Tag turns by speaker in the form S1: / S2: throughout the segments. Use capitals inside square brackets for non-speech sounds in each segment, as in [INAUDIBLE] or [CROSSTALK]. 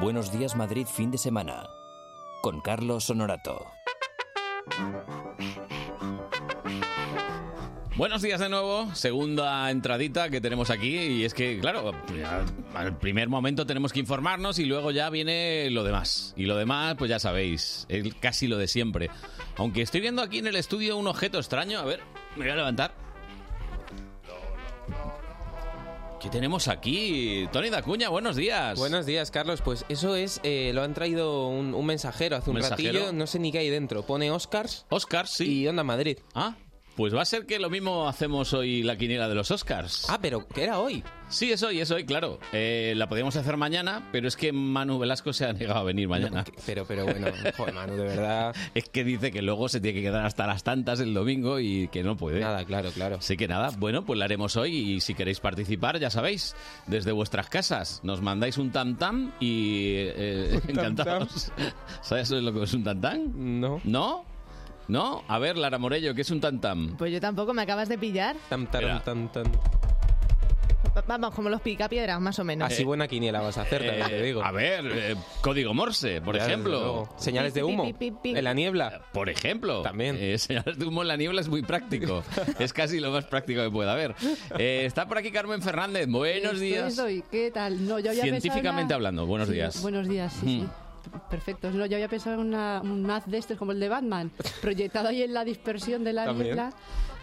S1: Buenos días Madrid fin de semana con Carlos Honorato.
S2: Buenos días de nuevo, segunda entradita que tenemos aquí y es que, claro, al primer momento tenemos que informarnos y luego ya viene lo demás. Y lo demás, pues ya sabéis, es casi lo de siempre. Aunque estoy viendo aquí en el estudio un objeto extraño, a ver, me voy a levantar. ¿Qué tenemos aquí? Tony Dacuña, buenos días.
S3: Buenos días, Carlos. Pues eso es, eh, lo han traído un, un mensajero hace un
S2: ¿Mensajero?
S3: ratillo, no sé ni qué hay dentro. Pone Oscars.
S2: Oscars, sí.
S3: Y Onda Madrid.
S2: Ah, pues va a ser que lo mismo hacemos hoy la quiniela de los Oscars.
S3: Ah, pero ¿qué era hoy?
S2: Sí, es hoy, es hoy, claro. Eh, la podíamos hacer mañana, pero es que Manu Velasco se ha negado a venir mañana.
S3: Pero, pero bueno, [LAUGHS] joder, Manu, de verdad.
S2: [LAUGHS] Es que dice que luego se tiene que quedar hasta las tantas el domingo y que no puede.
S3: Nada, claro, claro.
S2: Así que nada, bueno, pues la haremos hoy y si queréis participar, ya sabéis, desde vuestras casas nos mandáis un tam tam y eh, [LAUGHS] encantados. [LAUGHS] ¿Sabes lo que es un tam tam?
S3: No.
S2: ¿No? ¿No? A ver, Lara Morello, ¿qué es un tam tam?
S4: Pues yo tampoco, me acabas de pillar.
S3: Tam, taram,
S2: Espera.
S3: tam, tam.
S4: Va- Vamos, como los picapiedras, más o
S2: Ah,
S4: menos.
S3: Así buena quiniela vas a hacer, también te
S2: Eh,
S3: digo.
S2: a ver, eh, código Morse, por
S3: Ya, desde
S2: ejemplo. Eh,
S3: luego. Señales de
S4: Pi, pi,
S3: humo.
S4: pi, pi, pi.
S3: En la niebla.
S2: Por ejemplo,
S3: También.
S2: eh, señales de humo en la niebla es muy
S3: [LAUGHS]
S2: práctico. es casi lo más práctico que pueda haber. Eh, está por aquí Carmen Fernández. Buenos
S5: Estoy,
S2: días.
S5: estoy. ¿Qué tal? No, yo había
S2: Científicamente
S5: pensado
S2: hablando, buenos
S5: Sí,
S2: días. Mm,
S5: Buenos días, sí, sí. Perfecto. No, yo había pensado en una- un haz de estos como el de
S2: [LAUGHS]
S5: Batman, proyectado ahí en la dispersión de la
S3: También.
S5: niebla.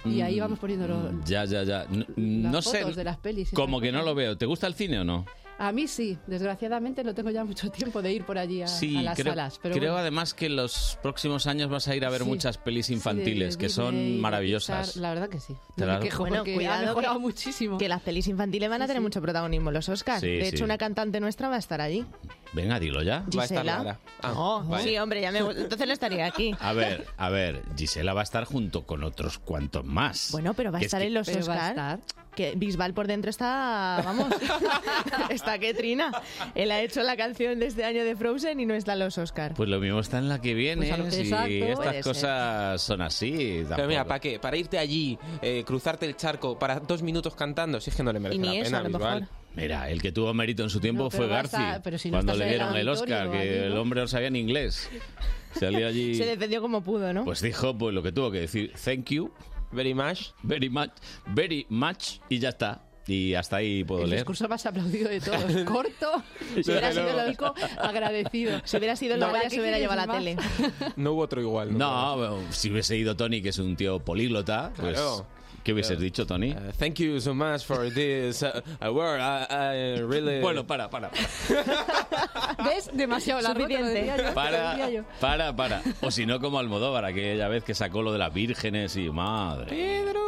S5: Y ahí vamos poniéndolo.
S2: Ya, ya, ya. No,
S5: Las
S2: Mm. no sé.
S5: fotos de las pelis y
S2: como
S5: esas
S2: que no
S5: cosas.
S2: lo veo. ¿Te gusta el cine o no?
S5: A mí sí, desgraciadamente no tengo ya mucho tiempo de ir por allí a, a las
S2: creo,
S5: salas. Pero
S2: creo
S5: bueno,
S2: además que en los próximos años vas a ir a ver
S5: Sí.
S2: muchas pelis
S5: sí, de
S2: infantiles que
S5: Disney,
S2: son
S5: de
S2: maravillosas.
S5: Pixar, la verdad que sí.
S2: Te
S5: No
S2: las-
S5: me quejo
S4: Bueno,
S5: porque
S4: cuidado
S5: ha mejorado
S4: que-
S5: muchísimo.
S4: Que las pelis infantiles van a tener mucho protagonismo en los Oscars.
S2: Sí,
S4: de hecho,
S2: sí.
S4: una cantante nuestra va a estar allí.
S2: Venga, dilo ya.
S3: Va a estar
S4: Gisela.
S3: Lara. Ah,
S4: No,
S3: vale.
S4: sí, hombre, ya me... entonces no estaría aquí.
S2: A ver, a ver, Gisela va a estar junto con otros cuantos más.
S4: Bueno, pero va a
S2: Que es
S4: estar
S2: que-
S4: en los
S5: Pero va a
S4: Oscars. Que Bisbal por dentro está, vamos, [LAUGHS] está que trina. Él ha hecho la canción de este año de Frozen y no está en los Oscars.
S2: Pues lo mismo está en la que viene.
S5: Pues a lo que-
S2: y
S5: Exacto.
S2: estas
S4: Puede ser.
S2: cosas son así.
S3: Pero mira,
S2: tampoco.
S3: ¿para qué? Para irte allí, eh, cruzarte el charco, para dos minutos cantando, si es que no le merece
S4: Y ni
S3: la
S4: eso,
S3: pena,
S4: a lo
S3: Bisbal.
S4: mejor.
S2: Mira, el que tuvo mérito en su tiempo
S5: No, pero
S2: fue
S5: vas
S2: Garci,
S5: a- pero si no
S2: cuando
S5: estás
S2: le
S5: en el
S2: dieron el
S5: auditorio,
S2: Oscar, que
S5: allí, ¿no?
S2: el hombre no sabía ni inglés.
S5: [LAUGHS]
S2: Salió allí.
S4: Se defendió como pudo, ¿no?
S2: Pues [LAUGHS] dijo pues lo que tuvo que decir, thank you,
S3: Very much.
S2: very much, very much, y ya está. Y hasta ahí puedo
S5: El
S2: leer.
S5: discurso más aplaudido de todos.
S2: [LAUGHS]
S5: Corto,
S4: Desde
S5: hubiera sido
S4: luego.
S5: el único agradecido.
S4: Si hubiera sido
S5: No,
S4: la
S5: ¿para
S4: huella,
S5: qué
S4: se hubiera
S5: quieres
S4: llevado a la
S5: más? [LAUGHS]
S4: tele.
S3: No hubo otro igual.
S2: No, bueno, si hubiese ido Tony, que es un tío políglota, pues,
S3: Claro.
S2: ¿qué hubieses dicho, Tony?
S3: Uh, thank you so much for this uh, award. I, I really.
S2: [LAUGHS] Bueno, para, para, para.
S5: ¿Ves? Demasiado largo. te lo
S4: Suficiente.
S5: decía yo, te lo [LAUGHS] decía
S2: Para,
S5: yo.
S2: para, para. O si no, como Almodóvar, aquella vez que sacó lo de las vírgenes y madre.
S3: Pedro.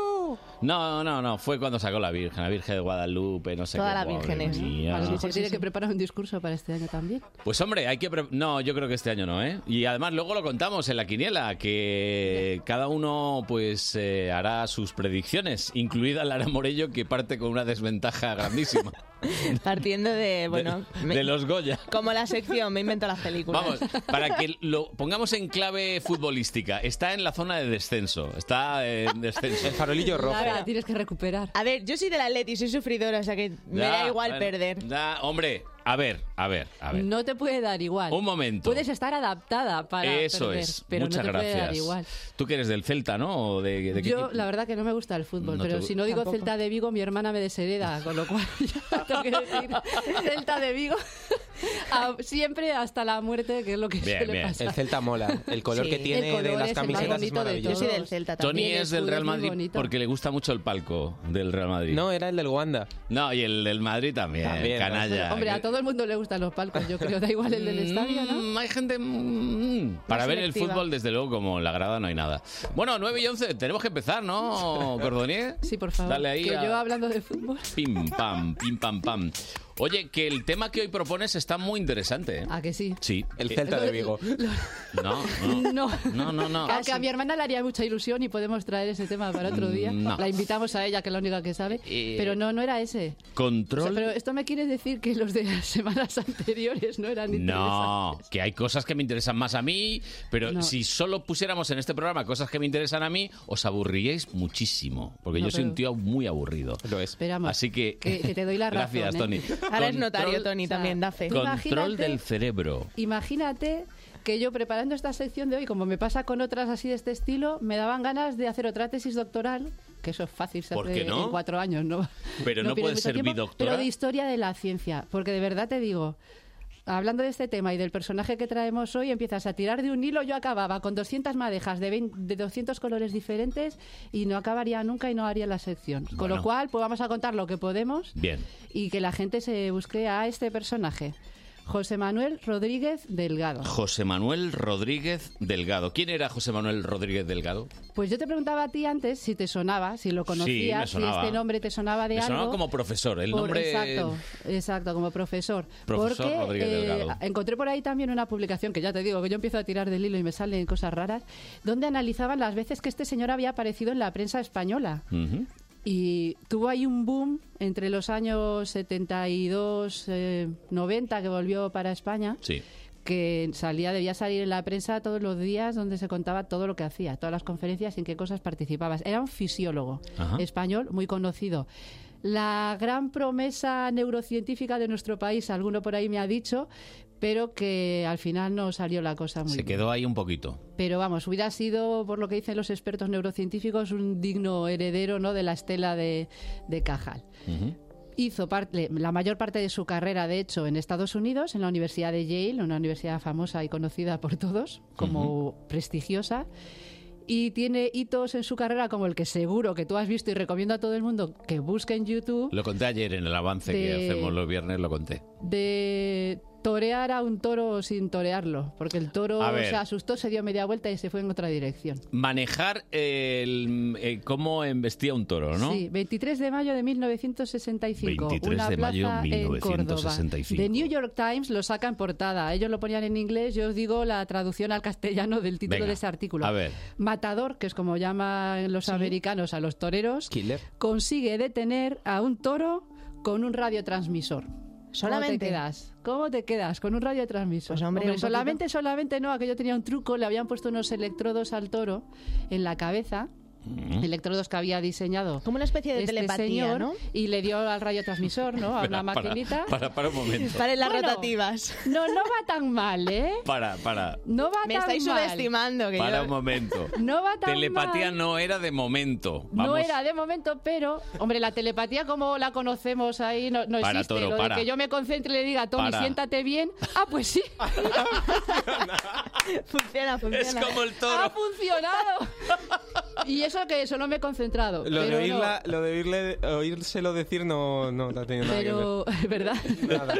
S2: No, no, no, fue cuando sacó la Virgen, la Virgen de Guadalupe, no sé
S4: Todas
S2: qué.
S4: las
S2: madre
S4: vírgenes, ¿no?
S2: mía.
S5: A lo mejor
S4: Sí, sí,
S5: tiene
S4: sí.
S5: que preparar un discurso para este año también.
S2: Pues hombre, hay que... pre- No, yo creo que este año no, ¿eh? Y además luego lo contamos en la quiniela, que cada uno pues eh, hará sus predicciones, incluida Lara Morello, que parte con una desventaja grandísima
S4: Partiendo de, [LAUGHS] bueno, me-
S2: de los Goya.
S4: como la sección, me invento las películas.
S2: Vamos, para que lo pongamos en clave futbolística, está en la zona de descenso, está en descenso.
S3: El farolillo rojo.
S5: Lara, tienes que recuperar.
S4: A ver, yo soy del Atleti, soy sufridora, o sea que me
S2: Ya,
S4: da igual
S2: bueno,
S4: perder.
S2: ya, hombre, a ver, a ver, a ver.
S5: No te puede dar igual.
S2: Un momento.
S5: Puedes estar adaptada para
S2: Eso
S5: perder,
S2: es,
S5: pero
S2: muchas
S5: no te
S2: gracias.
S5: puede dar igual.
S2: Tú que eres del Celta, ¿no? ¿O de, de qué
S5: Yo,
S2: equipo?
S5: la verdad, que no me gusta el fútbol,
S2: No te
S5: pero
S2: gu-
S5: si no digo
S4: Tampoco.
S5: Celta de Vigo, mi hermana me deshereda, con lo cual
S2: [LAUGHS]
S5: ya tengo que decir Celta de Vigo a- siempre hasta la muerte, que es lo que
S2: Bien,
S5: suele
S2: bien.
S5: pasar.
S3: El celta mola. El color
S4: Sí.
S3: que tiene
S5: El color
S3: de
S5: es
S3: las
S5: el más
S3: camisetas es
S5: bonito de
S4: Yo
S3: maravilloso.
S4: soy del
S5: todos.
S4: Celta también.
S2: Tony
S5: También
S2: es del
S5: escudo
S2: Real
S5: es muy
S2: Madrid
S5: bonito.
S2: porque le gusta mucho el palco del Real Madrid.
S3: No, era el del Wanda.
S2: No, y el del Madrid también,
S3: También, ¿no?
S2: canalla.
S5: Hombre, a
S2: Que-
S5: todo el mundo le gustan los palcos, yo creo, da igual el del estadio, ¿no?
S2: Mm, Hay gente... mm, para ver el
S5: selectiva.
S2: fútbol, desde luego, como en la grada no hay nada. Bueno, 9 y 11, tenemos que empezar, ¿no, Cordonier?
S5: Sí, por favor.
S2: Dale ahí
S5: que
S2: a-
S5: yo hablando de fútbol.
S2: Pim, pam, pim, pam, pam. Oye, que el tema que hoy propones está muy interesante. ¿eh?
S5: ¿A que sí?
S2: Sí.
S3: El
S2: Eh,
S3: celta de Vigo.
S2: [LAUGHS] No,
S5: [LAUGHS]
S2: no.
S5: No.
S2: No, no, no.
S5: Aunque a mi hermana le haría mucha ilusión y podemos traer ese tema para otro día.
S2: Mm, No.
S5: La invitamos a ella, que es la única que sabe.
S2: Eh,
S5: Pero no, no era ese. O sea,
S2: Control
S5: pero esto me quiere decir que los de las semanas anteriores no eran
S2: No,
S5: interesantes.
S2: que hay cosas que me interesan más a mí, pero
S5: No.
S2: si solo pusiéramos en este programa cosas que me interesan a mí, os aburriríais muchísimo, porque
S5: No,
S2: yo soy un
S5: pero-
S2: tío muy aburrido.
S3: Lo es.
S5: Esperamos.
S2: Así que,
S5: Que, que te doy la razón.
S2: [LAUGHS] gracias,
S5: ¿eh?
S2: Tony.
S4: Ahora es notario,
S2: Control-
S4: Tony,
S5: sea,
S4: también, da fe.
S5: tú
S2: Control
S5: imagínate-
S2: del cerebro.
S5: Imagínate que yo preparando esta sección de hoy, como me pasa con otras así de este estilo, me daban ganas de hacer otra tesis doctoral, que eso es fácil, se
S2: ¿Por
S5: hace
S2: qué no?
S5: en cuatro años, ¿no?
S2: Pero no
S5: pierdes
S2: puedes
S5: mucho
S2: ser
S5: tiempo,
S2: bidoctora.
S5: Pero de historia de la ciencia, porque de verdad te digo... Hablando de este tema y del personaje que traemos hoy, empiezas a tirar de un hilo. Yo acababa con 200 madejas de, 20 de 200 colores diferentes y no acabaría nunca y no haría la sección. Con
S2: Bueno.
S5: lo cual, pues vamos a contar lo que podemos
S2: Bien.
S5: y que la gente se busque a este personaje. José Manuel Rodríguez Delgado.
S2: José Manuel Rodríguez Delgado. ¿Quién era José Manuel Rodríguez Delgado?
S5: Pues yo te preguntaba a ti antes si te sonaba, si lo conocías,
S2: Sí, me sonaba.
S5: si este nombre te sonaba de
S2: Me
S5: algo.
S2: sonaba como profesor. El
S5: Por-
S2: nombre.
S5: Exacto, exacto, como profesor.
S2: Profesor
S5: Porque
S2: Rodríguez
S5: eh,
S2: Delgado.
S5: encontré por ahí también una publicación, que ya te digo, que yo empiezo a tirar del hilo y me salen cosas raras, donde analizaban las veces que este señor había aparecido en la prensa española.
S2: Ujú.
S5: Y tuvo ahí un boom entre los años 72, eh, 90, que volvió para España.
S2: Sí.
S5: que salía, debía salir en la prensa todos los días donde se contaba todo lo que hacía, todas las conferencias, en qué cosas participabas. Era un fisiólogo
S2: Ajá.
S5: español muy conocido. La gran promesa neurocientífica de nuestro país, alguno por ahí me ha dicho, pero que al final no salió la cosa muy
S2: Se
S5: bien.
S2: quedó ahí un poquito.
S5: Pero vamos, hubiera sido, por lo que dicen los expertos neurocientíficos, un digno heredero ¿no? de la estela de, de Cajal. Hizo parte, la mayor parte de su carrera, de hecho, en Estados Unidos, en la Universidad de Yale, una universidad famosa y conocida por todos como prestigiosa. Y tiene hitos en su carrera como el que seguro que tú has visto y recomiendo a todo el mundo que busque en YouTube
S2: Lo conté ayer en el avance que
S5: De-
S2: hacemos los viernes, lo conté.
S5: de torear a un toro sin torearlo, porque el toro
S2: A ver.
S5: se asustó, se dio media vuelta y se fue en otra dirección.
S2: Manejar el, eh, cómo embestía un toro, ¿no?
S5: Sí, 23 de mayo de 1965.
S2: 23
S5: una
S2: de mayo
S5: plaza en
S2: 1965.
S5: Córdoba. The New York Times lo saca en portada. Ellos lo ponían en inglés, yo os digo la traducción al castellano del título
S2: Venga,
S5: de ese artículo.
S2: a ver.
S5: Matador, que es como llaman los americanos a los toreros,
S3: Killer.
S5: consigue detener a un toro con un radiotransmisor. ¿Cómo
S4: Solamente.
S5: te quedas? ¿Cómo te quedas con un radiotransmisor?
S4: Pues, hombre, un poquito.
S5: solamente, solamente no, aquello tenía un truco, le habían puesto unos electrodos al toro en la cabeza,
S2: Mm.
S5: electrodos que había diseñado
S4: Como una especie de
S5: este
S4: telepatía,
S5: señor
S4: ¿no?
S5: y le dio al radiotransmisor, ¿no? A una
S2: Espera, [LAUGHS] para,
S5: maquinita.
S2: Para, para
S5: [LAUGHS]
S2: un momento.
S4: Para las
S5: Bueno.
S4: rotativas.
S5: No, no va tan mal, ¿eh?
S2: Para, para.
S5: No va
S4: Me
S5: tan
S4: estáis
S5: mal.
S4: subestimando. Que
S2: Para
S4: yo-
S2: un momento.
S5: [LAUGHS] No va tan
S2: Telepatía
S5: mal.
S2: no era de momento.
S5: No
S2: Vamos.
S5: era de momento, pero, hombre, la telepatía como la conocemos ahí no, no
S2: Para,
S5: existe.
S2: Toro,
S5: lo de
S2: para.
S5: que yo me concentre y le diga, Tony,
S2: Para.
S5: siéntate bien. Ah, pues sí,
S4: Funciona,
S2: Es
S4: funciona.
S2: como el
S5: ha
S2: toro.
S5: funcionado. Y eso que solo me he concentrado.
S3: Lo de,
S5: pero no.
S3: oírla, lo de oírle, oírselo decir no, no, no ha tenido nada
S5: Pero, [LAUGHS] ¿verdad?
S3: que ver. Nada.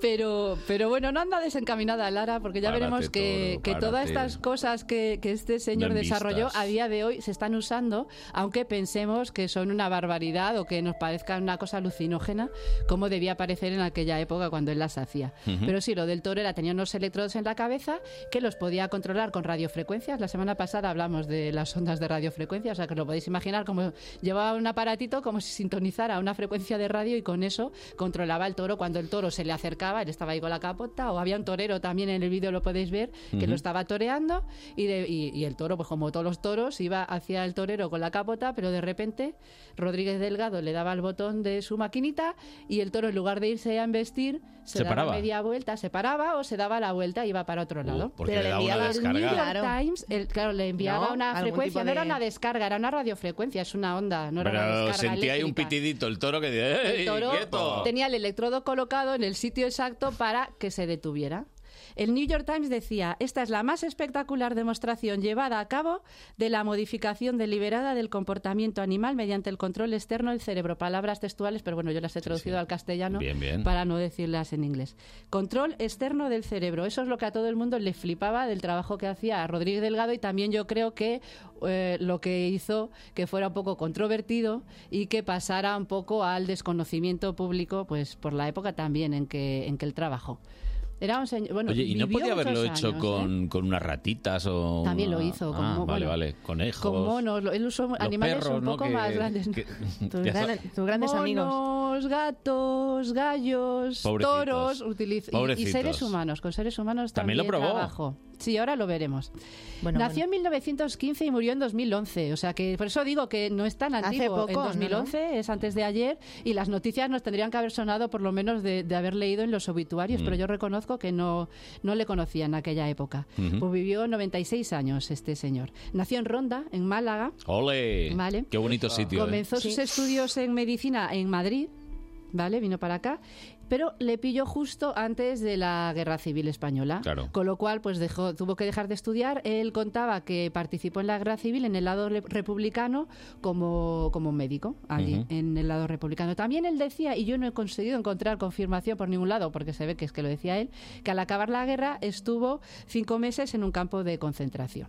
S5: Pero, pero bueno, no anda desencaminada Lara, porque ya
S2: Párate,
S5: veremos que,
S2: toro,
S5: que todas
S2: párate.
S5: estas cosas que, que este señor
S2: Dan
S5: desarrolló
S2: vistas.
S5: a día de hoy se están usando, aunque pensemos que son una barbaridad o que nos parezca una cosa alucinógena, como debía parecer en aquella época cuando él las hacía. Pero sí, lo del toro era tenía unos electrodos en la cabeza que los podía controlar con radiofrecuencias. La semana pasada hablamos de las ondas de radiofrecuencia, o sea que lo podéis imaginar como llevaba un aparatito como si sintonizara una frecuencia de radio y con eso controlaba el toro. Cuando el toro se le acercaba, él estaba ahí con la capota, o había un torero también en el vídeo, lo podéis ver, que lo estaba toreando y, de- y- y el toro, pues como todos los toros, iba hacia el torero con la capota, pero de repente Rodríguez Delgado le daba el botón de su maquinita y el toro en lugar de irse a embestir se,
S2: Se
S5: daba
S2: paraba.
S5: media vuelta, se paraba o se daba la vuelta y iba para otro lado.
S2: Uh, porque
S4: Pero
S2: le
S4: le
S2: da una
S4: enviaba
S5: New
S4: el
S2: descarga.
S4: nido.
S5: York
S4: Claro.
S5: Times, el- claro, le enviaba
S4: No,
S5: una
S4: algún
S5: frecuencia,
S4: tipo
S5: no era
S4: de-
S5: una descarga, era una radiofrecuencia, es una onda, no era una
S2: Pero
S5: descarga
S2: sentí ahí un
S5: eléctrica.
S2: pitidito, el toro que dice,
S5: El
S2: "Ey,
S5: toro
S2: quieto".
S5: tenía el electrodo colocado en el sitio exacto para que se detuviera. El New York Times decía, esta es la más espectacular demostración llevada a cabo de la modificación deliberada del comportamiento animal mediante el control externo del cerebro. Palabras textuales, pero bueno, yo las he traducido
S2: sí.
S5: al castellano
S2: Bien, bien.
S5: para no decirlas en inglés. Control externo del cerebro. Eso es lo que a todo el mundo le flipaba del trabajo que hacía Rodríguez Delgado y también yo creo que eh, lo que hizo que fuera un poco controvertido y que pasara un poco al desconocimiento público, pues por la época también en que, en que él trabajó. Era un señor. Bueno,
S2: Oye, ¿y no
S5: vivió
S2: podía haberlo
S5: muchos
S2: hecho
S5: años, ¿eh?
S2: con, con unas ratitas o...?
S5: También lo
S2: una-
S5: hizo, con
S2: Ah,
S5: mo-
S2: vale,
S5: bueno,
S2: vale. Conejos.
S5: Con monos, lo- él usó
S2: los
S5: animales
S2: perros,
S5: un
S2: ¿no?
S5: poco
S2: Que-
S5: más grandes. ¿no?
S2: que-
S4: Tus,
S2: [LAUGHS] ya
S4: gran-
S2: está.
S4: tus grandes amigos.
S5: Monos, gatos, gallos,
S2: Pobrecitos.
S5: toros utiliz- y- y,
S2: Pobrecitos.
S5: seres humanos. Con seres humanos
S2: También
S5: también,
S2: lo probó.
S5: trabajó. Sí, ahora lo veremos.
S4: Bueno,
S5: Nació en 1915 y murió en 2011. O sea que por eso digo que no es tan
S4: Hace
S5: antiguo.
S4: poco,
S5: en 2011 es antes de ayer y las noticias nos tendrían que haber sonado por lo menos de, de haber leído en los obituarios,
S2: Mm.
S5: pero yo reconozco que no, no le conocía en aquella época.
S2: Ujú.
S5: Pues vivió 96 años este señor. Nació en Ronda, en Málaga.
S2: ¡Ole!
S5: Vale.
S2: Qué bonito sitio. ¿eh?
S5: Comenzó sus estudios en medicina en Madrid, ¿vale? Vino para acá, pero le pilló justo antes de la Guerra Civil Española.
S2: Claro.
S5: Con lo cual, pues dejó, tuvo que dejar de estudiar. Él contaba que participó en la Guerra Civil en el lado le- republicano como, como médico, allí,
S2: Ujú.
S5: en el lado republicano. También él decía, y yo no he conseguido encontrar confirmación por ningún lado, porque se ve que es que lo decía él, que al acabar la guerra estuvo cinco meses en un campo de concentración.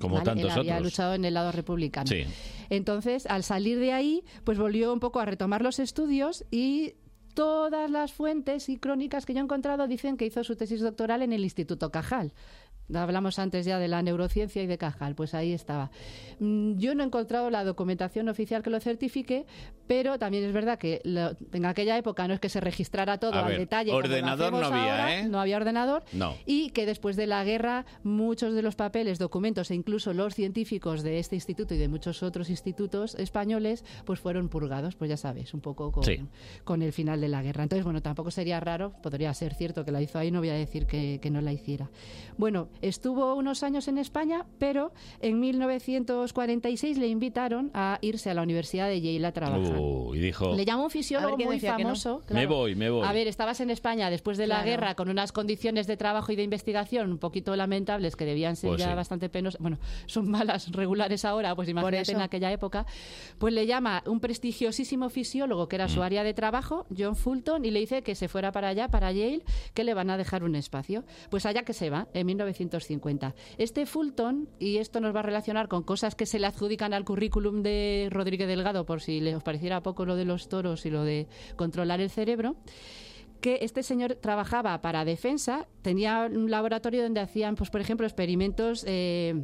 S2: Como
S5: ¿vale?
S2: tantos
S5: Él había
S2: otros.
S5: luchado en el lado republicano.
S2: Sí.
S5: Entonces, al salir de ahí, pues volvió un poco a retomar los estudios y todas las fuentes y crónicas que yo he encontrado dicen que hizo su tesis doctoral en el Instituto Cajal. Hablamos antes ya de la neurociencia y de Cajal, pues ahí estaba. Mm, Yo no he encontrado la documentación oficial que lo certifique, pero también es verdad que lo- en aquella época no es que se registrara todo
S2: A
S5: al
S2: ver,
S5: detalle. como lo
S2: ordenador no
S5: hacemos
S2: había,
S5: ahora,
S2: ¿eh?
S5: No había ordenador
S2: No.
S5: y que después de la guerra muchos de los papeles, documentos e incluso los científicos de este instituto y de muchos otros institutos españoles pues fueron purgados, pues ya sabes, un poco con,
S2: Sí.
S5: con el final de la guerra. Entonces, bueno, tampoco sería raro, podría ser cierto que la hizo ahí, no voy a decir que, que no la hiciera. Bueno, estuvo unos años en España, pero en 1946 le invitaron a irse a la Universidad de Yale a trabajar.
S2: Uh, y dijo,
S5: Le llamó un
S4: A ver
S5: fisiólogo
S4: quién
S5: muy
S4: decía que no.
S5: famoso.
S2: me
S5: claro.
S2: voy, me voy.
S5: A ver, estabas en España después de la
S4: Claro.
S5: guerra con unas condiciones de trabajo y de investigación un poquito lamentables que debían ser
S2: Pues
S5: ya
S2: sí.
S5: bastante penosas. Bueno, [LAUGHS] son malas regulares ahora, pues imagínate
S4: eso.
S5: en aquella época. Pues le llama un prestigiosísimo fisiólogo que era
S2: Mm.
S5: su área de trabajo, John Fulton, y le dice que se fuera para allá, para Yale, que le van a dejar un espacio. Pues allá que se va, en 1950. Este Fulton, y esto nos va a relacionar con cosas que se le adjudican al currículum de Rodríguez Delgado, por si les pareciera poco lo de los toros y lo de controlar el cerebro que este señor trabajaba para defensa, tenía un laboratorio donde hacían, pues, por ejemplo, experimentos eh,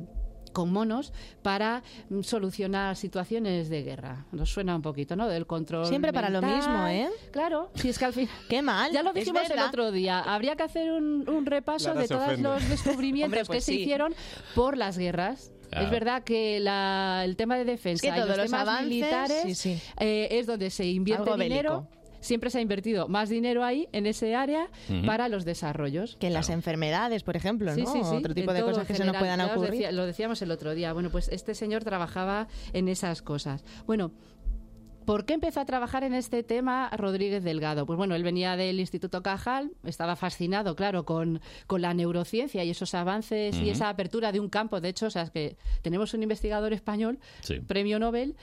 S5: con monos para mm, solucionar situaciones de guerra. Nos suena un poquito, ¿no? Del control.
S4: Siempre para lo
S5: mental.
S4: mismo, ¿eh?
S5: Claro, si es que al final.
S4: Qué mal.
S5: Ya lo
S4: es
S5: dijimos el
S4: verdad.
S5: otro día. Habría que hacer un, un repaso
S3: Lara
S5: de
S3: se
S5: todos
S3: ofende.
S5: los descubrimientos
S4: Hombre, pues
S5: que se
S4: sí.
S5: hicieron por las guerras.
S2: Claro.
S5: Es verdad que la- el tema de defensa
S4: Es que
S5: y
S4: todos
S5: los
S4: los
S5: temas
S4: avances.
S5: militares
S4: Sí, sí.
S5: eh, es donde se invierte
S4: Algo
S5: dinero. Siempre se ha invertido más dinero ahí, en ese área,
S2: Ujú.
S5: para los desarrollos.
S4: Que en las enfermedades, por ejemplo,
S5: Sí,
S4: ¿no?
S5: sí, sí,
S4: Otro tipo
S5: en
S4: de
S5: todo
S4: cosas que se nos
S5: general.
S4: puedan
S5: Ya os
S4: ocurrir.
S5: decía- lo decíamos el otro día. Bueno, pues este señor trabajaba en esas cosas. Bueno. ¿Por qué empezó a trabajar en este tema Rodríguez Delgado? Pues bueno, él venía del Instituto Cajal, estaba fascinado, claro, con, con la neurociencia y esos avances y esa apertura de un campo. De hecho, o sea, es que tenemos un investigador español
S2: Sí.
S5: premio Nobel,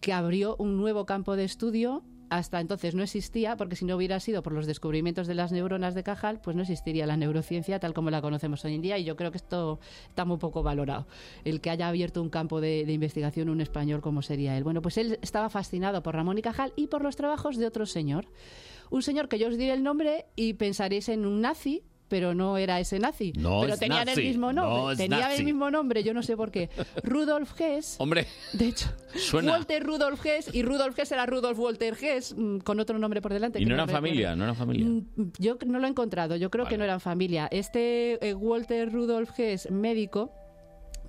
S5: que abrió un nuevo campo de estudio. Hasta entonces no existía, porque si no hubiera sido por los descubrimientos de las neuronas de Cajal, pues no existiría la neurociencia tal como la conocemos hoy en día. Y yo creo que esto está muy poco valorado, el que haya abierto un campo de, de investigación un español como sería él. Bueno, pues él estaba fascinado por Ramón y Cajal y por los trabajos de otro señor. Un señor que yo os diré el nombre y pensaréis en un nazi, pero no era ese nazi.
S2: No
S5: pero
S2: es
S5: tenían
S2: nazi,
S5: el mismo
S2: no
S5: nombre.
S2: es
S5: tenían
S2: nazi.
S5: el mismo nombre, yo no sé por qué. Rudolf Hess.
S2: Hombre,
S5: De hecho,
S2: Suena.
S5: Walter Rudolf Hess y Rudolf Hess era Rudolf Walter Hess, mm, con otro nombre por delante.
S2: y
S5: que
S2: no eran
S5: recuerdo.
S2: familia, no eran familia.
S5: Mm, Yo no lo he encontrado, yo creo
S2: Vale.
S5: que no eran familia. Este eh, Walter Rudolf Hess, médico,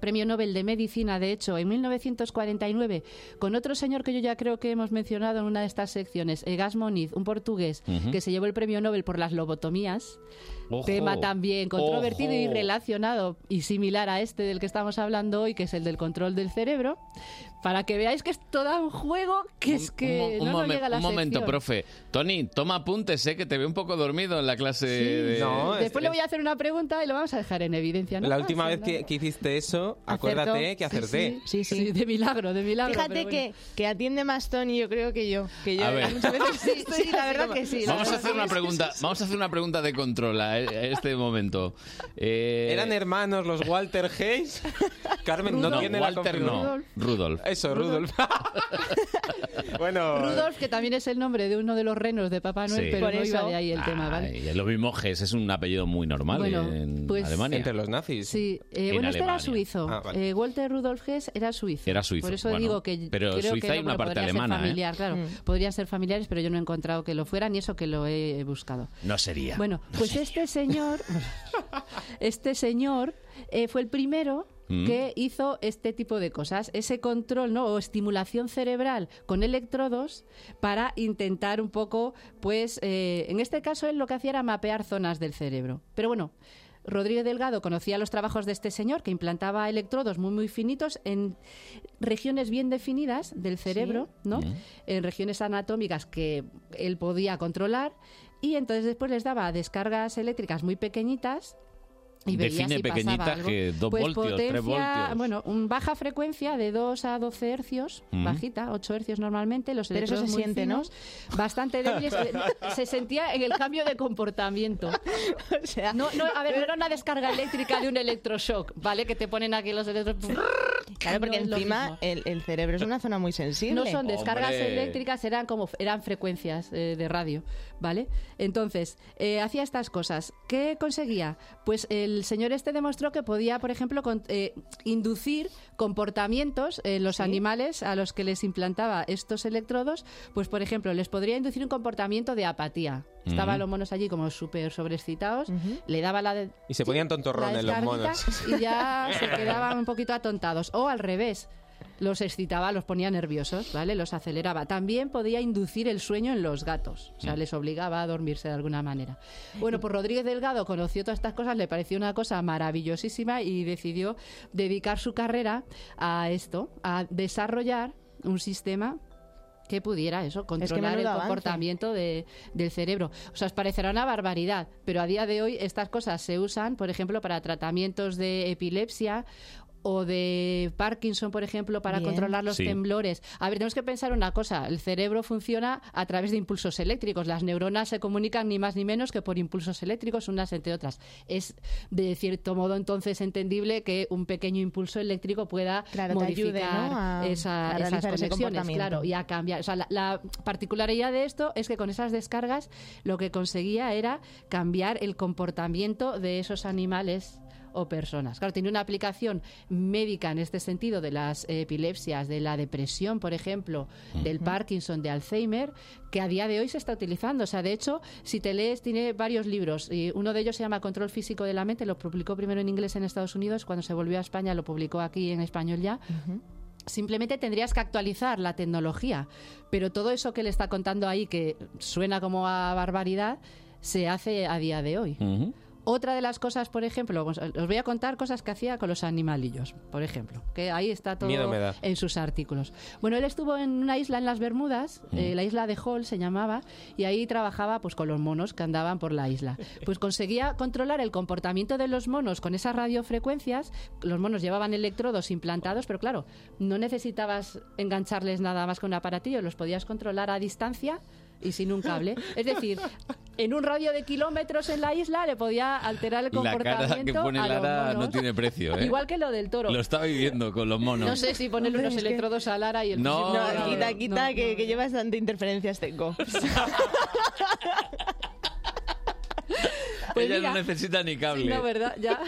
S5: premio Nobel de Medicina, de hecho, en 1949, con otro señor que yo ya creo que hemos mencionado en una de estas secciones, Egas Moniz, un portugués,
S2: Ujú.
S5: que se llevó el premio Nobel por las lobotomías
S2: Ojo.
S5: tema también controvertido y
S2: Ojo.
S5: relacionado y similar a este del que estamos hablando hoy, que es el del control del cerebro, para que veáis que es todo un juego que es que
S2: un,
S5: no
S2: un
S5: nos
S2: momen-
S5: llega a la
S2: un momento,
S5: sección.
S2: profe. Tony, toma apuntes, sé que te veo un poco dormido en la clase
S5: Sí.
S2: de-
S3: No, es-
S5: Después le voy a hacer una pregunta y lo vamos a dejar en evidencia. ¿no?
S3: La última
S5: Ah, sí,
S3: vez que,
S5: no.
S3: que hiciste eso, acuérdate
S4: Acertó.
S3: que acerté.
S5: Sí, sí, de milagro, de milagro.
S4: Fíjate
S5: pero bueno.
S4: que, que atiende más Tony, yo creo que yo. Que yo
S2: A ver.
S4: muchas
S5: [LAUGHS]
S4: veces
S5: Sí,
S4: estoy-
S5: sí, la verdad que sí. la
S2: Vamos a
S5: verdad
S2: hacer una
S5: que sí.
S2: pregunta, vamos a hacer una pregunta de control a a este momento. Eh,
S3: ¿Eran hermanos los Walter Hayes? Carmen, no,
S5: Rudolf.
S2: no,
S3: tiene
S2: Walter
S3: la
S2: no,
S3: confirmación.
S5: confirmación.
S2: Rudolf.
S3: Eso, Rudolf. bueno,
S5: Rudolf, que también es el nombre de uno de los renos de Papá Noel,
S2: Sí.
S5: pero
S4: Por
S5: no iba
S4: eso.
S5: de ahí el tema, ¿vale?
S2: Ay, lo mismo Ges es un apellido muy normal eh,
S5: Bueno,
S2: en
S5: pues-
S2: Alemania.
S3: entre los nazis.
S5: Sí, eh,
S2: En
S5: bueno, este era
S2: Alemania.
S5: suizo, suizo.
S3: Ah, vale.
S5: Eh, Walter Rudolf Hess era suizo.
S2: Era suizo,
S5: Por eso
S2: bueno.
S5: digo que
S2: Pero
S5: creo
S2: Suiza
S5: que
S2: hay
S5: no,
S2: una
S5: pero
S2: parte
S5: podría ser
S2: alemana, ¿eh?
S5: familiar, claro.
S4: Mm.
S5: Podrían ser familiares, pero yo no he encontrado que lo fueran y eso que lo he buscado.
S2: No sería.
S5: Bueno, pues este señor, este señor eh, fue el primero
S2: Mm.
S5: que hizo este tipo de cosas, ese control ¿no? o estimulación cerebral con electrodos para intentar un poco, pues, eh, en este caso él lo que hacía era mapear zonas del cerebro. Pero bueno, Rodríguez Delgado conocía los trabajos de este señor que implantaba electrodos muy muy finitos en regiones bien definidas del cerebro, ¿no? En regiones anatómicas que él podía controlar y entonces después les daba descargas eléctricas muy pequeñitas y veía
S2: Define
S5: si pasaba
S2: pequeñitas
S5: algo.
S2: que dos
S5: Pues
S2: voltios, tres
S5: potencia,
S2: voltios.
S5: Bueno, un baja frecuencia de 2 a 12 hercios,
S2: Mm.
S5: bajita, 8 hercios normalmente, los
S4: Pero eso
S5: electrodos
S4: se
S5: muy
S4: siente, ¿no?
S5: finos, Bastante débiles, [LAUGHS] eh, se sentía en el cambio de comportamiento.
S4: [LAUGHS] O sea, eh.
S5: No, no, a ver, no era una descarga eléctrica de un electroshock, ¿vale? Que te ponen aquí los electros.
S4: claro, porque
S5: No es lo
S4: encima
S5: mismo.
S4: el, el cerebro es una zona muy sensible.
S5: No son descargas
S2: Hombre.
S5: eléctricas, eran como eran frecuencias eh, de radio, ¿vale? Entonces, eh, hacía estas cosas. ¿Qué conseguía? Pues el señor este demostró que podía, por ejemplo, con- eh, inducir comportamientos en los
S4: Sí.
S5: animales a los que les implantaba estos electrodos. Pues, por ejemplo, les podría inducir un comportamiento de apatía. Estaban
S2: Mm.
S5: los monos allí como súper sobrescitados,
S4: Ujú.
S5: le daba la de-
S3: Y se ponían tontorrones
S5: la
S3: los monos.
S5: descarguita Y
S3: [LAUGHS]
S5: ya se quedaban un poquito atontados. O al revés, los excitaba, los ponía nerviosos, ¿vale? Los aceleraba. También podía inducir el sueño en los gatos. O sea,
S3: Mm.
S5: les obligaba a dormirse de alguna manera. Bueno, pues Rodríguez Delgado conoció todas estas cosas, le pareció una cosa maravillosísima y decidió dedicar su carrera a esto, a desarrollar un sistema que pudiera eso, controlar el
S4: menudo avance.
S5: comportamiento de- del cerebro. O sea, os parecerá una barbaridad, pero a día de hoy estas cosas se usan, por ejemplo, para tratamientos de epilepsia o de Parkinson, por ejemplo, para
S4: Bien.
S5: controlar los
S2: Sí.
S5: temblores. A ver, tenemos que pensar una cosa, el cerebro funciona a través de impulsos eléctricos, las neuronas se comunican ni más ni menos que por impulsos eléctricos unas entre otras. Es de cierto modo entonces entendible que un pequeño impulso eléctrico pueda
S4: Claro, te
S5: modificar
S4: ayude, ¿no? a-
S5: esa-
S4: a
S5: esas
S4: realizar ese
S5: conexiones,
S4: comportamiento.
S5: claro, y a cambiar. O sea, la, la particularidad de esto es que con esas descargas lo que conseguía era cambiar el comportamiento de esos animales o personas. Claro, tiene una aplicación médica en este sentido de las epilepsias, de la depresión, por ejemplo, del Parkinson, de Alzheimer, que a día de hoy se está utilizando. O sea, de hecho, si te lees, tiene varios libros. Y uno de ellos se llama Control Físico de la Mente, lo publicó primero en inglés en Estados Unidos, cuando se volvió a España lo publicó aquí en español ya. Simplemente tendrías que actualizar la tecnología, pero todo eso que le está contando ahí, que suena como a barbaridad, se hace a día de hoy.
S2: Ujú.
S5: Otra de las cosas, por ejemplo, os os voy a contar cosas que hacía con los animalillos, por ejemplo, que ahí está todo
S3: Miedo me da.
S5: en sus artículos. Bueno, él estuvo en una isla en las Bermudas, eh, la isla de Hall se llamaba, y ahí trabajaba pues con los monos que andaban por la isla. Pues conseguía controlar el comportamiento de los monos con esas radiofrecuencias. Los monos llevaban electrodos implantados, pero claro, no necesitabas engancharles nada más que un aparatillo, los podías controlar a distancia y sin un cable. Es decir, en un radio de kilómetros en la isla le podía alterar el
S2: La
S5: comportamiento
S2: cara que pone
S5: a los
S2: Lara no
S5: monos. [LAUGHS]
S2: tiene precio, ¿eh?
S5: Igual que lo del toro.
S2: Lo está viviendo con los monos.
S5: No sé si ponerle
S4: Hombre,
S5: unos
S4: es que-
S5: electrodos a Lara y el físico-
S2: No,
S4: No,
S2: no,
S4: quita,
S5: no,
S4: quita,
S5: no,
S4: que,
S5: no.
S4: que yo bastante
S5: [LAUGHS]
S4: interferencias tengo.
S5: Pues
S2: Ella
S5: mira,
S2: no necesita ni cable.
S5: Sí, no, ¿verdad?
S4: [LAUGHS]
S5: Ya.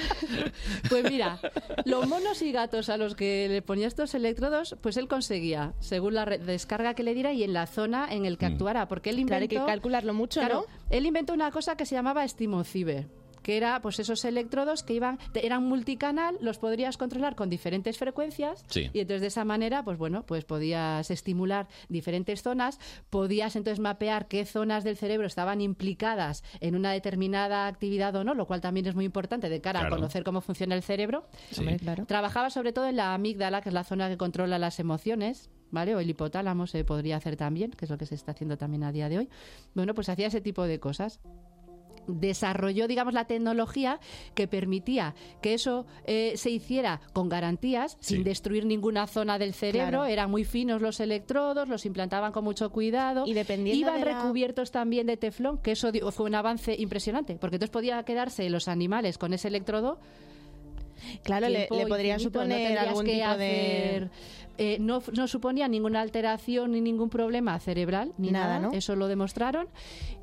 S5: Pues mira, los monos y gatos a los que le ponía estos electrodos, pues él conseguía, según la re- descarga que le diera y en la zona en el que
S2: Mm.
S5: actuara, porque él
S4: Claro, hay
S5: inventó...
S4: que calcularlo mucho,
S5: Claro,
S4: ¿no?
S5: él inventó una cosa que se llamaba estimocibe que era pues esos electrodos que iban te- eran multicanal, los podrías controlar con diferentes frecuencias
S2: Sí.
S5: y entonces de esa manera pues bueno, pues podías estimular diferentes zonas, podías entonces mapear qué zonas del cerebro estaban implicadas en una determinada actividad o no, lo cual también es muy importante de cara
S2: Claro.
S5: a conocer cómo funciona el cerebro.
S2: Sí.
S4: Hombre, claro.
S5: Trabajaba sobre todo en la amígdala, que es la zona que controla las emociones, ¿vale? O el hipotálamo se podría hacer también, que es lo que se está haciendo también a día de hoy. Bueno, pues hacía ese tipo de cosas. Desarrolló, digamos, la tecnología que permitía que eso eh, se hiciera con garantías,
S2: Sí.
S5: sin destruir ninguna zona del cerebro.
S4: Claro.
S5: Eran muy finos los electrodos, los implantaban con mucho cuidado.
S4: Y dependiendo
S5: Iban
S4: de la-
S5: recubiertos también de teflón, que eso di- fue un avance impresionante, porque entonces podía quedarse los animales con ese electrodo
S4: Claro, le,
S5: tiempo
S4: le podría
S5: infinito, no
S4: suponer
S5: tendrías
S4: algún
S5: que
S4: tipo de...
S5: hacer eh, no, no suponía ninguna alteración ni ningún problema cerebral, ni
S4: Nada,
S5: nada,
S4: ¿no?
S5: eso lo demostraron.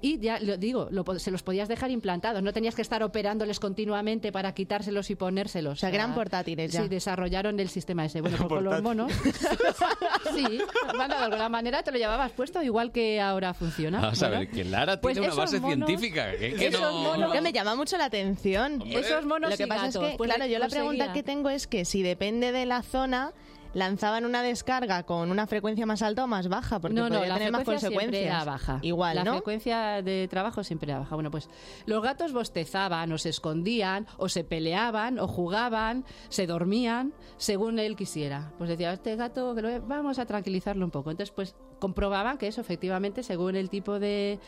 S5: Y ya lo digo, lo po- se los podías dejar implantados, no tenías que estar operándoles continuamente para quitárselos y ponérselos.
S4: O sea, que eran portátiles ya.
S5: Sí, desarrollaron el sistema ese. Bueno, pues con los
S6: Portátil.
S5: monos. [LAUGHS] sí, bueno, de alguna manera te lo llevabas puesto, igual que ahora funciona.
S2: Vamos a
S5: Bueno.
S2: ver, que Lara
S5: Pues
S2: tiene una
S5: esos
S2: base
S5: monos-
S2: científica. que- que
S5: esos
S2: no-
S5: monos-
S4: que me llama mucho la atención.
S2: Hombre.
S5: Esos monos
S4: Lo que
S5: y
S4: pasa
S5: gatos,
S4: es que,
S5: pues,
S4: claro, yo la
S5: lo seguía.
S4: pregunta que tengo es que si depende de la zona, lanzaban una descarga con una frecuencia más alta o más baja, porque
S5: no, no,
S4: podría
S5: la
S4: tener más
S5: frecuencia
S4: consecuencias.
S5: siempre era baja.
S4: Igual,
S5: la
S4: ¿no?
S5: frecuencia de trabajo siempre era baja. Bueno, pues los gatos bostezaban, o se escondían, o se peleaban, o jugaban, se dormían, según él quisiera. Pues decía, este gato, que lo ve- vamos a tranquilizarlo un poco. Entonces, pues comprobaban que eso efectivamente, según el tipo de,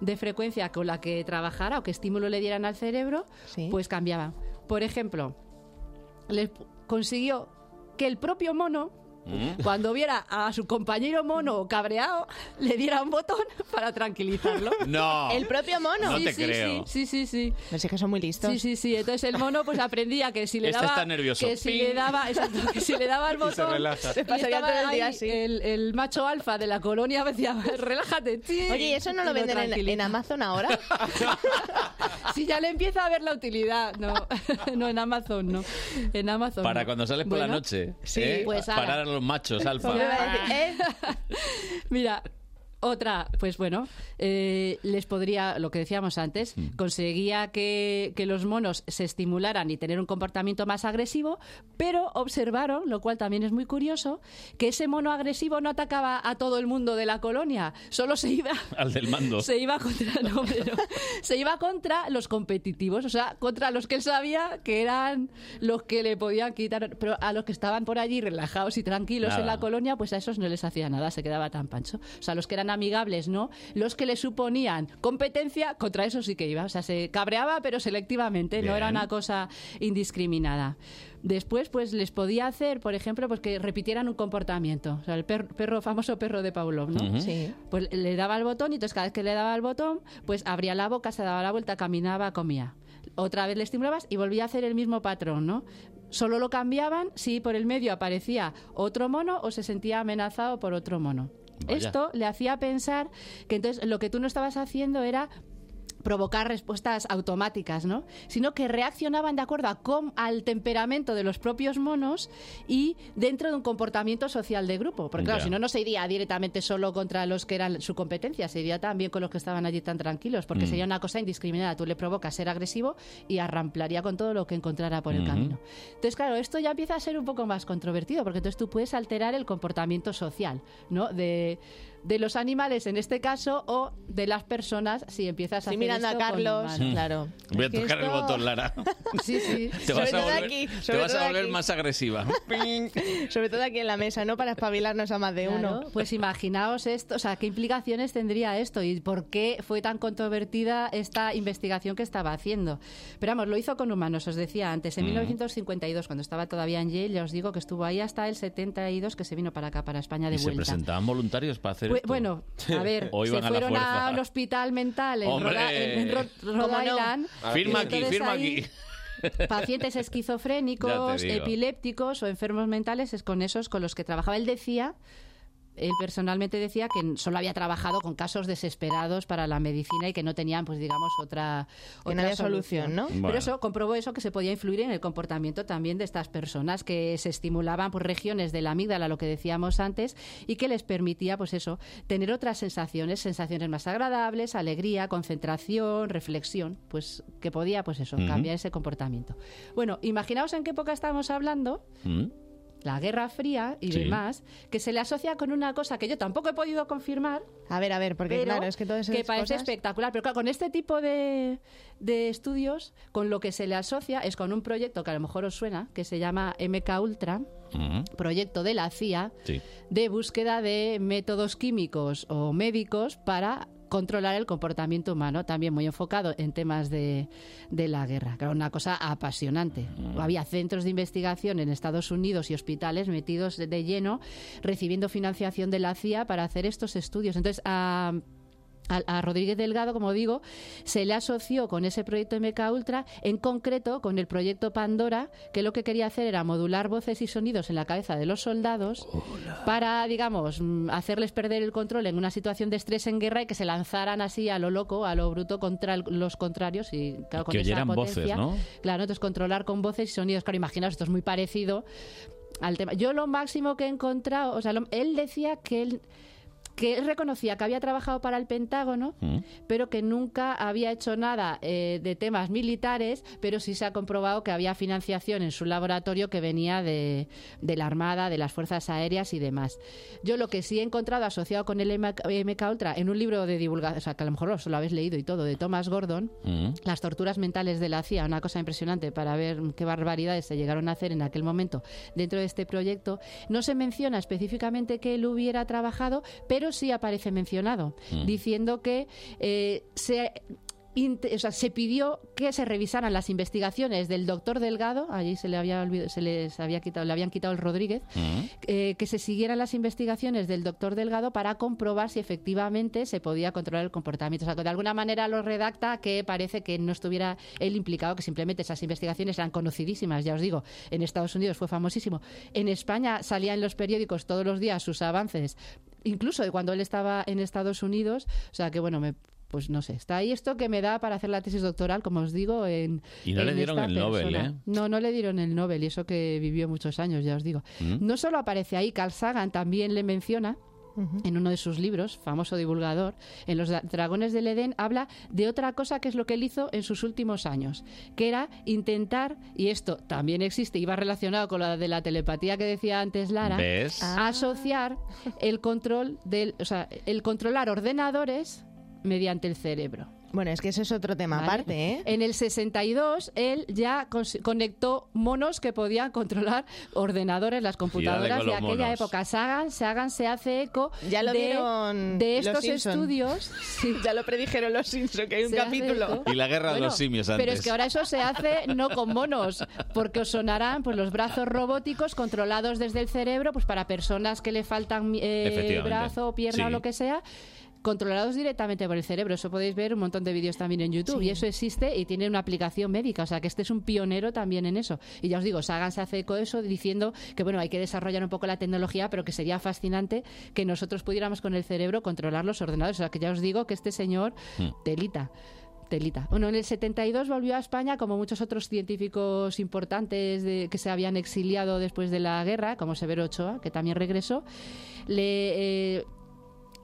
S5: de frecuencia con la que trabajara o qué estímulo le dieran al cerebro,
S4: Sí.
S5: pues cambiaban. Por ejemplo, les p- consiguió que el propio mono,
S4: Mm.
S5: cuando viera a su compañero mono cabreado, le diera un botón para tranquilizarlo.
S2: No.
S4: El propio mono.
S2: No
S5: sí,
S2: te
S5: sí,
S2: creo.
S5: Sí, sí, sí.
S4: No sé que son muy listos.
S5: Sí, sí, sí. Entonces el mono pues aprendía que si le
S2: Este
S5: daba
S2: está nervioso.
S5: que si
S2: Ping.
S5: le daba, exacto, que si le daba
S2: [LAUGHS]
S5: el botón,
S6: relaja.
S4: Se pasaría
S5: y estaba
S4: todo el día
S5: ahí
S4: así.
S5: El, el macho alfa de la colonia decía, [LAUGHS] "Relájate, sí".
S4: Oye, ¿y eso no
S5: Y
S4: lo venden en- en,
S5: tranquiliza.
S4: Amazon ahora?
S5: [LAUGHS] Si ya le empieza a ver la utilidad, no, [LAUGHS] no en Amazon, no. En Amazon.
S2: Para
S5: no.
S2: cuando sales por la
S5: Bueno,
S2: noche.
S5: Sí,
S2: ¿eh?
S5: pues ala.
S2: Parar a
S5: [LAUGHS]
S2: los machos, alfa.
S4: Yo iba a decir, ¿eh?
S5: Ah. Mira, otra, pues bueno, eh, les podría, lo que decíamos antes, conseguía que, que los monos se estimularan y tener un comportamiento más agresivo, pero observaron, lo cual también es muy curioso, que ese mono agresivo no atacaba a todo el mundo de la colonia, solo se iba...
S2: [LAUGHS] Al del mando.
S5: Se iba contra no, pero [LAUGHS] se iba contra los competitivos, o sea, contra los que él sabía que eran los que le podían quitar, pero a los que estaban por allí relajados y tranquilos en
S2: Nada.
S5: la colonia, pues a esos no les hacía nada, se quedaba tan pancho. O sea, los que eran amigables, ¿no? Los que le suponían competencia, contra esos sí que iba, o sea, se cabreaba pero selectivamente, no era
S2: Bien.
S5: una cosa indiscriminada. Después, pues les podía hacer, por ejemplo, pues que repitieran un comportamiento. O sea, el per- perro, famoso perro de Pavlov, ¿no?
S4: Sí.
S5: Pues le daba al botón y entonces cada vez que le daba al botón, pues abría la boca, se daba la vuelta, caminaba, comía. Otra vez le estimulabas y volvía a hacer el mismo patrón, ¿no? Solo lo cambiaban si por el medio aparecía otro mono o se sentía amenazado por otro mono.
S2: Vaya.
S5: Esto le hacía pensar que entonces lo que tú no estabas haciendo era provocar respuestas automáticas, ¿no? Sino que reaccionaban de acuerdo a com- al temperamento de los propios monos y dentro de un comportamiento social de grupo. Porque claro,
S2: Ya.
S5: si no, no se iría directamente solo contra los que eran su competencia, se iría también con los que estaban allí tan tranquilos, porque sería una cosa indiscriminada. Tú le provocas ser agresivo y arramplaría con todo lo que encontrara por el
S2: Ujú.
S5: camino. Entonces, claro, esto ya empieza a ser un poco más controvertido, porque entonces tú puedes alterar el comportamiento social, ¿no? De, de los animales en este caso o de las personas si empiezas a
S4: Estoy
S5: hacer
S4: mirando a
S5: esto con
S4: Carlos,
S5: humanos.
S4: claro.
S2: Voy
S4: Es
S2: a
S4: que
S2: tocar el
S4: esto-
S5: [LAUGHS]
S2: botón, Lara.
S5: Sí, sí.
S2: Te vas
S4: Sobre
S2: a
S4: todo
S2: volver,
S4: aquí,
S2: te
S4: sobre
S2: vas a
S4: todo
S2: volver
S4: aquí.
S5: [LAUGHS]
S2: más agresiva.
S4: [LAUGHS] Sobre todo aquí en la mesa, ¿no? Para espabilarnos a más de
S5: Claro,
S4: uno.
S5: Pues imaginaos esto, o sea, qué implicaciones tendría esto y por qué fue tan controvertida esta investigación que estaba haciendo. Pero vamos, lo hizo con humanos, os decía
S2: Mm.
S5: antes, en 1952, cuando estaba todavía en Yale, ya os digo que estuvo ahí hasta el 72 que se vino para acá, para España de
S2: Y se
S5: vuelta.
S2: presentaban voluntarios para hacer
S5: Bu-
S2: esto.
S5: Bueno, a
S2: [LAUGHS]
S5: ver,
S2: O
S5: se
S2: iban a la
S5: fueron
S2: fuerza.
S5: a un hospital mental en,
S2: ¡Hombre!
S5: Roda- en Ro- Rhode
S4: ¿Cómo no?
S5: Island.
S2: Firma
S5: Y
S2: aquí,
S5: entonces
S2: firma
S5: ahí-
S2: aquí.
S4: [LAUGHS]
S2: [LAUGHS]
S5: pacientes
S2: Ya
S5: esquizofrénicos,
S2: te digo.
S5: epilépticos o enfermos mentales es con esos con los que trabajaba. Él decía, él personalmente decía que solo había trabajado con casos desesperados para la medicina y que no tenían, pues digamos, otra,
S4: Que no
S5: otra
S4: había solución, ¿no?
S2: Bueno.
S5: Pero eso comprobó eso que se podía influir en el comportamiento también de estas personas que se estimulaban por regiones de la amígdala, lo que decíamos antes, y que les permitía, pues eso, tener otras sensaciones, sensaciones más agradables, alegría, concentración, reflexión, pues que podía, pues eso,
S2: Ujú.
S5: cambiar ese comportamiento. Bueno, imaginaos en qué época estamos hablando
S2: Mm.
S5: la Guerra Fría y
S2: Sí.
S5: demás, que se le asocia con una cosa que yo tampoco he podido confirmar,
S4: A ver, a ver, porque
S5: pero
S4: claro, es que todo eso
S5: parece espectacular. Pero claro, con este tipo de, de estudios, con lo que se le asocia es con un proyecto que a lo mejor os suena, que se llama MK Ultra,
S2: Mm.
S5: Mm-hmm. proyecto de la CIA,
S2: Sí.
S5: de búsqueda de métodos químicos o médicos para controlar el comportamiento humano, también muy enfocado en temas de, de la guerra. Claro, una cosa apasionante. Había centros de investigación en Estados Unidos y hospitales metidos de- de lleno, recibiendo financiación de la CIA para hacer estos estudios. Entonces, a a, a Rodríguez Delgado, como digo, se le asoció con ese proyecto MK Ultra, en concreto con el proyecto Pandora, que lo que quería hacer era modular voces y sonidos en la cabeza de los soldados para, digamos, mm, hacerles perder el control en una situación de estrés en guerra y que se lanzaran así a lo loco, a lo bruto contra el- los contrarios y claro, con
S2: Que
S5: esa
S2: oyeran voces,
S5: potencia.
S2: ¿no?
S5: Claro, entonces controlar con voces y sonidos. Claro, imaginaos, esto es muy parecido al tema. Yo lo máximo que he encontrado, o sea, lo- él decía que él que él reconocía que había trabajado para el Pentágono, pero que nunca había hecho nada eh, de temas militares, pero sí se ha comprobado que había financiación en su laboratorio que venía de, de la Armada, de las Fuerzas Aéreas y demás. Yo lo que sí he encontrado asociado con el MK Ultra en un libro de divulgación, o sea, que a lo mejor os lo habéis leído y todo, de Thomas Gordon,
S2: Mm.
S5: las torturas mentales de la CIA, una cosa impresionante para ver qué barbaridades se llegaron a hacer en aquel momento dentro de este proyecto. No se menciona específicamente que él hubiera trabajado, pero sí aparece mencionado, diciendo que eh, se... inte- o sea, se pidió que se revisaran las investigaciones del doctor Delgado, allí se le había olvid- se les había quitado, le habían quitado el Rodríguez,
S2: Mm,
S5: eh, que se siguieran las investigaciones del doctor Delgado para comprobar si efectivamente se podía controlar el comportamiento. O sea, que de alguna manera lo redacta que parece que no estuviera él implicado, que simplemente esas investigaciones eran conocidísimas, ya os digo. En Estados Unidos fue famosísimo. En España salían en los periódicos todos los días sus avances, incluso de cuando él estaba en Estados Unidos. O sea, que bueno, me. Pues no sé, está ahí esto que me da para hacer la tesis doctoral, como os digo, en...
S2: Y no le
S5: en
S2: dieron
S5: esta
S2: el Nobel,
S5: persona.
S2: ¿eh?
S5: No, no le dieron el Nobel y eso que vivió muchos años, ya os digo. No solo aparece ahí, Carl Sagan también le menciona en uno de sus libros, famoso divulgador, en Los dra- Dragones del Edén, habla de otra cosa que es lo que él hizo en sus últimos años, que era intentar, y esto también existe y va relacionado con la de la telepatía que decía antes Lara,
S2: ¿Ves?
S4: Ah.
S5: asociar el control del, o sea, el controlar ordenadores mediante el cerebro.
S4: Bueno, es que ese es otro tema
S5: ¿vale?
S4: aparte, ¿eh?
S5: En el 62 él ya cons- conectó monos que podían controlar ordenadores, las computadoras
S2: con
S5: de
S2: los
S5: aquella
S2: monos.
S5: época. Sagan, Sagan se hace eco
S4: Ya lo
S5: de,
S4: vieron
S5: de
S4: los
S5: estos
S4: Simpson.
S5: estudios. Sí.
S4: [LAUGHS] Ya lo predijeron los Simpsons, que hay un
S5: Se hace
S4: capítulo.
S5: eco.
S2: Y la guerra de
S5: Bueno,
S2: los simios antes.
S5: Pero es que ahora eso se hace no con monos, porque os sonarán pues, los brazos robóticos controlados desde el cerebro, pues para personas que le faltan eh,
S2: Efectivamente.
S5: brazo, pierna o
S2: Sí.
S5: lo que sea. Controlados directamente por el cerebro. Eso podéis ver un montón de vídeos también en YouTube. Y eso existe y tiene una aplicación médica. O sea, que este es un pionero también en eso. Y ya os digo, Sagan se hace eco de eso diciendo que, bueno, hay que desarrollar un poco la tecnología, pero que sería fascinante que nosotros pudiéramos con el cerebro controlar los ordenadores. O sea, que ya os digo que este señor, telita. Telita. Bueno, en el 72 volvió a España, como muchos otros científicos importantes de- que se habían exiliado después de la guerra, como Severo Ochoa, que también regresó. Le eh,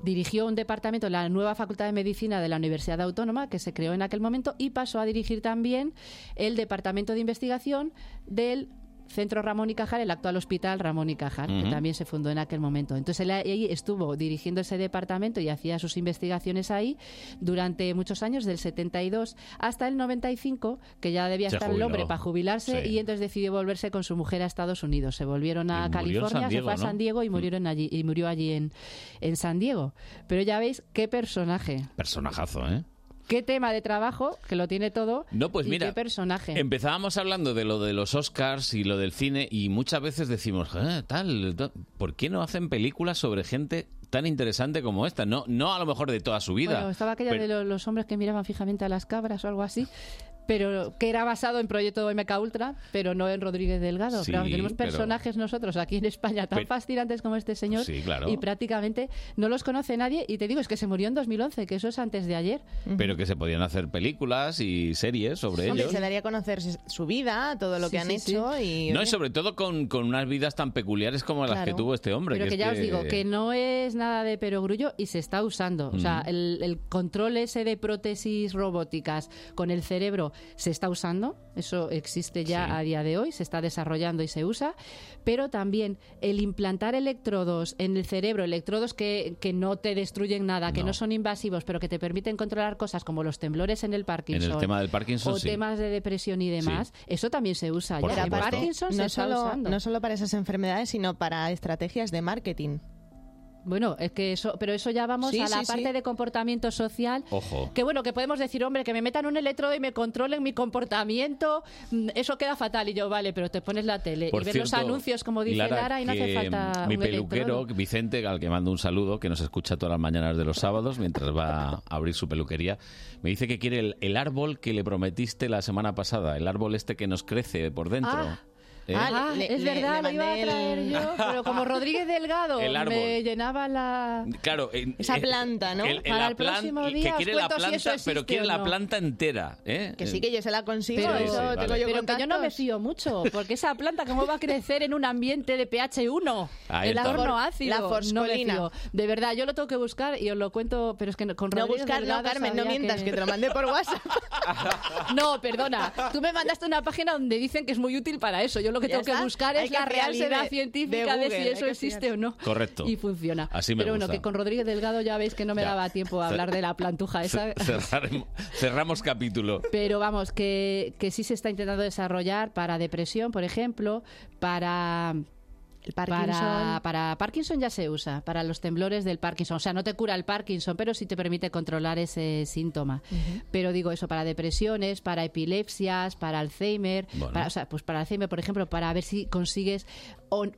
S5: dirigió un departamento, en la nueva Facultad de Medicina de la Universidad Autónoma, que se creó en aquel momento, y pasó a dirigir también el departamento de investigación del Centro Ramón y Cajal, el actual Hospital Ramón y Cajal, que también se fundó en aquel momento. Entonces él ahí estuvo dirigiendo ese departamento y hacía sus investigaciones ahí durante muchos años, del 72 hasta el 95, que ya debía
S2: Se
S5: estar
S2: jubiló.
S5: el hombre para jubilarse,
S2: Sí.
S5: y entonces decidió volverse con su mujer a Estados Unidos. Se volvieron a
S2: Y murió en San
S5: California, se
S2: Diego,
S5: fue a
S2: ¿no? Mm.
S5: San Diego y, murieron allí, y murió allí en, en San Diego. Pero ya veis qué personaje,
S2: Personajazo, ¿eh?
S5: qué tema de trabajo, que lo tiene todo,
S2: No, pues
S5: y
S2: mira,
S5: qué personaje.
S2: Empezábamos hablando de lo de los Oscars y lo del cine y muchas veces decimos, "Ah, tal, ta- ¿por qué no hacen películas sobre gente tan interesante como esta? No, no a lo mejor de toda su vida.
S5: Bueno, estaba aquella
S2: pero-
S5: de lo- los, hombres que miraban fijamente a las cabras o algo así. Pero que era basado en proyecto MK Ultra, pero no en Rodríguez Delgado.
S2: Sí,
S5: Claro, tenemos
S2: pero-
S5: personajes nosotros aquí en España tan
S2: Pero-
S5: fascinantes como este señor
S2: Sí, claro.
S5: y prácticamente no los conoce nadie. Y te digo, es que se murió en 2011, que eso es antes de ayer.
S2: Pero que se podían hacer películas y series sobre
S4: Hombre,
S2: ellos.
S4: se daría a conocer su vida, todo lo
S5: Sí,
S4: que han
S5: sí, sí.
S4: hecho y...
S2: No, y
S5: ¿eh?
S4: oye,
S2: sobre todo con, con unas vidas tan peculiares como las
S4: Claro.
S2: que tuvo este hombre.
S5: Pero que,
S2: es
S5: ya os digo, que no es nada de perogrullo y se está usando. O sea, el, el control ese de prótesis robóticas con el cerebro se está usando. Eso existe ya
S2: Sí.
S5: a día de hoy, se está desarrollando y se usa. Pero también el implantar electrodos en el cerebro, electrodos que, que no te destruyen nada, que
S2: No.
S5: no. son invasivos, pero que te permiten controlar cosas como los temblores en el
S2: En
S5: Parkinson.
S2: el tema del Parkinson,
S5: o
S2: sí.
S5: temas de depresión y demás, eso también se usa.
S2: Por
S5: ya. En
S2: supuesto.
S5: Parkinson se
S4: no
S5: está
S4: solo,
S5: usando.
S4: no solo para esas enfermedades, sino para estrategias de marketing.
S5: Bueno, es que eso, pero eso ya vamos
S6: Sí,
S5: a la
S6: sí, sí.
S5: parte de comportamiento social.
S2: Ojo.
S5: Que bueno, que podemos decir, hombre, que me metan un electrodo y me controlen mi comportamiento, mm, eso queda fatal. Y yo, vale, pero te pones la tele
S2: Por
S5: y ves los
S2: cierto,
S5: anuncios, como dice Lara, y no hace
S2: que
S5: falta
S2: Mi
S5: un
S2: peluquero,
S5: electrodo.
S2: Vicente, al que mando un saludo, que nos escucha todas las mañanas de los sábados mientras va a abrir su peluquería, me dice que quiere el, el árbol que le prometiste la semana pasada, el árbol este que nos crece por dentro.
S5: Ah.
S2: ¿Eh?
S5: Ah,
S4: Le- le-
S5: es
S4: le-
S5: verdad,
S4: le
S5: lo iba a
S4: mandé el-
S5: traer yo, pero
S2: [LAUGHS]
S5: como Rodríguez Delgado
S2: El árbol.
S5: me llenaba la...
S2: Claro, en-
S4: Esa
S2: eh,
S4: planta, ¿no?
S5: Para
S2: la
S5: el
S2: plan-
S5: próximo día
S2: que
S5: os
S2: quiere la
S5: cuento si
S2: planta,
S5: eso existe
S2: pero quiere
S5: o
S2: la
S5: no.
S2: planta entera, ¿eh?
S4: Que sí, que yo se la consigo.
S5: Pero,
S2: Sí, sí,
S4: eso
S2: vale.
S4: tengo
S5: pero
S4: yo
S5: que yo no me
S4: contactos.
S5: fío mucho, porque esa planta, ¿cómo va a crecer en un ambiente de pH 1?
S2: Ahí
S5: el
S2: está.
S5: horno ácido.
S4: La
S5: no me
S4: foscolina.
S5: fío. De verdad, yo lo tengo que buscar y os lo cuento, pero es que no- con
S4: No
S5: Rodríguez
S4: buscar, no,
S5: Delgado
S4: Carmen, no
S5: sabía
S4: mientas, que...
S5: [LAUGHS]
S4: te lo mandé por WhatsApp.
S5: No, perdona. Tú me mandaste una página donde dicen que es muy útil para eso. Yo lo que
S4: Ya
S5: tengo que
S4: está.
S5: buscar
S4: Hay
S5: es
S4: que
S5: la
S4: fiarse
S5: realidad
S4: de-
S5: científica
S4: de
S5: de, si
S4: Google,
S5: eso
S4: hay que
S5: existe
S4: fiarse.
S5: o no.
S2: Correcto.
S5: [LAUGHS] Y funciona.
S2: Así me
S5: Pero bueno,
S2: gusta.
S5: que con Rodríguez Delgado ya veis que no me
S2: Ya.
S5: daba tiempo a hablar de la
S2: [LAUGHS]
S5: plantuja esa.
S2: Ce- cerraremos- cerramos capítulo.
S5: Pero vamos, que, que sí se está intentando desarrollar para depresión, por ejemplo, para...
S4: El
S5: Para, para Parkinson ya se usa, para los temblores del Parkinson. O sea, no te cura el Parkinson, pero sí te permite controlar ese síntoma. Pero digo eso, para depresiones, para epilepsias, para Alzheimer,
S2: Bueno.
S5: para, o sea, pues para Alzheimer, por ejemplo, para ver si consigues o, mm,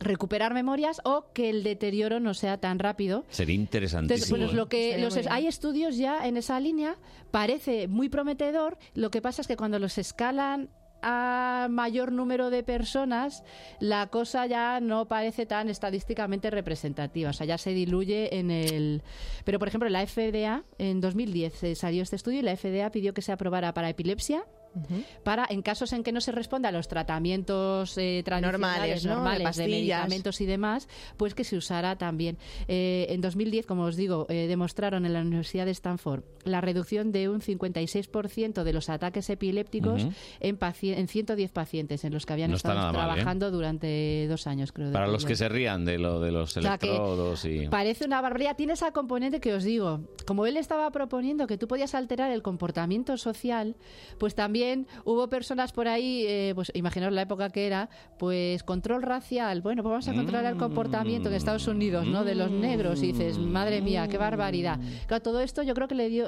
S5: recuperar memorias o que el deterioro no sea tan rápido.
S2: Sería
S5: Entonces,
S2: interesantísimo.
S5: bueno,
S2: ¿eh?
S5: lo que
S4: Estaría
S5: los
S4: muy
S5: es-
S4: bien.
S5: hay estudios ya en esa línea, parece muy prometedor, lo que pasa es que cuando los escalan a mayor número de personas, la cosa ya no parece tan estadísticamente representativa, o sea, ya se diluye en el... Pero, por ejemplo, la FDA, en 2010 se salió este estudio y la FDA pidió que se aprobara para epilepsia, para en casos en que no se responda a los tratamientos eh, tradicionales,
S4: Normales, ¿no? De
S5: normales, de,
S4: pastillas.
S5: medicamentos y demás, pues que se usara también. Eh, en 2010, como os digo, eh, demostraron en la Universidad de Stanford la reducción de un 56% de los ataques epilépticos
S2: Ujú.
S5: en, paci- en 110 pacientes en los que habían
S2: No está
S5: estado
S2: nada mal, ¿eh?
S5: trabajando durante dos años, creo. de
S2: Para los
S5: estudio.
S2: que se rían de lo de los
S5: O sea, que
S2: electrodos y
S5: Parece una barbaridad. Tiene esa componente que os digo. Como él estaba proponiendo que tú podías alterar el comportamiento social, pues también hubo personas por ahí, eh, pues imaginaos la época que era, pues control racial. Bueno, pues vamos a controlar el comportamiento en Estados Unidos, ¿no? De los negros. Y dices, madre mía, qué barbaridad. Claro, todo esto yo creo que le dio,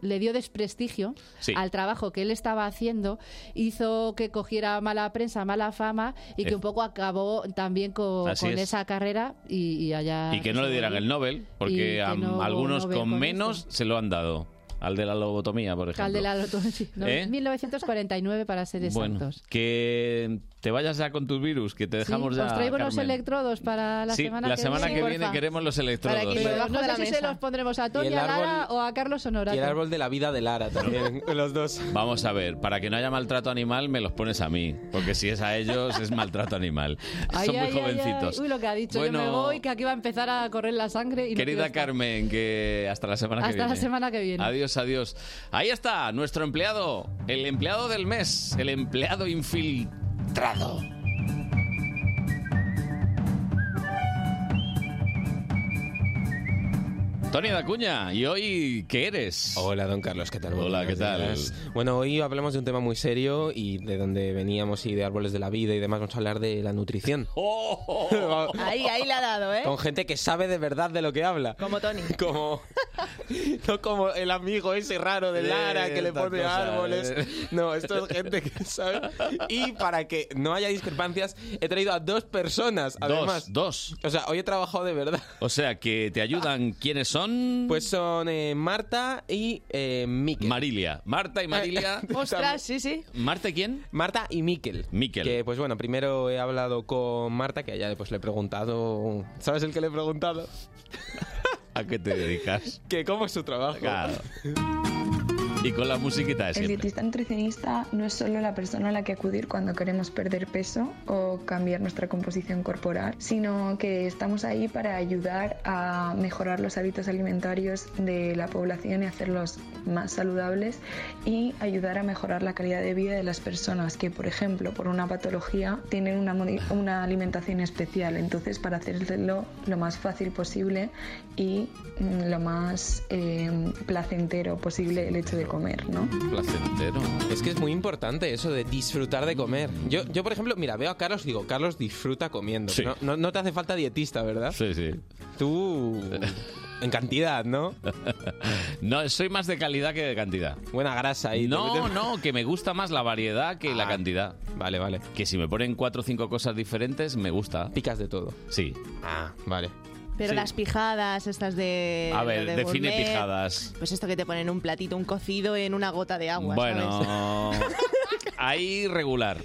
S5: le dio desprestigio
S2: Sí.
S5: al trabajo que él estaba haciendo, hizo que cogiera mala prensa, mala fama y que
S2: Eh.
S5: un poco acabó también con,
S2: Así
S5: con
S2: es.
S5: esa carrera y, y allá.
S2: y que no le dieran el Nobel,
S5: Y
S2: porque
S5: que
S2: a
S5: no hubo
S2: algunos
S5: Nobel
S2: con
S5: con
S2: menos
S5: esto.
S2: se lo han dado. Al de la lobotomía, por ejemplo.
S5: Cal de la loto- sí, no,
S2: ¿Eh?
S5: 1949 para ser
S2: bueno,
S5: exactos.
S2: que te vayas ya con tus virus, que te dejamos
S5: Sí,
S2: ya.
S5: os traigo unos
S2: Carmen.
S5: electrodos para la
S2: sí,
S5: semana
S2: la
S5: que
S2: semana
S5: viene.
S2: que
S4: Porfa.
S2: viene queremos los electrodos.
S4: que
S5: Pero
S4: Por debajo
S5: no
S4: de
S5: sé
S4: la
S5: si se
S4: mesa.
S5: los pondremos a Tony,
S3: el
S5: a Lara
S3: árbol-
S5: o a Carlos Honorato.
S3: Y el árbol de la vida de Lara también, [LAUGHS] los dos.
S2: Vamos a ver, para que no haya maltrato animal, me los pones a mí, porque si es a ellos es maltrato animal.
S5: [LAUGHS] Ay,
S2: Son muy
S5: ay, ay, ay.
S2: jovencitos.
S5: Uy, lo que ha dicho.
S2: Bueno,
S5: Yo me voy, que aquí va a empezar a correr la sangre. Y no quiero
S2: Querida
S5: estar.
S2: Carmen, que hasta la semana que
S5: Hasta
S2: viene.
S5: la semana que viene.
S2: Adiós, adiós. Ahí está, nuestro empleado, el empleado del mes, el empleado infiltrado. Tony
S3: Ah,
S2: Dacuña, ¿y hoy qué eres?
S3: Hola, don Carlos, ¿qué tal?
S2: Hola, ¿qué tal?
S3: días. Bueno, hoy hablamos de un tema muy serio y de donde veníamos y de árboles de la vida y demás, vamos a hablar de la nutrición.
S2: Oh, oh, oh.
S4: Ahí, ahí la ha dado, ¿eh?
S3: Con gente que sabe de verdad de lo que habla.
S4: Como Tony.
S3: [LAUGHS] Como. No como el amigo ese raro de
S2: Eh,
S3: Lara que le
S2: esta
S3: pone
S2: cosa,
S3: árboles.
S2: eh.
S3: No, esto es gente que sabe. Y para que no haya discrepancias, he traído a dos personas, además.
S2: Dos, dos.
S3: O sea, hoy he trabajado de verdad.
S2: O sea, que te ayudan. ¿Quiénes son?
S3: Pues son eh, Marta y eh, Miquel.
S2: Marilia. Marta
S3: [LAUGHS]
S2: y
S4: [LAUGHS]
S2: Marilia.
S4: Ostras, sí, sí.
S2: ¿Marte quién?
S3: Marta y Miquel.
S2: Miquel.
S3: Que, pues bueno, primero he hablado con Marta, que ya pues, le he preguntado... ¿Sabes el que le he preguntado?
S2: ¿A qué te dedicas?
S3: Que Eh, cómo es su trabajo.
S2: Claro. Y con la musiquita de
S7: El
S2: siempre.
S7: dietista nutricionista no es solo la persona a la que acudir cuando queremos perder peso o cambiar nuestra composición corporal, sino que estamos ahí para ayudar a mejorar los hábitos alimentarios de la población y hacerlos más saludables y ayudar a mejorar la calidad de vida de las personas que, por ejemplo, por una patología tienen una, modi- una alimentación especial. Entonces, para hacerlo lo más fácil posible y mm, lo más eh, placentero posible el hecho de comer, ¿no?
S2: Placentero.
S3: Es que es muy importante eso de disfrutar de comer. Yo, yo por ejemplo, mira, veo a Carlos y digo, Carlos disfruta comiendo.
S2: Sí.
S3: No, no- no te hace falta dietista, ¿verdad?
S2: Sí, sí.
S3: Tú... En cantidad, ¿no?
S2: [LAUGHS] No, soy más de calidad que de cantidad.
S3: Buena grasa ahí.
S2: No, no, que me gusta más la variedad que la
S3: Ah,
S2: cantidad.
S3: Vale, vale.
S2: Que si me ponen cuatro o cinco cosas diferentes, me gusta.
S3: Picas de todo.
S2: Sí.
S3: Ah, vale.
S4: Pero
S2: Sí.
S4: las pijadas, estas de.
S2: A ver,
S4: de
S2: define
S4: gourmet,
S2: pijadas.
S4: Pues esto que te ponen un platito, un cocido en una gota de agua. pues, ¿sabes? [LAUGHS]
S2: Bueno, ahí regular.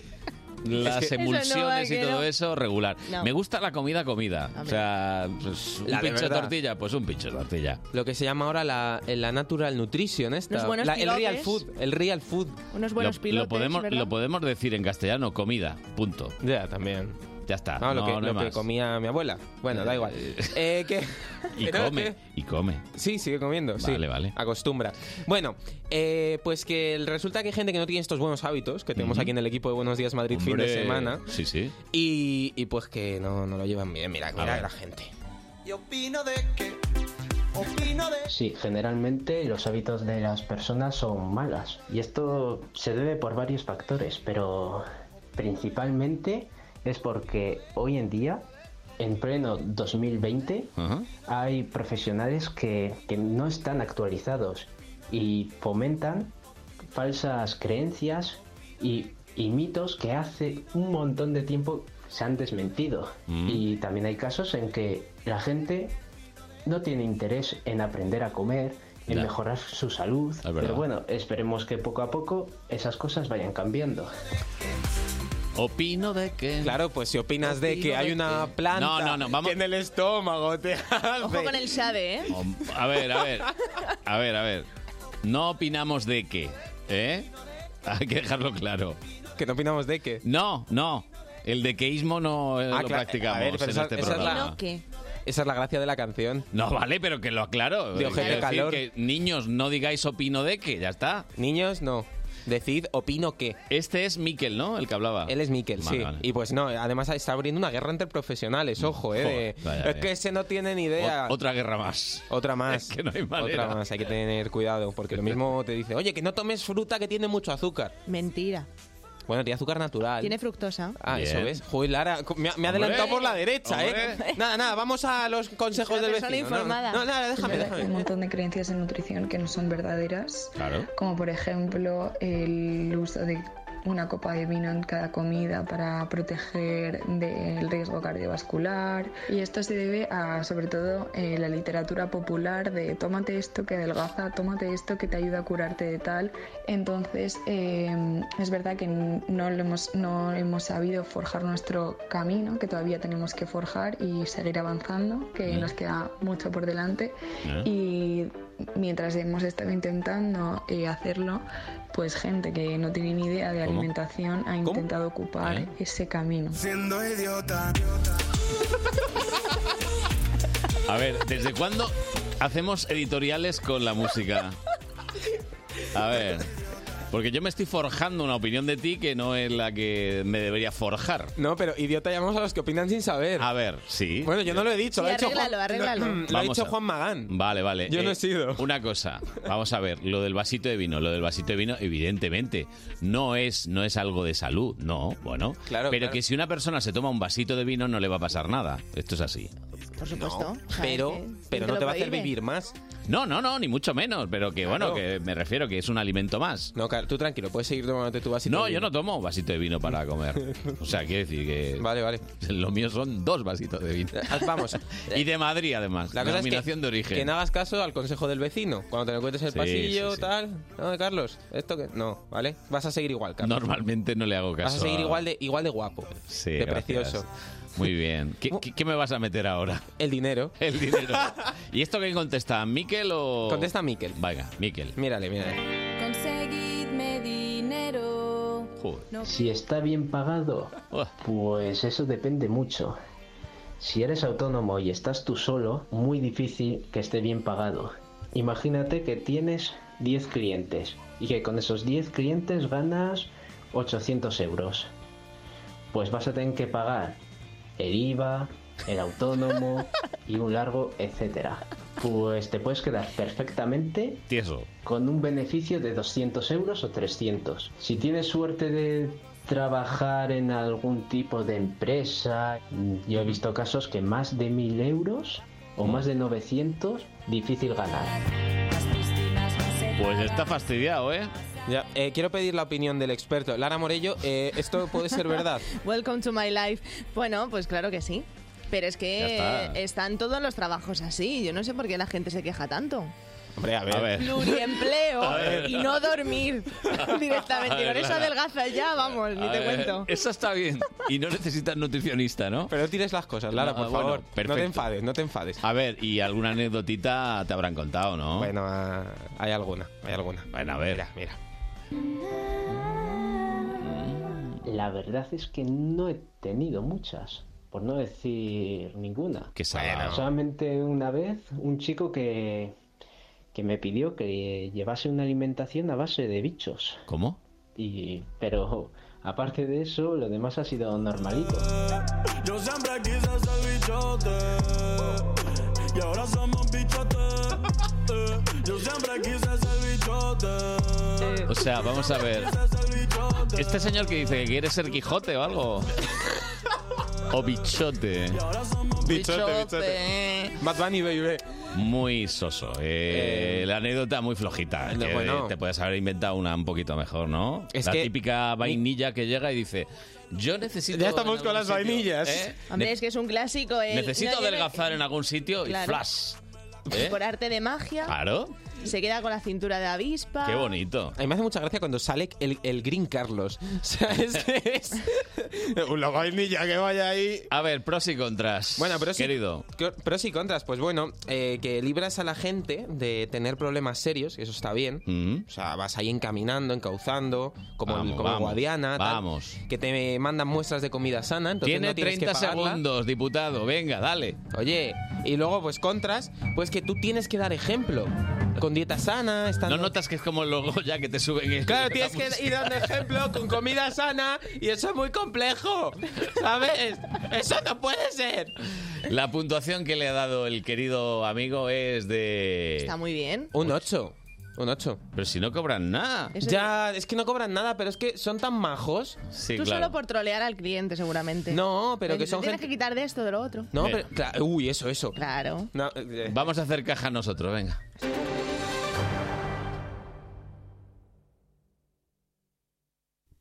S2: Las
S4: Eso no va,
S2: emulsiones y
S4: que
S2: todo
S4: no.
S2: eso, regular.
S4: No.
S2: Me gusta la comida, comida. O
S4: Hombre.
S2: sea, pues, un
S3: La de
S2: pincho de
S3: verdad.
S2: tortilla, pues un pincho de tortilla.
S3: Lo que se llama ahora la, la natural nutrition esta.
S4: Los buenos
S3: La- el real
S4: pilotes.
S3: food. El real food.
S4: Unos buenos
S2: lo,
S4: pilotes.
S2: lo podemos,
S4: ¿verdad?
S2: lo podemos decir en castellano, comida, punto.
S3: Ya, también.
S2: Ya está.
S3: Ah, lo,
S2: no,
S3: que,
S2: no hay
S3: lo que
S2: más.
S3: comía mi abuela. Bueno, da igual. [LAUGHS] Eh, que-
S2: Y
S3: [LAUGHS] No, es
S2: come,
S3: que-
S2: y come.
S3: Sí, sigue comiendo. sí.
S2: Vale, vale.
S3: Acostumbra. Bueno, eh, pues que el- resulta que hay gente que no tiene estos buenos hábitos que tenemos
S2: Ujú.
S3: aquí en el equipo de Buenos Días Madrid fin de
S2: Hombre,
S3: semana.
S2: Sí, sí.
S3: Y, y pues que no, no lo llevan bien. Mira, mira
S2: ver.
S3: la gente.
S6: Y opino de que, opino de
S8: Sí, generalmente los hábitos de las personas son malas y esto se debe por varios factores, pero principalmente es porque hoy en día, en pleno 2020,
S2: Ajá.
S8: hay profesionales que, que no están actualizados y fomentan falsas creencias y, y mitos que hace un montón de tiempo se han desmentido.
S2: Mm.
S8: Y también hay casos en que la gente no tiene interés en aprender a comer, en
S2: Ya.
S8: mejorar su salud.
S2: verdad.
S8: Pero bueno, esperemos que poco a poco esas cosas vayan cambiando.
S2: Opino de que...
S3: Claro, pues si opinas de
S2: Opino
S3: que hay
S2: de
S3: una
S2: que-
S3: planta
S2: No, no, no, vamos-
S3: que en el estómago
S2: [LAUGHS]
S3: te
S4: Ojo
S3: hace-
S4: con el shade, ¿eh?
S2: Om- A ver, a ver. A ver, a ver. No opinamos de qué, ¿eh? Hay que dejarlo claro.
S3: Que no opinamos de qué.
S2: No, no. El dequeísmo no eh,
S3: Ah,
S2: lo
S3: claro.
S2: practicamos
S3: A ver, pero
S2: en
S3: esa-
S2: este
S3: esa es la-
S2: programa.
S4: No, ¿qué?
S3: Esa es la gracia de la canción.
S2: No, vale, pero que lo aclaro.
S3: De ojete
S2: Quiero decir
S3: calor.
S2: que, niños, no digáis opino de que, ya está.
S3: Niños, no. Decid, opino que.
S2: Este es Miquel, ¿no? El que hablaba.
S3: Él es Miquel,
S2: Vale,
S3: sí.
S2: vale.
S3: Y pues no, además está abriendo una guerra entre profesionales, ojo, eh. de-
S2: Joder, vaya,
S3: es
S2: vaya.
S3: que ese no tiene ni idea.
S2: O- otra guerra más.
S3: Otra más.
S2: [LAUGHS] Es que no hay manera.
S3: Otra más, hay que tener cuidado, porque lo mismo te dice, oye, que no tomes fruta que tiene mucho azúcar.
S4: Mentira.
S3: Bueno, tiene azúcar natural.
S4: Tiene fructosa.
S3: Ah, eso
S2: Bien.
S3: ves. Joder, Lara, co- me, ha- me ha adelantado
S2: Hombre.
S3: por la derecha,
S2: Hombre.
S3: ¿eh? Nada, nada, vamos a los consejos
S4: Es una
S3: del
S4: persona
S3: vecino. No,
S4: informada.
S3: No, no, Lara, déjame,
S7: Hay un
S3: déjame.
S7: montón de creencias en nutrición que no son verdaderas,
S2: Claro.
S7: como por ejemplo el uso de una copa de vino en cada comida para proteger del riesgo cardiovascular y esto se debe a sobre todo eh, la literatura popular de tómate esto que adelgaza, tómate esto que te ayuda a curarte de tal entonces eh, es verdad que no, lo hemos, no hemos sabido forjar nuestro camino que todavía tenemos que forjar y seguir avanzando que
S2: Mm.
S7: nos queda mucho por delante
S2: Ah.
S7: y mientras hemos estado intentando eh, hacerlo, pues gente que no tiene ni idea de
S2: ¿Cómo?
S7: alimentación ha intentado ocupar
S2: ¿Eh?
S7: ese camino.
S6: siendo idiota.
S2: A ver, ¿desde cuándo hacemos editoriales con la música? A ver. Porque yo me estoy forjando una opinión de ti que no es la que me debería forjar.
S3: No, pero idiota, llamamos a los que opinan sin saber.
S2: A ver, sí.
S3: Bueno, yo no lo he dicho,
S4: Sí,
S3: lo ha hecho
S4: arréglalo,
S3: Juan, Mm,
S4: arréglalo.
S3: Lo, lo ha
S2: Vamos
S3: dicho
S2: a-
S3: Juan Magán.
S2: Vale, vale. Eh,
S3: Yo no he sido.
S2: Una cosa, vamos a ver, lo del vasito de vino, lo del vasito de vino, evidentemente, no es, no es algo de salud, no, bueno.
S3: Claro,
S2: pero
S3: claro.
S2: que si una persona se toma un vasito de vino no le va a pasar nada. Esto es así.
S4: Por supuesto. O sea,
S3: Pero,
S4: es que- ¿quién
S3: pero no
S4: lo
S3: te va a hacer
S4: prohíbe?
S3: vivir más.
S2: No, no, no, ni mucho menos, pero que bueno,
S3: Claro.
S2: que me refiero que es un alimento más.
S3: No, claro, tú tranquilo, puedes seguir tomándote tu vasito.
S2: no,
S3: de
S2: yo
S3: vino.
S2: no tomo vasito de vino para comer. O sea, quiero decir que
S3: [LAUGHS] Vale, vale.
S2: [LAUGHS] lo mío son dos vasitos de vino.
S3: Ah, Vamos.
S2: [LAUGHS] Y de Madrid, además.
S3: La cosa es que,
S2: Denominación de origen.
S3: que no hagas caso al consejo del vecino. Cuando te lo encuentres en el
S2: Sí,
S3: pasillo,
S2: sí, sí.
S3: tal. No, Carlos, esto que. No, ¿vale? Vas a seguir igual, Carlos.
S2: Normalmente no le hago caso.
S3: Vas a seguir igual de, igual de guapo.
S2: Sí,
S3: de
S2: gracias.
S3: precioso.
S2: Muy bien. ¿Qué, qué, qué me vas a meter ahora?
S3: El dinero.
S2: [LAUGHS] El dinero. ¿Y esto quién contesta? ¿Miquel o...?
S3: Contesta Miquel.
S2: Venga, Miquel.
S3: Mírale, mírale.
S9: Conseguidme dinero.
S2: Joder.
S9: No
S8: Si está bien pagado,
S2: Uah.
S8: Pues eso depende mucho. Si eres autónomo y estás tú solo, muy difícil que esté bien pagado. Imagínate que tienes 10 clientes y que con esos 10 clientes ganas 800 euros. Pues vas a tener que pagar el IVA, el autónomo y un largo etcétera. pues te puedes quedar perfectamente
S2: Tieso.
S8: con un beneficio de 200 euros o 300. Si tienes suerte de trabajar en algún tipo de empresa, mm, yo he visto casos que más de 1000 euros o más de 900, difícil ganar.
S2: Pues está fastidiado, ¿eh?
S3: Ya, eh, quiero pedir la opinión del experto. Lara Morello, eh, ¿esto puede ser
S2: [LAUGHS]
S3: verdad?
S4: [LAUGHS] Welcome to my life. Bueno, pues claro que sí. Pero es
S3: Ya
S4: que
S3: está.
S4: eh, están todos los trabajos así. Yo no sé por qué la gente se queja tanto.
S3: Hombre, a ver.
S4: Pluriempleo
S2: [LAUGHS] A ver.
S4: y no dormir [LAUGHS]
S2: A
S4: directamente.
S2: ver,
S4: Con eso
S2: Lara.
S4: adelgazas ya, vamos, Pues ni
S2: A
S4: te
S2: ver,
S4: cuento.
S2: Esa está bien. Y no necesitas nutricionista, ¿no? Ah,
S3: Pero tires las cosas, Lara, por favor. No te enfades, no te enfades.
S2: A ver, y alguna anécdotita te habrán contado, ¿no?
S3: Bueno, ah, hay alguna, hay alguna.
S2: Bueno, a ver.
S3: Mira, mira.
S8: La verdad es que no he tenido muchas, por no decir ninguna.
S2: Qué salado.
S8: Solamente una vez un chico que, que me pidió que llevase una alimentación a base de bichos.
S2: ¿Cómo?
S8: Y, pero aparte de eso, lo demás ha sido normalito.
S6: Yo siempre quise ser bichote Y ahora somos bichotes Eh, Yo siempre quise ser bichote
S2: O sea, vamos a ver. Este señor que dice que quiere ser Quijote o
S3: [LAUGHS]
S2: algo. O bichote.
S3: Bad Bunny, baby.
S2: Muy soso. Eh,
S3: Eh.
S2: la anécdota muy flojita.
S3: No,
S2: que
S3: bueno.
S2: Te puedes haber inventado una un poquito mejor, ¿no?
S3: Es
S2: la
S3: que-
S2: típica vainilla que llega y dice: Yo necesito.
S3: Ya estamos
S2: en
S3: con
S2: algún
S3: las
S2: sitio,
S3: vainillas.
S2: ¿eh?
S4: Hombre,
S2: Ne-
S4: es que es un clásico. el-
S2: necesito
S4: no lleve-
S2: adelgazar en algún sitio y
S4: Claro.
S2: flash. ¿Eh?
S4: Por arte de magia.
S2: Claro.
S4: Se queda con la cintura de avispa.
S2: Qué bonito.
S3: A mí me hace mucha gracia cuando sale el, el Green Carlos. [LAUGHS] O sea, es
S2: [LAUGHS]
S3: que [LAUGHS] es... [LAUGHS] Una vainilla que vaya ahí.
S2: A ver, pros y contras.
S3: Bueno, pero sí,
S2: Querido.
S3: pero sí contras. Pues bueno, eh, que libras a la gente de tener problemas serios, que eso está bien.
S2: Mm.
S3: O sea, vas ahí encaminando, encauzando, como, el-
S2: Vamos,
S3: como el
S2: vamos,
S3: Guadiana. tal.
S2: vamos.
S3: Que te mandan muestras de comida sana, entonces
S2: Tiene
S3: no tienes que
S2: 30
S3: pagarla.
S2: segundos, diputado. Venga, dale.
S3: Oye, y luego pues contras, pues que tú tienes que dar ejemplo. Con dieta sana, estando...
S2: No notas que es como luego ya que te suben. el- [LAUGHS]
S3: Claro, tienes que ir dando ejemplo con comida sana y eso es muy complejo, ¿sabes? Eso no puede ser.
S2: La puntuación que le ha dado el querido amigo es de.
S4: Está muy bien.
S3: Un 8, un 8.
S2: Pero si no cobran nada.
S4: Eso
S3: ya, es que no cobran nada, pero es que son tan majos.
S2: Sí,
S4: Tú
S2: claro.
S4: solo por trolear al cliente, seguramente.
S3: No, pero
S4: Le
S3: que
S4: dices,
S3: son
S4: Tienes
S3: gente...
S4: que quitar de esto, de lo otro.
S3: No,
S2: Venga.
S3: pero... uh, cla- Uy, eso, eso.
S4: Claro.
S3: No, eh,
S2: Vamos a hacer caja nosotros, venga.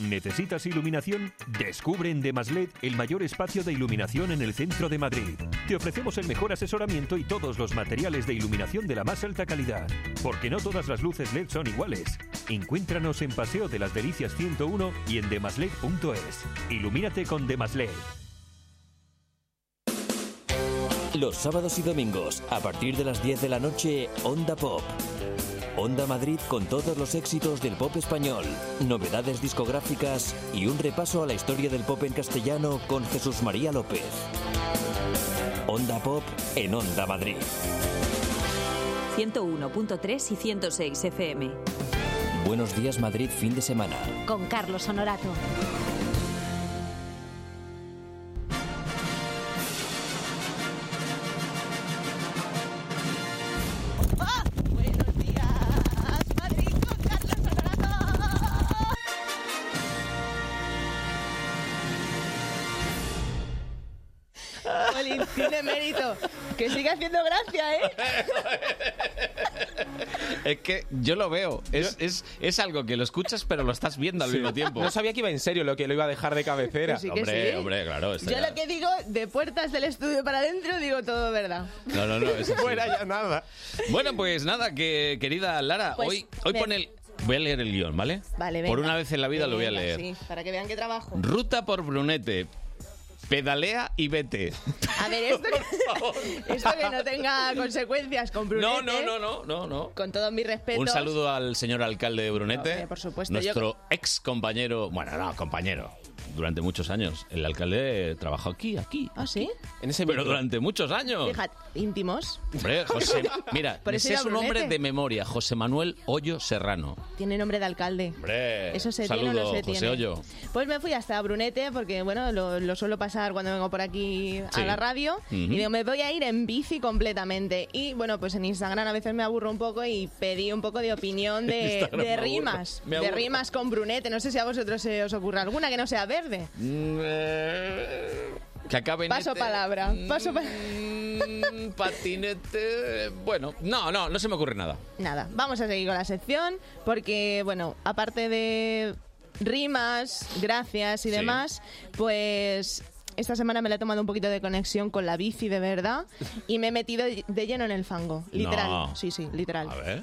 S10: ¿Necesitas iluminación? Descubre en Demasled el mayor espacio de iluminación en el centro de Madrid. Te ofrecemos el mejor asesoramiento y todos los materiales de iluminación de la más alta calidad, porque no todas las luces LED son iguales. Encuéntranos en Paseo de las Delicias 101 y en demasled.es. Ilumínate con Demasled.
S1: Los sábados y domingos, a partir de las 10 de la noche, Onda Pop. Onda Madrid con todos los éxitos del pop español, novedades discográficas y un repaso a la historia del pop en castellano con Jesús María López. Onda Pop en Onda Madrid.
S11: 101.3 y 106 FM.
S1: Buenos días Madrid fin de semana.
S11: Con Carlos Honorato.
S4: Jolín, tiene mérito. Que sigue haciendo gracia, ¿eh?
S2: [LAUGHS] Es que yo lo veo. Es, es, es algo que lo escuchas, pero lo estás viendo al
S3: sí.
S2: mismo tiempo.
S3: No sabía que iba en serio lo que lo iba a dejar de cabecera.
S4: Pues sí que
S2: hombre,
S4: sí.
S2: hombre, claro. esto
S4: Yo
S2: ya-
S4: lo que digo, de puertas del estudio para adentro, digo todo verdad.
S2: No, no, no. es así.
S3: Fuera ya nada.
S2: Bueno, pues nada, que querida Lara,
S4: Pues,
S2: hoy, hoy
S4: ven.
S2: pone el. Voy a leer el guión, ¿vale?
S4: Vale, venga.
S2: Por una vez en la vida lo voy a
S4: Venga,
S2: leer.
S4: sí, para que vean
S2: [LAUGHS]
S4: que trabajo.
S2: Ruta por Brunete. Pedalea y vete.
S4: A ver, esto que, [LAUGHS] esto que no tenga consecuencias con Brunete.
S2: No, no, no, no, no, no.
S4: Con todos mis respetos.
S2: Un saludo al señor alcalde de Brunete.
S4: Hombre, por supuesto,
S2: Nuestro ex compañero. Bueno, no, compañero. durante muchos años. El alcalde trabajó aquí, aquí.
S4: ¿Ah, sí?
S2: En ese Pero durante muchos años.
S4: Fíjate, íntimos. [LAUGHS]
S2: Hombre, José, mira,
S4: Por eso
S2: ese
S4: era
S2: es un
S4: brunete.
S2: hombre de memoria, José Manuel Hoyo Serrano.
S4: Tiene nombre de alcalde.
S2: Hombre,
S4: Eso se tiene o
S2: saludo,
S4: no se
S2: José
S4: tiene.
S2: Hoyo.
S4: Pues me fui hasta Brunete porque, bueno, lo, lo suelo pasar cuando vengo por aquí
S2: Sí.
S4: a la radio.
S2: Ujú.
S4: Y digo, me voy a ir en bici completamente. Y bueno, pues en Instagram a veces me aburro un poco y pedí un poco de
S2: [LAUGHS]
S4: opinión de,
S2: Instagram
S4: de
S2: me aburro,
S4: rimas.
S2: me
S4: De
S2: aburro.
S4: rimas con Brunete. No sé si a vosotros se os ocurre alguna que no sea verde.
S2: Mm, eh, Que acabe en
S4: Paso
S2: este-
S4: palabra. Paso pa-
S2: Mm, [LAUGHS] Patinete. Bueno, no, no, no se me ocurre nada.
S4: Nada, vamos a seguir con la sección porque, bueno, aparte de rimas, gracias y
S2: Sí.
S4: demás, pues esta semana me la he tomado un poquito de conexión con la bici de verdad y me he metido de lleno en el fango, literal.
S12: No.
S4: Sí, sí, literal.
S12: A ver.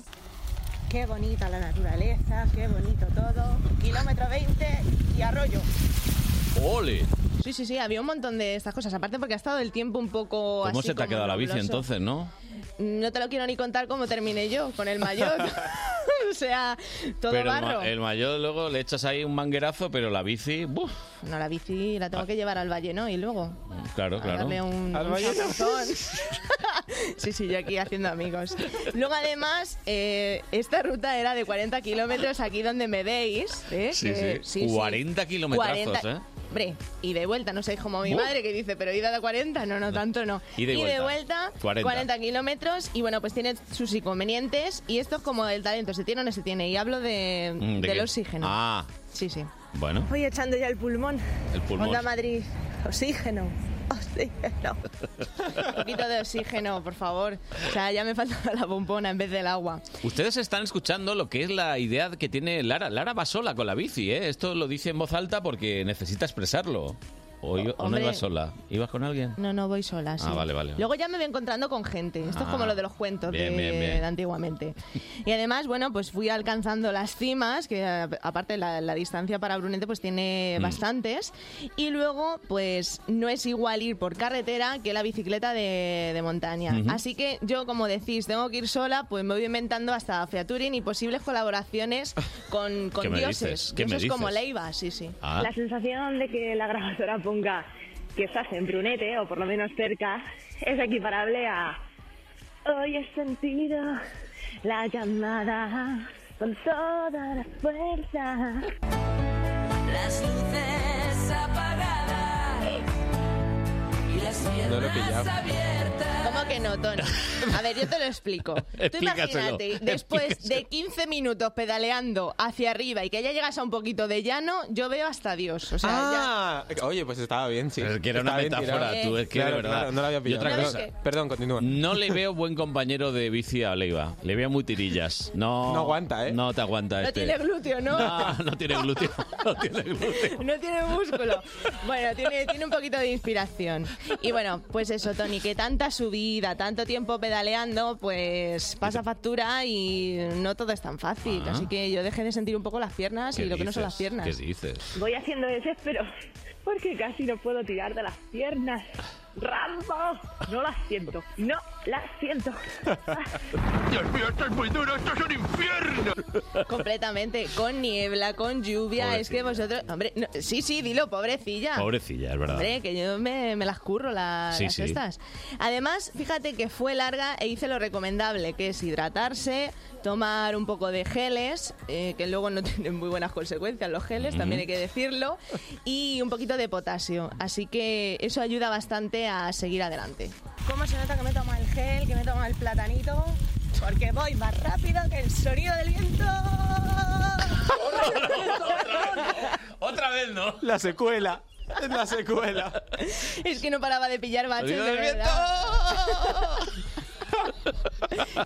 S13: Qué bonita la naturaleza, qué bonito todo. Kilómetro 20 y arroyo.
S2: ¡Ole!
S4: Sí, sí, sí, había un montón de estas cosas, aparte porque ha estado el tiempo un poco...
S2: ¿Cómo
S4: así
S2: se te ha
S4: como
S2: quedado la bici
S4: nubloso.
S2: entonces, no?
S4: No te lo quiero ni contar cómo terminé yo con
S2: [LAUGHS]
S4: el mayor. [LAUGHS] o sea, todo
S2: pero el ma-
S4: barro.
S2: el mayor luego le echas ahí un manguerazo, pero la bici, ¡buf!
S4: No, la bici la tengo que llevar al valle, ¿no? Y luego...
S2: Claro,
S4: A
S2: Ah. claro.
S4: darle un, un chapuzón. [LAUGHS] sí, sí, yo aquí haciendo amigos. Luego, además, eh, esta ruta era de 40 kilómetros aquí donde me veis. ¿eh?
S2: Sí,
S4: Que-
S2: sí. 40 kilometrazos,
S4: 40
S2: ¿eh?
S4: Hombre, y de vuelta, no sois como mi
S2: Buh.
S4: madre que dice, pero ida de 40, no, no, tanto no.
S2: Ida Uh. y vuelta.
S4: 40,
S2: 40.
S4: kilómetros y bueno, pues tiene sus inconvenientes y esto es como el talento, se tiene o no se tiene. Y hablo de,
S2: Mm, ¿de
S4: del
S2: qué?
S4: oxígeno.
S2: Ah.
S4: Sí, sí.
S2: Bueno,
S13: Voy echando ya el pulmón.
S2: el pulmón.
S13: Onda Madrid, oxígeno. Oxígeno.
S4: Un poquito de oxígeno, por favor. O sea, ya me faltaba la bombona en vez del agua.
S2: Ustedes están escuchando lo que es la idea que tiene Lara. Lara va sola con la bici, ¿eh? Esto lo dice en voz alta porque necesita expresarlo. ¿O, iba- o no
S4: hombre.
S2: ibas sola? ¿Ibas con alguien?
S4: No, no, voy sola. sí.
S2: Ah, vale, vale. vale.
S4: Luego ya me voy encontrando con gente. Esto es
S2: Ah,
S4: como lo de los cuentos
S2: bien,
S4: de,
S2: bien, bien.
S4: de antiguamente. Y además, bueno, pues fui alcanzando las cimas, que a- aparte la, la distancia para Brunete pues tiene
S14: Mm.
S4: bastantes. Y luego, pues no es igual ir por carretera que la bicicleta de, de montaña.
S14: Ujú.
S4: Así que yo, como decís, tengo que ir sola, pues me voy inventando hasta Featuring y posibles colaboraciones con,
S2: [LAUGHS]
S4: con
S2: ¿Qué me
S4: dioses.
S2: dices? ¿Qué me
S4: dioses como
S2: dices?
S4: Leiva, sí, sí.
S2: Ah. La
S13: sensación de que la grabadora ponga que estás en Brunete, o por lo menos cerca, es equiparable a... Hoy he sentido la llamada con toda la fuerza.
S9: Las luces apagadas y las
S3: No lo he
S9: piernas
S3: pillado.
S9: abiertas.
S4: ¿Cómo que no, Tony? A ver, yo te
S2: [LAUGHS]
S4: lo explico. Tú
S3: Explícaselo,
S4: imagínate, después de
S3: explícaselo.
S4: 15 minutos pedaleando hacia arriba y que ya llegas a un poquito de llano, yo veo hasta Dios. O sea,
S3: ah, oye, pues estaba bien, sí.
S2: que era una
S3: Estaba bien
S2: metáfora,
S3: tirado.
S2: tú, es que de
S3: Claro,
S2: verdad.
S3: claro, no la había
S2: Y
S3: pillado.
S2: otra
S3: Perdón,
S2: cosa.
S3: Perdón, continúa.
S2: No
S4: [LAUGHS]
S2: le veo buen compañero de bici a Leiva. Le veo muy tirillas. No,
S3: No
S2: aguanta, ¿eh? No te aguanta
S4: ya no
S2: este.
S4: tiene glúteo, ¿no?
S2: No, no tiene glúteo. [LAUGHS] No tiene glúteo.
S4: No tiene músculo. Bueno, tiene, tiene un poquito de inspiración. Y bueno, pues eso, Tony, que tanta subida, tanto tiempo pedaleando, pues pasa factura y no todo es tan fácil.
S2: Ah.
S4: Así que yo dejé de sentir un poco las piernas y
S2: ¿Qué
S4: lo que no son las
S2: dices?
S4: piernas.
S2: ¿Qué dices?
S13: Voy haciendo desespero porque casi no puedo tirar de las piernas. ¡Rambo! No las siento. No las siento.
S15: Dios mío, esto es muy duro, esto es un infierno.
S4: Completamente, con niebla, con lluvia, es que vosotros... Hombre, no, sí, sí, dilo, pobrecilla.
S2: Pobrecilla, es verdad.
S4: Hombre, que yo me, me las curro la-
S2: Sí,
S4: las
S2: sí.
S4: estas. Además, fíjate que fue larga e hice lo recomendable, que es hidratarse, tomar un poco de geles, eh, que luego no [LAUGHS] tienen muy buenas consecuencias los geles,
S14: Ujú.
S4: también hay que decirlo, y un poquito de potasio. Así que eso ayuda bastante a seguir adelante.
S13: ¿Cómo se nota que me toma el gel, que me toma el platanito? Porque voy más rápido que el sonido del viento.
S2: Otra vez, ¿no?
S3: La secuela. Es la secuela.
S4: [LAUGHS] Es que no paraba de pillar baches.
S3: Sonido
S4: de
S3: del viento.
S4: verdad.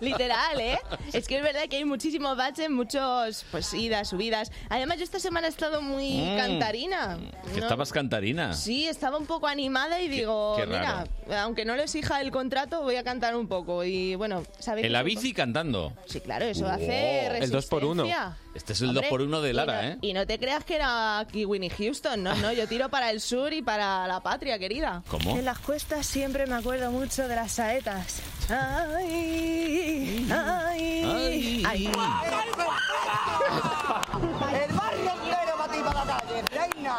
S4: [LAUGHS] Literal, ¿eh? Es que es verdad que hay muchísimos baches, muchos pues idas, subidas. Además, yo esta semana he estado muy
S2: Mm.
S4: cantarina.
S2: Que
S4: ¿no?
S2: estabas cantarina.
S4: Sí, estaba un poco animada y digo,
S2: qué
S4: mira,
S2: raro.
S4: aunque no lo exija el contrato, voy a cantar un poco. Y bueno, ¿sabéis?
S2: En la
S4: que-
S2: bici cantando.
S4: Sí, claro, eso hace
S2: Oh.
S4: resistencia.
S2: Este es el
S4: Hombre,
S2: 2x1 de Lara,
S4: y
S2: ¿eh?
S4: no, Y no te creas que era aquí Winnie Houston, no, no, yo tiro para el sur y para la patria, querida.
S2: ¿Cómo?
S13: En las cuestas siempre me acuerdo mucho de las saetas. Ay, ay,
S2: Ay.
S13: El barrio entero para ti para la calle, reina.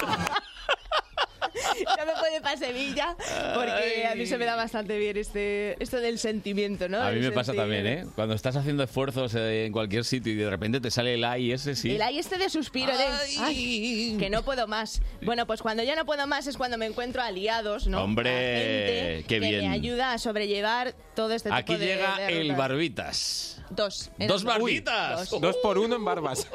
S4: no me puede para Sevilla, porque a mí se me da bastante bien este, esto del sentimiento, ¿no?
S2: A mí
S4: Del
S2: me pasa
S4: sentir-
S2: también, ¿eh? Cuando estás haciendo esfuerzos eh, en cualquier sitio y de repente te sale el A y ese sí.
S4: El ahí este de suspiro de "Ay, que no puedo más. Bueno, pues cuando yo no puedo más es cuando me encuentro aliados, ¿no?
S2: Hombre, qué
S4: que me
S2: bien.
S4: ayuda a sobrellevar todo este tipo
S2: Aquí
S4: de-
S2: llega
S4: de
S2: el
S4: rutas.
S2: barbitas.
S4: Dos. eran
S2: Dos barbitas.
S4: Dos.
S2: por uno en [LAUGHS] barbas.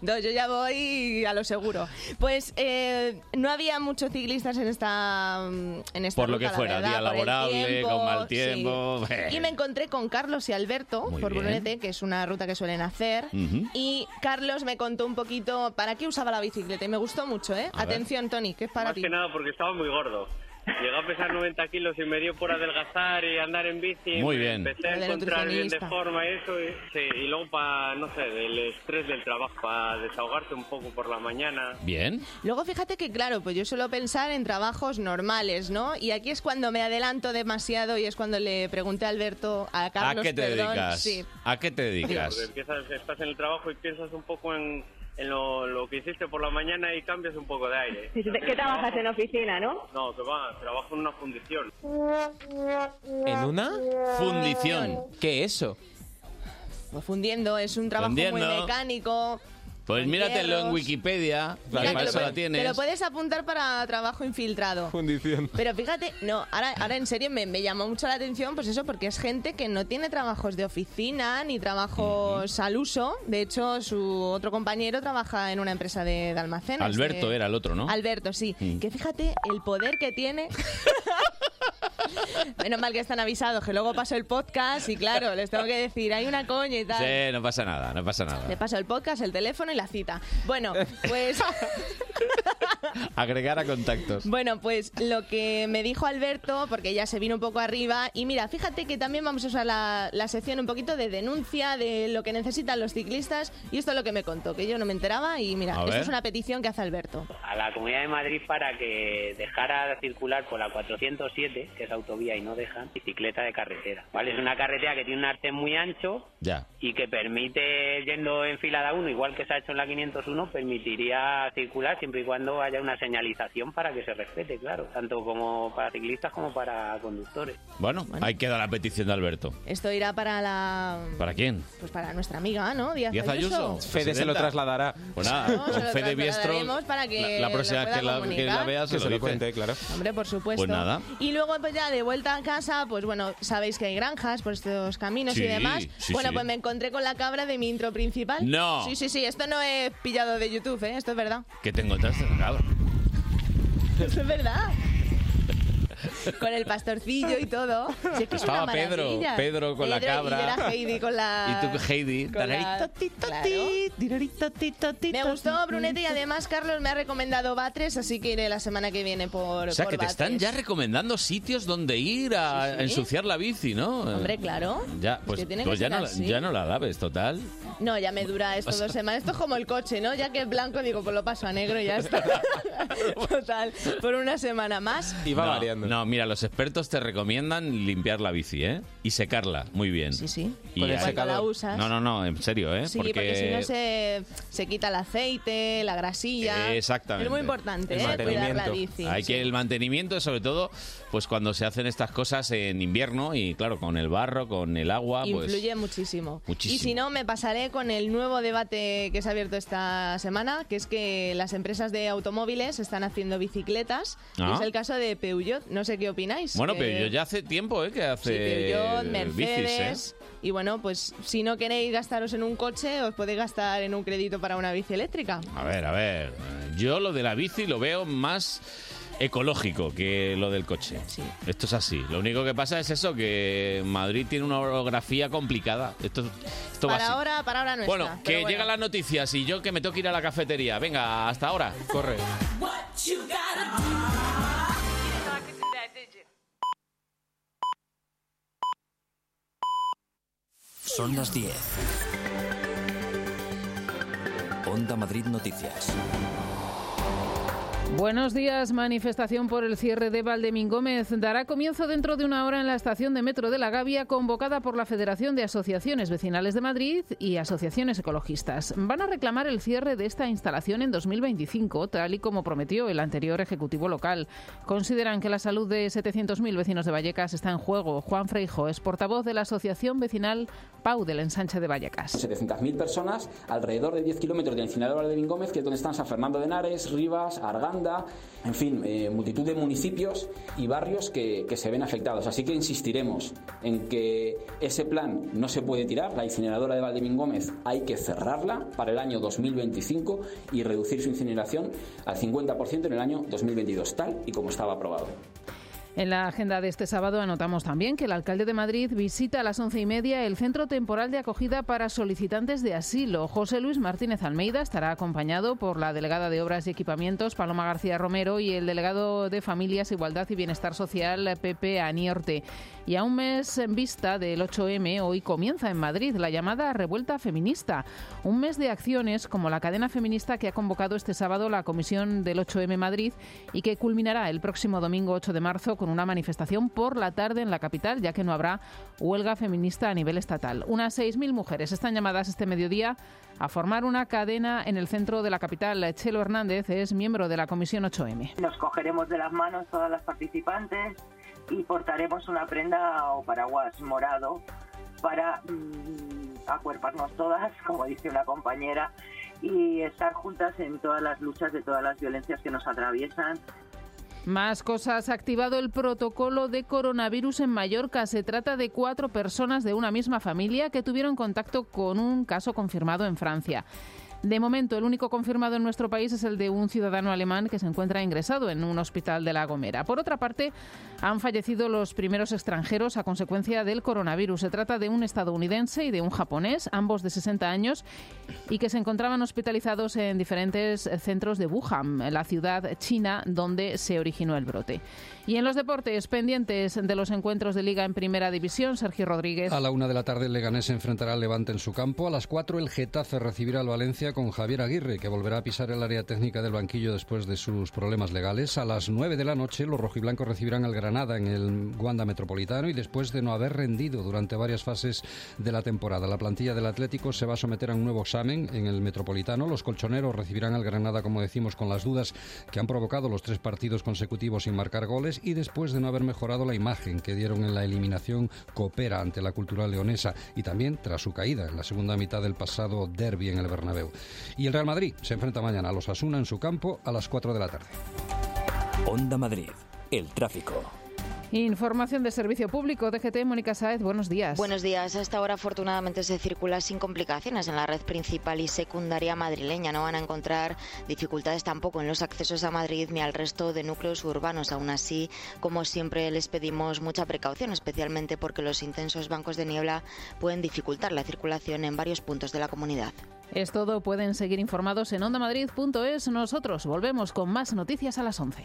S4: No, yo ya voy a lo seguro. Pues eh, no había muchos ciclistas en esta. mm, En esta
S2: Por lo
S4: ruta,
S2: que
S4: la
S2: fuera,
S4: verdad,
S2: día
S4: por el
S2: laborable,
S4: tiempo,
S2: con mal
S4: sí.
S2: tiempo.
S4: Y me encontré con Carlos y Alberto
S2: Muy
S4: por
S2: bien.
S4: Brunete, que es una ruta que suelen hacer.
S2: Ujú.
S4: Y Carlos me contó un poquito para qué usaba la bicicleta y me gustó mucho, ¿eh?
S12: A ver.
S4: Atención, Tony, que es para
S12: Más
S4: ti.
S12: que nada porque estaba muy gordo. Llegó a pesar 90 kilos y me dio por adelgazar y andar en bici.
S2: Muy
S12: Me
S2: bien.
S12: Empecé a
S4: Lo del
S12: encontrar bien de
S4: nutricionista.
S12: forma y eso. Y, sí, y luego para, no sé, del estrés del trabajo, para desahogarte un poco por la mañana.
S2: Bien.
S4: Luego fíjate que, claro, pues yo suelo pensar en trabajos normales, ¿no? Y aquí es cuando me adelanto demasiado y es cuando le pregunté a Alberto, a
S2: ¿A
S4: Carlos,
S2: qué te
S4: perdón,
S2: dedicas?
S4: sí.
S2: ¿A qué te dedicas?
S12: Porque empiezas, Pues estás en el trabajo y piensas un poco en, en lo, lo que hiciste por la mañana y cambias un poco de aire.
S13: ¿Qué trabajas en oficina, no?
S12: No, que va, trabajo en una fundición.
S3: ¿En una?
S2: Fundición.
S3: ¿Qué es eso?
S4: Pues fundiendo, es un trabajo muy
S2: Fundiendo.
S4: mecánico.
S2: Pues
S4: Con
S2: míratelo en
S4: hierros.
S2: Wikipedia, que
S4: Mira,
S2: para
S4: te,
S2: eso
S4: lo,
S2: la
S4: pu- te
S2: tienes.
S4: lo puedes apuntar para trabajo infiltrado.
S3: Fundición.
S4: Pero fíjate, no, ahora, ahora en serio me, me llamó mucho la atención, pues eso, porque es gente que no tiene trabajos de oficina ni trabajos al uso. De hecho, su otro compañero trabaja en una empresa de, de almacenes.
S2: Alberto
S4: de-
S2: era el otro, ¿no?
S4: Alberto, sí.
S2: Mm.
S4: Que fíjate el poder
S2: [LAUGHS]
S4: que tiene. Menos mal que están avisados, que luego paso el podcast y claro, les tengo que decir, hay una coña y tal.
S2: Sí, no pasa nada, no pasa nada.
S4: Le paso el podcast, el teléfono y la cita. Bueno,
S2: [LAUGHS]
S4: pues...
S2: Agregar a contactos.
S4: Bueno, pues lo que me dijo Alberto, porque ya se vino un poco arriba, y mira, fíjate que también vamos a usar la, la sección un poquito de denuncia de lo que necesitan los ciclistas, y esto es lo que me contó, que yo no me enteraba, y mira,
S14: A
S4: esto
S14: ver.
S4: es una petición que hace Alberto.
S14: a la Comunidad de Madrid para que dejara circular por la 407, que es autovía y no dejan, bicicleta de carretera. ¿vale? Es una carretera que tiene un arte muy ancho
S2: Ya.
S14: y que permite, yendo en fila de uno, igual que se ha hecho en la 501, permitiría circular siempre y cuando haya una señalización para que se respete, claro, tanto como para ciclistas como para conductores.
S2: Bueno, ahí queda la petición de Alberto.
S4: Esto irá para la...
S2: ¿Para quién?
S4: Pues para nuestra amiga, ¿no? Díaz,
S2: ¿Díaz Ayuso?
S4: Pues
S3: Fede se lo
S2: Presidenta.
S3: trasladará.
S2: Pues nada,
S4: No, se
S2: con
S4: lo
S2: Fede Biestro,
S4: trasladaremos para que
S2: la, la
S4: lo
S2: próxima vez que
S4: pueda
S2: la, que la
S4: comunicar.
S2: veas
S3: Que se lo
S2: dice.
S3: cuente, claro.
S4: Hombre, por supuesto.
S2: Pues nada.
S4: Y luego, pues ya de vuelta a casa, pues bueno, sabéis que hay granjas por estos caminos
S2: Sí,
S4: y demás.
S2: sí,
S4: bueno,
S2: sí.
S4: pues me encontré con la cabra de mi intro principal.
S2: No.
S4: Sí, sí, sí, esto no es pillado de YouTube, ¿eh? Esto es verdad. [LAUGHS]
S2: Que te encontraste, cabrón.
S4: Esto es verdad. Con el pastorcillo y todo. Si es que es
S2: Estaba
S4: una
S2: Pedro,
S4: maravilla.
S2: Pedro con la
S4: Pedro y-
S2: cabra.
S4: Y era Heidi con la...
S2: Y tú, Heidi,
S4: Ah, con
S2: tan ahí,
S4: la- Claro. Me gustó Brunete y además Carlos me ha recomendado Batres, así que iré la semana que viene por
S2: O sea,
S4: por
S2: que te están
S4: Batres.
S2: ya recomendando sitios donde ir a
S4: Sí, sí.
S2: ensuciar la bici, ¿no?
S4: Hombre, claro.
S2: Ya, pues,
S4: que tiene
S2: pues
S4: que
S2: ya,
S4: ser
S2: no, la-
S4: así.
S2: ya no la laves, total.
S4: No, ya me dura esto dos semanas. Esto es como el coche, ¿no? Ya que es blanco, digo, pues lo paso a negro y ya
S2: [LAUGHS]
S4: está. Total, por una semana más.
S2: Y va no, variando. No, mira, los expertos te recomiendan limpiar la bici, ¿eh? Y secarla, muy bien. Sí,
S4: sí.
S2: Y
S4: Con el
S2: ahí-
S4: secador. Cuando la usas.
S2: No, no, no, en serio, ¿eh?
S4: Sí, porque, si no se, se quita el aceite, la grasilla.
S2: Exactamente.
S4: Es muy importante, ¿eh? Cuidar la bici.
S2: Hay que el mantenimiento, sobre todo, pues cuando se hacen estas cosas en invierno y claro, con el barro, con el agua, pues
S4: Influye muchísimo.
S2: Muchísimo.
S4: Y si no, me pasaré con el nuevo debate que se ha abierto esta semana, que es que las empresas de automóviles están haciendo bicicletas. Y
S2: Ah.
S4: es el caso de Peugeot. No sé qué opináis.
S2: Bueno,
S4: que-
S2: pero yo ya hace tiempo, ¿eh? Que hace
S4: Sí, Peugeot,
S2: bicis, ¿eh?
S4: Mercedes. Y bueno, pues si no queréis gastaros en un coche, os podéis gastar en un crédito para una bici eléctrica.
S2: ¿eh? A ver, a ver. Yo lo de la bici lo veo más ecológico que lo del coche. Esto es así. Lo único que pasa es eso, que Madrid tiene una orografía complicada. Esto, esto va
S4: Para
S2: así.
S4: ahora, para ahora no
S2: bueno,
S4: está.
S2: que
S4: pero bueno.
S2: llegan las noticias y yo que me tengo que ir a la cafetería. Venga, hasta ahora. Corre.
S9: What you gotta do. You didn't know I could do that, did you?
S1: Son las 10. Onda Madrid Noticias.
S16: Buenos días. Manifestación por el cierre de Valdemín Gómez dará comienzo dentro de una hora en la estación de metro de La Gavia, convocada por la Federación de Asociaciones Vecinales de Madrid y Asociaciones Ecologistas. Van a reclamar el cierre de esta instalación en 2025, tal y como prometió el anterior Ejecutivo local. Consideran que la salud de 700.000 vecinos de Vallecas está en juego. Juan Freijo es portavoz de la Asociación Vecinal Pau del Ensanche de Vallecas.
S2: 700.000 personas, alrededor de 10 kilómetros del final de Valdemín Gómez, que es donde están San Fernando de Henares, Rivas, Arganda, en fin, eh, multitud de municipios y barrios que, que se ven afectados. Así que insistiremos en que ese plan no se puede tirar. La incineradora de Valdemín Gómez hay que cerrarla para el año 2025 y reducir su incineración al 50% en el año 2022, tal y como estaba aprobado.
S16: En la agenda de este sábado anotamos también que el alcalde de Madrid visita a las once y media el Centro Temporal de Acogida para Solicitantes de Asilo. José Luis Martínez Almeida estará acompañado por la delegada de Obras y Equipamientos, Paloma García Romero, y el delegado de Familias, Igualdad y Bienestar Social, Pepe Aniorte. Y a un mes en vista del 8M, hoy comienza en Madrid la llamada Revuelta Feminista. Un mes de acciones como la cadena feminista que ha convocado este sábado la Comisión del 8M Madrid y que culminará el próximo domingo 8 de marzo con una manifestación por la tarde en la capital, ya que no habrá huelga feminista a nivel estatal. Unas 6.000 mujeres están llamadas este mediodía a formar una cadena en el centro de la capital. Chelo Hernández es miembro de la Comisión 8M.
S17: Nos cogeremos de las manos todas las participantes y portaremos una prenda o paraguas morado para mm, acuerparnos todas, como dice una compañera, y estar juntas en todas las luchas de todas las violencias que nos atraviesan
S16: más cosas. Ha activado el protocolo de coronavirus en Mallorca. Se trata de cuatro personas de una misma familia que tuvieron contacto con un caso confirmado en Francia. De momento, el único confirmado en nuestro país es el de un ciudadano alemán que se encuentra ingresado en un hospital de La Gomera. Por otra parte, han fallecido los primeros extranjeros a consecuencia del coronavirus. Se trata de un estadounidense y de un japonés, ambos de 60 años, y que se encontraban hospitalizados en diferentes centros de Wuhan, la ciudad china donde se originó el brote. Y en los deportes, pendientes de los encuentros de liga en primera división, Sergio Rodríguez.
S18: A la una de la tarde el Leganés se enfrentará al Levante en su campo. A las cuatro el Getafe recibirá al Valencia con Javier Aguirre, que volverá a pisar el área técnica del banquillo después de sus problemas legales. A las nueve de la noche los rojiblancos recibirán al Granada en el Wanda Metropolitano y después de no haber rendido durante varias fases de la temporada. La plantilla del Atlético se va a someter a un nuevo examen en el Metropolitano. Los colchoneros recibirán al Granada, como decimos, con las dudas que han provocado los tres partidos consecutivos sin marcar goles y después de no haber mejorado la imagen que dieron en la eliminación coopera ante la cultura leonesa y también tras su caída en la segunda mitad del pasado derby en el Bernabéu. Y el Real Madrid se enfrenta mañana a los Asuna en su campo a las 4 de la tarde.
S19: Onda Madrid, el tráfico.
S16: Información de servicio público, DGT, Mónica Saez, buenos días.
S20: Buenos días. Hasta ahora, afortunadamente, se circula sin complicaciones en la red principal y secundaria madrileña. No van a encontrar dificultades tampoco en los accesos a Madrid ni al resto de núcleos urbanos. Aún así, como siempre, les pedimos mucha precaución, especialmente porque los intensos bancos de niebla pueden dificultar la circulación en varios puntos de la comunidad.
S16: Es todo. Pueden seguir informados en ondamadrid.es. Nosotros volvemos con más noticias a las 11.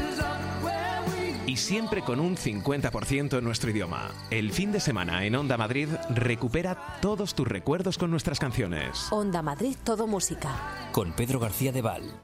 S3: Y siempre con un 50% en nuestro idioma. El fin de semana en Onda Madrid recupera todos tus recuerdos con nuestras canciones.
S11: Onda Madrid Todo Música.
S19: Con Pedro García de Val.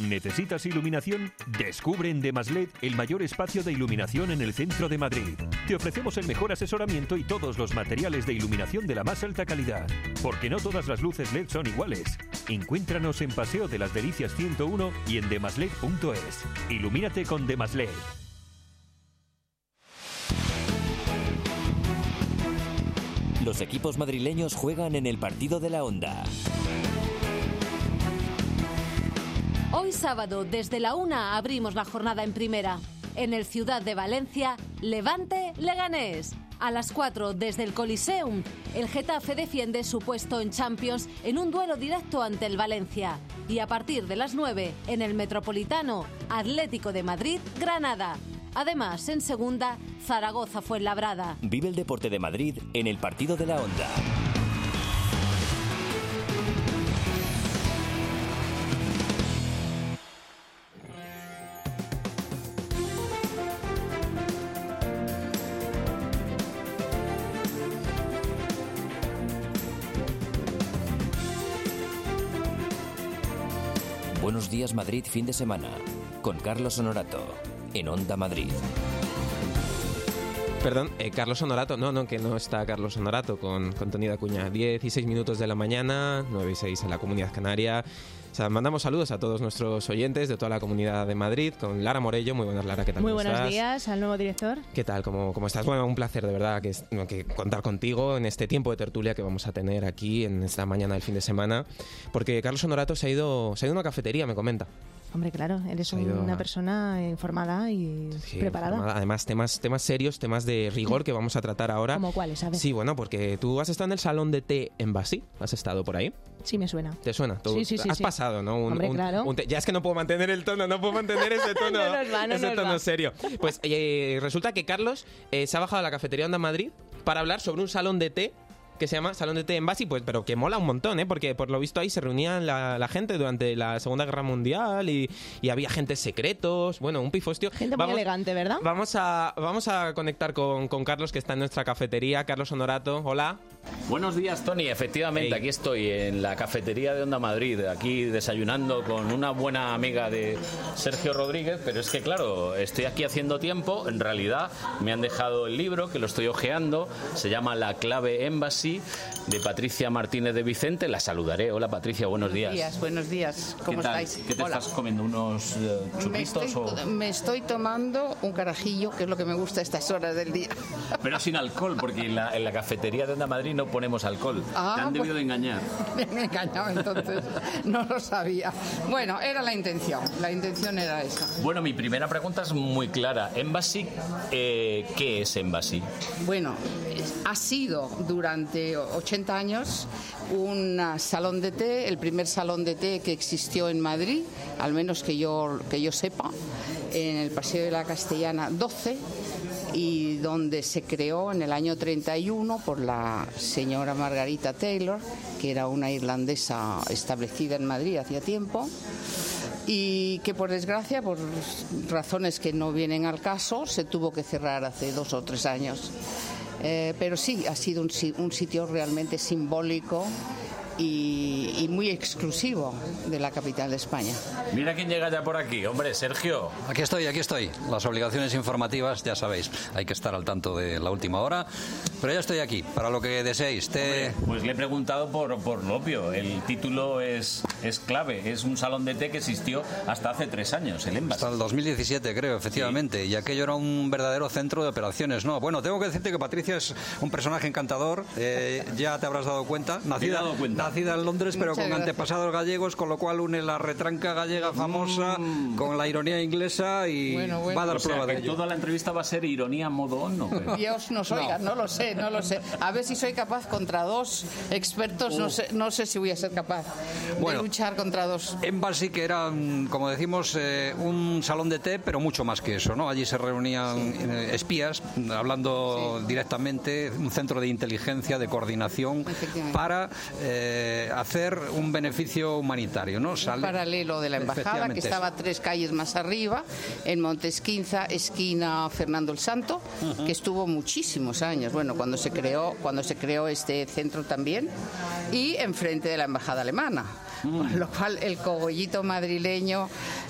S10: ¿Necesitas iluminación? Descubre en Demasled el mayor espacio de iluminación en el centro de Madrid. Te ofrecemos el mejor asesoramiento y todos los materiales de iluminación de la más alta calidad, porque no todas las luces LED son iguales. Encuéntranos en Paseo de las Delicias 101 y en demasled.es. Ilumínate con Demasled.
S19: Los equipos madrileños juegan en el partido de la onda.
S11: Hoy sábado, desde la una, abrimos la jornada en primera. En el Ciudad de Valencia, Levante Leganés. A las 4, desde el Coliseum, el Getafe defiende su puesto en Champions en un duelo directo ante el Valencia. Y a partir de las 9, en el Metropolitano, Atlético de Madrid, Granada. Además, en segunda, Zaragoza fue labrada.
S1: Vive el deporte de Madrid en el partido de la onda. Buenos días Madrid fin de semana con Carlos Honorato en Onda Madrid.
S3: Perdón, eh, Carlos Honorato. No, no, que no está Carlos Honorato con, con Tony de Acuña. 10 y 6 minutos de la mañana, 9 y 6 en la Comunidad Canaria. O sea, mandamos saludos a todos nuestros oyentes de toda la comunidad de Madrid, con Lara Morello. Muy buenas, Lara, ¿qué tal?
S4: Muy
S3: ¿Cómo
S4: buenos
S3: estás?
S4: días al nuevo director.
S3: ¿Qué tal? ¿Cómo, cómo estás? Bueno, un placer de verdad que, es- que contar contigo en este tiempo de tertulia que vamos a tener aquí en esta mañana del fin de semana. Porque Carlos Honorato se ha ido, se ha ido a una cafetería, me comenta.
S4: Hombre, claro, eres
S3: ha ido
S4: una
S3: a-
S4: persona informada y
S3: Sí,
S4: preparada.
S3: informa- Además, temas, temas serios, temas de rigor que vamos a tratar ahora.
S4: ¿Cómo cuáles? A ver.
S3: Sí, bueno, porque tú has estado en el salón de té en Basí. ¿Has estado por ahí?
S4: Sí, me suena.
S3: ¿Te suena? Tú-
S4: Sí, sí, sí,
S3: Has
S4: sí.
S3: pasado, ¿no?
S4: Hombre, claro.
S3: té- ya es que no puedo mantener el tono, no puedo mantener
S4: [LAUGHS]
S3: ese tono.
S4: No nos va, no
S3: ese
S4: nos
S3: tono
S4: va.
S3: serio. Pues eh, resulta que Carlos eh, se ha bajado a la cafetería Onda Madrid para hablar sobre un salón de té que se llama Salón de Té en Basi, pues, pero que mola un montón, ¿eh? Porque por lo visto ahí se reunían la, la gente durante la Segunda Guerra Mundial y, y había agentes secretos, bueno, un pifostio.
S4: Gente muy elegante, ¿verdad?
S3: Vamos a, vamos a conectar con, con Carlos, que está en nuestra cafetería. Carlos Honorato, hola.
S5: Buenos días, Tony. Efectivamente, aquí estoy en la cafetería de Onda Madrid, aquí desayunando con una buena amiga de Sergio Rodríguez, pero es que claro, estoy aquí haciendo tiempo, en realidad me han dejado el libro que lo estoy hojeando, se llama La clave Embassy de Patricia Martínez de Vicente, la saludaré. Hola Patricia, buenos días.
S7: buenos días.
S5: ¿Qué
S7: ¿Cómo
S5: tal?
S7: estáis?
S5: ¿Qué te
S7: Hola.
S5: estás comiendo? ¿Unos eh,
S7: Me
S5: chupitos
S7: estoy,
S5: o...?
S7: me estoy tomando un carajillo, que es lo que me gusta a estas horas del día.
S5: [LAUGHS]
S7: [LAUGHS]
S5: Pero sin alcohol, porque en la, en la cafetería de Onda Madrid no ponemos alcohol.
S7: Ah,
S5: Te han debido
S7: bueno.
S5: de engañar.
S7: Me han engañado entonces, no lo sabía. Bueno, era la intención, la intención era esa.
S5: Bueno, mi primera pregunta es muy clara. Embassy, eh, ¿qué es Embassy?
S7: Bueno, es- ha sido durante 80 años un ah, salón de té, el primer salón de té que existió en Madrid, al menos que yo, que yo sepa, en el Paseo de la Castellana 12 y donde se creó en el año 31 por la señora Margarita Taylor, que era una irlandesa establecida en Madrid hacía tiempo y que por desgracia, por razones que no vienen al caso, se tuvo que cerrar hace dos o tres años. Eh, pero sí, ha sido un, si- un sitio realmente simbólico y- y muy exclusivo de la capital de España.
S5: Mira quién llega ya por aquí. Hombre, Sergio.
S18: Aquí estoy, aquí estoy. Las obligaciones informativas, ya sabéis, hay que estar al tanto de la última hora. Pero ya estoy aquí, para lo que deseéis. Te...
S5: Pues le he preguntado por, por Lopio. El título es, es clave. Es un salón de té que existió hasta hace tres años, el Embassy.
S18: Hasta el 2017, creo, efectivamente. Y aquello era un verdadero centro de operaciones. No, bueno, tengo que decirte que Patricia es un personaje encantador. eh, ya te habrás dado cuenta. Nacida,
S5: dado cuenta.
S18: nacida en Londres, pero
S5: Muchas
S18: con
S5: gracias.
S18: antepasados gallegos, con lo cual une la retranca
S5: Mm.
S18: gallega famosa con la ironía inglesa y va a dar
S5: O sea,
S18: prueba de
S5: que
S18: ello.
S5: toda la entrevista va a ser ironía modo ono. pero-
S7: Dios nos oiga, no. lo sé, no lo sé. A ver si soy capaz contra dos expertos, no sé, no sé si voy a ser capaz
S18: Bueno.
S7: de luchar contra dos.
S18: [LAUGHS] En Bar sí que era, mm, como decimos, eh, un salón de té, pero mucho más que eso, ¿no? Allí se reunían eh, espías mm, hablando directamente, un centro de inteligencia, de coordinación, para eh, hacer un beneficio humanitario, ¿no? Sale-
S7: Paralelo de la embajada, que
S18: Efectivamente.
S7: estaba tres calles más arriba, en Montesquinza, esquina Fernando el Santo, que estuvo muchísimos años, bueno, cuando se creó, cuando se creó este centro también, y enfrente de la embajada alemana.
S18: Mm.
S7: Con lo cual el cogollito madrileño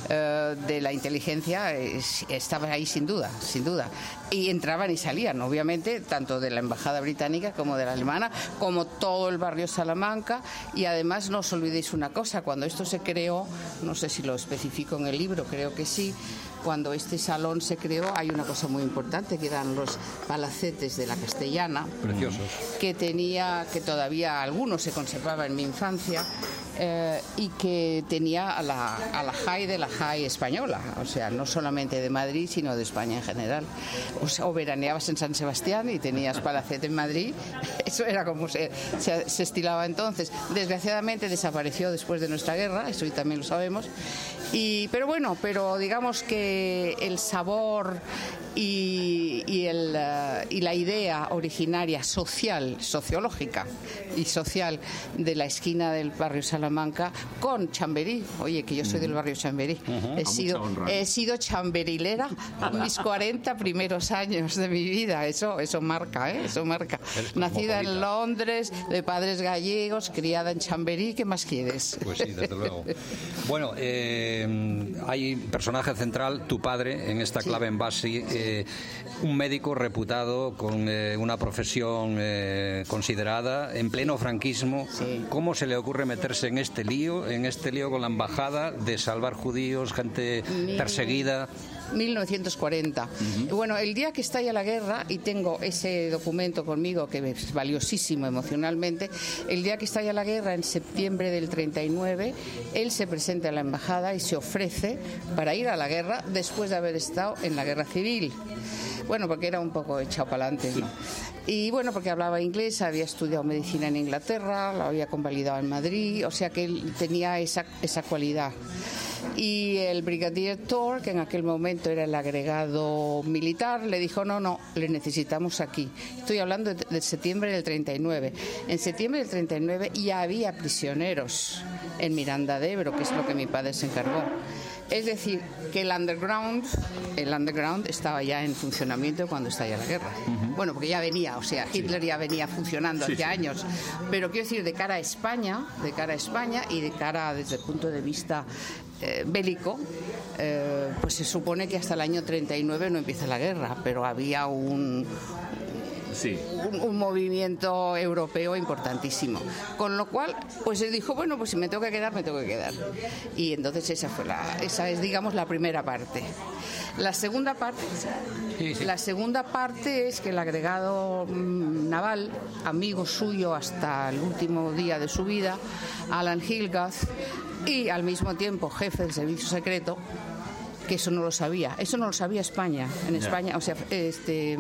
S7: eh, de la inteligencia es- estaba ahí sin duda, sin duda. Y entraban y salían, obviamente, tanto de la embajada británica como de la alemana, como todo el barrio Salamanca. Y además no os olvidéis una cosa, cuando esto se creó, no sé si lo especifico en el libro, creo que sí, cuando este salón se creó hay una cosa muy importante que eran los palacetes de la castellana
S18: Preciosos.
S7: que tenía, que todavía algunos se conservaba en mi infancia, eh, y que tenía a la, a la JAI de la JAI española, o sea, no solamente de Madrid, sino de España en general. O, sea, o veraneabas en San Sebastián y tenías palacete en Madrid, [LAUGHS] eso era como se, se- se estilaba entonces. Desgraciadamente desapareció después de nuestra guerra, eso y también lo sabemos, y, pero bueno, pero digamos que el sabor y, y el, eh, y la idea originaria social, sociológica y social de la esquina del barrio Salamanca con Chamberí. Oye, que yo soy del barrio Chamberí.
S6: Ujú.
S7: He
S6: A
S7: sido,
S6: mucha honra.
S7: he sido chamberilera
S6: [LAUGHS]
S7: mis 40 primeros años de mi vida. Eso, eso marca, ¿eh? Eso marca.
S6: Eres
S7: Nacida en
S6: cosmopolita.
S7: Londres, de padres gallegos, criada en Chamberí, ¿qué más quieres?
S6: Pues sí, desde luego. Bueno, eh, hay personaje central, tu padre, en esta clave en base, eh, un médico reputado con eh, una profesión eh, considerada, en pleno franquismo. ¿Cómo se le ocurre meterse en este lío, en este lío con la embajada de salvar judíos, gente
S7: Mira.
S6: perseguida?
S7: 1940.
S6: Ujú.
S7: Bueno, el día que estalla la guerra, y tengo ese documento conmigo que es valiosísimo emocionalmente, el día que estalla la guerra, en septiembre del 39, él se presenta a la embajada y se ofrece para ir a la guerra después de haber estado en la guerra civil. Bueno, porque era un poco echado para adelante, ¿no? Y bueno, porque hablaba inglés, había estudiado medicina en Inglaterra, la había convalidado en Madrid, o sea que él tenía esa, esa cualidad. Y el brigadier Thor, que en aquel momento era el agregado militar, le dijo, no, no, le necesitamos aquí. Estoy hablando de, de septiembre del 39. En septiembre del 39 ya había prisioneros en Miranda de Ebro, que es lo que mi padre se encargó. Es decir, que el underground, el underground estaba ya en funcionamiento cuando estalló la guerra. Bueno, porque ya venía, o sea, Hitler ya venía funcionando
S6: Sí,
S7: hace
S6: sí.
S7: años. Pero quiero decir, de cara a España, de cara a España y de cara desde el punto de vista eh, bélico, eh, pues se supone que hasta el año 39 no empieza la guerra, pero había un,
S8: Sí.
S7: un, un movimiento europeo importantísimo. Con lo cual, pues él dijo, bueno, pues si me tengo que quedar, me tengo que quedar. Y entonces esa fue la, esa es, digamos, la primera parte. La segunda parte, la segunda parte es que el agregado mm, naval, amigo suyo hasta el último día de su vida, Alan Hilgath, y al mismo tiempo jefe del servicio secreto, que eso no lo sabía, eso no lo sabía España, en
S6: Ya.
S7: España, o sea, este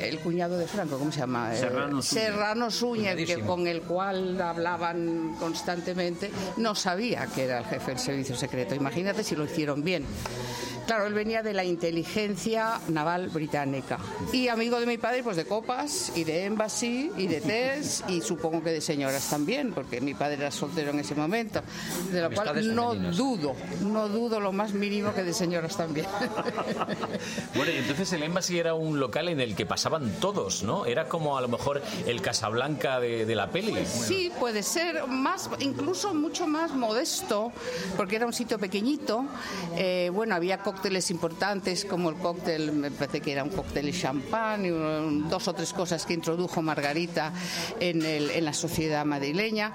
S7: el cuñado de Franco, ¿cómo se llama? Eh,
S6: Serrano Suñer.
S7: Serrano Suñer, que
S6: Cuñadísimo.
S7: con el cual hablaban constantemente, no sabía que era el jefe del servicio secreto. Imagínate si lo hicieron bien. Claro, él venía de la inteligencia naval británica y amigo de mi padre, pues de copas y de embassy y de test y supongo que de señoras también, porque mi padre era soltero en ese momento, de lo
S8: Amistades
S7: cual no
S8: femeninas.
S7: dudo, no dudo lo más mínimo que de señoras también.
S5: Bueno, y entonces el Embassy era un local en el que pasaban todos, ¿no? Era como a lo mejor el Casablanca de, de la peli.
S7: Pues Sí, puede ser más, incluso mucho más modesto, porque era un sitio pequeñito. Eh, bueno, había cócteles importantes como el cóctel, me parece que era un cóctel de champán, y un- dos o tres cosas que introdujo Margarita en, el- en la sociedad madrileña,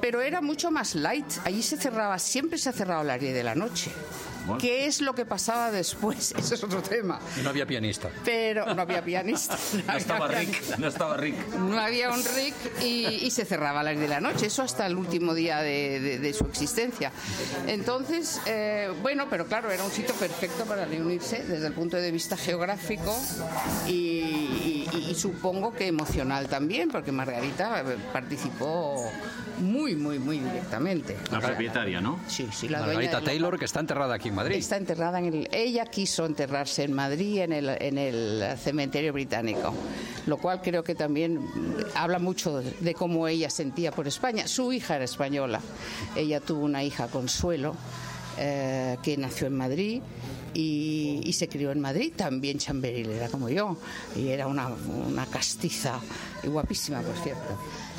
S7: pero era mucho más light. Allí se cerraba, siempre se ha cerrado la 10 de la noche.
S6: Bueno.
S7: ¿Qué es lo que pasaba después? [LAUGHS] Eso es otro tema.
S6: Y no había
S7: [LAUGHS]
S6: pianista.
S7: Pero no había pianista.
S6: No estaba
S7: había-
S6: Rick, no estaba Rick.
S7: no había un Rick y, y se cerraba a las de la noche, eso hasta el último día de, de- de su existencia. Entonces, eh, bueno, pero claro, era un sitio perfecto para reunirse desde el punto de vista geográfico y, y- y supongo que emocional también, porque Margarita eh, participó muy, muy, muy directamente.
S6: La
S7: O sea,
S6: propietaria, ¿no?
S7: Sí, sí, la dueña
S6: Margarita
S7: del local.
S6: Taylor, que está enterrada aquí en Madrid.
S7: Está enterrada en el. Ella quiso enterrarse en Madrid, en el, en el cementerio británico. Lo cual creo que también habla mucho de, de cómo ella sentía por España. Su hija era española. Ella tuvo una hija, Consuelo, eh, que nació en Madrid. Y, y se crió en Madrid, también chamberilera como yo, y era una, una castiza y guapísima, por cierto.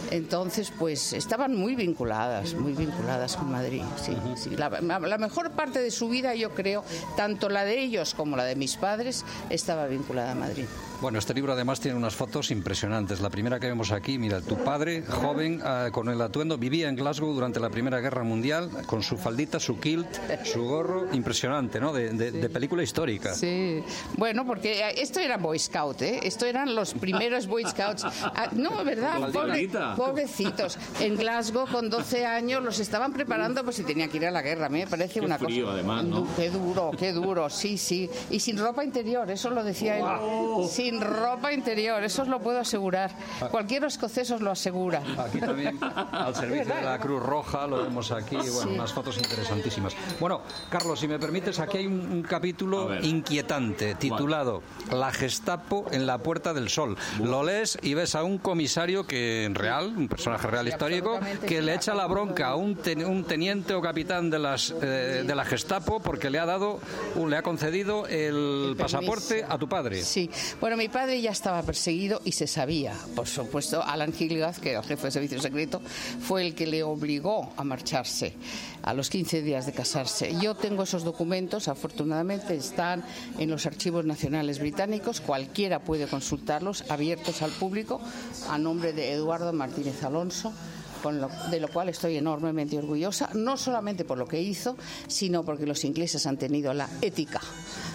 S7: Entonces, pues estaban muy vinculadas, muy vinculadas con Madrid. Sí, sí. La, la- la mejor parte de su vida, yo creo, tanto la de ellos como la de mis padres, estaba vinculada a Madrid.
S6: Bueno, este libro además tiene unas fotos impresionantes. La primera que vemos aquí, mira, tu padre, joven, ah, con el atuendo, vivía en Glasgow durante la Primera Guerra Mundial, con su faldita, su kilt, Su gorro impresionante, ¿no? De, de- de película histórica.
S7: Sí. Bueno, porque eh, esto era Boy Scout, ¿eh? Esto eran los primeros Boy Scouts. Ah, no, ¿verdad?
S6: Maldita.
S7: Pobre- pobrecitos. En Glasgow, con 12 años, los estaban preparando pues si tenían que ir a la guerra. Me parece
S5: Qué
S7: una
S5: frío,
S7: cosa...
S5: además, ¿no?
S7: Du- Qué duro, qué duro. Sí, sí. Y sin ropa interior, eso lo decía él. Sin ropa interior, eso os lo puedo asegurar. Cualquier escocés os lo asegura.
S18: Ah,
S6: Aquí también, al servicio de la Cruz Roja, lo vemos aquí, bueno,
S7: Sí.
S6: unas fotos interesantísimas. Bueno, Carlos, si me permites, aquí hay un, un capítulo inquietante titulado La Gestapo en la Puerta del Sol. Lo lees y ves a un comisario que en real, un personaje real
S18: Sí,
S6: histórico,
S18: absolutamente,
S6: que
S18: sí,
S6: le echa la bronca a un, ten- un teniente o capitán de, las, eh, de la Gestapo porque le ha dado, un- le ha concedido el pasaporte a tu padre.
S7: Sí. Bueno, mi padre ya estaba perseguido y se sabía. Por supuesto, Alan Gilgath, que era el jefe de servicio secreto, fue el que le obligó a marcharse a los 15 días de casarse. Yo tengo esos documentos, afortunadamente están en los archivos nacionales británicos, cualquiera puede consultarlos, abiertos al público, a nombre de Eduardo Martínez Alonso. con lo- de lo cual estoy enormemente orgullosa, no solamente por lo que hizo, sino porque los ingleses han tenido la ética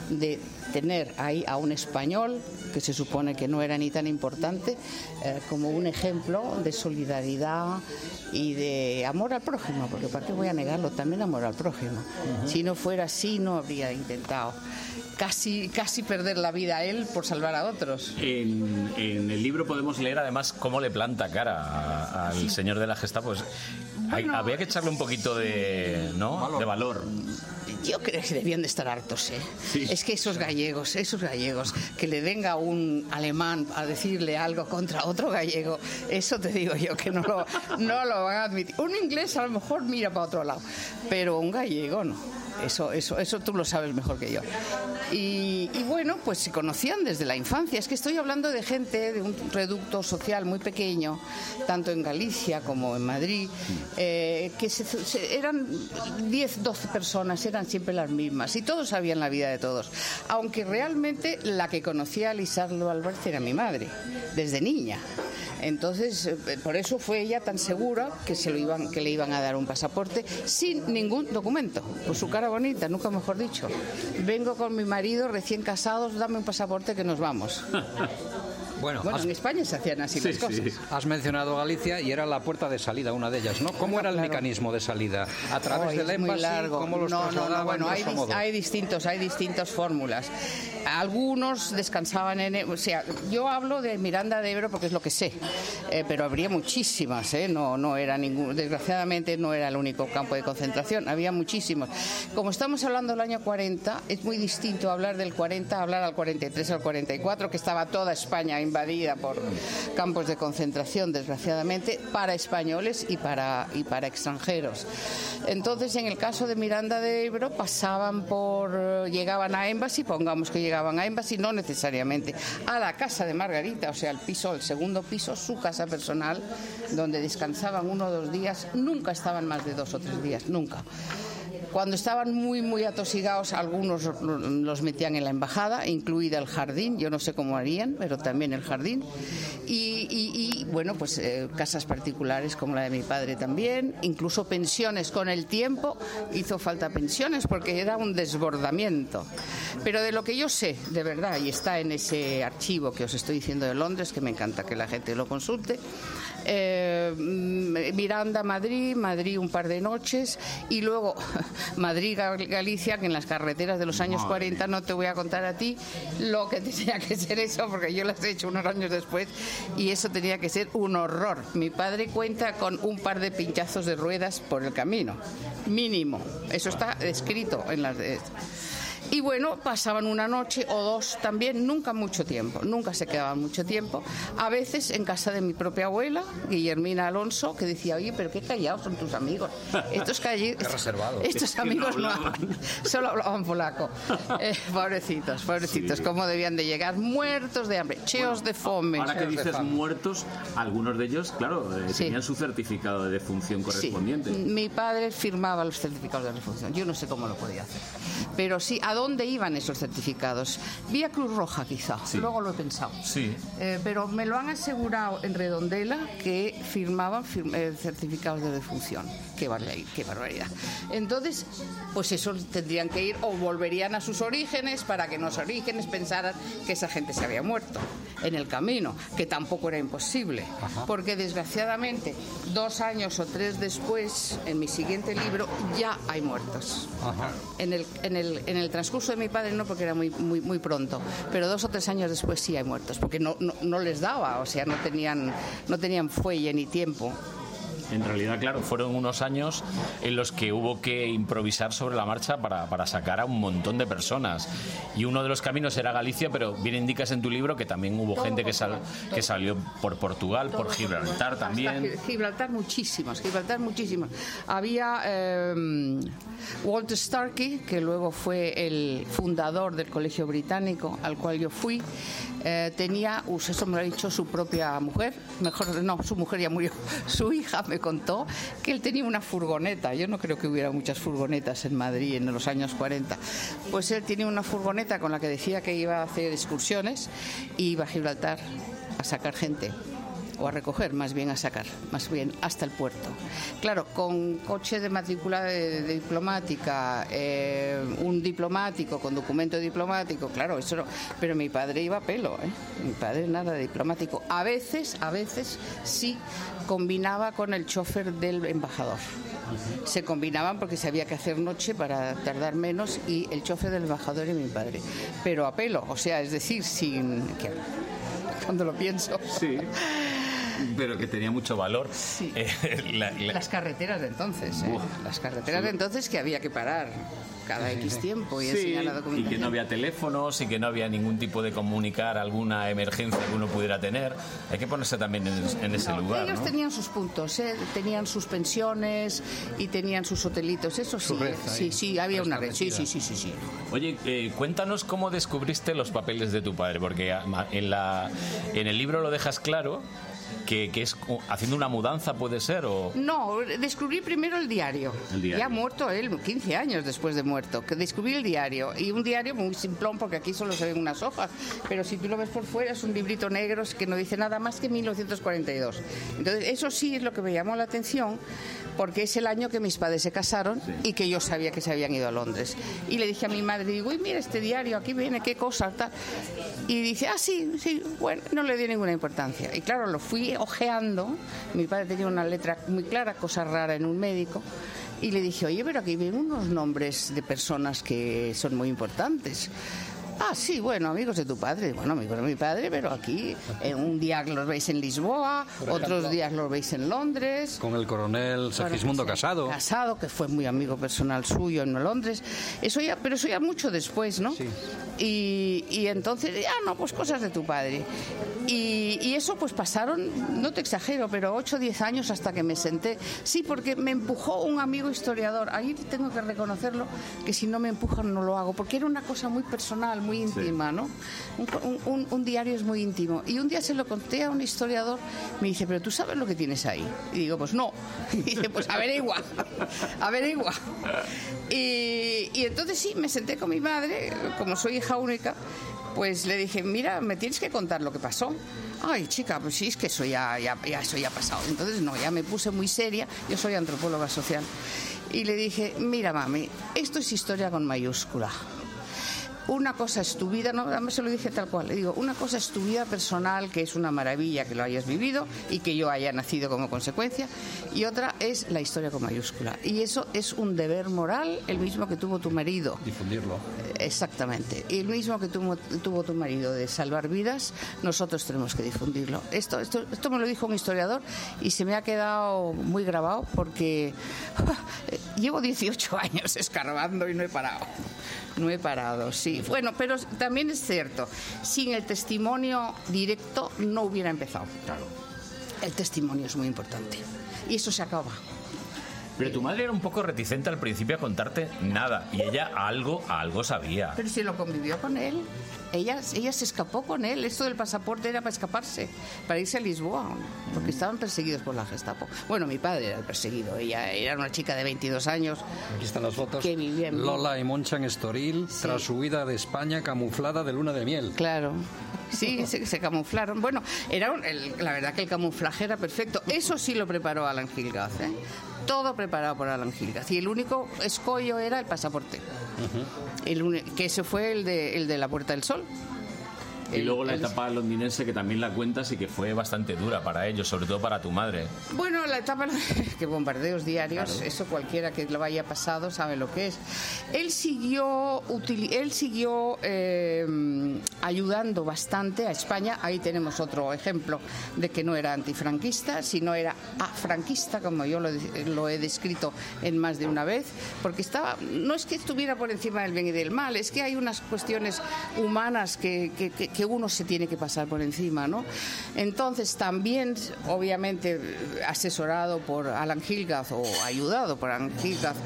S7: de tener ahí a un español, que se supone que no era ni tan importante, eh, como un ejemplo de solidaridad y de amor al prójimo, porque ¿para qué voy a negarlo? También amor al prójimo. Si no fuera así, no habría intentado casi, casi perder la vida él por salvar a otros.
S5: En, en el libro podemos leer además cómo le planta cara a- al señor de la Gestapo. Es- hay- había que echarle un poquito de, ¿no? de valor.
S7: Yo creo que debían de estar hartos, ¿eh? Es que esos gallegos, esos gallegos, que le venga un alemán a decirle algo contra otro gallego, eso te digo yo que no lo, no lo van a admitir. Un inglés a lo mejor mira para otro lado, pero un gallego no. Eso, eso, eso tú lo sabes mejor que yo. Y, y bueno, pues se conocían desde la infancia. Es que estoy hablando de gente de un reducto social muy pequeño, tanto en Galicia como en Madrid, eh, que se- se- eran 10, 12 personas, eran siempre las mismas y todos sabían la vida de todos. Aunque realmente la que conocía a Lisardo Alberti era mi madre, desde niña. Entonces, eh, por eso fue ella tan segura que, se lo iban, que le iban a dar un pasaporte sin ningún documento. Por su cara bonita, nunca mejor dicho. Vengo con mi marido recién casados, dame un pasaporte que nos vamos.
S6: Bueno,
S7: Bueno,
S6: has-
S7: en España se hacían así las cosas.
S6: Has mencionado Galicia y era la puerta de salida, una de ellas, ¿no? ¿Cómo era el mecanismo de salida? ¿A través
S7: Ay,
S6: del
S7: es muy
S6: embassy?
S7: largo.
S6: ¿Cómo los
S7: no, no,
S6: trasladaban,
S7: no, bueno, hay,
S6: grosso
S7: dis-
S6: modo?
S7: hay distintos, hay distintas fórmulas. Algunos descansaban en, e, o sea, yo hablo de Miranda de Ebro porque es lo que sé, eh, pero habría muchísimas, eh, no, no era ningún, desgraciadamente no era el único campo de concentración, había muchísimos. Como estamos hablando del año 40, es muy distinto hablar del 40 a hablar al 43 al 44 que estaba toda España invadida por campos de concentración, desgraciadamente, para españoles y para, y para extranjeros. Entonces, en el caso de Miranda de Ebro, pasaban por. eh, llegaban a Embassy, pongamos que llegaban a Embassy, no necesariamente, a la casa de Margarita, o sea, el piso, el segundo piso, su casa personal, donde descansaban uno o dos días, nunca estaban más de dos o tres días, nunca. Cuando estaban muy, muy atosigados, algunos los metían en la embajada, incluida el jardín, yo no sé cómo harían, pero también el jardín. Y, y- y, bueno, pues eh, casas particulares como la de mi padre también, incluso pensiones. Con el tiempo hizo falta pensiones porque era un desbordamiento. Pero de lo que yo sé, de verdad, y está en ese archivo que os estoy diciendo de Londres, que me encanta que la gente lo consulte, eh, mm, Miranda, Madrid, Madrid un par de noches y luego [LAUGHS] Madrid, Gal- Galicia, que en las carreteras de los años
S8: Madre
S7: 40 no te voy a contar a ti lo que [LAUGHS] tenía que ser eso, porque yo las he hecho unos años después y eso tenía que ser un horror. Mi padre cuenta con un par de pinchazos de ruedas por el camino, mínimo. Eso está escrito en las... de- y bueno, pasaban una noche o dos también, nunca mucho tiempo, nunca se quedaban mucho tiempo. A veces en casa de mi propia abuela, Guillermina Alonso, que decía, oye, pero qué callados son tus amigos. Estos calle-
S6: Qué reservados. Es
S7: Estos
S6: que no
S7: amigos no
S6: hablaban.
S7: hablan, [LAUGHS] solo hablaban polaco. Eh, pobrecitos, pobrecitos, cómo debían de llegar, muertos de hambre, cheos de fome.
S5: Ahora que
S7: Cheos de
S5: dices
S7: fame.
S5: muertos, algunos de ellos, claro, eh, tenían su certificado de defunción
S7: Sí. Mm.
S5: correspondiente.
S7: Mi padre firmaba los certificados de refunción. Yo no sé cómo lo podía hacer. Pero sí, ¿A dónde iban esos certificados? Vía Cruz Roja, quizá. Luego lo he pensado.
S8: Sí.
S7: Eh, pero me lo han asegurado en Redondela que firmaban fir- eh, certificados de defunción. Qué, barbaridad, qué barbaridad. Entonces, pues eso tendrían que ir o volverían a sus orígenes para que en los orígenes pensaran que esa gente se había muerto en el camino, que tampoco era imposible. Porque desgraciadamente, dos años o tres después, en mi siguiente libro, ya hay muertos. En el, en, el, en el transcurso de mi padre no, porque era muy, muy, muy pronto, pero dos o tres años después sí hay muertos, porque no, no, no les daba, o sea, no tenían, no tenían fuelle ni tiempo.
S5: En realidad, claro, fueron unos años en los que hubo que improvisar sobre la marcha para, para sacar a un montón de personas. Y uno de los caminos era Galicia, pero bien indicas en tu libro que también hubo
S7: Todo
S5: gente que, sal-
S7: Portugal,
S5: que
S7: todo.
S5: salió por Portugal, por
S7: Todo
S5: Gibraltar
S7: Hasta
S5: también.
S7: Gi- Gibraltar muchísimos, Gibraltar muchísimos. Había eh, Walter Starkey, que luego fue el fundador del Colegio Británico al cual yo fui, eh, tenía, us- eso me lo ha dicho su propia mujer, mejor no, su mujer ya murió, [LAUGHS] su hija me contó que él tenía una furgoneta, yo no creo que hubiera muchas furgonetas en Madrid en los años 40, pues él tenía una furgoneta con la que decía que iba a hacer excursiones y iba a Gibraltar a sacar gente o a recoger, más bien a sacar, más bien hasta el puerto. Claro, con coche de matrícula de, de diplomática, eh, un diplomático con documento diplomático, claro, eso no. Pero mi padre iba a pelo, ¿eh? Mi padre nada de diplomático. A veces, a veces sí combinaba con el chofer del embajador. Se combinaban porque se había que hacer noche para tardar menos y el chofer del embajador y mi padre. Pero a pelo, o sea, es decir, sin... que- [LAUGHS] Cuando lo pienso. Sí.
S5: Pero que tenía mucho valor. Eh, [LAUGHS] la- la-
S7: Las carreteras de entonces, ¿eh? las carreteras de entonces que había que parar cada X tiempo y
S5: Sí,
S7: enseñar la
S5: y que
S7: documentación.
S5: no había teléfonos y que no había ningún tipo de comunicar alguna emergencia que uno pudiera tener. Hay que ponerse también en, en ese lugar.
S7: Ellos
S5: ¿no?
S7: tenían sus puntos, ¿eh? tenían sus pensiones y tenían sus hotelitos, eso sí, ¿eh?
S5: red
S7: sí,
S5: ahí,
S7: sí, había una red, sí, sí, sí,
S5: establecida.
S7: sí, sí.
S5: Oye, eh, cuéntanos cómo descubriste los papeles de tu padre, porque a- ma- en, la, en el libro lo dejas claro que, que es co- haciendo una mudanza, puede ser, o.
S7: No, descubrí primero el diario.
S5: El diario.
S7: Ya muerto él, 15 años después de muerto, que descubrí el diario. Y un diario muy simplón, porque aquí solo se ven unas hojas. Pero si tú lo ves por fuera, es un librito negro que no dice nada más que 1942. Entonces, eso sí es lo que me llamó la atención, porque es el año que mis padres se casaron y que yo sabía que se habían ido a Londres. Y le dije a mi madre, digo, uy, mira este diario, aquí viene, qué cosa, tal. Y dice, ah, sí, sí, bueno, no le dio ninguna importancia. Y claro, lo fui ojeando, mi padre tenía una letra muy clara, cosa rara en un médico, y le dije, oye, pero aquí vienen unos nombres de personas que son muy importantes. Ah, sí, bueno, amigos de tu padre. Bueno, amigos de mi padre, pero aquí eh, un día los veis en Lisboa,
S6: Por ejemplo.
S7: otros días los veis en Londres.
S6: Con el coronel Segismundo Casado.
S7: Casado, que fue muy amigo personal suyo en Londres. Eso ya, pero eso ya mucho después, ¿no? Y, y entonces, ah, no, pues cosas de tu padre. Y, y eso pues pasaron, no te exagero, pero 8 o 10 años hasta que me senté. Sí, porque me empujó un amigo historiador. Ahí tengo que reconocerlo, que si no me empujan no lo hago, porque era una cosa muy personal, muy íntima, ¿no? Un, un- un- un diario es muy íntimo. Y un día se lo conté a un historiador, me dice, pero tú sabes lo que tienes ahí. Y digo, pues no. [LAUGHS] Y dice, pues averigua, [LAUGHS] averigua. Y, y entonces sí, me senté con mi madre, como soy hija única, pues le dije, mira, me tienes que contar lo que pasó. Ay, chica, pues sí, es que eso ya, ya, ya- eso ya ha pasado. Entonces no, ya me puse muy seria, yo soy antropóloga social. Y le dije, mira, mami, esto es historia con mayúscula. Una cosa es tu vida, no, además se lo dije tal cual, le digo, una cosa es tu vida personal, que es una maravilla que lo hayas vivido y que yo haya nacido como consecuencia, y otra es la historia con mayúscula. Y eso es un deber moral, el mismo que tuvo tu marido. Eh,
S6: Difundirlo.
S7: Exactamente. Y el mismo que tuvo, tuvo tu marido de salvar vidas, nosotros tenemos que difundirlo. Esto, esto, esto me lo dijo un historiador y se me ha quedado muy grabado porque [LAUGHS] llevo 18 años escarbando y no he parado. No he parado, sí. Bueno, pero también es cierto, sin el testimonio directo no hubiera empezado. Claro. El testimonio es muy importante. Y eso se acaba.
S2: Pero tu madre era un poco reticente al principio a contarte nada y ella algo, algo sabía.
S7: Pero si lo convivió con él. Ella, ella se escapó con él. Esto del pasaporte era para escaparse, para irse a Lisboa, porque
S18: Mm.
S7: estaban perseguidos por la Gestapo. Bueno, mi padre era el perseguido. Ella era una chica de 22 años.
S18: Aquí están las fotos.
S7: Que vivía en-
S18: Lola y Moncha en Estoril, tras su huida de España camuflada de luna de miel.
S7: Claro. Sí, se, se camuflaron. Bueno, era un- el- la verdad que el camuflaje era perfecto. Eso sí lo preparó Alan Gilgaz. ¿eh? Todo preparado por Alan Gilgaz. Y el único escollo era el pasaporte. El uni- que ese fue el de, el de la Puerta del Sol.
S2: Y luego la
S7: el-
S2: etapa londinense que también la cuentas y que fue bastante dura para ellos, sobre todo para tu madre.
S7: Bueno, la etapa [LAUGHS] que bombardeos diarios,
S2: Claro.
S7: eso cualquiera que lo haya pasado sabe lo que es. Él siguió utili- él siguió eh, ayudando bastante a España. Ahí tenemos otro ejemplo de que no era antifranquista, sino era afranquista, como yo lo, de- lo he descrito en más de una vez, porque estaba no es que estuviera por encima del bien y del mal, es que hay unas cuestiones humanas que, que- que- que uno se tiene que pasar por encima, ¿no? Entonces también, obviamente, asesorado por Alan Gilgath o ayudado por Alan Gilgath,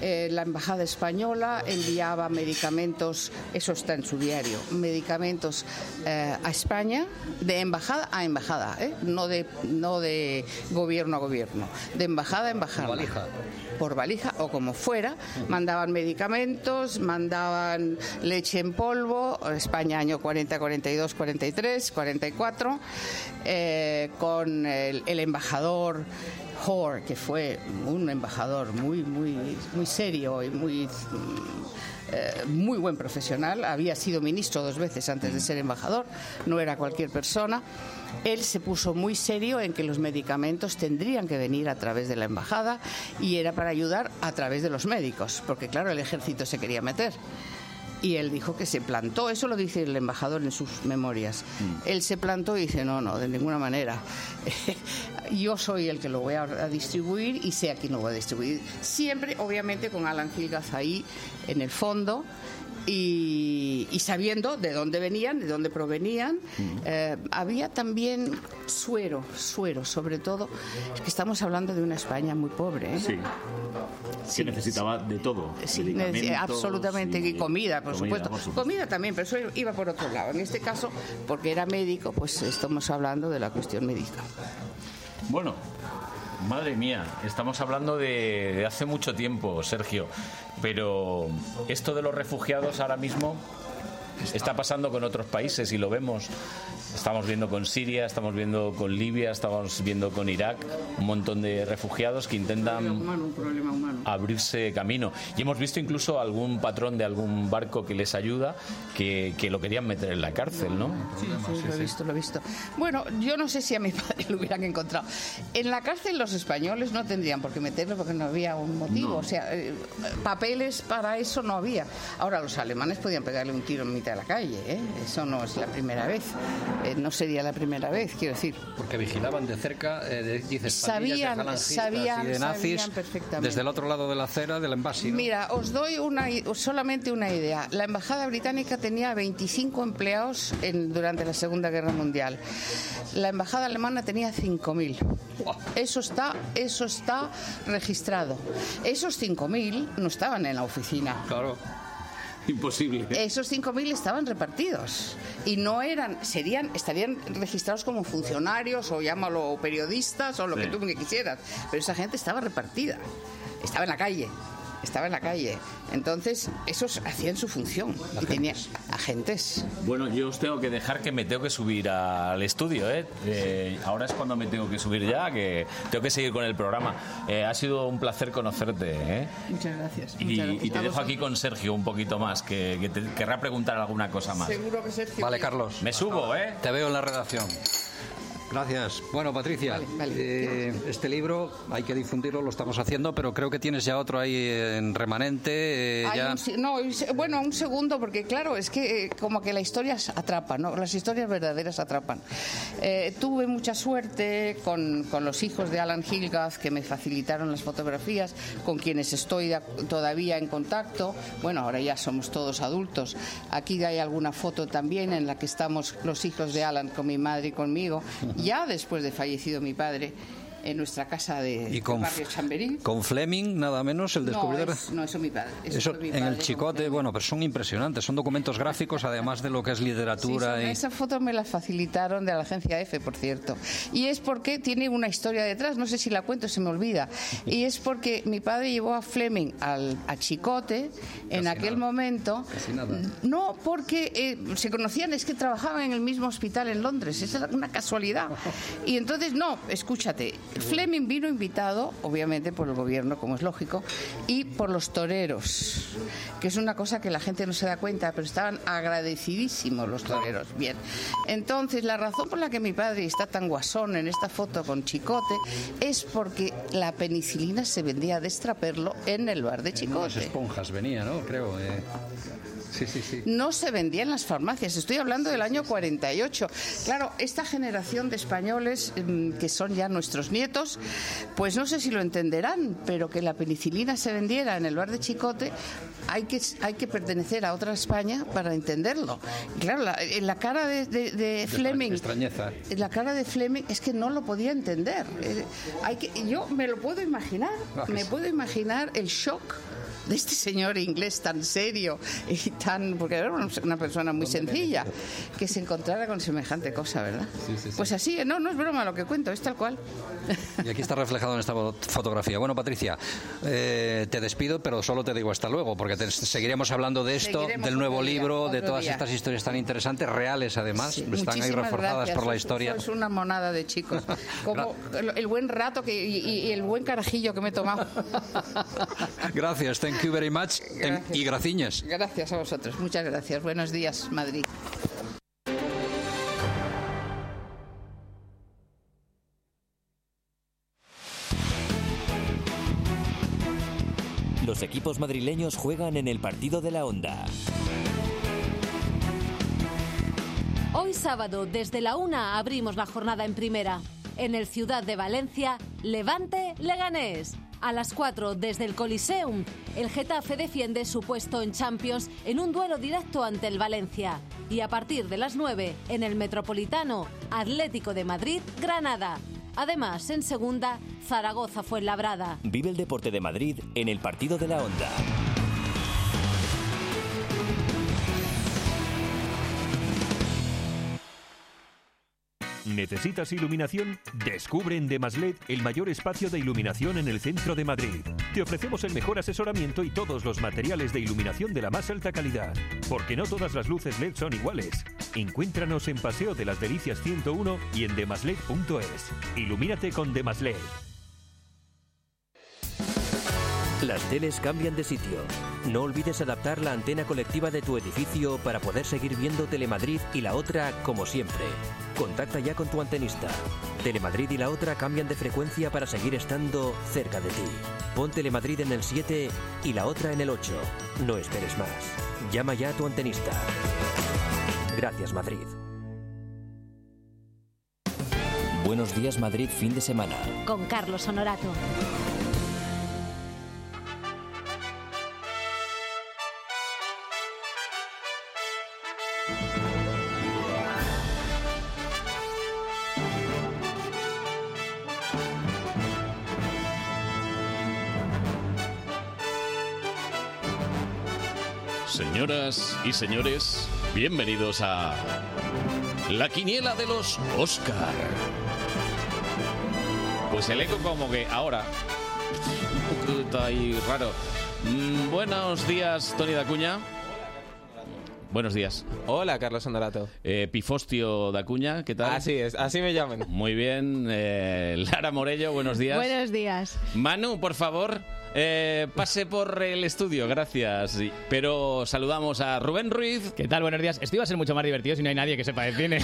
S7: eh, la Embajada Española enviaba medicamentos, eso está en su diario, medicamentos eh, a España, de embajada a embajada, ¿eh? no, de, no de gobierno a gobierno, de embajada a embajada por valija o como fuera, mandaban medicamentos, mandaban leche en polvo, España año 40, 42, 43, 44, eh, con el, el embajador Hoare, que fue un embajador muy, muy, muy serio y muy... mm, eh, muy buen profesional, había sido ministro dos veces antes de ser embajador, no era cualquier persona. Él se puso muy serio en que los medicamentos tendrían que venir a través de la embajada y era para ayudar a través de los médicos, porque claro, el ejército se quería meter. Y él dijo que se plantó, eso lo dice el embajador en sus memorias. Él se plantó y dice, no, no, de ninguna manera. [LAUGHS] Yo soy el que lo voy a, a distribuir y sé a quién lo voy a distribuir. Siempre, obviamente, con Alan Gilgas ahí en el fondo y, y sabiendo de dónde venían, de dónde provenían. Eh, había también suero, suero, sobre todo. Es que estamos hablando de una España muy pobre. ¿eh?
S21: Sí. que necesitaba de todo. medicamentos
S7: Nece- eh, absolutamente y comida por supuesto
S21: por supuesto.
S7: comida también pero eso iba por otro lado en este caso porque era médico pues estamos hablando de la cuestión médica
S2: Bueno, madre mía, estamos hablando de, de hace mucho tiempo, Sergio, pero esto de los refugiados ahora mismo está pasando con otros países y lo vemos. Estamos viendo con Siria, estamos viendo con Libia, estamos viendo con Irak, un montón de refugiados que intentan
S7: un problema humano
S2: abrirse camino. Y hemos visto incluso algún patrón de algún barco que les ayuda que, que lo querían meter en la cárcel, ¿no?
S7: Sí, lo he visto, lo he visto. Bueno, yo no sé si a mi [LAUGHS] padre lo hubieran encontrado. En la cárcel los españoles no tendrían por qué meterlo porque no había un motivo.
S2: No.
S7: O sea, eh, papeles para eso no había. Ahora los alemanes podían pegarle un tiro en mitad de la calle. ¿eh? Eso no es la primera vez. Eh, no sería la primera vez, quiero decir.
S18: Porque vigilaban de cerca, eh, de- dices, pandillas de
S7: Sabían,
S18: falangistas
S7: sabían,
S18: y de nazis
S7: sabían perfectamente.
S18: desde el otro lado de la acera del envase. ¿no?
S7: Mira, os doy una, i- solamente una idea. La embajada británica tenía 25 empleados en- durante la Segunda Guerra Mundial. La embajada alemana tenía 5.000. Eso está, eso está registrado. Esos 5.000 no estaban en la oficina.
S18: Claro.
S21: Imposible.
S7: Esos 5.000 estaban repartidos y no eran, serían, estarían registrados como funcionarios o llámalo periodistas o lo que
S21: Sí.
S7: tú que quisieras, pero esa gente estaba repartida, estaba en la calle, estaba en la calle. Entonces, esos hacían su función y tenían agentes.
S2: Bueno, yo os tengo que dejar que me tengo que subir al estudio, ¿eh? Eh, Ahora es cuando me tengo que subir ya, que tengo que seguir con el programa. Eh, ha sido un placer conocerte, ¿eh?
S7: Muchas gracias.
S2: Y, y te dejo aquí con Sergio un poquito más, que, que te querrá preguntar alguna cosa más.
S7: Seguro que Sergio.
S18: Vale, Carlos.
S2: Me subo, ¿eh?
S18: Te veo en la redacción. Gracias. Bueno, Patricia, eh, este libro hay que difundirlo, lo estamos haciendo, pero creo que tienes ya otro ahí en remanente. eh,
S7: Hay
S18: ya.
S7: un se- no, y se- bueno, un segundo, porque claro, es que eh, como que la historia se atrapa, ¿no? Las historias verdaderas atrapan. Eh, tuve mucha suerte con, con los hijos de Alan Gilgath, que me facilitaron las fotografías, con quienes estoy de ac- todavía en contacto. Bueno, ahora ya somos todos adultos. Aquí hay alguna foto también en la que estamos los hijos de Alan con mi madre y conmigo, ya después de fallecido mi padre. en nuestra casa de
S18: Y con,
S7: del barrio Chamberí.
S18: con Fleming, nada menos, el descubridor.
S7: No, es, no, eso mi padre. Eso,
S18: Eso
S7: fue mi
S18: en
S7: padre
S18: el
S7: con-
S18: chicote, bueno, pero son impresionantes, son documentos gráficos, además de lo que es literatura.
S7: Sí, sí,
S18: y-
S7: Esa foto me la facilitaron de la agencia EFE, por cierto. Y es porque tiene una historia detrás, no sé si la cuento, se me olvida. Y es porque mi padre llevó a Fleming al, a Chicote en aquel momento.
S18: Casi nada.
S7: No, porque eh, se conocían, es que trabajaban en el mismo hospital en Londres, es una casualidad. Y entonces, no, escúchate, Fleming vino invitado, obviamente por el gobierno, como es lógico, y por los toreros, que es una cosa que la gente no se da cuenta, pero estaban agradecidísimos los toreros. Bien, entonces la razón por la que mi padre está tan guasón en esta foto con Chicote es porque la penicilina se vendía de estraperlo en el bar de
S18: En unas
S7: Chicote.
S18: esponjas venía, ¿no? Creo. eh. Sí, sí, sí.
S7: no se vendía en las farmacias. Estoy hablando del año 48. Claro, esta generación de españoles mm, que son ya nuestros nietos, pues no sé si lo entenderán, pero que la penicilina se vendiera en el bar de Chicote, hay que, hay que pertenecer a otra España para entenderlo. Y Claro, la, en la cara de, de- de Fleming
S18: Extrañeza.
S7: la cara de Fleming es que no lo podía entender. Eh, Hay que, yo me lo puedo imaginar,
S18: Ah, que
S7: me
S18: sí.
S7: puedo imaginar el shock de este señor inglés tan serio y tan porque era una- una persona muy sencilla que se encontrara con semejante cosa, ¿verdad? Pues así, eh, no, no es broma lo que cuento, es tal cual.
S18: Y aquí está reflejado en esta fo- fotografía. Bueno, Patricia, eh, te despido, pero solo te digo hasta luego, porque te- seguiremos hablando de esto,
S7: Seguiremos
S18: del nuevo
S7: otro día,
S18: libro, de
S7: otro
S18: todas
S7: día.
S18: estas historias tan interesantes, reales además, están ahí
S7: Muchísimas
S18: reforzadas
S7: gracias,
S18: por la
S7: sois-
S18: historia.
S7: sois una monada de
S18: [LAUGHS]
S7: chicos. Como el buen rato que, y, y- y el buen carajillo que me
S18: [LAUGHS]
S7: he tomado.
S18: Gracias, thank you very much, en- y graciñas.
S7: Gracias a vosotros, muchas gracias. Buenos días, Madrid.
S19: Los equipos madrileños juegan en el partido de la onda.
S11: Hoy sábado, desde la una, abrimos la jornada en primera. En el Ciudad de Valencia, Levante Leganés. A las 4, desde el Coliseum, el Getafe defiende su puesto en Champions en un duelo directo ante el Valencia. Y a partir de las 9, en el Metropolitano, Atlético de Madrid, Granada. Además, en segunda, Zaragoza fue labrada.
S19: Vive el deporte de Madrid en el partido de la onda.
S10: ¿Necesitas iluminación? Descubre en Demasled el mayor espacio de iluminación en el centro de Madrid. Te ofrecemos el mejor asesoramiento y todos los materiales de iluminación de la más alta calidad, porque no todas las luces LED son iguales. Encuéntranos en Paseo de las Delicias 101 y en demasled.es. Ilumínate con Demasled.
S19: Las teles cambian de sitio. No olvides adaptar la antena colectiva de tu edificio para poder seguir viendo Telemadrid y la otra como siempre. Contacta ya con tu antenista. Telemadrid y la otra cambian de frecuencia para seguir estando cerca de ti. Pon Telemadrid en el 7 y la otra en el 8. No esperes más. Llama ya a tu antenista. Gracias Madrid. Buenos días Madrid fin de semana.
S11: Con Carlos Honorato.
S2: Señoras y señores, bienvenidos a La Quiniela de los Oscar. Pues el eco como que ahora... Un poco está ahí raro. Mm, Buenos días, Tony Dacuña. Buenos días. Eh,
S22: Hola, Carlos Andorato.
S2: Pifostio Dacuña, ¿qué tal? Así
S22: es, así me llaman.
S2: Muy bien. eh, Lara Morello, buenos días.
S4: Buenos días.
S2: Manu, por favor, eh, pase por el estudio, gracias. Y- Pero saludamos a Rubén Ruiz.
S13: ¿Qué tal? Buenos días. Esto iba a ser mucho más divertido si no hay nadie que sepa de
S2: [LAUGHS]
S13: cine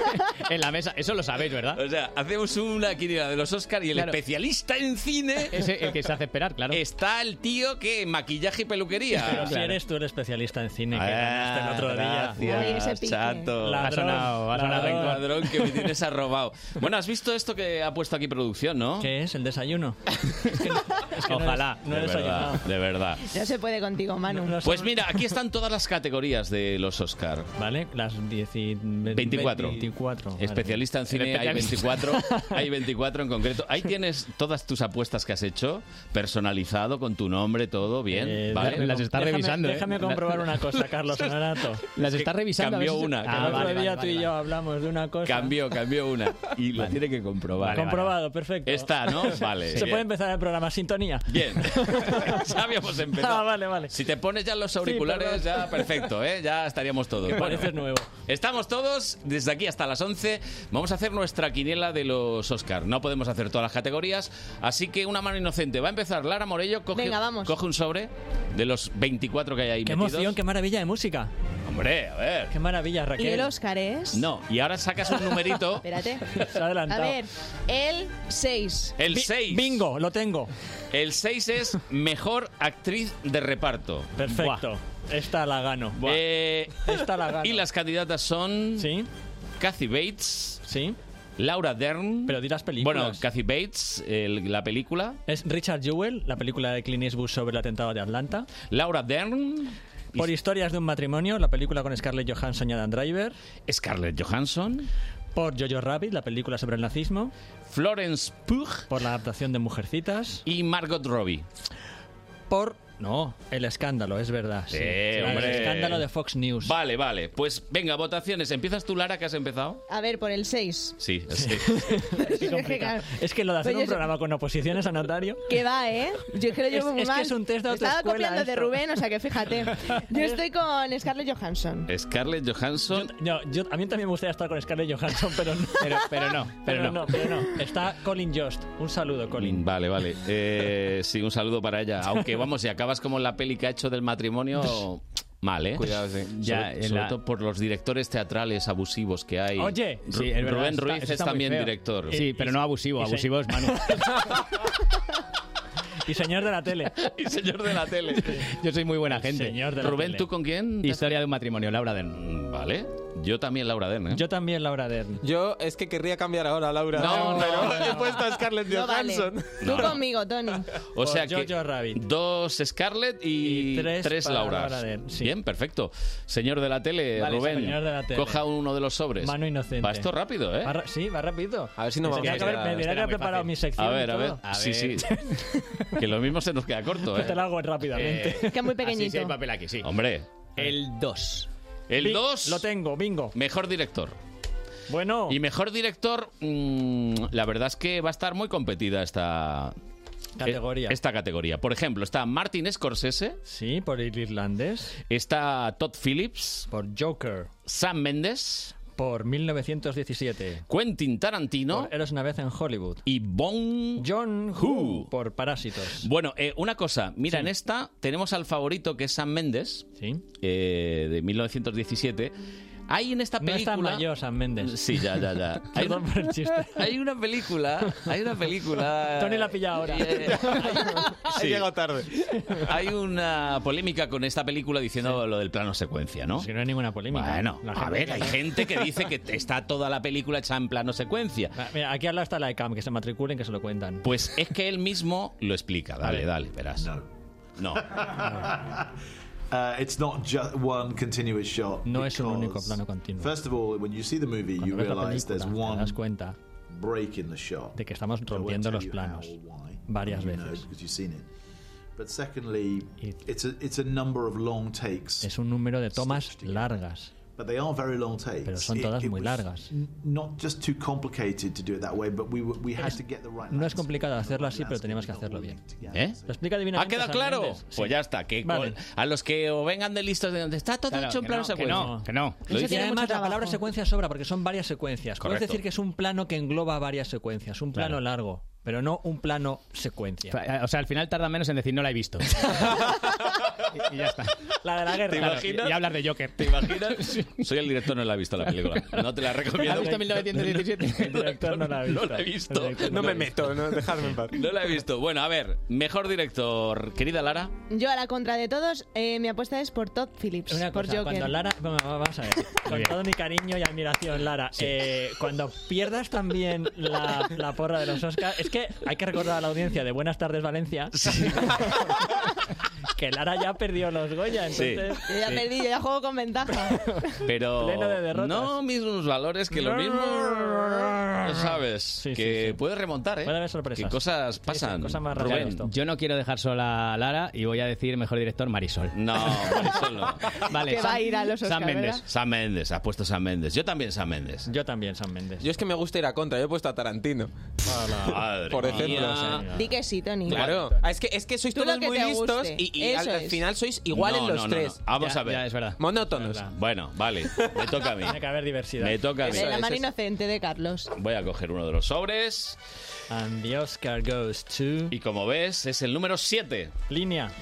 S13: [LAUGHS] en la mesa. Eso lo sabéis, ¿verdad?
S2: O sea, hacemos una quiniela de los Oscar y el
S13: Claro.
S2: especialista en cine
S13: Es el que se hace esperar, claro.
S2: está el tío que maquillaje y peluquería.
S13: Pero si
S2: Claro.
S13: eres tú el especialista en cine que
S2: Ah,
S13: ganaste el otro día.
S2: gracias, Uy, ese pique. chato.
S13: Ha
S2: Ladrón,
S13: sonado, ha sonado
S2: ladrón,
S13: rencor.
S2: ladrón, [LAUGHS] que me tienes arrobado. [LAUGHS] Bueno, has visto esto que ha puesto aquí producción, ¿no?
S13: ¿Qué es? ¿El desayuno?
S2: Ojalá, verdad,
S14: No he
S2: de verdad,
S14: desayunado.
S2: de verdad.
S4: No se puede contigo, Manu.
S2: Pues mira, aquí están todas las categorías de los Oscar.
S14: ¿Vale? Las 10 y
S2: 24.
S14: 24, vale.
S2: Especialista en cine, hay
S14: Especialista. [LAUGHS]
S2: 24. Hay 24 en concreto. Ahí tienes todas tus apuestas que has hecho, personalizado, con tu nombre, todo bien.
S14: Eh,
S2: ¿vale?
S14: déjame- déjame- Déjame comprobar
S2: [LAUGHS]
S14: una cosa, Carlos Honorato.
S2: ¿eh? Las está revisando, Cambió a ver si- una,
S14: Ah,
S2: cambió
S14: el otro
S2: una.
S14: día
S2: Vale,
S14: tú y yo hablamos de una cosa.
S2: Cambió, cambió una. Y lo tiene que comprobar.
S14: Comprobado, perfecto.
S2: Está, Ah, ¿no?
S14: [LAUGHS]
S2: Vale.
S14: Se
S2: Bien.
S14: puede empezar el programa. Sintonía.
S2: Bien. [LAUGHS] ya habíamos empezado.
S14: Ah, vale, vale.
S2: Si te pones ya los auriculares,
S14: Sí, perdón.
S2: ya perfecto, ¿eh? Ya estaríamos todos.
S14: Que pareces nuevo.
S2: Estamos todos, desde aquí hasta las 11, vamos a hacer nuestra quiniela de los Oscar. No podemos hacer todas las categorías, así que una mano inocente. Va a empezar Lara Morello, coge,
S14: Venga, vamos.
S2: coge un sobre de los 24 que hay ahí
S14: Qué
S2: metidos.
S14: emoción, qué maravilla de música.
S2: Hombre, a ver.
S14: Qué maravilla, Raquel.
S4: Y el Oscar es.
S2: No, y ahora sacas un numerito.
S4: [LAUGHS] Espérate.
S14: Se ha
S4: A
S14: adelantado.
S4: ver, el 6.
S2: El 6.
S14: Bingo, lo tengo.
S2: El 6 es mejor actriz de reparto.
S14: Perfecto. Esta la gano.
S2: Eh,
S14: Esta la gano.
S2: Y las candidatas son.
S14: Sí.
S2: Kathy Bates.
S14: Sí.
S2: Laura Dern.
S14: Pero di las películas.
S2: Bueno, Kathy Bates, el- la película.
S14: Es Richard Jewell, la película de Clint Eastwood sobre el atentado de Atlanta.
S2: Laura Dern.
S14: Por historias de un matrimonio, la película con Scarlett Johansson y Adam Driver.
S2: Scarlett Johansson.
S14: Por Jojo Rabbit, la película sobre el nazismo.
S2: Florence Pugh.
S14: Por la adaptación de Mujercitas.
S2: Y Margot Robbie.
S14: Por... No, el escándalo, es verdad. sí.
S2: Sí,
S14: el
S2: Eh, hombre.
S14: escándalo de Fox News.
S2: Vale, vale. Pues venga, votaciones. ¿Empiezas tú, Lara, que has empezado?
S4: A ver, por el 6.
S2: Sí,
S4: [LAUGHS]
S14: Qué complicado. Es que lo de hacer
S4: Pues yo
S14: un
S4: sé-
S14: programa con oposiciones a notario.
S4: Que va, ¿eh? Yo es que lo llevo
S14: Es-
S4: muy
S14: es que
S4: mal.
S14: es un test de
S4: Estaba
S14: autoescuela
S4: copiando de
S14: esto.
S4: Rubén, o sea
S14: [LAUGHS]
S4: que fíjate. Yo estoy con Scarlett Johansson.
S2: Scarlett Johansson.
S14: No, yo, a mí también me gustaría estar con Scarlett Johansson, pero no.
S2: Pero- pero no, pero no. Mm,
S14: pero no. Está Colin Jost. Un saludo, Colin.
S2: Vale, vale. Eh, sí, un saludo para ella. Aunque vamos, si acabas como la peli que ha hecho del matrimonio,
S14: [LAUGHS]
S2: mal, ¿eh?
S14: Cuidado, sí.
S2: Ya,
S14: Ya,
S2: sobre,
S14: en
S2: sobre
S14: la-
S2: todo por los directores teatrales abusivos que hay.
S14: Oye,
S2: Ru-
S14: sí, es verdad,
S2: Rubén
S14: está-
S2: Ruiz
S14: eso
S2: es
S14: está muy
S2: también
S14: feo.
S2: director.
S14: Sí, pero no
S2: abusivo.
S14: y se- abusivo
S2: es [LAUGHS] Manu.
S14: Y señor de la
S2: [LAUGHS]
S14: tele.
S2: y señor de
S13: [LAUGHS]
S2: la tele.
S14: Yo soy muy buena
S2: gente.
S14: Señor de la
S2: Rubén,
S14: tele.
S2: ¿tú con quién? Historia de un matrimonio, Laura Dern. Mm, Vale. Yo también, Laura Dern, ¿eh?
S14: Yo también, Laura Dern.
S23: Yo es que querría cambiar ahora, Laura.
S2: No,
S23: pero
S2: no,
S23: he puesto a Scarlett
S4: No vale.
S23: Johansson.
S4: Tú
S2: No.
S4: conmigo, Tony.
S2: O sea
S14: Jojo
S2: que dos Scarlett
S14: Y
S2: y, tres,
S14: tres para
S2: Lauras.
S14: Laura Dern, sí.
S2: Bien, perfecto. Señor de la tele,
S14: Vale,
S2: Rubén,
S14: señor de la tele.
S2: coja uno de los sobres.
S14: Mano inocente.
S2: Va esto rápido, ¿eh?
S14: Va ra- sí, va rápido.
S2: A ver si no
S14: Me
S2: vamos
S14: tenía
S2: a
S14: que haber-
S2: llegar.
S14: Me tenía
S2: Este
S14: que
S2: era
S14: haber
S2: muy
S14: preparado
S2: fácil.
S14: mi sección.
S2: A ver,
S14: y
S2: a ver.
S14: todo.
S2: Sí, sí. [LAUGHS] que lo mismo se nos queda corto,
S14: Pues
S2: ¿eh?
S14: te la hago rápidamente.
S4: Que es muy pequeñito.
S14: sí hay
S2: papel aquí, sí. Hombre. El 2.
S14: Bi-
S2: El 2.
S14: Lo tengo, bingo.
S2: Mejor director.
S14: Bueno.
S2: Y mejor director, mm, la verdad es que va a estar muy competida esta
S14: Categoría.
S2: e- Esta categoría. Por ejemplo, está Martin Scorsese.
S14: Sí, por el irlandés.
S2: Está Todd Phillips.
S14: Por Joker.
S2: Sam Mendes.
S14: Por 1917.
S2: Quentin Tarantino.
S14: Por Eres una vez en Hollywood.
S2: Y Bong
S14: John Who. Por Parásitos.
S2: Bueno, eh, una cosa. Mira, en esta tenemos al favorito que es Sam Mendes. eh, de 1917. Hay en esta
S14: No
S2: película.
S14: está mayor, Sam Mendes.
S2: Sí, ya,
S14: [LAUGHS]
S2: ya, ya. Hay,
S14: Perdón por el chiste.
S2: hay una película. Hay una
S12: Eh,
S2: película.
S14: [LAUGHS] Tony la pilla ahora.
S2: Sí. tarde. Hay una polémica con esta película diciendo lo del plano secuencia, ¿no?
S14: Si no hay [LAUGHS] ninguna polémica.
S2: Bueno,
S14: La
S2: a ver, hay gente que dice que está toda la película hecha en plano secuencia.
S14: Ah, Mira, aquí al lado está la ECAM, que se matriculen, que se lo cuentan.
S2: Pues es que él mismo lo explica. Dale, dale, verás. No.
S12: [LAUGHS] Uh, it's not just one continuous shot.
S14: No es un
S12: because-
S14: único plano continuo.
S12: First of all, when you see the movie, you
S14: Cuando ves la película,
S12: realize there's
S14: te
S12: one
S14: das cuenta
S12: break in the shot.
S14: de que estamos rompiendo los planos varias
S12: You know
S14: veces.
S12: because you've seen it. But secondly, it's a it's a number of long takes.
S14: Es un número de tomas largas.
S12: But they are very long takes.
S14: Pero son
S12: It-
S14: todas
S12: it
S14: muy
S12: was
S14: largas.
S12: n- Not just too complicated to do it that way, but we were- we had
S14: Es- Mm.
S12: to get the right.
S14: No es complicado hacerlo así, pero teníamos que hacerlo bien.
S2: ¿Eh?
S14: ¿Lo explica
S2: ¿Ha
S14: divinamente
S2: quedado
S14: Sam
S2: claro?
S14: Mendes?
S2: Pues ya está. Que
S14: Vale.
S2: con- a los que o vengan de listos de donde está todo
S14: Claro,
S2: hecho en
S14: que
S2: plano
S14: no, que
S2: secuencia.
S14: no,
S2: que no.
S14: Y además la palabra secuencia sobra porque son varias secuencias.
S2: Correcto.
S14: Puedes decir que es un plano que engloba varias secuencias, un plano largo, pero no un plano secuencia.
S2: O sea, al final tarda menos en decir no la he [LAUGHS] visto.
S14: y, y ya está. La de la guerra.
S2: ¿Te
S14: Claro,
S2: imaginas?
S14: y- y hablar de Joker.
S2: [LAUGHS] ¿Te [LAUGHS] imaginas? Soy el director, no la he visto la película. No [LAUGHS] te la recomiendo.
S14: ¿Has visto
S2: [LAUGHS]
S14: 1917? El director no la ha visto.
S2: No la he [LAUGHS] visto.
S14: El director no la ha
S2: meto, no, dejadme en paz. No la he visto. Bueno, a ver, mejor director. Querida Lara.
S4: Yo a la contra de todos, eh, mi apuesta es por Todd Phillips,
S14: Una
S4: por
S14: cosa,
S4: Joker.
S14: cuando Lara, bueno, vamos a ver, con
S2: bien.
S14: todo mi cariño y admiración, Lara, eh, cuando pierdas también la, la porra de los Oscars, es que hay que recordar a la audiencia de Buenas tardes Valencia [LAUGHS] que Lara ya perdió los Goya,
S2: Sí.
S14: entonces...
S4: Yo ya perdí, yo ya juego con ventaja.
S2: [LAUGHS] Pero
S14: Pleno de derrotas.
S2: no mismos valores que lo mismo, ¿sabes? que puede remontar, ¿eh?
S13: Puede haber sorpresas.
S2: Que cosas pasan.
S13: Rubén,
S2: Rubén.
S13: yo no quiero dejar sola a Lara y voy a decir mejor director Marisol. [LAUGHS]
S2: No, Marisol no.
S13: Vale,
S4: [LAUGHS] Que va a ir a los
S13: Sam
S4: Oscar,
S13: Mendes.
S4: ¿verdad?
S2: Sam Méndez, has puesto Sam Méndez. Yo también Sam Méndez.
S14: Yo también Sam Méndez.
S3: Yo es que me gusta ir a contra, yo he puesto a Tarantino.
S2: Madre
S3: Por ejemplo.
S2: mía.
S4: Di que sí, Tony.
S3: Claro, Ah, es que, es que sois
S4: Tú lo
S3: todos
S4: que
S3: muy
S4: te
S3: listos
S4: guste.
S3: y, y al,
S4: Eso
S3: al
S4: es.
S3: final sois iguales
S2: No,
S3: los
S2: no, no,
S3: tres.
S2: no. Vamos a ver.
S3: Monótonos.
S2: Bueno, vale. Me toca a mí.
S14: Tiene que haber diversidad.
S2: Me toca a mí.
S4: De Eh, la mano inocente de Carlos.
S2: Voy a coger uno de los sobres.
S14: And the Oscar goes to...
S2: Y como ves, es el número 7.
S14: Línea.
S2: [LAUGHS]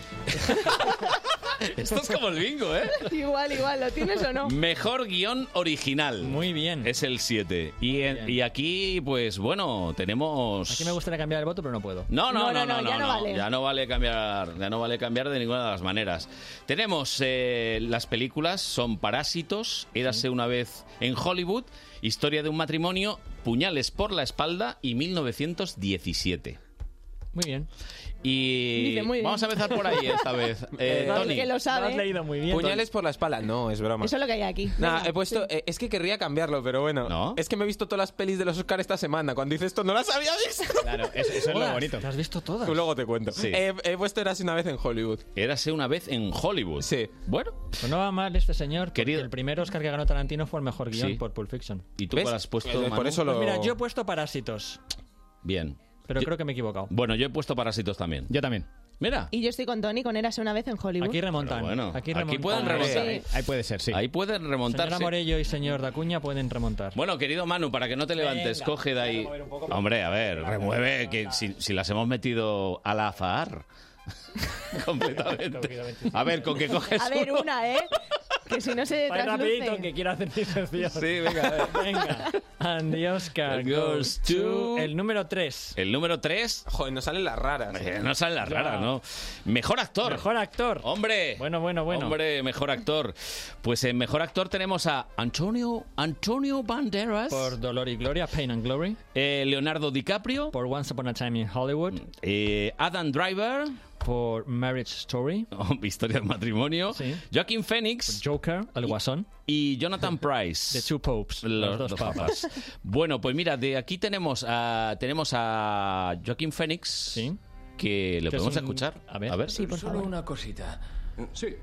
S2: Esto es como el bingo, ¿eh?
S4: [LAUGHS] igual, igual, ¿lo tienes o no?
S2: Mejor guión original. Muy
S14: bien.
S2: Es el 7. Y, en- y aquí, pues bueno, tenemos...
S14: Aquí me gustaría cambiar el voto, pero no puedo.
S2: No, no, no, no, no,
S14: ya no
S2: no.
S14: vale.
S2: Ya no vale cambiar, ya no vale cambiar de ninguna de las maneras. Tenemos eh, las películas, son Parásitos, Érase una vez en Hollywood, Historia de un matrimonio, Puñales por la espalda y 1917.
S14: Muy bien.
S2: Y
S14: Dice, muy bien.
S2: vamos a empezar por ahí
S3: [LAUGHS]
S2: esta vez. Eh,
S4: Porque
S2: Tony.
S4: lo sabe.
S3: Puñales por la espalda. No, es broma.
S4: Eso es lo que hay aquí.
S3: Nah, [LAUGHS]
S4: Venga,
S3: he puesto. eh, es que querría cambiarlo, pero bueno. Es que me he visto todas las pelis de los Oscar esta semana. Cuando hice esto, no las había visto.
S2: Eh,
S13: Claro, eso, eso es lo
S3: Todas.
S13: bonito.
S14: has visto todas?
S3: Tú luego te cuento.
S2: Sí.
S3: He, he puesto Eras una vez en Hollywood.
S2: Érase una vez en Hollywood. Sí. Bueno.
S14: Pues no va mal este señor.
S2: Querido.
S14: Querido. El primer Oscar que ganó Tarantino fue el mejor guión
S2: Sí.
S14: por Pulp Fiction.
S2: ¿Y tú
S14: ¿Ves?
S2: cuál has puesto?
S14: Pues
S2: Manu?
S14: mira, yo he puesto Parásitos,
S2: Bien.
S14: pero
S2: Yo-
S14: creo que me he equivocado.
S2: Bueno, yo he puesto Parásitos también.
S13: Yo también.
S2: Mira.
S4: Y yo estoy con Tony con Érase una vez en Hollywood.
S14: Aquí remontan.
S2: Pero bueno,
S14: aquí,
S2: aquí
S14: remontan.
S2: pueden remontar.
S14: Sí.
S13: Ahí puede ser, sí.
S2: Ahí pueden remontarse.
S14: Señora Morello y señor Dacuña pueden remontar.
S2: Bueno, querido Manu, para que no te levantes, coge de ahí. Hombre, a ver, remueve, que si, si las hemos metido al azar. [LAUGHS] completamente. A
S14: [LAUGHS]
S2: ver, [LAUGHS] con que coges.
S4: A ver,
S2: uno.
S4: una, ¿eh? Que si no se
S14: Va rapidito, [LAUGHS]
S4: trasluce.
S14: que quiero hacer mi sección.
S2: Sí, venga, a ver.
S14: Venga. And the Oscar goes to... El número 3.
S2: El número 3.
S3: Joder, no salen las raras. ¿eh?
S2: no salen las
S14: Ya.
S2: raras, ¿no? Mejor actor.
S14: Mejor actor.
S2: Hombre.
S14: Bueno, bueno, bueno.
S2: Hombre, mejor actor. Pues en mejor actor tenemos a Antonio, Antonio Banderas.
S14: Por Dolor y Gloria, Pain and Glory.
S2: Eh, Leonardo DiCaprio. Mm. Eh,
S14: Por Once Upon a Time in Hollywood.
S2: Adam Driver. Oh,
S14: Por Marriage Story.
S2: Historia del matrimonio. Joaquin Phoenix.
S14: Joker, El Guasón. [LAUGHS]
S2: Y Jonathan Price.
S14: The Two Popes. Los,
S2: Los
S14: dos
S2: dos
S14: papas.
S2: Bueno, pues mira, de aquí tenemos a, tenemos a Joaquin Phoenix. Que lo
S15: Que es
S2: podemos
S15: un-
S2: escuchar. A ver.
S15: Solo una cosita.
S24: Mm,
S15: Sí.
S2: Esto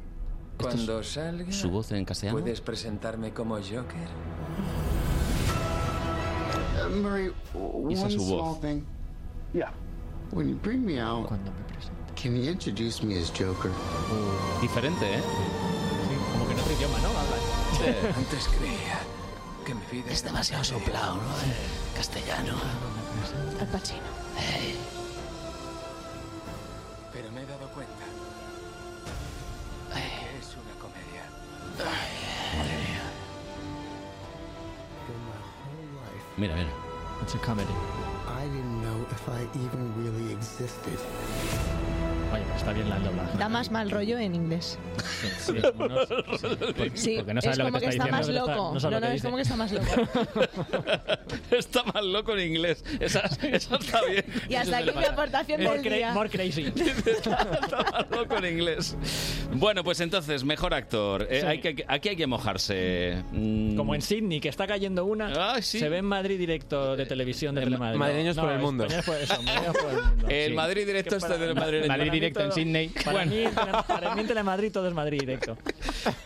S2: es
S15: Cuando salga...
S2: su voz en castellano. [LAUGHS]
S15: ¿Puedes presentarme como Joker?
S24: Murray,
S15: Esa
S24: one
S15: es su
S18: Pues,
S15: voz.
S24: small thing. Yeah. When you bring me out, can you introduce me as Joker?
S2: Diferente, ¿eh?
S14: Como que en otro idioma, ¿no?
S13: [LAUGHS]
S15: Antes creía que mi vida... Es demasiado soplado, ¿no? Castellano.
S4: Al Pacino.
S15: Pero me he dado cuenta que es una comedia.
S2: Mira, mira.
S14: It's a comedy.
S24: I didn't know if I even really existed.
S14: Oye, pero está bien la
S4: [LAUGHS]
S14: doblaje.
S4: Da más mal rollo en inglés.
S14: Sí, como no- sí,
S2: Pues,
S14: porque-
S4: Sí,
S14: porque no sabes
S4: es
S14: lo
S4: como
S14: que te
S4: está,
S14: está diciendo.
S4: más loco.
S14: No sabe lo que
S4: es
S14: dice.
S4: como que está más loco.
S2: [LAUGHS] Está más loco en inglés. Esa, esa está bien.
S4: [LAUGHS] Y hasta aquí mi aportación
S14: More
S4: del
S14: cra-
S4: día.
S14: more crazy.
S2: Loco en inglés. Bueno, pues entonces, mejor actor. Eh,
S14: Sí.
S2: hay que, aquí hay que mojarse. Mm,
S14: Como en Sydney, que está cayendo una. Se ve en Madrid directo
S2: Eh,
S14: de televisión de Telemadrid.
S2: madrileños por el mundo.
S14: españoles por- eso, madrileños por el mundo,
S2: El
S14: sí.
S2: Madrid directo
S14: Que
S2: está
S14: para
S2: del
S14: mí-
S2: madrileño.
S14: para
S2: Madrid
S14: mí
S2: directo en
S14: todo- [LAUGHS]
S2: Sydney.
S14: Para
S2: Bueno. Ah.
S14: mí, para- para mí en Telemadrid todo es Madrid directo.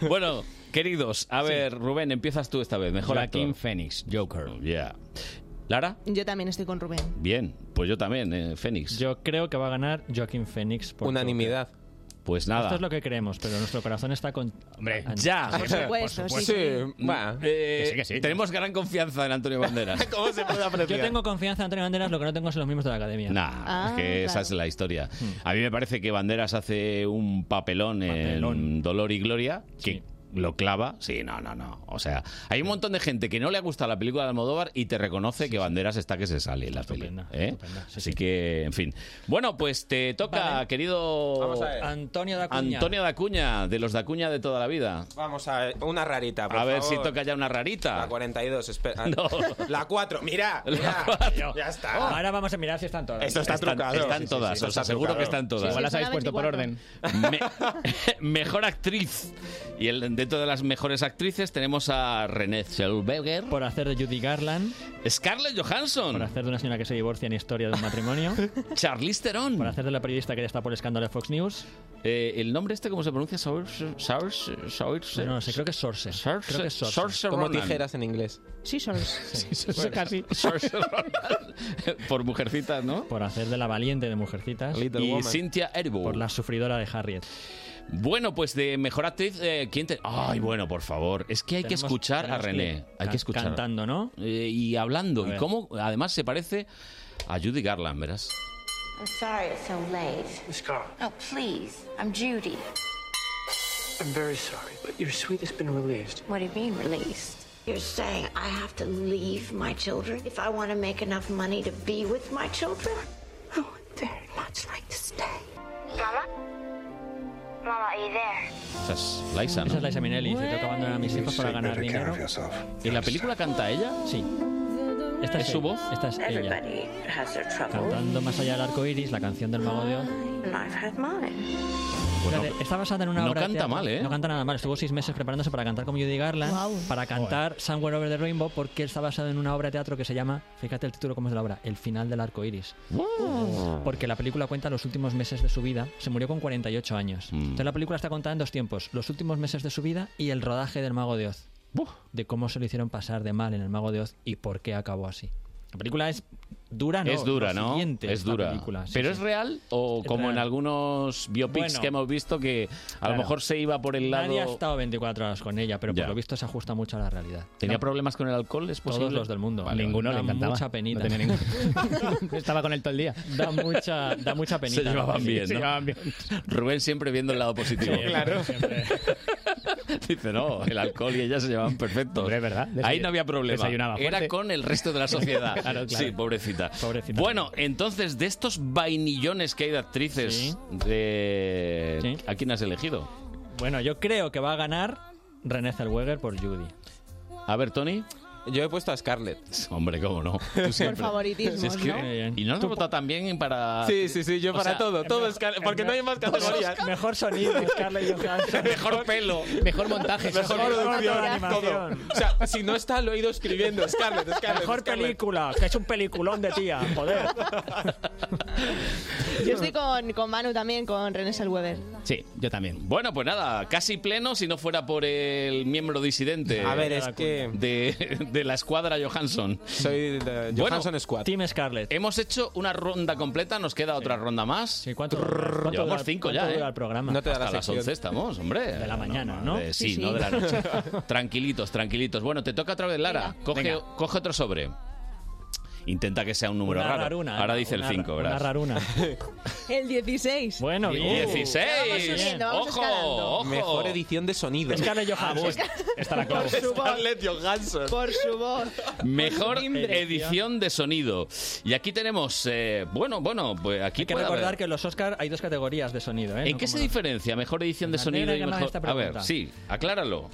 S2: Bueno, queridos, a ver, Rubén, empiezas tú esta vez. Mejor
S13: Joaquín
S2: actor. Phoenix, Joker. Yeah. Lara,
S4: Yo también estoy con Rubén.
S2: bien. Pues yo también, eh, Phoenix.
S14: Yo creo que va a ganar Joaquín Phoenix. por
S3: Unanimidad.
S2: Pues
S14: Joker.
S2: nada.
S14: Esto es lo que creemos, pero nuestro corazón está con. Hombre,
S2: Ya.
S14: Sí, va.
S2: Eh, Tenemos gran confianza en Antonio Banderas. [LAUGHS] ¿Cómo se puede apreciar?
S14: Yo tengo confianza en Antonio Banderas, lo que no tengo son los miembros de la
S2: [LAUGHS]
S14: academia.
S2: Nah, es que
S14: Ah,
S2: esa
S14: claro.
S2: es la historia.
S3: Hmm.
S2: A mí me parece que Banderas hace un papelón, en
S14: Papelón.
S2: Dolor y Gloria que lo clava. Sí, no, no, no. O sea, hay un montón de gente que no le ha gustado la película de Almodóvar y te reconoce que Banderas está que se sale en la película. Así que, en fin. Bueno, pues te toca, querido
S3: [LAUGHS] Vamos a ver.
S2: Antonio Dacuña. Antonio Dacuña, de los Dacuña de toda la vida.
S3: Vamos a ver, una rarita. por
S2: a ver si
S3: favor.
S2: toca ya una rarita.
S3: La 42, espera.
S2: [LAUGHS] No.
S3: La 4, mira. mira. Ya está.
S14: Oh. Ahora vamos a mirar si están todas.
S3: Esto está
S2: Están-
S3: trucado.
S2: Están
S3: Sí, sí,
S2: todas,
S3: sí,
S2: os
S3: está
S2: aseguro
S3: trucado.
S2: que están todas.
S3: Sí, Igual las habéis puesto por
S13: 24.
S2: Me- [LAUGHS] mejor actriz. Y el, dentro de las mejores actrices tenemos a Renée Zellweger.
S14: Por hacer de Judy Garland.
S2: Scarlett Johansson.
S14: Por hacer de una señora que se divorcia en historia de un matrimonio.
S2: Mm. [LAUGHS] Charlize Theron.
S14: Por hacer de la periodista que ya está por el escándalo de Fox News.
S2: ¿El nombre este cómo se pronuncia? Saoirse. Saoirse. Saoirse.
S14: No, no sé, creo que es Sorse.
S2: Saoirse-
S14: Creo que es Sorse.
S2: Saoirse
S14: Como
S2: Ronan.
S14: tijeras
S3: en inglés.
S15: [LAUGHS]
S4: Sí, son. Sí,
S14: son casi.
S2: Saoirse Ronan. [LAUGHS] por mujercitas, ¿no?
S14: Por hacer de la valiente de mujercitas.
S2: Little Y Woman. Cynthia Erivo.
S14: Por la sufridora de Harriet.
S2: Bueno, pues de mejor actriz, eh, ¿quién te...? Ay, bueno, por favor. Es que hay que
S14: Tenemos-
S2: escuchar a
S14: tenemos que
S2: René.
S14: ir
S2: Hay
S14: can-
S2: que escuchar. Eh,
S14: cantando, ¿no?
S2: y hablando.
S14: A
S2: Y
S14: ver.
S2: cómo, además, se parece a Judy Garland, verás.
S9: I'm sorry it's so late. Miss Carl. Oh, please. I'm Judy.
S24: I'm very sorry, but your suite has been released.
S9: What do you mean, released? You're saying I have to leave my children if I want to make enough money to be with my children? I would very much like to stay. Mama? Mama, are you there?
S2: Esa es Liza, ¿no?
S14: Esa es Liza Minnelli. Se toca abandonar a mis hijos para ganar dinero.
S2: ¿En la película canta ella?
S14: Sí. Esta
S2: ¿Es su
S14: ella.
S2: voz?
S14: Esta es ella.
S9: Everybody has their troubles.
S14: Cantando más allá del arco iris, la canción del mago de Oz.
S9: And I've had mine.
S14: Fíjate, está basada en una
S2: no
S14: obra de
S2: canta
S14: teatro.
S2: mal, ¿eh?
S14: No canta nada mal. Estuvo seis meses preparándose para cantar como Judy Garland,
S2: Guau.
S14: para cantar Somewhere Over the Rainbow, porque está basado en una obra de teatro que se llama, fíjate el título cómo es de la obra, El final del arco iris. Porque la película cuenta los últimos meses de su vida. Se murió con 48 años.
S2: Mm.
S14: Entonces la película está contada en dos tiempos: los últimos meses de su vida y el rodaje del Mago de Oz. De cómo se lo hicieron pasar de mal en el Mago de Oz y por qué acabó así. La película es dura, ¿no?
S2: es dura,
S14: Lo
S2: ¿no?
S14: siguiente
S2: Es
S14: la
S2: dura.
S14: película, sí,
S2: ¿Pero
S14: sí.
S2: es real o
S14: Es
S2: como en
S14: real.
S2: algunos biopics
S14: Bueno.
S2: que hemos visto que a
S14: Claro.
S2: lo mejor se iba por el lado...
S14: Nadie ha estado 24 horas con ella, pero
S2: Ya.
S14: por lo visto se ajusta mucho a la realidad.
S2: ¿Tenía
S14: No,
S2: problemas con el alcohol? ¿Es
S14: Todos
S2: posible?
S14: los del mundo.
S2: Vale,
S14: Ninguno
S2: vale.
S14: le Da encantaba. [LAUGHS] mucha penita. No tenía
S13: [LAUGHS]
S2: [LAUGHS]
S13: Estaba con él todo el día.
S14: Da mucha, da mucha penita.
S2: Se llevaban
S14: Sí,
S2: bien,
S14: se
S2: ¿no?
S14: llevaban bien.
S2: Rubén siempre viendo el lado positivo. [LAUGHS]
S14: Claro.
S2: Dice, no, el alcohol y ella se llevaban perfectos. es verdad. Ahí no había problema.
S13: Desayunaba fuerte.
S2: Era con el resto de
S14: [LAUGHS]
S2: la sociedad.
S13: [LAUGHS] Claro, claro.
S2: Sí, pobrecita. Bueno, entonces, de estos vainillones que hay de actrices, de... ¿a quién has elegido?
S14: Bueno, yo creo que va a ganar René Zellweger por Judy.
S2: A ver, Tony.
S3: Yo he puesto a [LAUGHS] Scarlett.
S2: Hombre, cómo no. Tú siempre.
S4: favoritismos,
S2: Si es que-
S4: ¿no?
S2: Y no has votado también para...
S3: Sí, sí, sí, yo
S2: O
S3: para
S2: sea,
S3: todo, todo Scarlett, porque no hay más categorías.
S14: Mejor sonido,
S3: [LAUGHS]
S14: Scarlett Johansson.
S2: Mejor pelo.
S13: Mejor montaje.
S3: Mejor producción, todo.
S14: animación.
S3: O sea, si no está, lo he ido escribiendo. Scarlett, Scarlett.
S14: Mejor
S3: Scarlett.
S14: película, que es un peliculón de tía, joder.
S4: Yo estoy con, con Manu también, con René Selweber.
S2: Sí, yo también. Bueno, pues nada, casi pleno si no fuera por el miembro disidente.
S3: A ver, es que-
S2: De, de la escuadra Johansson.
S3: Soy de Johansson Squad.
S14: Team Scarlett.
S2: Hemos hecho una ronda completa, nos queda otra ronda más.
S14: ¿cuánto, cuánto
S2: Llevamos
S14: dura-
S2: cinco
S14: cuánto
S2: ya.
S14: dura
S2: ¿eh?
S14: el programa?
S2: No te da
S14: Hasta
S2: Hasta
S14: las
S2: las
S14: 11
S2: 11 estamos, hombre.
S14: De la mañana, ¿no?
S2: Eh,
S14: Sí,
S2: sí,
S14: sí.
S2: no de la
S14: [LAUGHS]
S2: noche. tranquilitos, tranquilitos. Bueno, te toca otra vez, Lara. Coge,
S14: Venga.
S2: coge otro sobre. Intenta que sea un número
S14: Una
S2: raro.
S14: raruna,
S2: Ahora
S14: ¿eh?
S2: dice
S14: Una
S2: el
S14: ra-
S2: 5,
S14: una
S2: ¿verdad?
S14: raruna.
S4: El 16.
S14: Bueno, bien.
S2: 16.
S4: Vamos subiendo, vamos
S2: ojo,
S4: escalando.
S2: ojo.
S3: Mejor edición de sonido.
S14: Scarlett Johansson. Esta la clavo.
S3: Scarlett Johansson.
S4: Por su voz.
S2: Mejor
S14: timbre.
S2: edición de sonido. Y aquí tenemos, eh, bueno, bueno, pues aquí
S14: Hay que
S2: puede haber-
S14: recordar que en los Oscars hay dos categorías de sonido, ¿eh?
S2: ¿En
S14: No
S2: qué
S14: como
S2: se
S14: los-
S2: diferencia mejor edición de
S14: Me
S2: sonido
S14: alegra
S2: y
S14: que me hagas
S2: mejor?
S14: esta
S2: A ver,
S14: pregunta.
S2: sí,
S14: [LAUGHS]
S2: acláralo.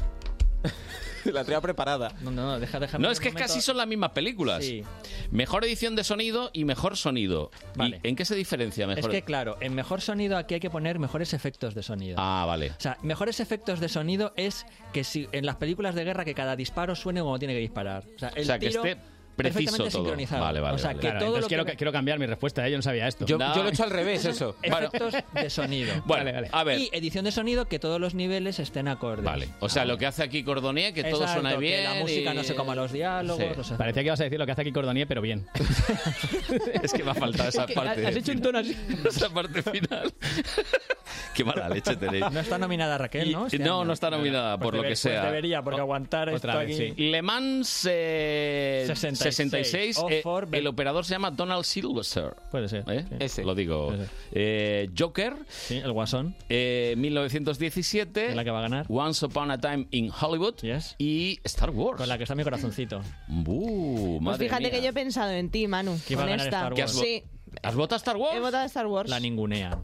S3: La tenía preparada.
S14: No, no, no, deja, déjame
S2: No,
S14: un
S2: es que
S14: momento.
S2: casi son las mismas películas.
S14: Sí.
S2: Mejor edición de sonido y mejor sonido. ¿Y ¿En qué se diferencia
S14: Es
S2: mejor?
S14: que claro, en mejor sonido aquí hay que poner mejores efectos de sonido.
S2: Ah, vale.
S14: O sea, mejores efectos de sonido es que si en las películas de guerra que cada disparo suene como tiene que disparar. O sea, el
S2: O sea, que
S14: tiro
S2: esté preciso
S14: perfectamente
S2: todo.
S14: sincronizado.
S2: Vale, vale,
S14: O sea,
S2: vale.
S14: que
S2: Claro,
S14: todo
S2: entonces
S14: lo
S13: Quiero,
S14: que...
S13: quiero cambiar mi respuesta, ¿eh? yo no sabía esto.
S3: Yo- No. yo lo he hecho al revés,
S14: [LAUGHS]
S3: eso.
S14: Efectos de sonido.
S2: Bueno, [LAUGHS] Vale, vale. a ver.
S14: Y edición de sonido que todos los niveles estén acordes. Vale.
S2: O sea, lo que hace aquí Cordonier, que todo suena bien.
S14: Ah, Que la música
S2: y-
S14: no se coma los diálogos.
S2: Sí.
S14: los-
S13: Parecía que ibas a decir lo que hace aquí Cordonier, pero bien.
S2: [LAUGHS] Es que [LAUGHS] me
S14: [LAUGHS]
S2: ha faltado esa
S13: Es que
S2: parte.
S13: has hecho un tono así.
S2: [LAUGHS] Esa parte final. Qué mala leche tenéis.
S14: No está nominada Raquel,
S2: Y-
S14: ¿no? Este
S2: no,
S14: año.
S2: no está nominada,
S14: Pues
S2: por lo
S14: debe-
S2: que sea.
S14: Pues debería, porque aguantar esto aquí...
S2: Le Mans eh,
S14: 68.
S2: 66. eh, el operador se llama Donald Silvester.
S14: Puede ser.
S2: Ese. Lo digo. Eh, Joker. Eh,
S14: el Guasón.
S2: 1917.
S14: la que va a ganar.
S2: Once Upon a Time in Hollywood. Y Star Wars. Con
S14: la que está mi corazoncito.
S2: Uh,
S4: Pues
S2: madre
S4: fíjate
S2: mía.
S4: que yo he pensado en ti, Manu.
S2: Que iba a
S4: con
S2: ganar
S4: esta.
S2: Star Wars.
S4: Sí.
S2: ¿Has votado Star Wars?
S4: He votado Star Wars.
S14: La ningunea.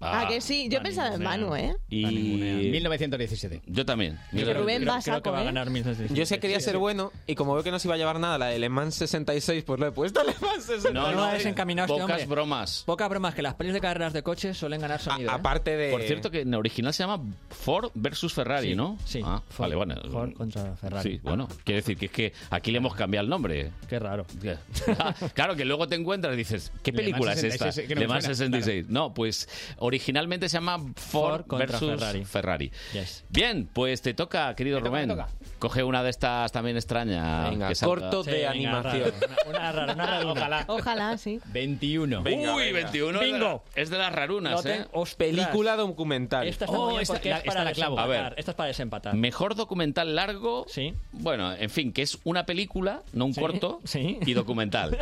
S4: Ah, que sí. Yo he pensado en Manu, ¿eh?
S2: Y...
S13: 1917.
S2: Yo también.
S4: Que Rubén va a
S14: creo que
S4: saco,
S14: va a
S4: ¿eh?
S14: ganar 1917.
S3: Yo sé quería ser bueno y como veo que no se iba a llevar nada la de Le Mans 66, pues lo he puesto a Le Mans 66.
S14: No, no, es encaminado este hombre.
S2: eh, bromas.
S14: Pocas bromas, que las pelis de carreras de coches suelen ganar sonido. ¿eh?
S3: aparte de...
S2: Por cierto, que en original se llama Ford versus Ferrari,
S14: Sí,
S2: ¿no?
S14: sí.
S2: Ah, vale, bueno.
S14: Ford contra Ferrari.
S2: Sí, bueno, quiere decir que es que aquí le hemos cambiado el nombre.
S14: Qué raro.
S2: claro, [LAUGHS] que luego te encuentras y dices, ¿qué
S14: Le Mans
S2: película es
S14: 66,
S2: esta?
S14: que no me
S2: Le Mans
S14: suena,
S2: 66. No, pues originalmente se llama Ford,
S14: Ford contra
S2: versus Ferrari.
S14: Ferrari.
S2: Bien, pues te toca, querido Rubén. Coge una de estas también extraña.
S3: Venga,
S2: que salga.
S3: corto de animación.
S14: Una rara, una rara.
S13: Ojalá.
S4: Ojalá, sí.
S13: 21.
S2: Uy, 21. es de la- Es de las rarunas,
S14: Lo
S2: ¿eh?
S14: tengo- ostras. Película
S3: documental.
S14: Esta está
S2: Oh,
S14: muy bien
S2: esta-
S14: porque
S2: la-
S14: es para
S2: esta la clavo.
S14: desempatar.
S2: A ver.
S14: Esta es para desempatar.
S2: Mejor documental largo.
S14: Sí.
S2: Bueno, en fin, que es una película, no un
S14: Sí,
S2: corto, y
S14: [LAUGHS]
S2: documental.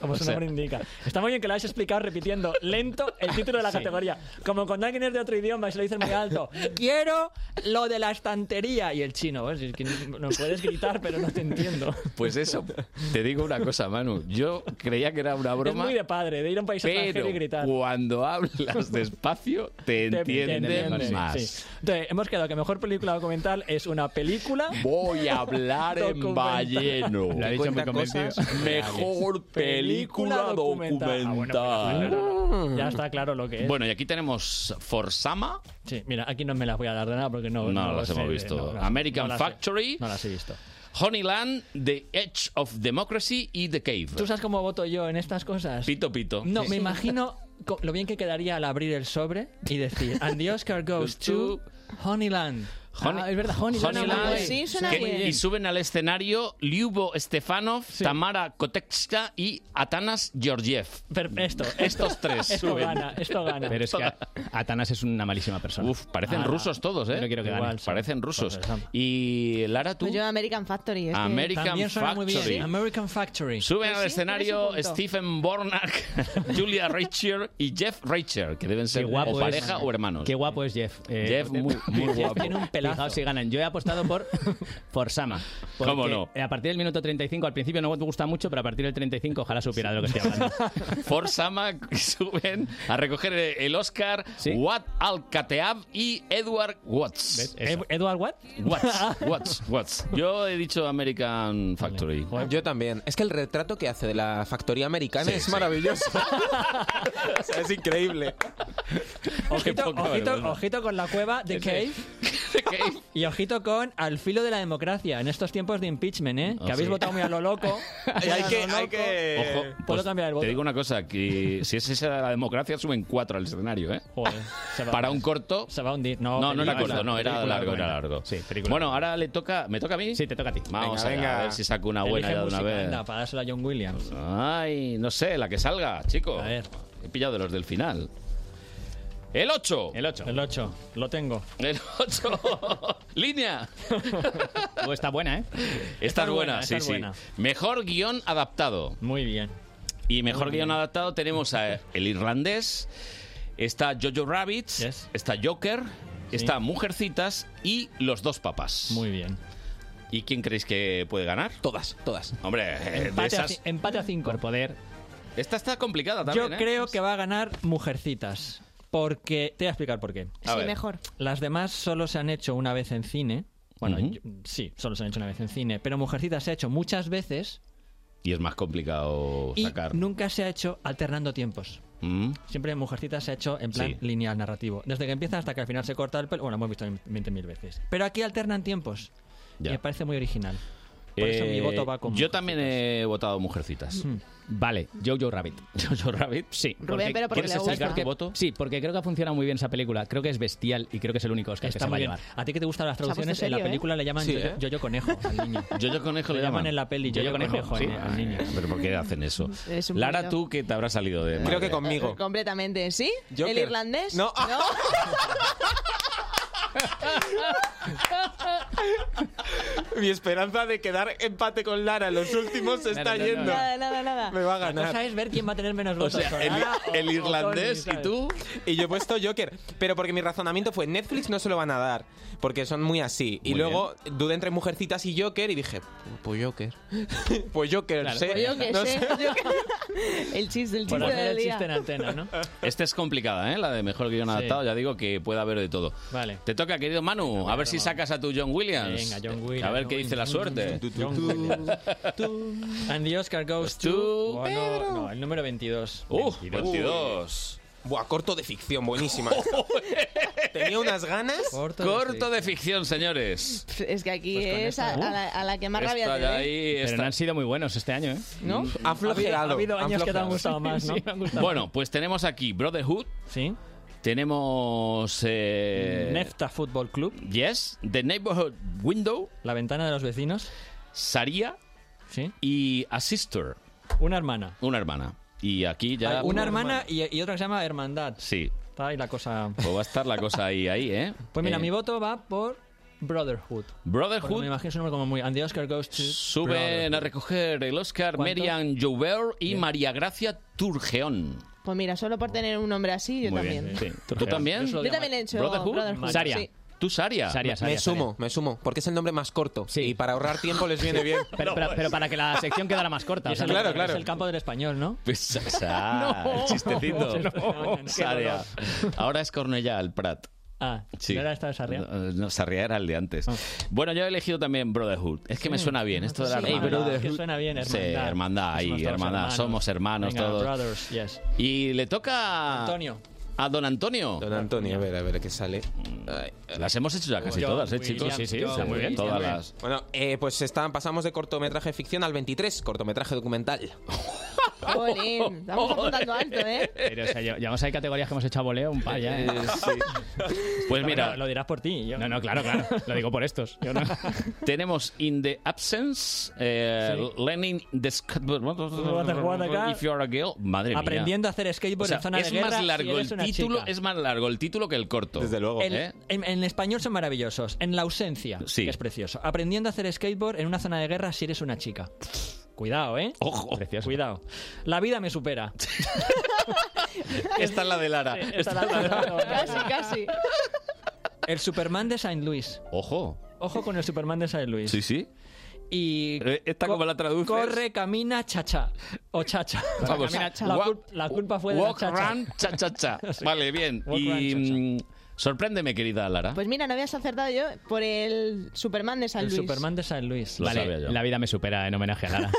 S14: Como
S2: O
S14: su
S2: sea-
S14: nombre indica. Está muy bien que lo hayas explicado repitiendo lento el título de la
S2: Sí.
S14: categoría. Como cuando alguien es de otro idioma y se lo dices muy alto. Quiero lo de la estantería. Y el chino, pues, es que no puedes gritar, pero no te entiendo.
S2: Pues eso, te digo una cosa, Manu. Yo creía que era una broma.
S14: es muy de padre, de ir a un país
S2: pero
S14: extranjero y gritar.
S2: cuando hablas despacio te
S14: Te- te
S2: entienden
S14: entienden,
S2: más.
S14: sí. Entonces, hemos quedado que mejor película documental es una película.
S2: Voy a hablar en
S14: documental.
S2: balleno.
S13: Lo ha dicho muy convencido.
S14: [LAUGHS]
S2: Mejor película
S14: Ah, bueno, pero
S2: documental.
S14: claro, [LAUGHS] ya está claro lo que es.
S2: Bueno, y aquí tenemos Forsama.
S14: Sí, mira, aquí no me las voy a dar de nada porque no,
S2: No
S14: lo
S2: las
S14: sé,
S2: hemos visto.
S14: no las-
S2: American
S14: no las-
S2: Factory.
S14: No las he visto.
S2: Honeyland, The Edge of Democracy y The Cave.
S14: ¿Tú sabes cómo voto yo en estas cosas?
S2: Pito, pito.
S14: No, me imagino co- lo bien que quedaría al abrir el sobre y decir, [LAUGHS] and the Oscar goes to Honeyland.
S2: Honey-
S14: Ah, es verdad, Honeyland.
S2: Honeyland.
S14: Away.
S2: Que- Y suben al escenario Lyubo Stefanov, Tamara Kotekska y Atanas Georgiev. Estos
S14: [LAUGHS]
S2: tres
S14: esto
S2: suben.
S14: gana, esto gana.
S13: Pero es que A- Atanas es una malísima persona.
S2: Uf, parecen rusos todos, ¿eh?
S13: Yo no quiero que gane.
S2: Igual, sí. Parecen rusos.
S13: Pues,
S2: Y Lara, tú.
S4: Pues yo American Factory. es que-
S2: American
S14: También suena muy bien.
S2: Factory.
S14: American Factory.
S2: Suben
S4: Pues
S2: al
S4: sí,
S2: escenario
S4: tienes un punto.
S2: Stephen Bornack, [LAUGHS] Julia Reicher y Jeff Reicher, que deben ser o pareja o hermanos.
S13: Qué guapo es Jeff. Eh,
S2: Jeff, muy- muy
S13: Jeff
S2: guapo.
S13: Tiene un pelazo. Fijaos si ganan. Yo he apostado [LAUGHS] por, por Sama. porque
S2: ¿Cómo no?
S13: A partir del minuto 35, al principio no te gusta mucho, pero a partir del 35 ojalá supiera de lo que estoy
S2: [LAUGHS]
S13: hablando.
S2: Forsama suben a recoger el Oscar Wat Al Kateab y Edward Watts.
S14: ¿Edward Watt? [LAUGHS]
S2: Watts, Watts, Watts. Yo he dicho American Factory.
S3: Yo también. Es que el retrato que hace de la factoría americana
S2: Sí,
S3: es
S2: sí.
S3: maravilloso. O sea, es increíble.
S14: Ojito,
S3: poca
S14: ojito-
S3: vergüenza.
S14: ojito con la cueva de
S2: [LAUGHS]
S14: Cave. Y ojito con Al filo de la democracia en estos tiempos de impeachment, ¿eh? que habéis
S2: Ah, sí.
S14: votado muy a lo
S2: [LAUGHS]
S14: loco.
S3: Y hay que- hay que-
S2: Ojo, pues,
S14: ¿Puedo cambiar el voto?
S2: Te digo una cosa,
S14: [LAUGHS]
S2: que si es esa la democracia, suben cuatro al escenario, ¿eh? Para un corto...
S14: Se va a hundir. No,
S2: No, no era
S14: película,
S2: corto, no, era
S14: película,
S2: largo, era
S14: bueno.
S2: largo. Bueno, ahora le toca... ¿Me toca a mí? Sí, te toca a ti. Vamos
S14: Venga,
S2: allá,
S14: venga.
S2: a ver si saco una buena
S14: Elige
S2: ya de una
S14: música,
S2: vez.
S14: anda, para dársela a John Williams.
S2: Ay, no sé, la que salga, chico. A ver. He pillado de los del final. El 8. El 8.
S14: El 8. Lo tengo.
S2: El 8. [LAUGHS] Línea.
S13: está buena, ¿eh?
S2: Esta es buena,
S13: buena,
S2: sí,
S13: esta es
S2: sí.
S13: buena.
S2: Mejor guión adaptado.
S14: Muy bien.
S2: Y mejor
S13: Muy
S2: guión
S13: bien.
S2: adaptado tenemos a El Irlandés, está Jojo Rabbit, está Joker, está Mujercitas y Los Dos Papas. Muy
S14: bien.
S2: ¿Y quién creéis que puede ganar?
S3: Todas, todas.
S2: Hombre, eh, de
S14: Empate a,
S2: esas...
S14: ci- empate a 5. Por poder.
S2: Esta está complicada también,
S14: Yo
S2: ¿eh?
S14: creo que va a ganar Mujercitas. Porque. Te voy a explicar por qué.
S2: A Sí, ver. mejor.
S14: Las demás solo se han hecho una vez en cine. Bueno,
S2: Ujú.
S14: yo- sí, solo se han hecho una vez en cine. Pero Mujercitas se ha hecho muchas veces
S2: Y es más complicado
S14: y
S2: sacar.
S14: nunca se ha hecho alternando tiempos.
S2: Mm.
S14: Siempre Mujercitas se ha hecho en plan
S2: Sí.
S14: lineal narrativo. Desde que empieza hasta que al final se corta el pelo. Bueno, hemos visto 20.000 veces. Pero aquí alternan tiempos.
S2: Ya.
S14: Y me parece muy original. Por eso mi
S2: Eh,
S14: voto va con.
S2: Yo también he votado Mujercitas.
S14: Mm.
S13: Vale, Jojo Rabbit.
S14: [LAUGHS]
S2: Jojo Rabbit.
S13: Sí.
S2: Rubén, pero porque
S13: ¿quieres
S2: le gusta.
S13: explicar
S2: ¿Por qué
S13: tu voto? Sí, porque creo que ha funcionado muy bien esa película. Creo que es bestial y creo que es el único Oscar
S14: Está
S13: que se va
S14: muy
S13: a
S14: bien.
S13: llevar.
S14: A ti que te gustan las
S13: Se ha puesto
S14: traducciones, en la
S13: serio, ¿eh?
S14: película le llaman
S13: Sí,
S14: yo,
S13: ¿eh?
S14: yo, Conejo al niño.
S2: Yo, yo
S14: [LAUGHS]
S2: conejo le
S14: Le
S2: llaman.
S14: llaman en la peli yo, yo conejo,
S2: sí.
S14: en- al niño.
S2: Ay, Pero ¿por qué hacen eso?
S4: [LAUGHS] Es un
S2: Lara,
S4: poquito-
S2: tú que te habrás salido de.
S3: Creo
S2: madre.
S3: que conmigo.
S4: [LAUGHS] Completamente, ¿sí?
S2: Joker.
S4: ¿El irlandés?
S2: No.
S3: [LAUGHS] Mi esperanza de quedar empate con Lara en los últimos se está
S14: Nada, nada,
S3: yendo.
S14: nada.
S4: Nada, nada.
S3: Me va a ganar.
S14: La cosa es ver quién va a tener menos votos.
S2: ¿eh?
S14: Lara o- o Tony, ¿sabes?
S3: Y yo he puesto Joker. Pero porque mi razonamiento fue: Netflix no se lo van a dar. Porque son muy así. Y
S2: Muy
S3: luego dudé entre Mujercitas y Joker y dije: Pues Joker. [LAUGHS] pues Joker,
S2: Claro.
S3: sé.
S4: Pues yo que
S3: No
S4: sé.
S3: sé. [LAUGHS]
S4: yo que- [LAUGHS] El chiste, el
S2: Por
S4: chiste
S2: hacer
S4: del
S2: el
S4: día.
S2: chiste en
S14: antena, ¿no?
S2: Esta es complicada, ¿eh? La de mejor guión adaptado. Ya digo que puede haber de todo.
S14: Vale.
S2: Te toca, querido Manu. a ver si sacas a tu John Williams.
S14: Venga, John Williams. Mm,
S2: A ver qué
S14: John-
S2: dice la suerte.
S14: John Williams. And the Oscar goes to... Oh, no, no, el número 22.
S2: Uh,
S3: 22. Buah, corto de ficción,
S2: [LAUGHS]
S3: buenísima. Tenía unas ganas.
S14: Corto, mm,
S2: de ficción, señores.
S4: Es que aquí
S2: con
S4: es a,
S2: esta-
S4: a la, a la que más
S2: Esta
S4: rabia te
S2: ya
S4: dé.
S2: ahí
S13: Pero
S2: está.
S13: no han sido muy buenos este año, ¿eh?
S4: ¿No?
S14: Ha flojeado, Ha habido- ha habido años que te han flojeado. gustado más, ¿no?
S13: Sí, me han gustado.
S2: Bueno, pues tenemos aquí Brotherhood.
S14: Sí.
S2: Tenemos. Eh,
S14: Nefta Football Club.
S2: Yes. The Neighborhood Window.
S14: La ventana de los vecinos.
S2: Saria.
S14: Sí.
S2: Y A Sister.
S14: Una hermana.
S2: Una hermana. Y aquí ya.
S14: Hay una hermana y, y otra que se llama Hermandad.
S2: Sí.
S14: Está ahí la cosa...
S2: Pues va a estar la cosa ahí, ahí, ¿eh?
S14: Pues mira,
S2: Eh,
S14: mi voto va por Brotherhood.
S2: Brotherhood.
S14: Porque Me imagino es un nombre como muy... And the Oscar goes to...
S2: Suben a recoger el Oscar
S14: ¿Cuánto?
S2: Merian Joubert y María Gracia Turgeón.
S4: Pues mira, solo por tener un nombre así, yo
S2: Muy
S4: también.
S2: bien. Sí. ¿Tú también?
S4: Yo también he hecho
S2: Brotherhood.
S4: Brotherhood,
S2: Saria.
S4: sí.
S2: ¿Tú, Saria?
S3: me sumo, me sumo, porque es el nombre más corto. Y para ahorrar tiempo les
S14: [LAUGHS]
S3: viene bien.
S13: Pero, pero- pero para que la sección quedara más
S14: Y
S13: corta. o
S14: es
S13: sea,
S14: el-
S13: no-
S3: Claro, claro.
S14: Es el campo del español, ¿no?
S2: Pues, o sea,
S14: [LAUGHS] No.
S2: el chistecito.
S14: No, no, no.
S2: Sarria. Ahora es Cornellá, el Prat.
S14: Ah, ¿no era esta de Sarria? Ah.
S2: No, no, Sarria era el de antes. Bueno, yo he elegido también Brotherhood. Es que me suena bien esto de la
S14: Sí,
S2: hermandad.
S14: Brotherhood. Es que suena bien,
S2: Sí,
S14: hermandad.
S2: hermandad ahí,
S14: Somos todos
S2: hermandad.
S14: hermanos.
S2: Somos hermanos
S14: Venga,
S2: todos.
S14: brothers, yes.
S2: Y le toca
S14: Antonio.
S2: a don Antonio. Mm,
S3: Don Antonio, a ver, a ver qué sale.
S2: Las hemos hecho ya casi todas, ¿eh, chicos? O sea, muy bien, todas las...
S3: Bueno, eh, pues están, pasamos de cortometraje ficción al 23, cortometraje documental.
S4: Jolín, estamos apuntando alto, ¿eh?
S13: Pero, o sea, ya, ya vamos a ver categorías que hemos hecho a voleo un par ya, ¿eh?
S14: [LAUGHS]
S2: Pues mira,
S14: Lo dirás por ti. yo-
S13: No,
S14: [LAUGHS]
S13: no, claro, claro. Lo digo por estos. Yo no.
S2: Tenemos In the Absence, eh, Lenin the Skateboard.
S14: jugar acá.
S2: If you're a girl. Madre mía.
S14: Aprendiendo a hacer skateboard
S2: O sea,
S14: en zona
S2: es
S14: de guerra.
S2: más
S14: si
S2: largo
S14: eres
S2: el
S14: una
S2: título,
S14: chica.
S2: es ¿eh? más largo el título que el corto. Desde luego.
S14: El- en, en español son maravillosos. En la ausencia,
S2: Sí.
S14: que es precioso. Aprendiendo a hacer skateboard en una zona de guerra si eres una chica. Cuidado, ¿eh?
S2: Ojo.
S14: Cuidado. La vida me
S2: [LAUGHS]
S14: supera.
S2: Esta es la de Lara.
S14: Esta la-
S4: Casi, casi.
S14: El Superman de Saint Louis.
S2: Ojo.
S14: Ojo con el Superman de Saint Louis.
S2: Sí, sí.
S14: Y
S2: Eh, Esta como la traduces.
S14: corre, camina, chacha. O chacha.
S2: [LAUGHS] Vamos.
S14: Camina, cha- La,
S2: Walk-
S14: cul- la culpa fue de la
S2: Walk,
S14: chacha.
S2: run, cha,
S14: [LAUGHS]
S2: cha, cha. Vale, bien.
S14: Walk,
S2: y
S14: run,
S2: mm, sorpréndeme, querida Lara.
S4: Pues mira, no habías acertado yo por el Superman de San Luis.
S14: de San Luis.
S2: Lo
S13: vale,
S2: sabía yo.
S13: La vida me supera en homenaje
S14: [LAUGHS]
S13: a Lara.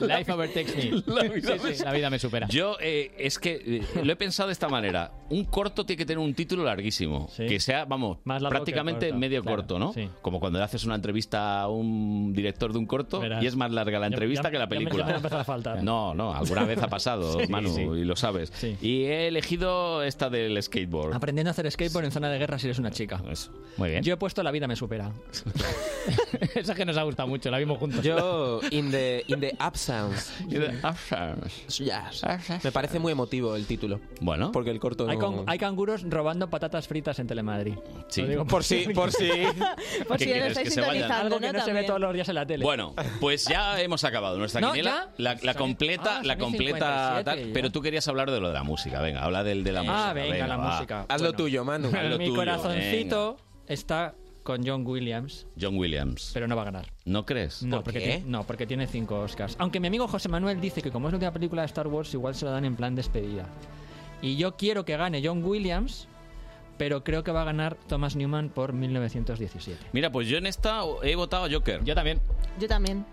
S13: Life overtakes
S14: Pues,
S13: me.
S2: [LAUGHS] La vida
S13: Sí, sí,
S2: me-
S13: la vida me supera.
S2: Yo eh, es que eh, lo he pensado de esta manera. Un corto tiene que tener un título larguísimo. Que sea, vamos,
S14: Más largo
S2: prácticamente
S14: que corto,
S2: medio
S14: claro,
S2: corto, ¿no?
S14: sí.
S2: Como cuando le haces una entrevista a un director de un corto
S14: Verás.
S2: y es más larga la
S14: Ya-
S2: entrevista
S14: ya-
S2: que la
S14: ya me- ya me
S2: película.
S14: va a empezar a faltar.
S2: No, no, alguna vez ha pasado,
S14: [LAUGHS] Sí,
S2: Manu,
S14: sí.
S2: y lo sabes. Y he elegido esta del skateboard.
S14: Aprendiendo a hacer skateboard en zona de guerra si eres una chica.
S2: Muy bien.
S14: Yo he puesto La vida me supera.
S13: [LAUGHS] Esa que nos ha gustado mucho, la vimos juntos.
S3: Yo, in the, in the
S2: [LAUGHS]
S3: absence.
S2: Yes.
S3: Me parece muy emotivo el título.
S2: Bueno.
S3: Porque el corto
S14: Hay,
S3: no-
S14: can- hay canguros robando patatas fritas en Telemadrid.
S2: Sí.
S14: Lo digo
S3: Por si, por
S14: [LAUGHS]
S3: si.
S4: Por
S2: ¿Qué
S4: si lo
S2: quieres,
S4: estáis
S2: que se vayan?
S4: sintonizando,
S14: Algo
S4: ¿no?
S14: que no se ve
S4: También.
S14: todos los días en la tele.
S2: Bueno, pues ya hemos acabado
S14: [LAUGHS]
S2: nuestra
S14: ¿No?
S2: quiniela.
S14: ¿Ya?
S2: La, la completa,
S14: Ah,
S2: la
S14: son y
S2: completa
S14: 57
S2: tal,
S14: ya.
S2: Pero tú querías hablar de lo de la música. Venga, habla del de la música.
S14: Ah, venga, la
S2: va.
S14: música.
S3: Haz lo tuyo, Manu.
S14: [LAUGHS]
S2: Haz lo
S14: Mi
S2: tuyo,
S14: corazoncito está con John Williams,
S2: John Williams.
S14: pero no va a ganar.
S2: ¿No crees?
S14: No, porque tiene, no, porque tiene cinco Oscars. Aunque mi amigo José Manuel dice que como es la última película de Star Wars, igual se la dan en plan despedida. Y yo quiero que gane John Williams, pero creo que va a ganar Thomas Newman por 1917.
S2: Mira, pues yo en esta he votado a Joker. Yo
S13: también.
S4: Yo también.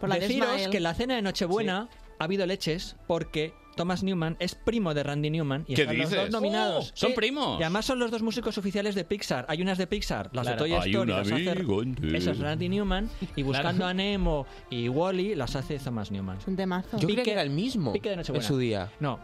S4: Por la de
S14: Deciros
S4: Ismael.
S14: que en la cena de Nochebuena ha habido leches porque Thomas Newman es primo de Randy Newman y
S2: ¿Qué
S14: están los
S2: dices?
S14: dos nominados.
S2: Oh, son
S14: Sí.
S2: primos.
S14: Y además son los dos músicos oficiales de Pixar. Hay unas de Pixar, las
S2: Claro.
S14: de Toy
S2: Hay un
S14: Story, las hace
S2: amigo en ti.
S14: eso es Randy Newman y buscando a Nemo y Wally las hace Thomas Newman.
S4: Un temazo.
S3: Yo creía que era el mismo
S14: Pique de
S3: en
S14: Nochebuena.
S3: su día.
S14: No,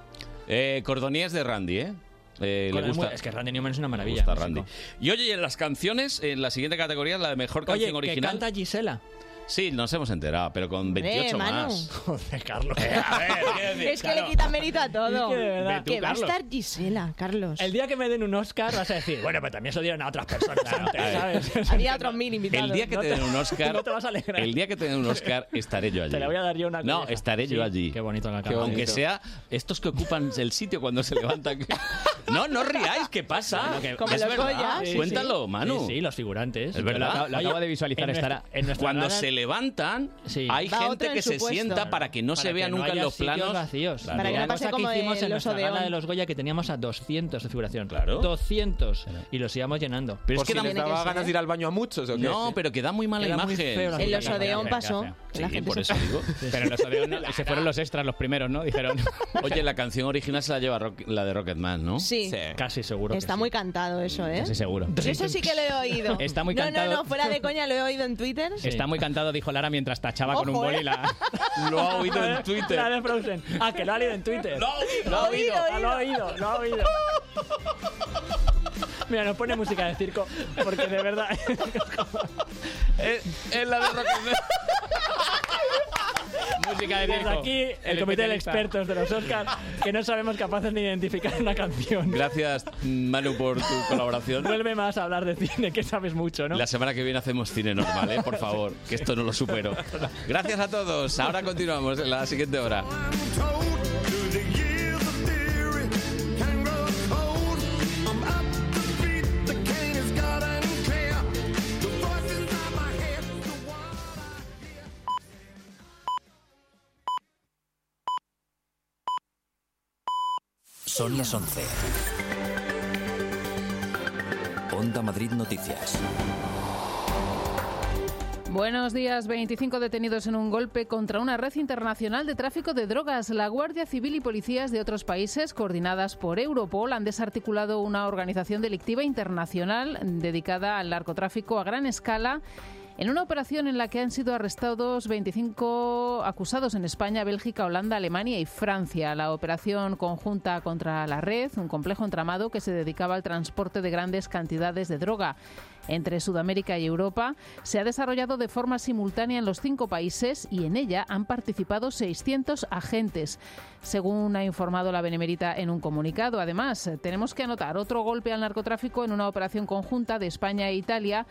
S2: Eh, Cordonías de Randy, ¿eh? Eh,
S14: con
S2: le
S14: la mu-
S2: gusta.
S14: es que Randy Newman es una
S2: le
S14: maravilla.
S2: gusta
S14: no sé
S2: Randy.
S14: cómo.
S2: Y oye, y en las canciones, en la siguiente categoría, la de mejor canción
S14: Oye, que
S2: original.
S14: canta Gisela.
S2: Sí, nos hemos enterado, pero con 28
S4: Eh, Manu.
S2: más.
S14: [LAUGHS] Joder,
S4: [LAUGHS]
S14: Carlos.
S2: [LAUGHS]
S4: es que le quitan mérito a todo.
S14: Es que de verdad.
S4: que va a
S14: Tú, Carlos.
S4: estar Gisela, Carlos.
S14: El día que me den un Oscar vas a
S2: [LAUGHS]
S14: decir, bueno, pero también se lo dieron a otras personas antes, ¿sabes?
S4: [LAUGHS] Había otros mil invitados.
S2: El día que te den un Oscar,
S14: [LAUGHS] no te vas a alegrar.
S2: el día que te den un Oscar
S14: [LAUGHS]
S2: estaré yo allí.
S14: Te la voy a dar yo una
S2: No,
S14: colleja.
S2: estaré yo
S14: Sí,
S2: allí. Qué
S14: bonito
S2: que
S14: acabas.
S2: aunque
S14: Bonito.
S2: sea estos que ocupan el sitio cuando se levantan. No, no ríais, ¿qué pasa?
S14: Como
S2: Es
S14: los
S2: verdad.
S14: Goya, Ah, sí, sí.
S2: Cuéntalo, Manu.
S14: Sí, sí, los figurantes.
S2: Es
S14: Yo
S2: verdad.
S14: lo acabo- lo acabo
S2: Oye,
S14: de visualizar,
S2: en
S14: estará-
S2: nuestra-
S14: en nuestra
S2: Cuando
S14: gala-
S2: se levantan, hay
S14: Va otro
S2: gente
S14: en
S2: que
S14: su
S2: se
S14: puesto.
S2: sienta para que no se
S14: Para
S2: vea
S14: que
S2: nunca en
S14: haya
S2: los
S14: sitios
S2: planos
S14: vacíos.
S2: Claro.
S14: Para que no
S4: pase
S14: pase
S4: como
S14: que hicimos
S4: el
S14: en nuestra
S4: oso de
S14: gala
S4: Oz.
S14: de los Goya que teníamos a 200 de figuración. Claro. 200. Y los íbamos llenando.
S2: Pero
S3: Por si les daba ganas
S13: ¿eh?
S3: de ir al baño a muchos, ¿o qué?
S2: No, pero que da muy mala
S14: Queda muy
S2: imagen.
S14: feo la El
S13: oso de Oz pasó,
S2: Sí,
S13: que la gente
S2: por
S13: se-
S2: eso digo.
S13: Pero en los Odeón no- se fueron los extras los primeros, ¿no? Dijeron.
S2: [LAUGHS] Oye, la canción original se la lleva Rock- la de Rocketman, ¿no?
S4: Sí. Sí.
S2: Casi seguro.
S4: Está muy cantado eso, ¿eh?
S2: Casi seguro.
S4: Yo eso sí que lo he
S2: [LAUGHS]
S4: oído.
S13: Está muy
S4: no,
S13: cantado.
S4: No, no, fuera de coña, lo he oído en Twitter.
S13: Está muy cantado, dijo Lara mientras tachaba con un
S4: Ojo,
S13: boli
S4: ¿eh? [LAUGHS]
S13: la.
S2: Lo ha oído en Twitter.
S14: La de Frozen. Ah, que lo ha leído en Twitter.
S2: Lo ha
S14: Lo ha oído. Ah, Lo ha oído. Lo ha oído. Mira, nos pone música de circo. Porque de verdad.
S2: Es eh, la de Rocketman.
S13: [LAUGHS] Música de
S14: Desde
S13: circo.
S14: aquí,
S2: Eh,
S14: el, comité de
S13: especialista.
S14: expertos de los Oscars, que no sabemos capaces ni identificar una canción.
S2: Gracias, Manu, por tu colaboración.
S14: Vuelve más a hablar de cine, que sabes mucho, ¿no?
S2: La semana que viene hacemos cine normal, ¿eh? Por favor, que esto no lo supero. Gracias a todos. Ahora continuamos en la siguiente hora.
S1: Son las 11. Onda Madrid Noticias.
S16: Buenos días. 25 detenidos en un golpe contra una red internacional de tráfico de drogas. La Guardia Civil y policías de otros países, coordinadas por Europol, han desarticulado una organización delictiva internacional dedicada al narcotráfico a gran escala. En una operación en la que han sido arrestados 25 acusados en España, Bélgica, Holanda, Alemania y Francia. La operación conjunta contra la red, un complejo entramado que se dedicaba al transporte de grandes cantidades de droga entre Sudamérica y Europa, se ha desarrollado de forma simultánea en los cinco países y en ella han participado 600 agentes, según ha informado la Benemerita en un comunicado. Además, tenemos que anotar otro golpe al narcotráfico en una operación conjunta de España e Italia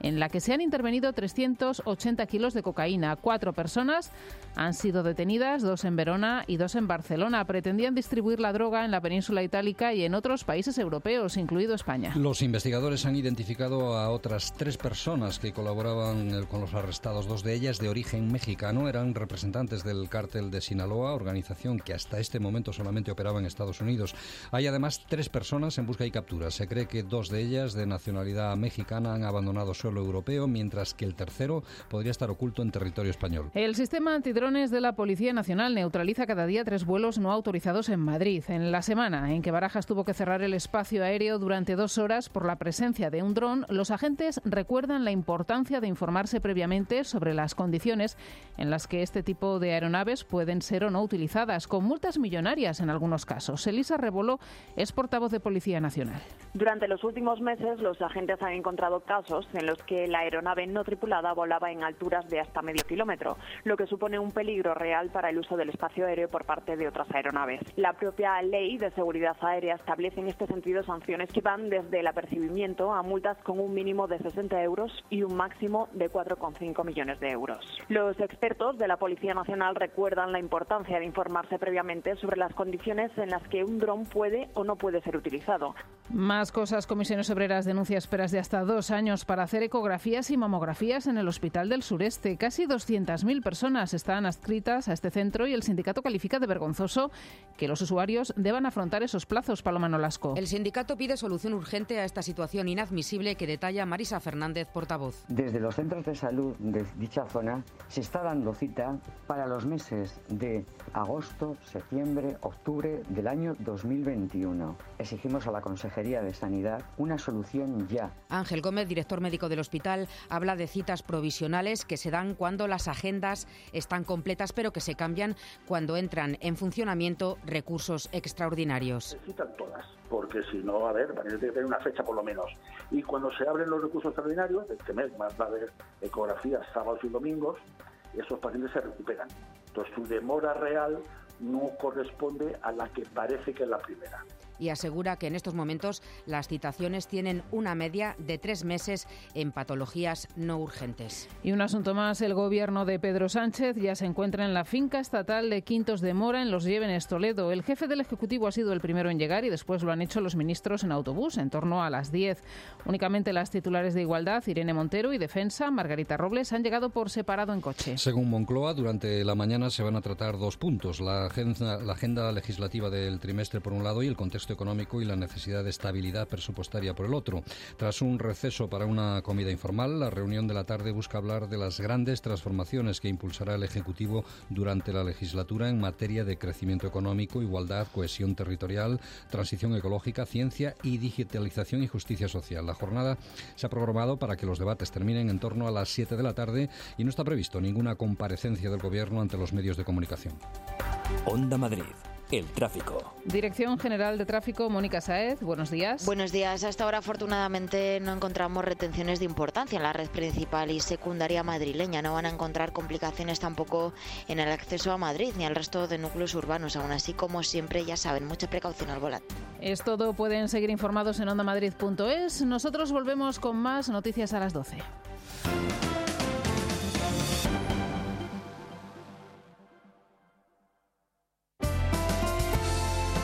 S16: en la que se han intervenido 380 kilos de cocaína. Cuatro personas han sido detenidas, dos en Verona y dos en Barcelona. Pretendían distribuir la droga en la península itálica y en otros países europeos, incluido España.
S18: Los investigadores han identificado a otras tres personas que colaboraban eh, con los arrestados. Dos de ellas de origen mexicano eran representantes del cártel de Sinaloa, organización que hasta este momento solamente operaba en Estados Unidos. Hay además tres personas en busca y captura. Se cree que dos de ellas de nacionalidad mexicana han abandonado suelo europeo, mientras que el tercero podría estar oculto en territorio español.
S16: El sistema antidrones de la Policía Nacional neutraliza cada día tres vuelos no autorizados en Madrid. En la semana en que Barajas tuvo que cerrar el espacio aéreo durante dos horas por la presencia de un dron, los agentes recuerdan la importancia de informarse previamente sobre las condiciones en las que este tipo de aeronaves pueden ser o no utilizadas, con multas millonarias en algunos casos. Elisa Rebolo es portavoz de Policía Nacional.
S17: Durante los últimos meses, los agentes han encontrado casos en los que la aeronave no tripulada volaba en alturas de hasta medio kilómetro, lo que supone un peligro real para el uso del espacio aéreo por parte de otras aeronaves. La propia Ley de Seguridad Aérea establece en este sentido sanciones que van desde el apercibimiento a multas con un mínimo de 60 euros y un máximo de 4,5 millones de euros. Los expertos de la Policía Nacional recuerdan la importancia de informarse previamente sobre las condiciones en las que un dron puede o no puede ser utilizado.
S16: Más cosas. Comisiones Obreras denuncia esperas de hasta dos años para hacer ecografías y mamografías en el Hospital del Sureste. Casi 200.000 personas están adscritas a este centro y el sindicato califica de vergonzoso que los usuarios deban afrontar esos plazos, Paloma Nolasco.
S25: El sindicato pide solución urgente a esta situación inadmisible que detalla Marisa Fernández, portavoz.
S20: Desde los centros de salud de dicha zona se está dando cita para los meses de agosto, septiembre, octubre del año 2021. Exigimos a la Consejería de Sanidad una solución ya.
S25: Ángel Gómez, director médico del
S21: del hospital habla de citas provisionales que se dan cuando las agendas están completas, pero que se cambian cuando entran en funcionamiento recursos extraordinarios.
S26: citan todas, porque si no, a ver, tiene que tener una fecha por lo menos. Y cuando se abren los recursos extraordinarios, de este mes más va a haber ecografías sábados y domingos, esos pacientes se recuperan. Entonces, su demora real no corresponde a la que parece que es la primera.
S21: y asegura que en estos momentos las citaciones tienen una media de tres meses en patologías no urgentes.
S16: Y un asunto más, el gobierno de Pedro Sánchez ya se encuentra en la finca estatal de Quintos de Mora en Los Llévenes, Toledo. El jefe del Ejecutivo ha sido el primero en llegar y después lo han hecho los ministros en autobús, en torno a las 10. Únicamente las titulares de Igualdad, Irene Montero y Defensa, Margarita Robles, han llegado por separado en coche.
S18: Según Moncloa, durante la mañana se van a tratar dos puntos, la agenda, la agenda legislativa del trimestre por un lado y el contexto económico y la necesidad de estabilidad presupuestaria por el otro. Tras un receso para una comida informal, la reunión de la tarde busca hablar de las grandes transformaciones que impulsará el Ejecutivo durante la legislatura en materia de crecimiento económico, igualdad, cohesión territorial, transición ecológica, ciencia y digitalización y justicia social. La jornada se ha programado para que los debates terminen en torno a las 7 de la tarde y no está previsto ninguna comparecencia del Gobierno ante los medios de comunicación.
S19: Onda Madrid, el tráfico.
S16: Dirección General de Tráfico, Mónica Saez, buenos días.
S20: Buenos días. Hasta ahora, afortunadamente, no encontramos retenciones de importancia en la red principal y secundaria madrileña. No van a encontrar complicaciones tampoco en el acceso a Madrid ni al resto de núcleos urbanos. Aún así, como siempre, ya saben, mucha precaución al volante.
S16: Es todo, pueden seguir informados en ondamadrid.es. Nosotros volvemos con más noticias a las 12.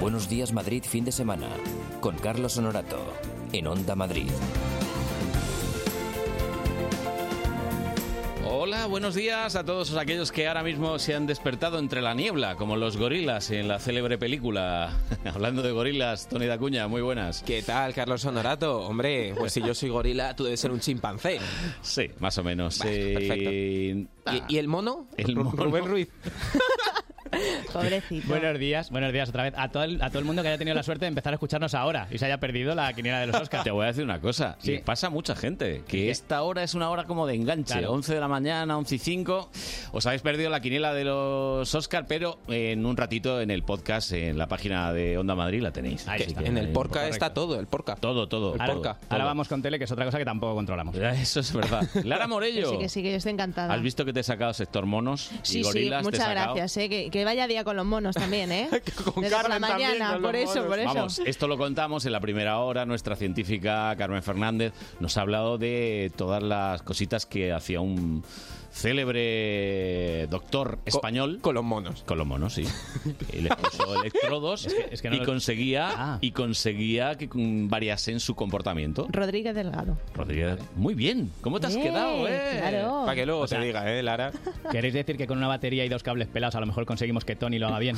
S19: Buenos días Madrid fin de semana, con Carlos Honorato, en Onda Madrid.
S2: Hola, buenos días a todos aquellos que ahora mismo se han despertado entre la niebla, como los gorilas en la célebre película. [LAUGHS] Hablando de gorilas, Tony Dacuña, muy buenas.
S3: ¿Qué tal, Carlos Honorato? Hombre, pues si yo soy gorila, tú debes ser un chimpancé.
S2: Sí, más o menos. Eh,
S3: perfecto. ¿Y, y el mono?
S2: El
S3: Ru-
S2: mono.
S3: Rubén Ruiz.
S4: [LAUGHS] Pobrecito.
S13: Buenos días, buenos días otra vez a todo, el, a todo el mundo que haya tenido la suerte de empezar a escucharnos ahora y se haya perdido la quiniela de los Oscars.
S2: Te voy a decir una cosa, y pasa a mucha gente, que esta hora es una hora como de enganche,
S13: Claro.
S2: 11 de la mañana, 11 y 5, os habéis perdido la quiniela de los Oscar, pero en un ratito en el podcast, en la página de Onda Madrid la tenéis.
S3: Ahí está. En el porca está todo, el porca.
S2: Todo, todo.
S13: ahora,
S2: todo,
S13: ahora
S2: todo.
S13: vamos con tele, que es otra cosa que tampoco controlamos.
S2: [LAUGHS] Eso es
S3: [LAUGHS]
S2: verdad. Lara
S4: Que
S2: Morello.
S4: sí, que sí, que yo estoy encantada.
S2: ¿Has visto que te he sacado sector monos y
S4: Sí, sí,
S2: gorilas? Te he
S4: muchas
S2: sacado-
S4: gracias. eh, Que, que vaya día con los monos también,
S13: [LAUGHS]
S4: ¿eh? Desde por la
S24: Carmen también,
S4: mañana,
S24: con los
S4: por eso,
S24: monos.
S4: por eso. [LAUGHS]
S2: Vamos, esto lo contamos en la primera hora. Nuestra científica Carmen Fernández nos ha hablado de todas las cositas que hacía un célebre doctor español. Con,
S3: los monos.
S2: Con los monos, sí. Y les
S4: [LAUGHS]
S2: puso [LAUGHS] electrodos
S13: es que no
S2: y,
S13: lo-
S2: conseguía,
S4: Ah.
S2: y conseguía que mm, variasen su comportamiento.
S4: Rodríguez Delgado.
S2: Rodríguez, muy bien. ¿Cómo te has
S4: Eh,
S2: quedado, eh?
S4: claro. Pa' que
S13: luego
S3: se diga, ¿eh, Lara?
S13: ¿Queréis decir que con una batería y dos cables pelados a lo mejor conseguimos que Tony lo haga bien?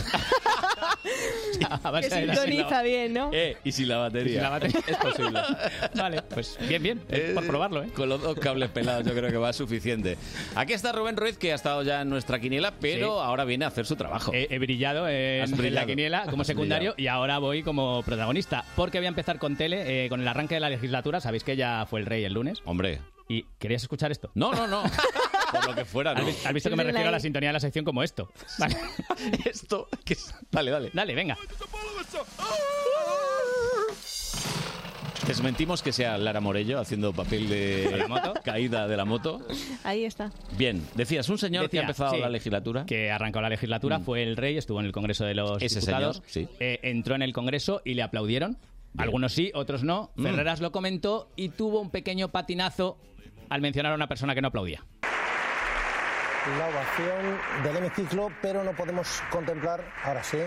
S13: A base
S4: Que
S13: de la-
S4: sintoniza bien, ¿no?
S2: Eh, y sin la batería.
S13: Y sin la batería.
S2: [LAUGHS] Es posible.
S13: Vale, pues bien, bien. es por probarlo, ¿eh?
S2: Con los dos cables pelados yo creo que va suficiente. Aquí está Rubén Ruiz, que ha estado ya en nuestra quiniela, pero ahora viene a hacer su trabajo.
S13: He, he brillado en,
S2: Has
S13: en la
S2: brillado.
S13: quiniela como
S2: Has
S13: secundario y ahora voy como protagonista. Porque voy a empezar con tele, eh, con el arranque de la legislatura. Sabéis que ya fue el rey el lunes.
S2: Hombre.
S13: ¿Y querías escuchar esto?
S2: No,
S13: [LAUGHS]
S2: no, no. Por lo que fuera,
S13: ¿Has,
S2: no.
S13: vi- has visto que me refiero a la sintonía de la sección como esto? Vale. [LAUGHS]
S2: esto. [LAUGHS] que es- Dale, dale.
S13: Dale, venga.
S2: Desmentimos que sea Lara Morello haciendo papel de
S13: ¿De la moto?
S2: [LAUGHS] caída de la moto.
S4: Ahí está.
S2: Bien, decías, un señor que
S13: Decía,
S2: ha empezado
S13: sí,
S2: la legislatura. Mm.
S13: Que arrancó la legislatura, fue el rey, estuvo en el Congreso de los
S2: Ese
S13: Diputados,
S2: señor, sí.
S13: eh, entró en el Congreso y le aplaudieron. Algunos sí, otros no.
S2: Mm.
S13: Ferreras lo comentó y tuvo un pequeño patinazo al mencionar a una persona que no aplaudía.
S27: la ovación del hemiciclo, pero no podemos contemplar, ahora sí,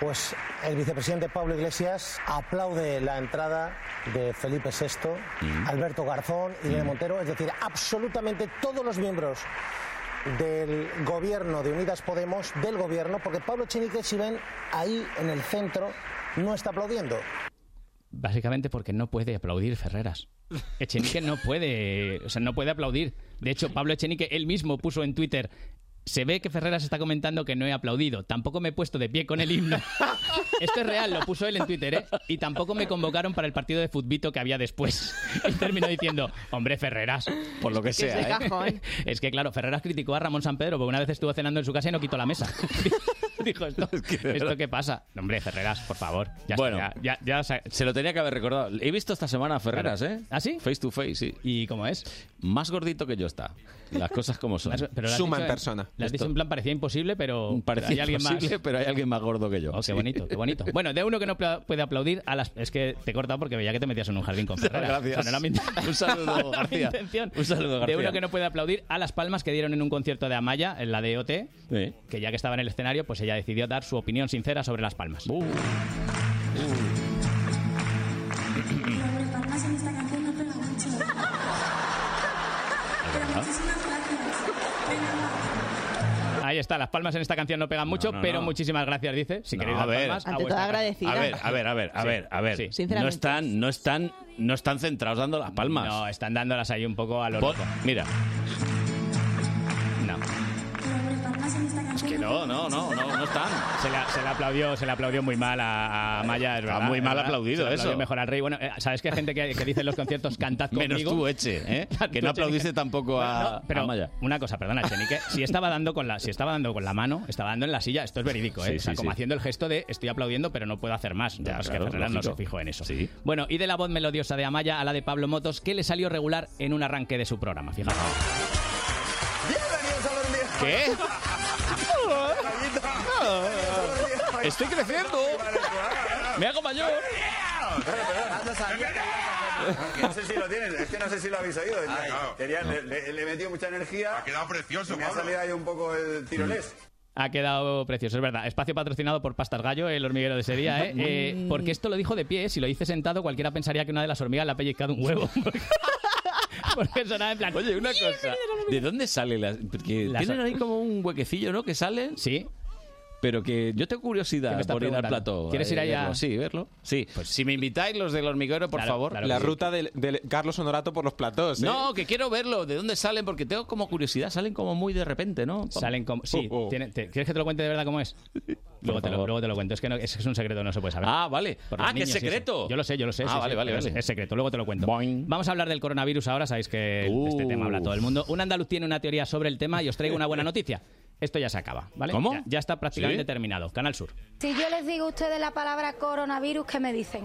S5: Pues el vicepresidente Pablo Iglesias aplaude la entrada de Felipe VI, Alberto Garzón, Irene Montero, es decir, absolutamente todos los miembros del gobierno de Unidas Podemos, del gobierno, porque Pablo Chenique, si ven ahí en el centro, no está aplaudiendo.
S13: Básicamente porque no puede aplaudir Ferreras. Echenique no puede, o sea, no puede aplaudir. De hecho, Pablo Echenique él mismo puso en Twitter, se ve que Ferreras está comentando que no he aplaudido, tampoco me he puesto de pie con el himno. Esto es real, lo puso él en Twitter, ¿eh? Y tampoco me convocaron para el partido de futbito que había después. [LAUGHS] Y terminó diciendo, hombre, Ferreras. Por lo
S2: que sea,
S13: Es,
S2: ¿eh? cajón.
S13: es que, claro, Ferreras criticó a Ramón San Pedro porque una vez estuvo cenando en su casa y no quitó la mesa. Dijo esto.
S2: [LAUGHS]
S13: ¿Esto qué pasa? No, Hombre, Ferreras, por favor. Ya
S2: bueno,
S13: está,
S2: ya, se lo tenía que haber recordado. He visto esta semana a Ferreras, ¿eh?
S13: ¿Ah, sí?
S2: Face to face, sí.
S13: ¿Y cómo es?
S2: Más gordito que yo está. Las cosas como
S13: [LAUGHS]
S2: son.
S13: Las- pero lo has dicho Lo has dicho
S2: [LAUGHS]
S13: en plan, parecía imposible, pero
S2: Mm, Parecía
S13: hay alguien
S2: imposible,
S13: más.
S2: pero hay alguien más gordo que yo.
S13: Oh, qué bonito, qué bonito. Bueno, de uno que no pla- puede aplaudir a las... Es que te he cortado porque veía que te metías en un jardín
S2: [LAUGHS]
S13: con Ferreras.
S2: gracias.
S13: O sea, no era mi inten-
S2: [LAUGHS] Un saludo,
S13: no era [LAUGHS] mi
S2: García.
S13: intención.
S2: Un saludo, García.
S13: De uno que no puede aplaudir a las palmas que dieron en un concierto de Amaya, en la de OT,
S2: Sí.
S13: que ya que estaba en el escenario, pues ella decidió dar su opinión sincera sobre las palmas.
S2: Uh.
S6: Hombre, palmas en esta canción no pega mucho. Pero muchísimas gracias. Venga, va.
S13: Ahí está, las palmas en esta canción no pegan mucho,
S2: No, no,
S13: pero
S2: no.
S13: muchísimas gracias, dice. Si
S2: No,
S13: queréis
S2: a
S13: las
S2: ver.
S13: palmas, a
S4: Ante
S13: vuestra
S4: todo
S13: casa.
S4: agradecida.
S2: A ver, a ver, a ver, a
S13: Sí,
S2: ver, a ver.
S13: sí.
S2: No
S13: Sinceramente.
S2: están, no están, no están centrados dando las palmas.
S13: No, están dándolas ahí un poco a lo
S2: Pon-
S13: loco.
S2: Mira.
S13: No.
S6: Pero, hombre, palmas en esta canción
S13: que
S2: no, no, no, no, no están.
S13: [LAUGHS] Se le, se le aplaudió, se le aplaudió muy mal a, a Maya, es
S2: Está
S13: verdad,
S2: muy
S13: es
S2: mal
S13: verdad.
S2: aplaudido
S13: Se le aplaudió
S2: eso.
S13: Mejor al rey. Bueno, eh, sabes que hay gente que, que dice en los conciertos cantad conmigo.
S2: Menos tú, Eche,
S13: [LAUGHS]
S2: ¿eh? Que
S13: Tú,
S2: no aplaudiste
S13: Echenique.
S2: tampoco a-
S13: Bueno, no, pero
S2: a Maya.
S13: Una cosa, perdona, Chenique. Si estaba dando con la, si estaba dando con la mano, estaba dando en la silla. Esto es verídico, ¿eh?
S2: Sí,
S13: O sea,
S2: sí,
S13: como
S2: sí.
S13: haciendo el gesto de estoy aplaudiendo, pero no puedo hacer más. Ya, es
S2: claro,
S13: que Ferreras no se
S2: lógico.
S13: fijó en eso. Bueno, y de la voz melodiosa de Amaya a la de Pablo Motos, que le salió regular en un arranque de su programa. Fíjate.
S7: Bienvenidos a los míos.
S13: ¿Qué?
S7: Estoy creciendo.
S2: Me hago mayor.
S7: No sé si lo tienen, es que no sé si lo habéis oído. Tenía- le, le- le he metido mucha energía. Ha quedado precioso, Me ha salido ahí un poco el tiroles.
S13: Ha quedado precioso, es verdad. Espacio patrocinado por Pastas Gallo, el hormiguero de ese día, ¿eh? Eh,
S7: Mm.
S13: porque esto lo dijo de pie, ¿eh? si lo hice sentado, cualquiera pensaría que una de las hormigas le ha pellizcado un huevo. porque sonaba en plan.
S2: Oye, una cosa. ¿De dónde sale la.? Porque
S13: Las-
S2: tienen ahí como un huequecillo, ¿no? Que salen.
S13: Sí.
S2: Pero que yo tengo
S13: ¿Qué me
S2: curiosidad
S13: estás
S2: por ir al
S13: preguntando?
S2: plató.
S13: ¿Quieres
S2: eh,
S13: ir Pues ahí a-
S2: verlo. Sí, verlo. Sí. si me invitáis los del hormiguero, por
S3: Claro,
S2: favor.
S3: la ruta del- del Carlos Honorato por los platós. ¿eh?
S2: No, que quiero verlo. ¿De dónde salen? Porque tengo como curiosidad. Salen como muy de repente, ¿no?
S13: Salen como. Sí,
S2: Oh, oh.
S13: tiene- te- ¿quieres que te lo cuente de verdad
S2: [LAUGHS]
S13: cómo es? Luego te, lo,
S2: favor.
S13: luego te lo cuento. Es que no- es, que es un secreto, no se puede saber.
S2: Ah, vale.
S13: Por los
S2: Ah, que es
S13: niños y eso.
S2: secreto.
S13: Yo lo sé, yo lo sé.
S2: Ah,
S13: sí, sí,
S2: vale, vale,
S13: pero es-
S2: vale.
S13: Es secreto, luego te lo cuento. Vamos a hablar del coronavirus ahora, sabéis que de este
S2: Uh.
S13: tema habla todo el mundo. Un andaluz tiene una teoría sobre el tema y os traigo una
S2: [LAUGHS]
S13: buena noticia. Esto ya se acaba, ¿vale?
S2: ¿Cómo?
S13: Ya, ya está prácticamente
S2: ¿Sí?
S13: terminado. Canal Sur.
S28: [LAUGHS] Si yo les digo a ustedes la palabra coronavirus, ¿qué me dicen?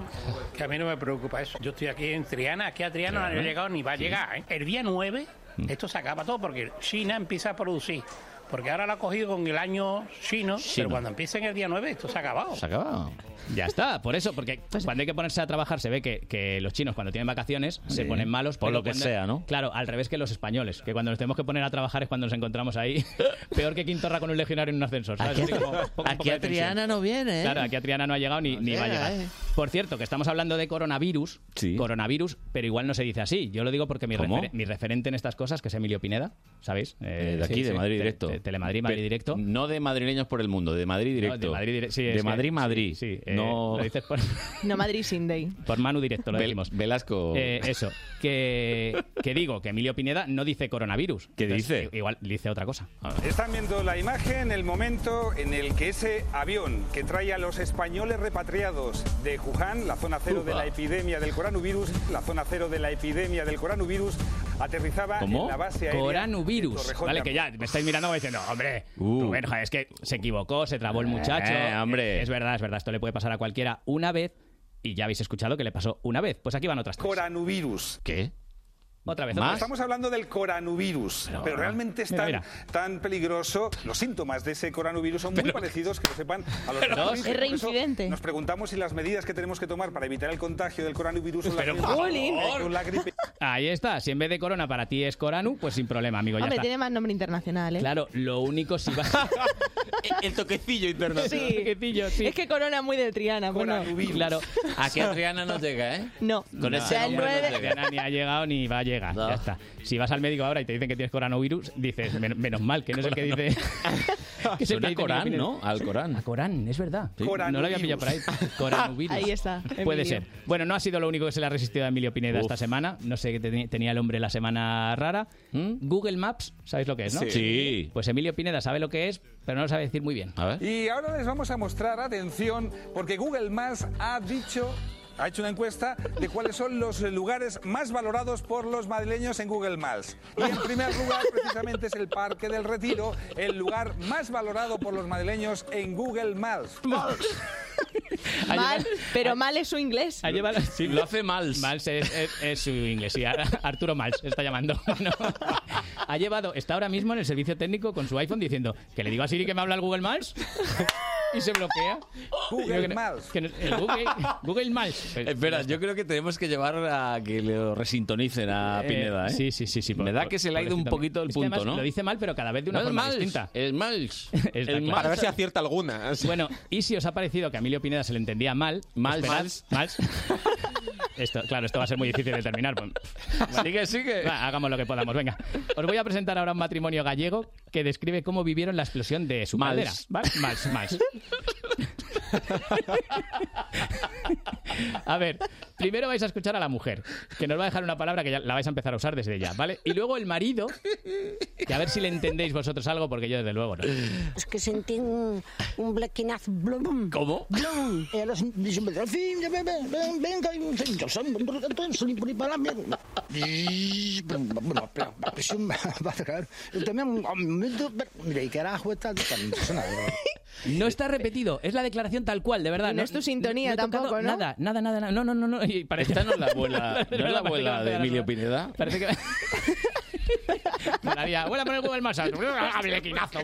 S27: Que a mí no me preocupa eso. Pues, Yo estoy aquí en Triana, aquí a Triana no
S28: Triana,
S27: he llegado ni va a
S28: sí.
S27: llegar. ¿eh? El día 9
S2: Mm.
S27: esto se acaba todo porque China empieza a producir. Porque ahora lo ha cogido con el año chino, pero cuando empiecen el día 9 esto se ha acabado.
S13: Se ha acabado. Ya está, por eso, porque cuando hay que ponerse a trabajar se ve que, que los chinos cuando tienen vacaciones se
S2: Sí.
S13: ponen malos.
S2: Por
S13: pero
S2: lo que
S13: cuando-
S2: sea, ¿no?
S13: Claro, al revés que los españoles, que cuando nos tenemos que poner a trabajar es cuando nos encontramos
S2: [LAUGHS]
S13: ahí peor que Quintorra con un legionario en un ascensor. ¿sabes? Así como poco- poco
S2: Aquí
S13: de
S2: a
S13: tensión.
S2: Triana no viene, ¿eh?
S13: Claro, aquí a Triana no ha llegado ni, ni va a
S2: llega,
S13: llegar.
S2: ¿eh?
S13: Por cierto, que estamos hablando de coronavirus, coronavirus, pero igual no se dice así. Yo lo digo porque mi,
S2: ¿Cómo?
S13: refer- mi referente en estas cosas, que es Emilio Pineda, ¿sabéis? Eh,
S2: Eh, de aquí,
S13: sí,
S2: de
S13: sí,
S2: Madrid
S13: te-
S2: directo.
S13: te- Telemadrid, Madrid
S2: Pe-
S13: directo.
S2: No de madrileños por el mundo, de Madrid directo.
S13: No, de Madrid, dire- sí,
S2: De
S13: es que-
S2: Madrid,
S13: sí,
S2: Madrid.
S13: sí, eh,
S2: no.
S13: lo dices
S2: [LAUGHS]
S13: por-
S4: No Madrid Sin Day.
S13: por Manu directo lo
S2: Vel-
S13: decimos.
S2: Velasco.
S13: Eh, eso, que, que digo, que Emilio Pineda no dice coronavirus. ¿Qué dice? Igual dice otra cosa.
S2: Ah.
S26: Están viendo la imagen, el momento en el que ese avión que trae a los españoles repatriados de Wuhan, la zona cero de la epidemia del coronavirus, la zona cero de la epidemia del coronavirus, aterrizaba en
S13: ¿Cómo?
S26: la base aérea. de
S13: Coronavirus.
S26: Torrejón de
S13: Vale, que ya
S26: Ardoz.
S13: me estáis mirando como diciendo, hombre, Rubén, joder, es que se equivocó, se trabó el muchacho.
S2: Uh. Eh, hombre.
S13: Es verdad, es verdad, esto le puede pasar a cualquiera una vez y ya habéis escuchado que le pasó una vez. Pues aquí van otras tres.
S26: Coronavirus.
S2: ¿Qué?
S13: Otra vez. otra
S26: Estamos
S13: vez.
S26: hablando del coronavirus, pero, realmente es
S13: Mira,
S26: tan,
S13: mira.
S26: tan peligroso. Los síntomas de ese coronavirus son muy parecidos, que lo sepan, a
S4: Pero-
S26: los del
S4: Es
S26: coronavirus. Por eso
S4: reincidente.
S26: Nos preguntamos si las medidas que tenemos que tomar para evitar el contagio del coronavirus son las
S13: Pero,
S26: mismas
S13: ¡Jolín!
S26: que son la gripe.
S13: Ahí está. Si en vez de corona para ti es coranu, pues sin problema, amigo. Ya
S4: Hombre,
S13: está.
S4: tiene más nombre internacional, ¿eh?
S13: Claro, lo único si
S2: [LAUGHS]
S13: vas. el toquecillo internacional.
S4: Sí.
S13: sí.
S4: Es que Corona es muy de Triana. Bueno,
S13: [LAUGHS] Claro.
S2: Aquí a Triana no llega, ¿eh?
S4: No.
S2: Con
S13: No,
S2: ese
S13: no,
S2: nombre
S13: no, no,
S2: no
S4: [LAUGHS]
S2: llega.
S13: no, ni ha llegado ni va a llegar. Ya está. Si vas al médico ahora y te dicen que tienes coronavirus, dices, "Men- menos mal, que no es el que
S2: [LAUGHS]
S13: dice. que es el que
S2: Suena a
S13: dice mi
S2: Corán,
S13: opinión".
S2: ¿no? Al Corán. A
S13: Corán, es verdad. No lo había pillado por ahí. [LAUGHS] Coronavirus.
S4: Ahí está,
S13: Puede
S4: Emilio.
S13: ser. Bueno, no ha sido lo único que se le ha resistido a Emilio Pineda
S2: Uf.
S13: esta semana. No sé qué te- tenía el hombre la semana rara.
S2: ¿Mm?
S13: Google Maps, ¿sabéis lo que es, no?
S26: Sí. Sí.
S13: Pues Emilio Pineda sabe lo que es, pero no lo sabe decir muy bien. A ver.
S26: Y ahora les vamos a mostrar, atención, porque Google Maps ha dicho, ha hecho una encuesta de cuáles son los lugares más valorados por los madrileños en Google Maps. Y en primer lugar, precisamente, es el Parque del Retiro, el lugar más valorado por los madrileños en Google Maps.
S4: mal, pero mal es su inglés.
S13: lo hace Mals. Mals es, es- es su inglés, sí. Ar- Arturo Mals está llamando. [LAUGHS] ¿no? Ha llevado, está ahora mismo en el servicio técnico con su iPhone diciendo que le digo a Siri que me habla el Google Maps [LAUGHS] y se bloquea.
S26: Google
S13: Que no-
S26: Maps.
S13: que no- el Google, Google Maps.
S2: Espera, yo creo que tenemos que llevar a que lo resintonicen a
S13: Eh,
S2: Pineda, ¿eh?
S13: sí, sí, sí. sí
S2: Me da que se le ha ido un poquito el
S13: Es que
S2: punto,
S13: además
S2: ¿no?
S13: Lo dice mal, pero cada vez de una
S2: No es
S13: forma
S2: Mals,
S13: distinta. [LAUGHS]
S2: Es Mals.
S13: Está
S2: El
S13: claro.
S2: Mals.
S13: acierta alguna. Bueno, y si os ha parecido que a Emilio Pineda se le entendía mal,
S2: Mals.
S13: esperad- Mals. Esto, claro, esto va a ser muy difícil de terminar. Sigue, sigue. hagamos lo que podamos, venga. Os voy a presentar ahora un matrimonio gallego que describe cómo vivieron la explosión de su
S2: Mals.
S13: madera. ¿vale? Mals, Mals. A ver, primero vais a escuchar a la mujer, que nos va a dejar una palabra que ya la vais a empezar a usar desde ya, ¿vale? Y luego el marido, que a ver si le entendéis vosotros algo, porque yo desde luego no.
S9: Es que sentí un, un blequinazo. Blum.
S2: ¿Cómo?
S9: Blum. Y a los diciendo, "Fin, ya, ven, ven, ven, venga, y un centro, son, por lo tanto, son y por ahí para la mierda". Y, blum, blum, blum, blum, presión, va a caer. Yo también, un momento, pero, mira, y carajo, está tan sonado.
S13: No está repetido, es la declaración tal cual, de verdad.
S4: Y no es tu sintonía
S13: he tocado
S4: tampoco, ¿no?
S13: Nada, nada, nada, nada. No, no, no, no. y parece-
S2: [LAUGHS] Esta no
S13: [LAUGHS]
S2: es la abuela, no es la abuela de Emilio Pineda.
S13: Parece que... [LAUGHS] Maravilla. Abuela, pon el Google [LAUGHS] Maps. Blequinazo.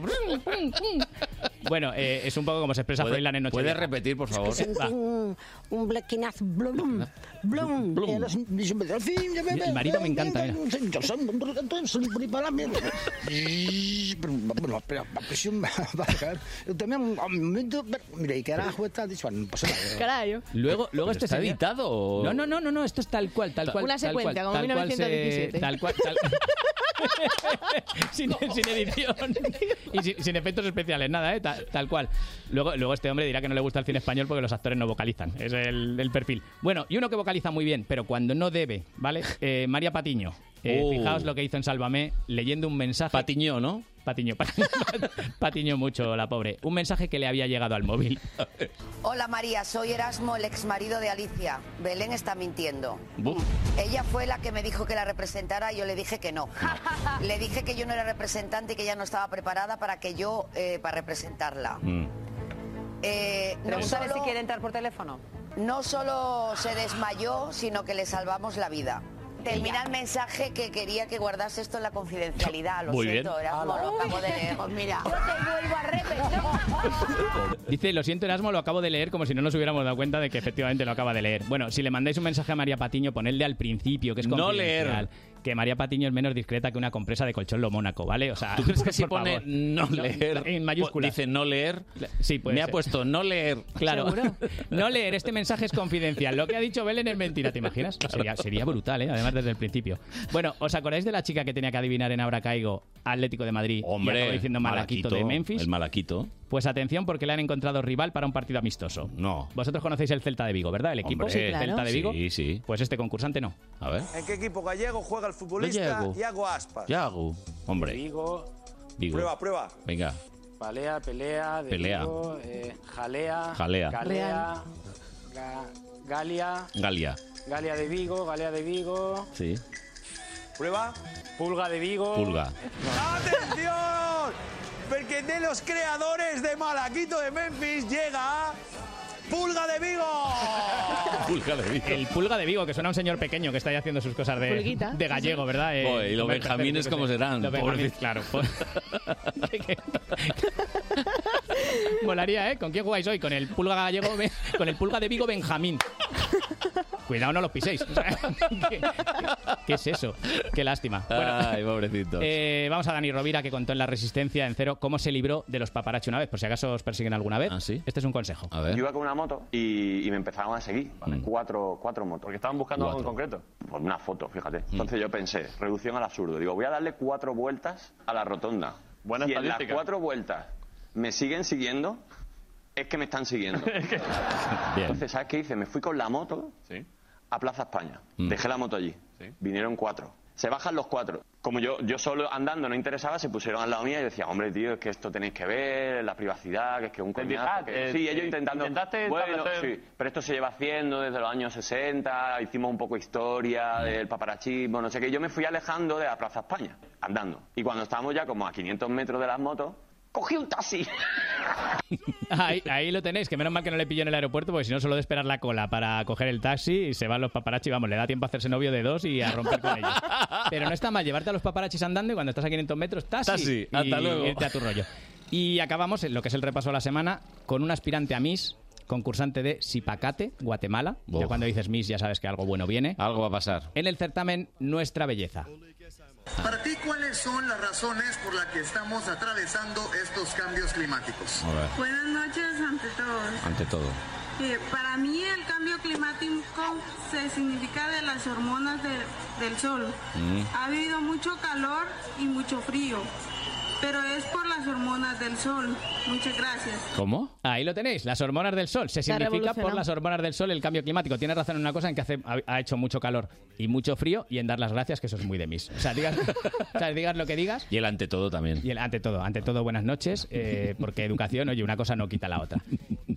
S13: Bueno, eh, es un poco como se expresa Froilán en noche.
S2: ¿Puedes repetir, por favor?
S9: Que sentí un, un blequinazo. Blum. Blum. Y a los diciendo, "Fin, ya, ven,
S13: El marido me
S9: ven,
S13: encanta,
S9: venga,
S13: mira.
S9: y un centro, son, por lo tanto, son y por ahí para la mierda". Y, blum, blum, blum, pero, la presión, va a caer. Yo también, un momento, pero, mira, y carajo, está diciendo, "Pues, nada".
S13: Luego, luego
S9: ¿Pero
S13: este
S9: está
S13: señor-
S9: editado o-
S13: No, no, no, no, no, esto es tal cual, tal
S9: Ta-
S13: cual.
S9: Una
S13: tal cual,
S9: secuencia, como
S13: tal cual se-
S9: 1917.
S13: Tal cual, tal- [LAUGHS] sin, sin edición y sin, sin efectos especiales, nada, ¿eh? Ta- tal, cual. Luego, luego este hombre dirá que no le gusta el cine español porque los actores no vocalizan, es el, el perfil. Bueno, y uno que vocaliza muy bien, pero cuando no debe, ¿vale? Eh, María Patiño. Eh,
S2: Oh.
S13: Fijaos lo que hizo en Sálvame leyendo un mensaje. Patiño, ¿no? Patiño, [LAUGHS] pa- patiño mucho la pobre. Un mensaje que le había llegado
S9: [LAUGHS]
S13: al móvil.
S10: Hola María, soy Erasmo, el exmarido de Alicia. Belén está mintiendo.
S13: Buf.
S10: Ella fue la que me dijo que la representara y yo le dije que
S13: [LAUGHS]
S10: no. Le dije que yo no era representante y que ella no estaba preparada para que yo, eh, para representarla.
S2: Mm.
S10: Eh,
S11: Pero
S10: no
S11: tú sabes
S10: solo-
S11: si quiere entrar por teléfono.
S10: no solo se desmayó, sino que le salvamos la vida. Termina el mensaje que quería que guardase esto en la confidencialidad. Lo
S13: Muy
S10: siento,
S13: bien.
S10: Erasmo, lo acabo de lejos, mira. Yo te vuelvo a
S13: Dice, lo siento Erasmo, lo acabo de leer como si no nos hubiéramos dado cuenta de que efectivamente lo acaba de leer. Bueno, si le mandáis un mensaje a María Patiño, ponedle al principio, que es
S2: No
S13: confidencial.
S2: leer.
S13: Que María Patiño es menos discreta que una compresa de colchón lo mónaco, ¿vale? O sea,
S2: ¿Tú crees que si
S13: [LAUGHS] por
S2: pone
S13: favor.
S2: no leer,
S13: en mayúsculas.
S2: dice no leer?
S13: Sí, puede
S2: Me ha
S13: ser.
S2: puesto no leer.
S13: Claro. [LAUGHS] No leer, este mensaje es confidencial. Lo que ha dicho Belén es mentira, ¿te imaginas? Sería, sería brutal, ¿eh? Además, desde el principio. Bueno, ¿os acordáis de la chica que tenía que adivinar en Abra Caigo, Atlético de Madrid? y
S2: Hombre,
S13: acabó diciendo Malaquito, de Memphis.
S2: El malaquito.
S13: Pues atención porque le han encontrado rival para un partido amistoso. No. Vosotros conocéis el Celta de Vigo, ¿verdad? El equipo
S2: Hombre, Sí, claro.
S13: Celta de Vigo.
S2: Sí,
S13: Pues este concursante no.
S2: A ver.
S12: ¿En qué equipo gallego juega el futbolista
S2: Gallego.
S12: Iago Aspas?
S2: Ya hago. Hombre.
S12: Vigo,
S2: Vigo.
S12: Prueba, prueba.
S2: Venga.
S12: Palea, pelea, de
S2: Pelea.
S12: Vigo, eh, jalea,
S2: Jalea.
S12: Galea, Ga- Galia,
S2: Galia.
S12: Galia de Vigo, Galia de Vigo.
S2: Sí.
S12: Prueba. Pulga de Vigo.
S2: Pulga.
S12: ¡Atención! Porque de los creadores de Malaquito de Memphis llega
S11: Pulga de Vigo.
S2: Pulga de Vigo.
S13: El Pulga de Vigo, que suena a un señor pequeño que está ahí haciendo sus cosas de,
S2: Pulguita.
S13: de gallego, ¿verdad? Eh,
S2: Boy, y los
S13: Humberto
S2: benjamines,
S13: Cerdero,
S2: ¿cómo
S13: que sé.
S2: serán?
S13: Los benjamines,
S2: Pobres.
S13: claro. pues, po- Volaría, ¿eh? ¿Con quién jugáis hoy? Con el Pulga gallego, Ben- con el Pulga de Vigo
S2: [LAUGHS]
S13: Benjamín. Cuidado, no los piséis. O sea, ¿qué- ¿Qué es eso? Qué lástima. Bueno,
S2: Ay, pobrecito.
S13: eh, vamos a Dani Rovira, que contó en La Resistencia, en cero, cómo se libró de los paparazzi una vez, por si acaso os persiguen alguna vez. Este es un consejo.
S14: Yo iba con una moto y, y me empezaron a seguir. ¿vale?
S2: Mm.
S14: Cuatro, cuatro motos. Porque estaban buscando algo en concreto. Pues una foto, fíjate.
S2: Mm.
S14: Entonces yo pensé, reducción al absurdo. Digo, voy a darle cuatro vueltas a la rotonda.
S15: Buena
S14: y en las
S15: estadística.
S14: cuatro vueltas me siguen siguiendo, es que me
S15: [LAUGHS]
S14: están siguiendo. Entonces, ¿sabes qué hice? Me fui con la moto a Plaza España.
S2: Mm.
S14: Dejé la moto allí. Vinieron cuatro. Se bajan los cuatro. Como yo, yo solo andando no interesaba, se pusieron al lado mía y decía, hombre, tío, es que esto tenéis que ver, la privacidad, que es que un coñazo.
S15: Ah,
S14: que-".
S15: eh,
S14: sí,
S15: eh,
S14: ellos intentando...
S15: intentaste
S14: bueno,
S15: establecer-
S14: sí, pero esto se lleva haciendo desde los años 60, hicimos un poco
S2: Mm.
S14: historia del paparachismo, no sé qué. Yo me fui alejando de la Plaza España, andando. Y cuando estábamos ya como a 500 metros de las motos, cogí un taxi.
S13: Ahí, ahí lo tenéis, que menos mal que no le pilló en el aeropuerto, porque si no, solo de esperar la cola para coger el taxi y se van los paparazzi, vamos, le da tiempo a hacerse novio de dos y a romper con
S2: [LAUGHS]
S13: ellos. Pero no está mal llevarte a los paparachis andando y cuando estás a 500 metros, taxi,
S2: Taxi,
S13: y
S2: hasta luego.
S13: irte a tu rollo. Y acabamos en lo que es el repaso de la semana con un aspirante a Miss, concursante de Sipacate, Guatemala. Ya
S2: Uf.
S13: cuando dices Miss ya sabes que algo bueno viene.
S2: Algo va a pasar.
S13: En el certamen Nuestra Belleza.
S17: Para ti, ¿cuáles son las razones por las que estamos atravesando estos cambios climáticos?
S2: A ver.
S20: Buenas noches ante todos.
S2: Ante todo.
S20: Eh, para mí el cambio climático se significa de las hormonas de- del sol.
S2: Mm.
S20: Ha habido mucho calor y mucho frío, pero es por las hormonas del sol. Muchas gracias.
S13: ¿Cómo? Ahí lo tenéis, las hormonas del sol. Se
S20: Está
S13: significa
S20: revolucionado.
S13: por las hormonas del sol el cambio climático. Tiene razón en una cosa en que hace, ha, ha hecho mucho calor y mucho frío y en dar las gracias, que eso es muy de mis. O sea, digas, [LAUGHS] o sea, digas lo que digas.
S2: Y el ante todo también.
S13: Y el- ante todo, ante todo, buenas noches, eh, porque educación, oye, una cosa no quita la otra.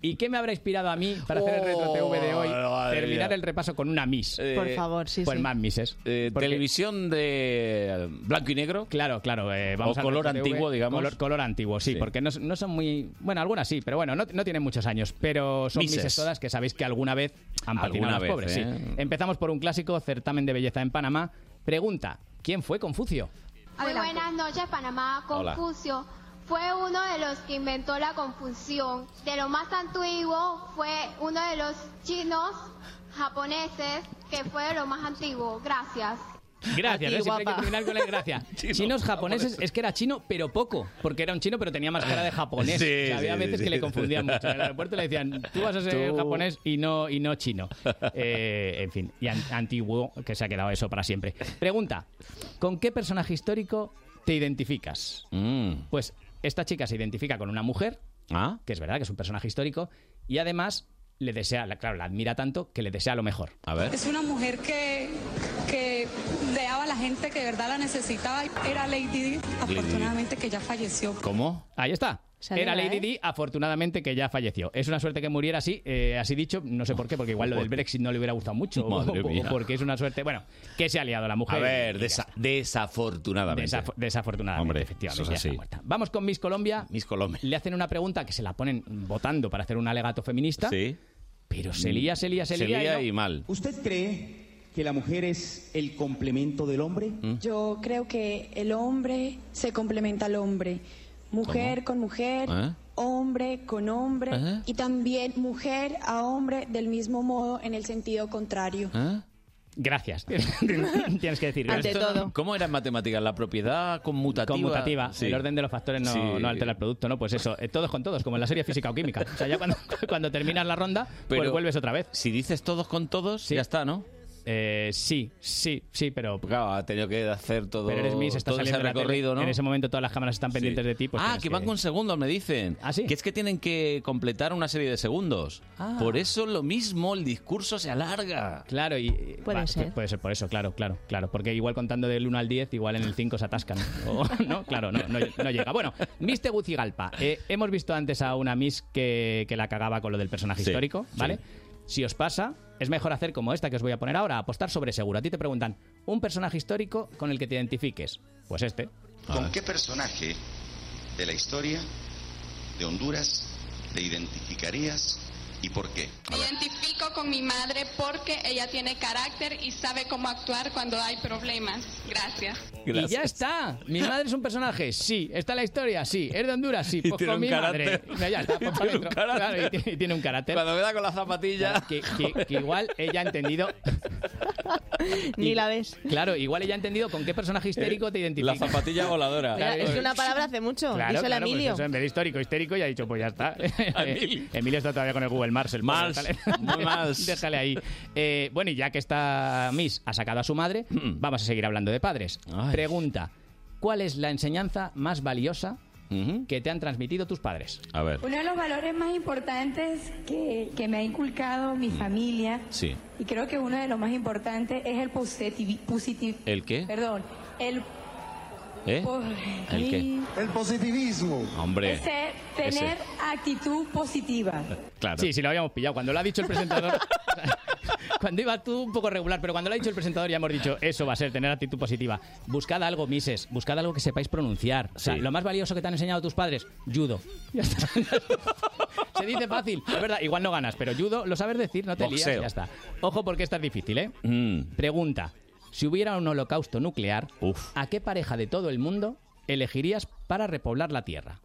S13: ¿Y qué me habrá inspirado a mí para hacer el retro TV de hoy?
S2: Oh, madre
S13: Terminar
S2: mía.
S13: el repaso con una miss.
S2: [LAUGHS] Por favor, sí,
S13: Pues
S2: sí.
S13: más misses.
S2: Eh, Televisión de blanco y negro.
S13: Claro, claro. eh, vamos
S2: o
S13: al
S2: color
S13: RTV,
S2: antiguo, digamos.
S13: Color, color antiguo, sí,
S2: Sí.
S13: porque no, no son muy. Bueno, algunas sí, pero bueno, no, no tienen muchos años. Pero son
S2: Misses.
S13: mises todas que sabéis que alguna vez han patinado
S2: Alguna
S13: los
S2: vez,
S13: pobres.
S2: ¿eh?
S13: sí. Empezamos por un clásico certamen de belleza en Panamá. Pregunta: ¿Quién fue Confucio?
S24: Muy buenas noches, Panamá.
S13: Hola.
S24: Confucio fue uno de los que inventó la confusión. De lo más antiguo fue uno de los chinos japoneses que fue de lo más antiguo. Gracias.
S13: Gracias,
S24: A ti,
S13: ¿eh? siempre hay que
S24: guapa.
S13: terminar con el
S2: [LAUGHS]
S13: gracias. Chinos japoneses, es que era chino, pero poco, porque era un chino, pero tenía más cara de japonés.
S2: Sí,
S13: O sea, había
S2: sí,
S13: veces
S2: sí,
S13: que le
S2: sí.
S13: confundían mucho. En el aeropuerto le decían, tú vas a ser
S2: Tú.
S13: japonés y no, y no chino. Eh, en fin, y an- antiguo, que se ha quedado eso para siempre. Pregunta: ¿con qué personaje histórico te identificas?
S2: Mm.
S13: Pues esta chica se identifica con una mujer,
S2: Ah.
S13: que es verdad que es un personaje histórico, y además le desea, la- claro, la admira tanto que le desea lo mejor.
S2: A ver.
S29: Es una mujer que, que daba a la gente que de verdad la necesitaba. Era Lady Di, afortunadamente que ya falleció.
S13: ¿Cómo? Ahí está.
S29: Se alegra,
S13: Era Lady
S29: ¿eh?
S13: Di, afortunadamente que ya falleció. Es una suerte que muriera así, eh, así dicho, no sé por qué, porque igual lo del Brexit no le hubiera gustado mucho, o-
S2: [LAUGHS] Madre
S13: o- o
S2: mía.
S13: porque es una suerte, bueno, que se ha liado la mujer.
S2: A ver,
S13: Y-
S2: desa- desafortunadamente.
S13: Desaf- desafortunadamente,
S2: Hombre,
S13: efectivamente,
S2: eso
S13: ya
S2: es así.
S13: está muerta. Vamos con Miss Colombia.
S2: Miss Colombia.
S13: Le hacen una pregunta que se la ponen votando para hacer un alegato feminista.
S2: Sí.
S13: Pero se lía, se lía, se lía.
S2: Sería
S13: y
S2: y
S13: no-
S2: mal.
S30: ¿Usted cree que la mujer es el complemento del hombre?
S2: ¿Mm?
S31: Yo creo que el hombre se complementa al hombre. Mujer con mujer,
S30: ¿Eh?
S31: hombre con hombre
S30: ¿Eh?
S31: y también mujer a hombre del mismo modo en el sentido contrario.
S2: ¿Ah?
S13: Gracias. [LAUGHS] Tienes que decir.
S31: Ante
S2: Esto no-
S31: todo.
S2: ¿Cómo era en matemáticas? La propiedad conmutativa.
S13: Conmutativa.
S2: Sí.
S13: El orden de los factores no,
S2: Sí.
S13: no altera el producto, ¿no? Pues eso, [LAUGHS] eh, todos con todos, como en la serie física o química. O sea, ya cuando, [LAUGHS] cuando terminas la ronda, pues
S2: Pero
S13: vuelves otra vez. Eh,
S2: Si dices todos con todos, ya está, ¿no?
S13: sí, sí, sí, pero.
S2: Claro, ha tenido que hacer todo,
S13: Pero eres Miss, está
S2: todo ese
S13: saliendo de la tele.
S2: recorrido, ¿no?
S13: En ese momento todas las cámaras están pendientes de ti. pues
S2: ah,
S13: tienes
S2: que van con segundos, me dicen. Que es que tienen que completar una serie de segundos.
S13: Ah.
S2: Por eso lo mismo el discurso se alarga.
S13: Claro, y. eh,
S2: Puede
S13: Va,
S2: ser.
S13: Puede ser por eso, claro, claro, claro. Porque igual contando del 1 al 10, igual en el 5 se
S2: [LAUGHS]
S13: atascan. O- no, claro, no, no, no llega. Bueno, Miss Tegucigalpa. Eh, hemos visto antes a una Miss que, que la cagaba con lo del personaje
S2: Sí,
S13: histórico, ¿vale? Si os pasa, es mejor hacer como esta que os voy a poner ahora, apostar sobre seguro. A ti te preguntan, un personaje histórico con el que te identifiques. Pues este.
S32: ¿Con qué personaje de la historia de Honduras te identificarías ¿Y por qué?
S29: Me identifico con mi madre porque ella tiene carácter y sabe cómo actuar cuando hay problemas. Gracias.
S13: Y ya está. Mi madre es un personaje, sí. Está la historia, sí. Es de Honduras, sí. Pues
S2: tiene
S13: con
S2: un
S13: mi madre.
S2: carácter.
S13: No, ya
S2: [LAUGHS]
S13: está, pues para
S2: tiene un
S13: adentro. Claro, y tiene- y tiene un carácter.
S2: Cuando me da con la zapatilla.
S13: Claro, que,
S2: [LAUGHS]
S13: que- que igual ella ha entendido.
S4: Ni la ves.
S13: Claro, igual ella ha entendido con qué personaje histérico te identificas.
S2: La zapatilla voladora.
S4: Mira, es que una palabra hace mucho.
S13: Claro,
S4: Díselo a
S13: claro, pues
S4: Emilio.
S13: eso, en vez de histórico, histérico, ya ha dicho, pues ya
S2: [LAUGHS]
S13: está. [LAUGHS]
S2: Emilio.
S13: Emilio está todavía con el Google Mars. El pobre,
S2: Mars,
S13: déjale-
S2: [LAUGHS] muy
S13: [LAUGHS]
S2: Mars.
S13: Déjale ahí. Eh, bueno, y ya que está Miss ha sacado a su
S2: [CLEARS THROAT]
S13: madre, vamos a seguir hablando de padres. Pregunta, ¿cuál es la enseñanza más valiosa que te han transmitido tus padres?
S2: A ver.
S1: Uno de los valores más importantes que, que me ha inculcado mi familia,
S2: Sí.
S1: y creo que uno de los más importantes es el positivi- positivi-
S2: ¿El qué?
S1: Perdón, el...
S2: ¿Eh?
S1: po-
S2: ¿El qué?
S1: El positivismo.
S2: Hombre.
S1: Ese, tener actitud positiva.
S2: Claro.
S13: Sí, sí, lo habíamos pillado. Cuando lo ha dicho el presentador. [LAUGHS] cuando iba tú un poco regular, pero cuando lo ha dicho el presentador ya hemos dicho, eso va a ser tener actitud positiva. Buscad algo, Mises. Buscad algo que sepáis pronunciar. O sea, lo más valioso que te han enseñado tus padres, judo. [LAUGHS] Ya está. Se dice fácil. Es verdad, igual no ganas, pero judo lo sabes decir, no te lías.
S2: Boxeo.
S13: Ya está. Ojo porque esta es difícil, ¿eh?
S2: Mm.
S13: Pregunta. Si hubiera un holocausto nuclear, ¿a qué pareja de todo el mundo elegirías para repoblar la Tierra?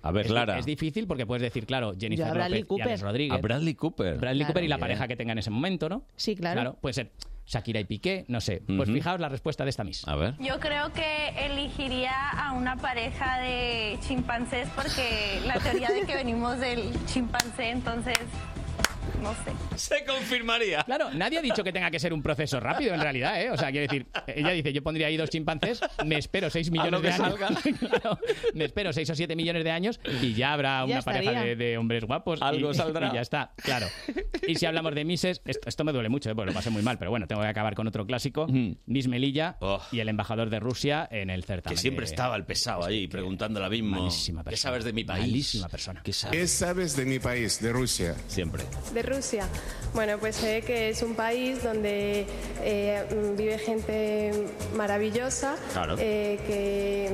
S2: A ver,
S13: Es di-
S2: Clara.
S13: Es difícil porque puedes decir, claro, Jennifer
S4: Yo a Bradley
S13: López y Alex
S4: Cooper.
S13: Rodríguez.
S2: A Bradley Cooper.
S13: Bradley
S4: Claro.
S13: Cooper y la
S4: Bien.
S13: pareja que tenga en ese momento, ¿no?
S4: Sí, claro.
S13: puede ser Shakira y Piqué, no sé. Pues
S2: Ujú.
S13: fijaos la respuesta de esta misma.
S2: A ver.
S5: Yo creo que elegiría a una pareja de chimpancés porque la teoría de que venimos del chimpancé, entonces, no sé.
S2: Se confirmaría.
S13: Claro, nadie ha dicho que tenga que ser un proceso rápido en realidad, ¿eh? O sea, quiero decir, ella dice, yo pondría ahí dos chimpancés, me espero seis millones
S2: lo que
S13: de años. Claro, me espero seis o siete millones de años y ya habrá
S2: Ya
S13: una pareja
S2: estaría.
S13: de, de hombres guapos. y-
S2: Algo saldrá.
S13: Y ya está, claro. Y si hablamos de Mises, esto, esto me duele mucho, ¿eh? porque lo pasé muy mal, pero bueno, tengo que acabar con otro clásico. Miss Melilla y el embajador de Rusia en el certamen.
S2: Oh. Que siempre
S13: de-
S2: estaba el pesado ahí preguntando ahora mismo. ¿Qué sabes de mi país?
S13: Malísima persona.
S2: ¿Qué sabes?
S5: ¿Qué sabes de mi país, de Rusia?
S2: Siempre. [LAUGHS]
S8: De Rusia. Bueno, pues sé que es un país donde eh, mm, vive gente maravillosa,
S33: Claro.
S8: eh, que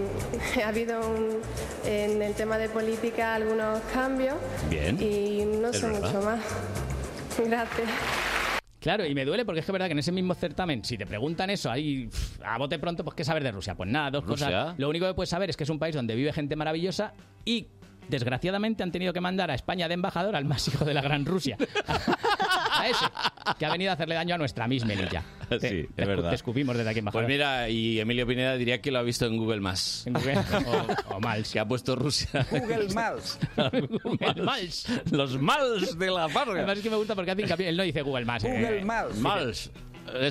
S8: [LAUGHS] mm, ha habido un- en el tema de política algunos cambios
S13: Bien.
S8: y no
S13: Es
S8: sé
S13: verdad.
S8: mucho más. [LAUGHS] Gracias.
S13: Claro, y me duele porque es que es verdad que en ese mismo certamen, si te preguntan eso ahí pf, a bote pronto, pues ¿qué saber de Rusia? Pues nada, dos
S2: Rusia.
S13: cosas. Lo único que puedes saber es que es un país donde vive gente maravillosa y desgraciadamente han tenido que mandar a España de embajador al más hijo de la gran
S2: [LAUGHS]
S13: Rusia. a ese, que ha venido a hacerle daño a nuestra misma Melilla.
S2: Sí, es verdad.
S13: Te escupimos desde aquí, embajador.
S2: Pues mira, y Emilio Pineda diría que lo ha visto en Google Maps. [LAUGHS]
S13: o, Mals.
S2: Que ha puesto Rusia. [LAUGHS]
S26: Google Maps.
S13: Google
S2: Mals. [LAUGHS] Los Mals de la farga.
S13: Además es que me gusta porque hace hincapié, él no dice Google Maps.
S2: Google
S13: Maps.
S2: Mals. Eh,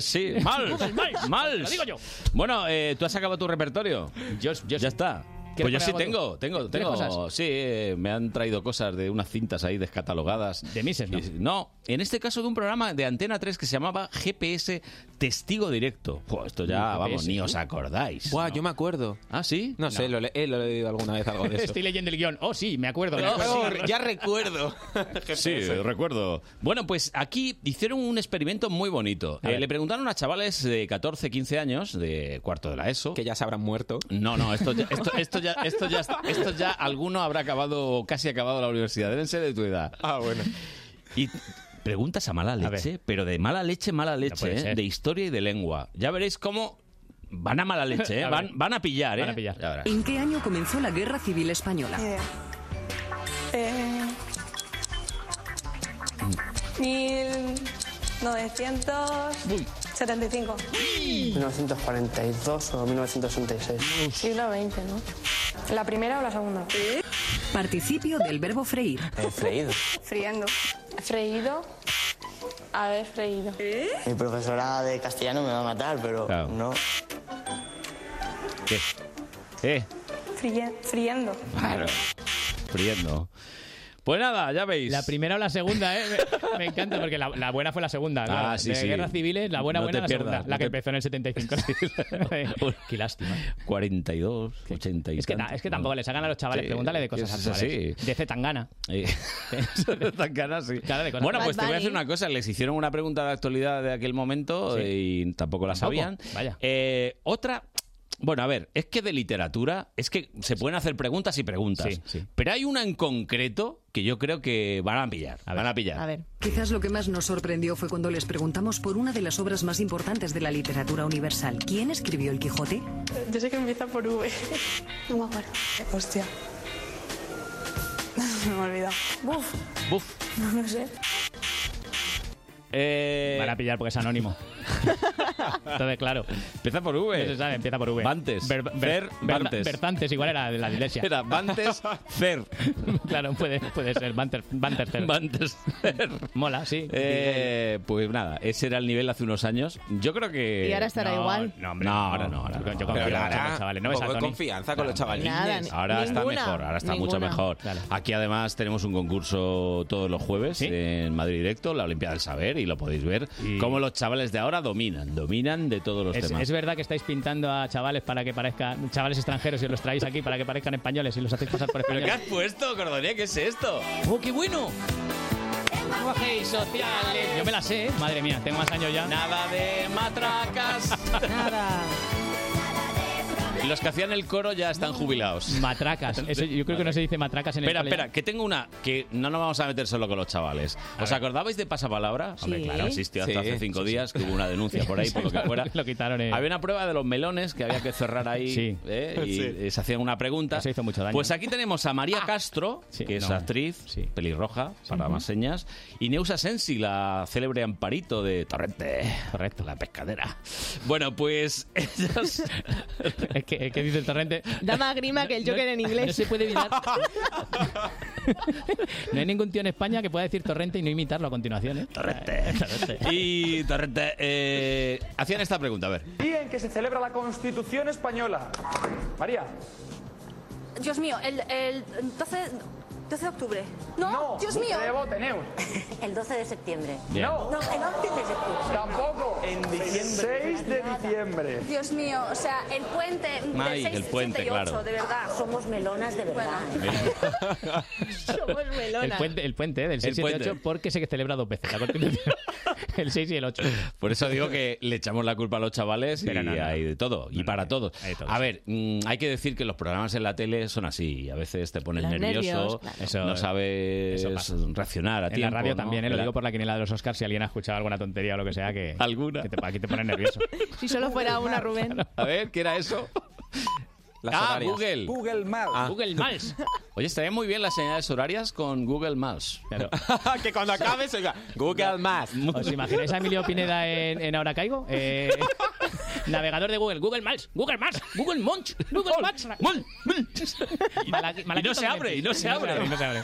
S13: [LAUGHS]
S2: sí,
S13: Google
S2: Mals.
S13: Maps.
S2: Mals.
S13: Lo digo yo.
S2: Bueno, eh, ¿tú has acabado tu repertorio? Yo, ya está. Pues
S13: ¿Quieres
S2: yo
S13: poner
S2: sí
S13: algo tú?
S2: tengo, tengo,
S13: ¿Tienes
S2: tengo.
S13: cosas?
S2: Sí, eh, me han traído cosas de unas cintas ahí descatalogadas.
S13: De Mises, ¿no?
S2: Y- No, en este caso de un programa de Antena 3 que se llamaba GPS Testigo Directo. Jo, esto ya,
S3: Mm,
S2: vamos,
S3: GPS,
S13: ¿eh?
S2: ni
S3: ¿no?
S2: os acordáis.
S3: Buah, yo me acuerdo.
S2: ¿Ah, sí?
S3: No, sé, lo, le- he leído alguna vez
S2: [LAUGHS]
S3: algo de eso.
S13: Estoy leyendo el guión. Oh, sí, me acuerdo. me acuerdo.
S3: Oh, ya recuerdo. [LAUGHS]
S2: Sí, recuerdo. Bueno, pues aquí hicieron un experimento muy bonito. Eh, le preguntaron a chavales de 14, 15 años, de cuarto de la ESO. Que
S3: ya se habrán muerto.
S2: No, no, esto ya, esto, esto ya, esto ya, esto ya alguno habrá acabado, o casi acabado la universidad. Deben ser de tu edad.
S3: Ah, bueno.
S2: Y preguntas a mala leche, pero de mala leche, mala leche,
S13: puede
S2: ¿eh?
S13: ser.
S2: de historia y de lengua. Ya veréis cómo van a mala leche, ¿eh?
S13: A ver.
S2: van, van a pillar, ¿eh?
S13: Van a pillar.
S2: Ya verás.
S11: ¿En qué año comenzó la Guerra Civil Española?
S33: Eh, 1975.
S15: 1942 o 1966.
S33: Siglo XX, ¿no? ¿La primera o la segunda?
S11: Participio del verbo freír.
S15: Freído.
S33: Friendo. Freído. Haber freído.
S8: ¿Eh?
S15: Mi profesora de castellano me va a matar, pero no.
S2: ¿Qué? ¿Eh?
S33: Frie- friendo.
S2: Claro. Friendo. Pues nada, ya veis.
S13: La primera o la segunda, ¿eh? Me, me encanta porque la, la buena fue la segunda. ¿no?
S2: Ah, sí,
S13: de
S2: sí.
S13: guerras civiles, la buena,
S2: No
S13: buena,
S2: te
S13: la segunda.
S2: pierdas,
S13: la
S2: no
S13: que
S2: te-
S13: empezó en el
S2: [LAUGHS]
S13: 75. Qué lástima.
S2: 42, 80
S13: [LAUGHS]
S2: y
S13: Es que, ta-
S2: tanto.
S13: es que tampoco les hagan a los chavales,
S2: Sí,
S13: pregúntale de cosas
S2: es así.
S13: actuales. De
S2: [LAUGHS]
S13: Zetangana.
S2: Eh,
S13: [LAUGHS]
S2: Zetangana, sí.
S13: de cosas
S2: Bueno, pues te
S13: actuales.
S2: voy a decir una cosa. Les hicieron una pregunta de actualidad de aquel momento
S13: ¿eh? Sí.
S2: y tampoco la
S13: Tampoco,
S2: sabían.
S13: vaya.
S2: Eh, otra Bueno, a ver, es que de literatura es que se pueden hacer preguntas y preguntas.
S13: Sí, sí.
S2: Pero hay una en concreto que yo creo que van a pillar. van a pillar.
S11: Quizás lo que más nos sorprendió fue cuando les preguntamos por una de las obras más importantes de la literatura universal. ¿Quién escribió El Quijote?
S33: Yo sé que empieza por V. No me acuerdo.
S7: [LAUGHS]
S33: Hostia. me he olvidado. Buf.
S2: Buf.
S33: No
S7: [LAUGHS]
S33: lo sé.
S2: eh,
S13: Van a pillar porque es
S2: [LAUGHS]
S13: anónimo. Entonces, claro.
S2: Empieza por V.
S13: No se sabe, empieza por V.
S2: Vantes.
S13: Ver- ver-
S2: Fer
S13: verla-
S2: Vantes.
S13: Vertantes, igual era de la iglesia. [LAUGHS]
S2: Era Vantes Cer.
S13: claro, puede, puede ser. Vanter, Vanter Cer. Mola, sí.
S2: Eh, pues nada, ese era el nivel hace unos años. Yo creo que.
S4: Y ahora estará
S2: No,
S4: igual.
S2: No, hombre, no, ahora no. Ahora no.
S13: yo confío
S2: Pero
S13: mucho en
S2: ahora
S13: los chavales, no
S2: un
S13: ves a
S2: poco de
S13: Tony.
S2: confianza con los
S4: Nada, ni-
S2: ahora está
S4: ninguna,
S2: mejor, ahora está mucho
S4: ninguna.
S2: mejor. Aquí además tenemos un concurso todos los jueves en Madrid Directo, la Olimpiada del Saber, y lo podéis ver. Cómo los chavales de ahora dominan, dominan de todos los
S13: Es,
S2: temas.
S13: es verdad que estáis pintando a chavales para que parezcan chavales extranjeros y los traéis aquí para que parezcan españoles y los hacéis pasar por
S2: ¿Pero qué has
S13: españoles.
S2: puesto, Cordoné? ¿Qué es esto?
S13: ¡Oh, qué bueno! Lenguajes sociales. Yo me la sé, ¿eh? madre mía, tengo más años ya.
S2: Nada de matracas.
S13: Nada.
S2: Los que hacían el coro ya están jubilados.
S13: Matracas.
S2: [LAUGHS]
S13: Eso, yo creo que no se dice matracas en
S2: Espera,
S13: el
S2: espera, que tengo una que no nos vamos a meter solo con los chavales. ¿Os acordabais de Pasapalabra?
S13: Sí.
S2: Hombre, claro, existió hasta
S13: Sí,
S2: hace cinco días que hubo una denuncia
S13: [LAUGHS]
S2: por ahí, por lo que fuera.
S13: Lo quitaron. eh.
S2: Había una prueba de los melones que había que cerrar ahí
S13: Sí.
S2: ¿eh? y
S13: Sí.
S2: eh, se hacían una pregunta.
S13: Eso hizo mucho daño.
S2: Pues aquí tenemos a María Castro, que es
S13: no.
S2: actriz, pelirroja, para más señas, y Neusa Sensi, la célebre amparito de Torrente. Correcto. La pescadera. Bueno, pues [LAUGHS] ellas...
S13: es, que, es que dice el torrente.
S4: Da más grima que el Joker en inglés.
S13: no se puede evitar. No hay ningún tío en España que pueda decir torrente y no imitarlo a continuación. ¿eh? Torrente.
S2: [LAUGHS] Y Torrente, eh, hacían esta pregunta, a ver.
S6: Día en que se celebra la Constitución Española. María.
S7: Dios mío, el, el 12, 12 de octubre. No, Dios mío.
S6: de Boteneu.
S7: [LAUGHS] El 12 de septiembre.
S6: Bien.
S7: No, el 11 de septiembre.
S6: Tampoco. En
S7: diciembre.
S6: 6 de diciembre.
S7: Dios mío, o sea, el puente del
S6: Ay,
S7: 6
S6: el puente,
S7: 78,
S6: claro.
S7: de verdad. Somos melonas de verdad. [LAUGHS] Somos
S13: El puente, el puente ¿eh? del
S2: El
S13: 6 y el
S2: puente.
S13: 8, porque se celebra dos veces la
S2: [LAUGHS]
S13: Constitución. el 6 y el 8.
S2: Por eso digo que le echamos la culpa a los chavales
S13: Pero
S2: y
S13: no, no,
S2: hay de todo, y para todos. A ver, mm, hay que decir que los programas en la tele son así, a veces te pones
S13: Los nervios,
S2: nervioso,
S13: claro. Eso-
S2: no sabes
S13: eso pasa.
S2: reaccionar a
S13: en
S2: tiempo,
S13: la radio
S2: ¿no?
S13: también, ¿eh?
S2: En
S13: lo
S2: la-
S13: digo por la quiniela de los Oscars, si alguien ha escuchado alguna tontería o lo que sea, que,
S2: ¿Alguna?
S13: que te- aquí te pones nervioso.
S4: [LAUGHS]
S2: [LAUGHS]
S4: Si solo fuera una, Rubén.
S2: A ver, ¿qué era eso? ah,
S13: horarias.
S2: Google. Ah.
S6: Google Maps.
S13: Google Maps.
S2: Oye, estarían muy bien las señales horarias con Google Maps. [LAUGHS]
S9: que cuando acabes, oiga, Google Maps.
S13: ¿Os imagináis a Emilio Pineda en, en Ahora Caigo? Eh, [LAUGHS] navegador de Google, Google Maps, Google Maps, Google Monch, Google Maps. [LAUGHS] Malaqui-
S2: Y no se abre, y no se abre.
S13: No se
S2: [LAUGHS]
S13: abre.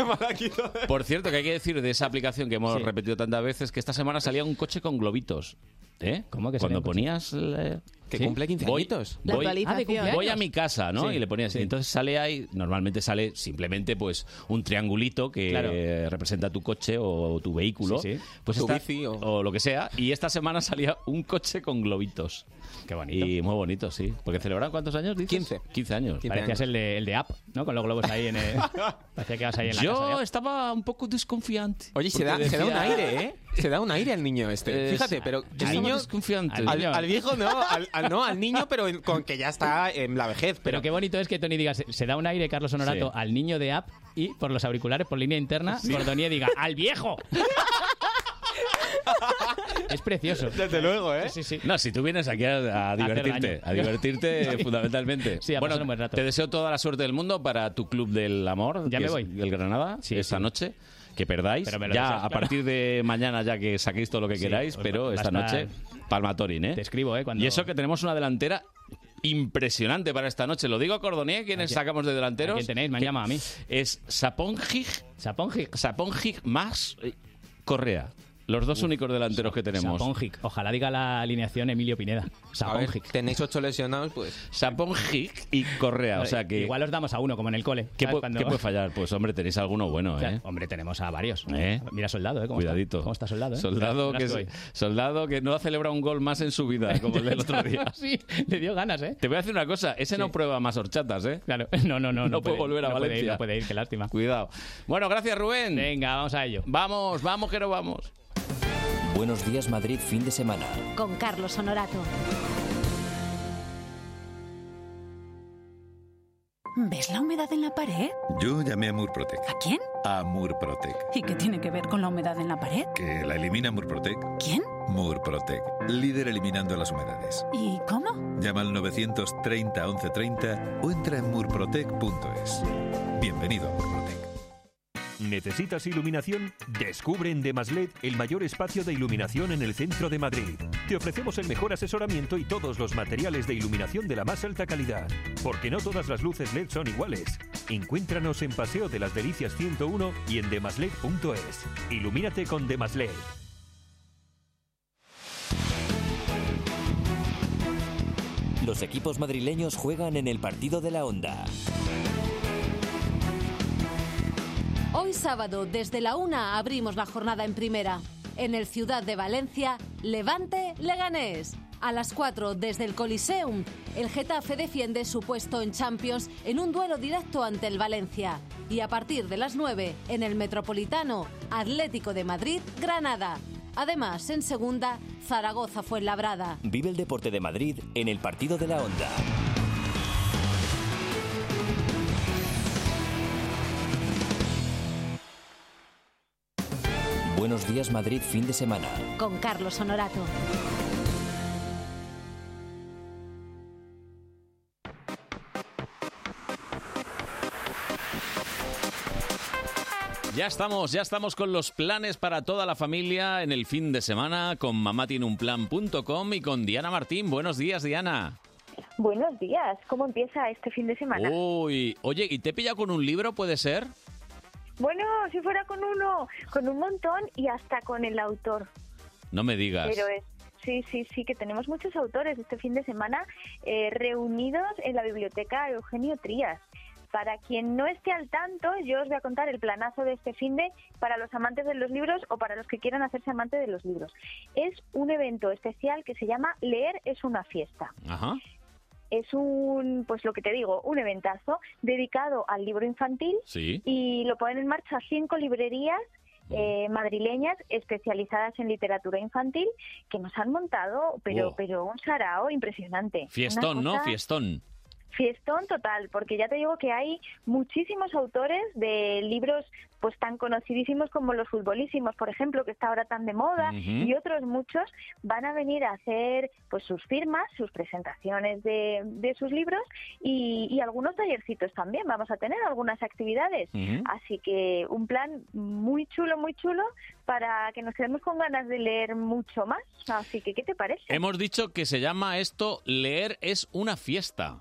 S2: Por cierto, que hay que decir de esa aplicación que hemos
S13: Sí.
S2: repetido tantas veces que esta semana salía un coche con globitos. ¿eh? ¿Cómo que
S13: salía
S2: Cuando
S13: un coche?
S2: ponías. eh,
S9: Que
S2: sí,
S9: cumple 15
S2: voy-
S9: añitos.
S4: La
S2: Voy,
S4: actualización. Ah, de cumpleaños.
S2: voy a mi casa, ¿no?
S13: Sí,
S2: y le ponías.
S13: sí.
S2: Entonces sale ahí, normalmente sale simplemente pues un triangulito que
S13: Claro.
S2: eh, representa tu coche o tu vehículo.
S13: Sí, sí.
S2: Pues
S13: Tu
S2: esta-
S13: bici
S2: o... lo que sea. Y esta semana salía un coche con globitos.
S13: Qué bonito.
S2: Y muy bonito, sí. Porque celebraron cuántos años, dices? 15. 15 años.
S13: Parecías el de, el de App, ¿no? Con los globos ahí en el... Parecía que vas ahí en la
S2: Yo
S13: casa de App.
S2: estaba un poco desconfiante.
S9: Oye, se da,
S2: Porque
S9: se da un
S2: decía-
S9: aire, ¿eh? Se da un aire al niño este.
S13: Eh,
S2: Es-
S9: Fíjate, pero
S2: Yo
S9: el
S2: estaba
S9: niño...
S2: desconfiante.
S9: Al, al viejo no, al, al- no,
S2: [LAUGHS]
S9: al niño, pero en- con que ya está en la vejez.
S13: Pero qué bonito es que Tony diga, se, se da un aire Carlos Honorato
S9: Sí.
S13: al niño de app y por los auriculares, por línea interna,
S9: Sí.
S13: Gordonier diga,
S9: [LAUGHS]
S13: ¡al viejo! es precioso.
S9: Desde luego, ¿eh?
S13: Sí, sí.
S2: No, si tú vienes aquí a, a
S13: hacer
S2: divertirte,
S13: daño. [LAUGHS]
S2: a divertirte fundamentalmente.
S13: Sí, a
S2: bueno,
S13: pasar un buen rato.
S2: te deseo toda la suerte del mundo para tu club del amor.
S13: Ya
S2: que
S13: me
S2: es
S13: voy.
S2: El Granada, esta noche. Que perdáis.
S13: Pero me lo
S2: Ya
S13: deseas,
S2: a
S13: claro.
S2: partir de mañana, ya que saquéis todo lo que
S13: Sí,
S2: queráis,
S13: os va-
S2: pero
S13: va a
S2: esta
S13: estar-
S2: noche, Palmatorin, ¿eh? Te
S13: escribo, ¿eh?
S2: Y eso que tenemos una delantera impresionante para esta noche. Lo digo a Cordonier, quienes
S13: quién-
S2: sacamos de delanteros.
S13: a quién tenéis? Me
S2: que
S13: llama a mí.
S2: Es Saponjig.
S13: Saponjig.
S2: Saponjig más eh, Correa. Los dos únicos delanteros que tenemos.
S13: Saponjic. Ojalá diga la alineación Emilio Pineda. Saponjic.
S9: Tenéis ocho lesionados, pues.
S2: Saponjic y Correa. O sea que.
S13: Igual os damos a uno, como en el cole.
S2: ¿Qué,
S13: ¿sabes?
S2: pu-
S13: Ah, Cuando- [LAUGHS]
S2: qué puede fallar? Pues hombre, tenéis alguno bueno,
S13: Claro,
S2: ¿eh?
S13: Hombre, tenemos a varios.
S2: ¿Eh?
S13: Mira, soldado, ¿eh? ¿Cómo
S2: Cuidadito.
S13: Está? ¿Cómo está soldado, eh?
S2: Soldado
S13: Verás
S2: que,
S13: tú
S2: se-
S13: hoy.
S2: soldado que no ha celebrado un gol más en su vida, como
S13: [LAUGHS]
S2: el del otro día.
S13: sí, le dio ganas, ¿eh?
S2: Te voy a decir una cosa, ese no prueba más horchatas, ¿eh?
S13: Claro, [LAUGHS] no, no, no.
S2: No, puede volver a
S13: no puede ir,
S2: Valencia.
S13: no puede ir, qué lástima.
S2: Cuidado. Bueno, gracias Rubén.
S13: Venga, vamos a ello.
S2: Vamos, vamos que no vamos.
S10: Buenos días Madrid fin de semana.
S16: Con Carlos Honorato.
S24: ¿Ves la humedad en la pared?
S26: Yo llamé a Murprotec.
S24: ¿A quién?
S26: A Murprotec.
S24: ¿Y qué tiene que ver con la humedad en la pared?
S26: ¿Que la elimina Murprotec?
S24: ¿Quién?
S26: Murprotec, líder eliminando las humedades.
S24: ¿Y cómo?
S26: Llama al 930 1130 o entra en murprotec.es. Bienvenido a Murprotec.
S10: ¿Necesitas iluminación? Descubre en Demasled el mayor espacio de iluminación en el centro de Madrid. Te ofrecemos el mejor asesoramiento y todos los materiales de iluminación de la más alta calidad, porque no todas las luces LED son iguales. Encuéntranos en Paseo de las Delicias 101 y en demasled.es. Ilumínate con Demasled.
S19: Los equipos madrileños juegan en el partido de la onda.
S11: Hoy sábado, desde la una, abrimos la jornada en primera. En el Ciudad de Valencia, Levante Leganés. A las 4, desde el Coliseum, el Getafe defiende su puesto en Champions en un duelo directo ante el Valencia. Y a partir de las 9, en el Metropolitano, Atlético de Madrid, Granada. Además, en segunda, Zaragoza fue labrada.
S19: Vive el deporte de Madrid en el partido de la onda. Buenos días Madrid fin de semana.
S11: Con Carlos Honorato.
S2: Ya estamos, ya estamos con los planes para toda la familia en el fin de semana con mamatinunplan.com y con Diana Martín. Buenos días, Diana.
S25: Buenos días, ¿cómo empieza este fin de
S2: Oh.
S25: semana?
S2: Uy, oye, ¿y te he pillado con un libro, puede ser?
S25: Bueno, si fuera con uno, con un montón y hasta con el autor.
S2: No me digas.
S25: Pero es, sí, sí, sí, que tenemos muchos autores este fin de semana eh, reunidos en la biblioteca Eugenio Trías. Para quien no esté al tanto, yo os voy a contar el planazo de este fin de para los amantes de los libros o para los que quieran hacerse amantes de los libros. Es un evento especial que se llama Leer es una fiesta.
S2: Ajá.
S25: Es un, pues lo que te digo, un eventazo dedicado al libro infantil
S2: Sí. Mm.
S25: y lo ponen en marcha cinco librerías eh, madrileñas especializadas en literatura infantil que nos han montado, pero,
S2: Wow.
S25: pero un sarao impresionante. Una
S2: Fiestón, ¿no?
S25: cosa-
S2: Fiestón.
S25: Fiestón total, porque ya te digo que hay muchísimos autores de libros pues tan conocidísimos como Los futbolísimos, por ejemplo, que está ahora tan de moda, Ujú. y otros muchos van a venir a hacer pues sus firmas, sus presentaciones de, de sus libros y, y algunos tallercitos también. Vamos a tener algunas actividades.
S34: Ujú.
S25: Así que un plan muy chulo, muy chulo para que nos quedemos con ganas de leer mucho más. Así que, ¿qué te parece?
S2: Hemos dicho que se llama esto Leer es una fiesta.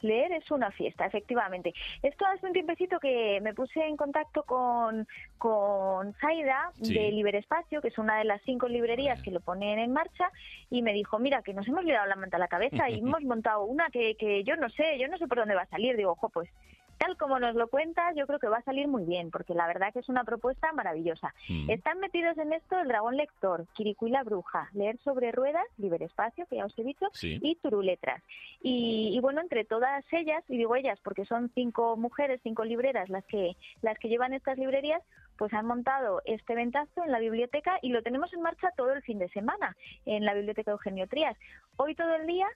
S25: Leer es una fiesta, efectivamente. Esto hace un tiempecito que me puse en contacto con, con Zaida
S35: Sí.
S25: de Liberespacio, que es una de las cinco librerías que lo ponen en marcha, y me dijo, mira, que nos hemos liado la manta a la cabeza y hemos montado una que, que yo no sé, yo no sé por dónde va a salir. Digo, ojo, pues tal como nos lo cuentas, yo creo que va a salir muy bien, porque la verdad que es una propuesta maravillosa.
S34: Mm.
S25: Están metidos en esto el Dragón Lector, Kirikui la Bruja, Leer sobre Ruedas, Liberespacio, que ya os he dicho,
S34: Sí.
S25: y Turuletras. Y, y bueno, entre todas ellas, y digo ellas porque son cinco mujeres, cinco libreras las que, las que llevan estas librerías, pues han montado este ventazo en la biblioteca y lo tenemos en marcha todo el fin de semana en la biblioteca Eugenio Trías. Hoy todo el día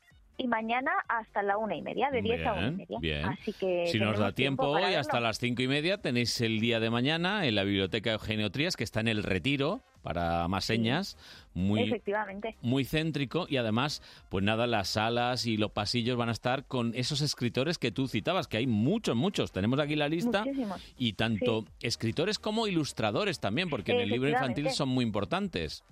S25: y mañana hasta la una y media, de 10 a una y
S2: Bien,
S25: media.
S2: bien.
S25: Así que
S2: si nos da
S25: tenemos
S2: tiempo, hoy,
S25: para
S2: hasta
S25: verlo.
S2: las cinco y media, tenéis el día de mañana en la biblioteca Eugenio Trías, que está en el Retiro, para más señas. Muy,
S25: Efectivamente.
S2: muy céntrico y además, pues nada, las salas y los pasillos van a estar con esos escritores que tú citabas, que hay muchos, muchos. Tenemos aquí la lista.
S25: Muchísimos.
S2: Y tanto escritores como ilustradores también, porque en el libro infantil
S25: Efectivamente.
S2: son muy importantes.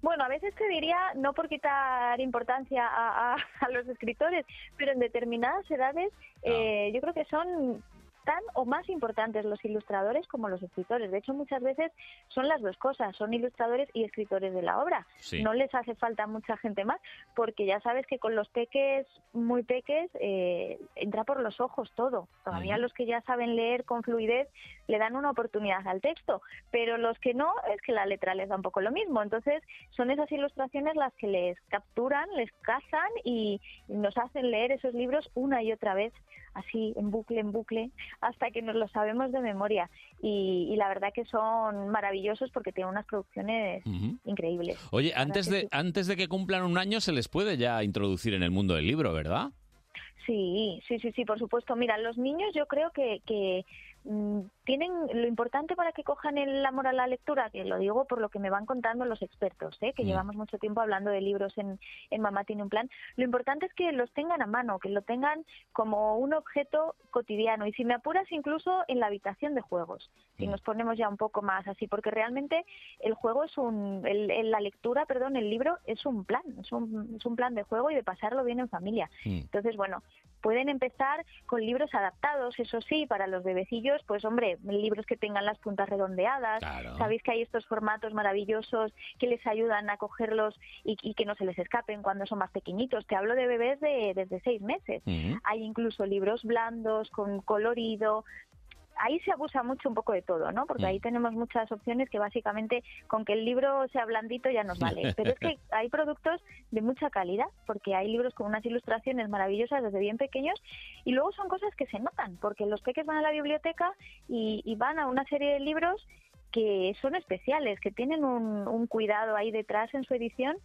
S25: Bueno, a veces te diría, no por quitar importancia a, [LAUGHS] a- a los escritores, pero en determinadas edades
S2: Ah.
S25: eh, yo creo que son tan o más importantes los ilustradores como los escritores. De hecho, muchas veces son las dos cosas, son ilustradores y escritores de la obra.
S34: Sí.
S25: No les hace falta mucha gente más, porque ya sabes que con los peques, muy peques, eh, entra por los ojos todo. Todavía
S34: Ujú.
S25: los que ya saben leer con fluidez le dan una oportunidad al texto, pero los que no, es que la letra les da un poco lo mismo. Entonces, son esas ilustraciones las que les capturan, les cazan y nos hacen leer esos libros una y otra vez, así en bucle, en bucle, hasta que nos los sabemos de memoria. Y, y la verdad que son maravillosos porque tienen unas producciones
S2: Ujú.
S25: increíbles.
S2: Oye,
S25: La verdad
S2: antes
S25: que
S2: de,
S25: sí.
S2: antes de que cumplan un año se les puede ya introducir en el mundo del libro, ¿verdad?
S25: Sí, sí, sí, sí, por supuesto. Mira, los niños yo creo que, que mm, tienen lo importante para que cojan el amor a la lectura, que lo digo por lo que me van contando los expertos, ¿eh? que
S27: Mm.
S25: llevamos mucho tiempo hablando de libros en, en Mamá tiene un plan, lo importante es que los tengan a mano, que lo tengan como un objeto cotidiano y si me apuras incluso en la habitación de juegos, si
S36: Mm.
S25: nos ponemos ya un poco más así, porque realmente el juego es un, el- el- la lectura, perdón, el libro es un plan, es un, es un plan de juego y de pasarlo bien en familia.
S27: Mm.
S25: Entonces, bueno, pueden empezar con libros adaptados, eso sí, para los bebecillos, pues hombre, libros que tengan las puntas redondeadas. Sabéis que hay estos formatos maravillosos que les ayudan a cogerlos y, y que no se les escapen cuando son más pequeñitos. Te hablo de bebés de, desde seis meses.
S27: Ujú.
S25: Hay incluso libros blandos, con colorido, ahí se abusa mucho un poco de todo, ¿no? Porque
S27: Mm.
S25: ahí tenemos muchas opciones que básicamente con que el libro sea blandito ya nos vale.
S27: [LAUGHS]
S25: Pero es que hay productos de mucha calidad, porque hay libros con unas ilustraciones maravillosas desde bien pequeños y luego son cosas que se notan, porque los peques van a la biblioteca y, y van a una serie de libros que son especiales, que tienen un, un cuidado ahí detrás en su edición.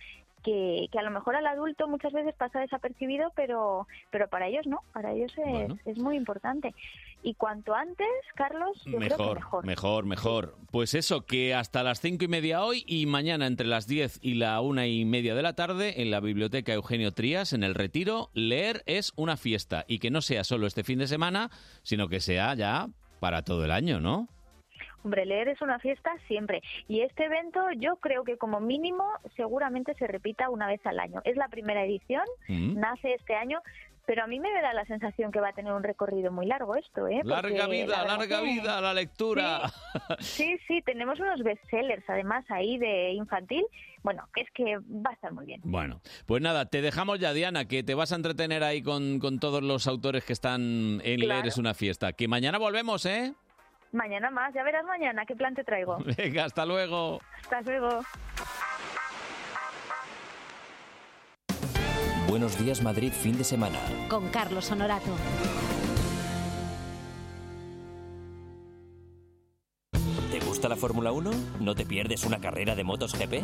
S25: Que, que a lo mejor al adulto muchas veces pasa desapercibido, pero, pero para ellos no, para ellos es,
S2: Bueno.
S25: es muy importante. Y cuanto antes, Carlos, yo creo que
S2: Mejor,
S25: mejor.
S2: mejor, mejor. Pues eso, que hasta las cinco y media hoy y mañana entre las diez y la una y media de la tarde en la biblioteca Eugenio Trías, en el Retiro, leer es una fiesta y que no sea solo este fin de semana, sino que sea ya para todo el año, ¿no?
S25: Hombre, leer es una fiesta siempre. Y este evento yo creo que como mínimo seguramente se repita una vez al año. Es la primera edición,
S2: Mm.
S25: nace este año, pero a mí me da la sensación que va a tener un recorrido muy largo esto, ¿eh?
S2: larga
S25: Porque
S2: vida,
S25: la verdad
S2: larga
S25: que-
S2: vida, la lectura. [LAUGHS]
S25: Sí, sí, tenemos unos bestsellers además ahí de infantil. Bueno, que es que va a estar muy bien.
S2: Bueno, pues nada, te dejamos ya, Diana, que te vas a entretener ahí con, con todos los autores que están en Leer es una fiesta. Que mañana volvemos, ¿eh? [LAUGHS]
S25: Mañana más, ya verás mañana qué plan te traigo.
S2: Venga, hasta luego.
S25: Hasta luego.
S19: Buenos días Madrid fin de semana.
S11: Con Carlos Honorato.
S19: ¿Te gusta la Fórmula 1? ¿No te pierdes una carrera de motos GP?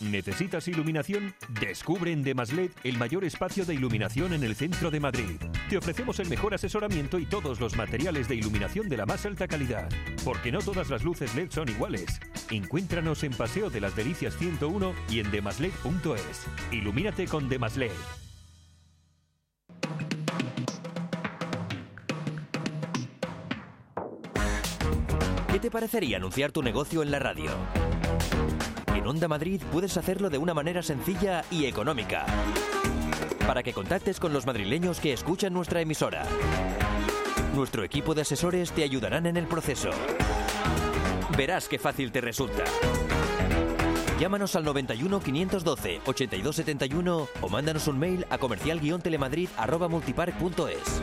S10: ¿Necesitas iluminación? Descubre en Demasled el mayor espacio de iluminación en el centro de Madrid. Te ofrecemos el mejor asesoramiento y todos los materiales de iluminación de la más alta calidad, porque no todas las luces LED son iguales. Encuéntranos en Paseo de las Delicias 101 y en demasled.es. Ilumínate con Demasled.
S19: ¿Qué te parecería anunciar tu negocio en la radio? En Onda Madrid puedes hacerlo de una manera sencilla y económica. Para que contactes con los madrileños que escuchan nuestra emisora. Nuestro equipo de asesores te ayudarán en el proceso. Verás qué fácil te resulta. Llámanos al 91 512 8271 o mándanos un mail a comercial-telemadrid@multipark.es.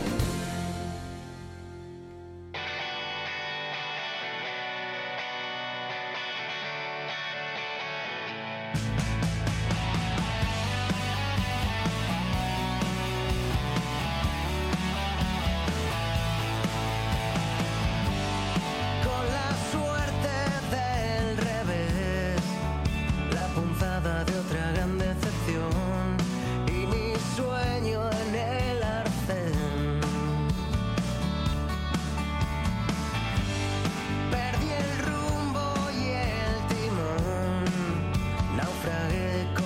S28: Con la suerte del revés, la punzada de otra gran decepción y mi sueño en el arcén. Perdí el rumbo y el timón, naufragué este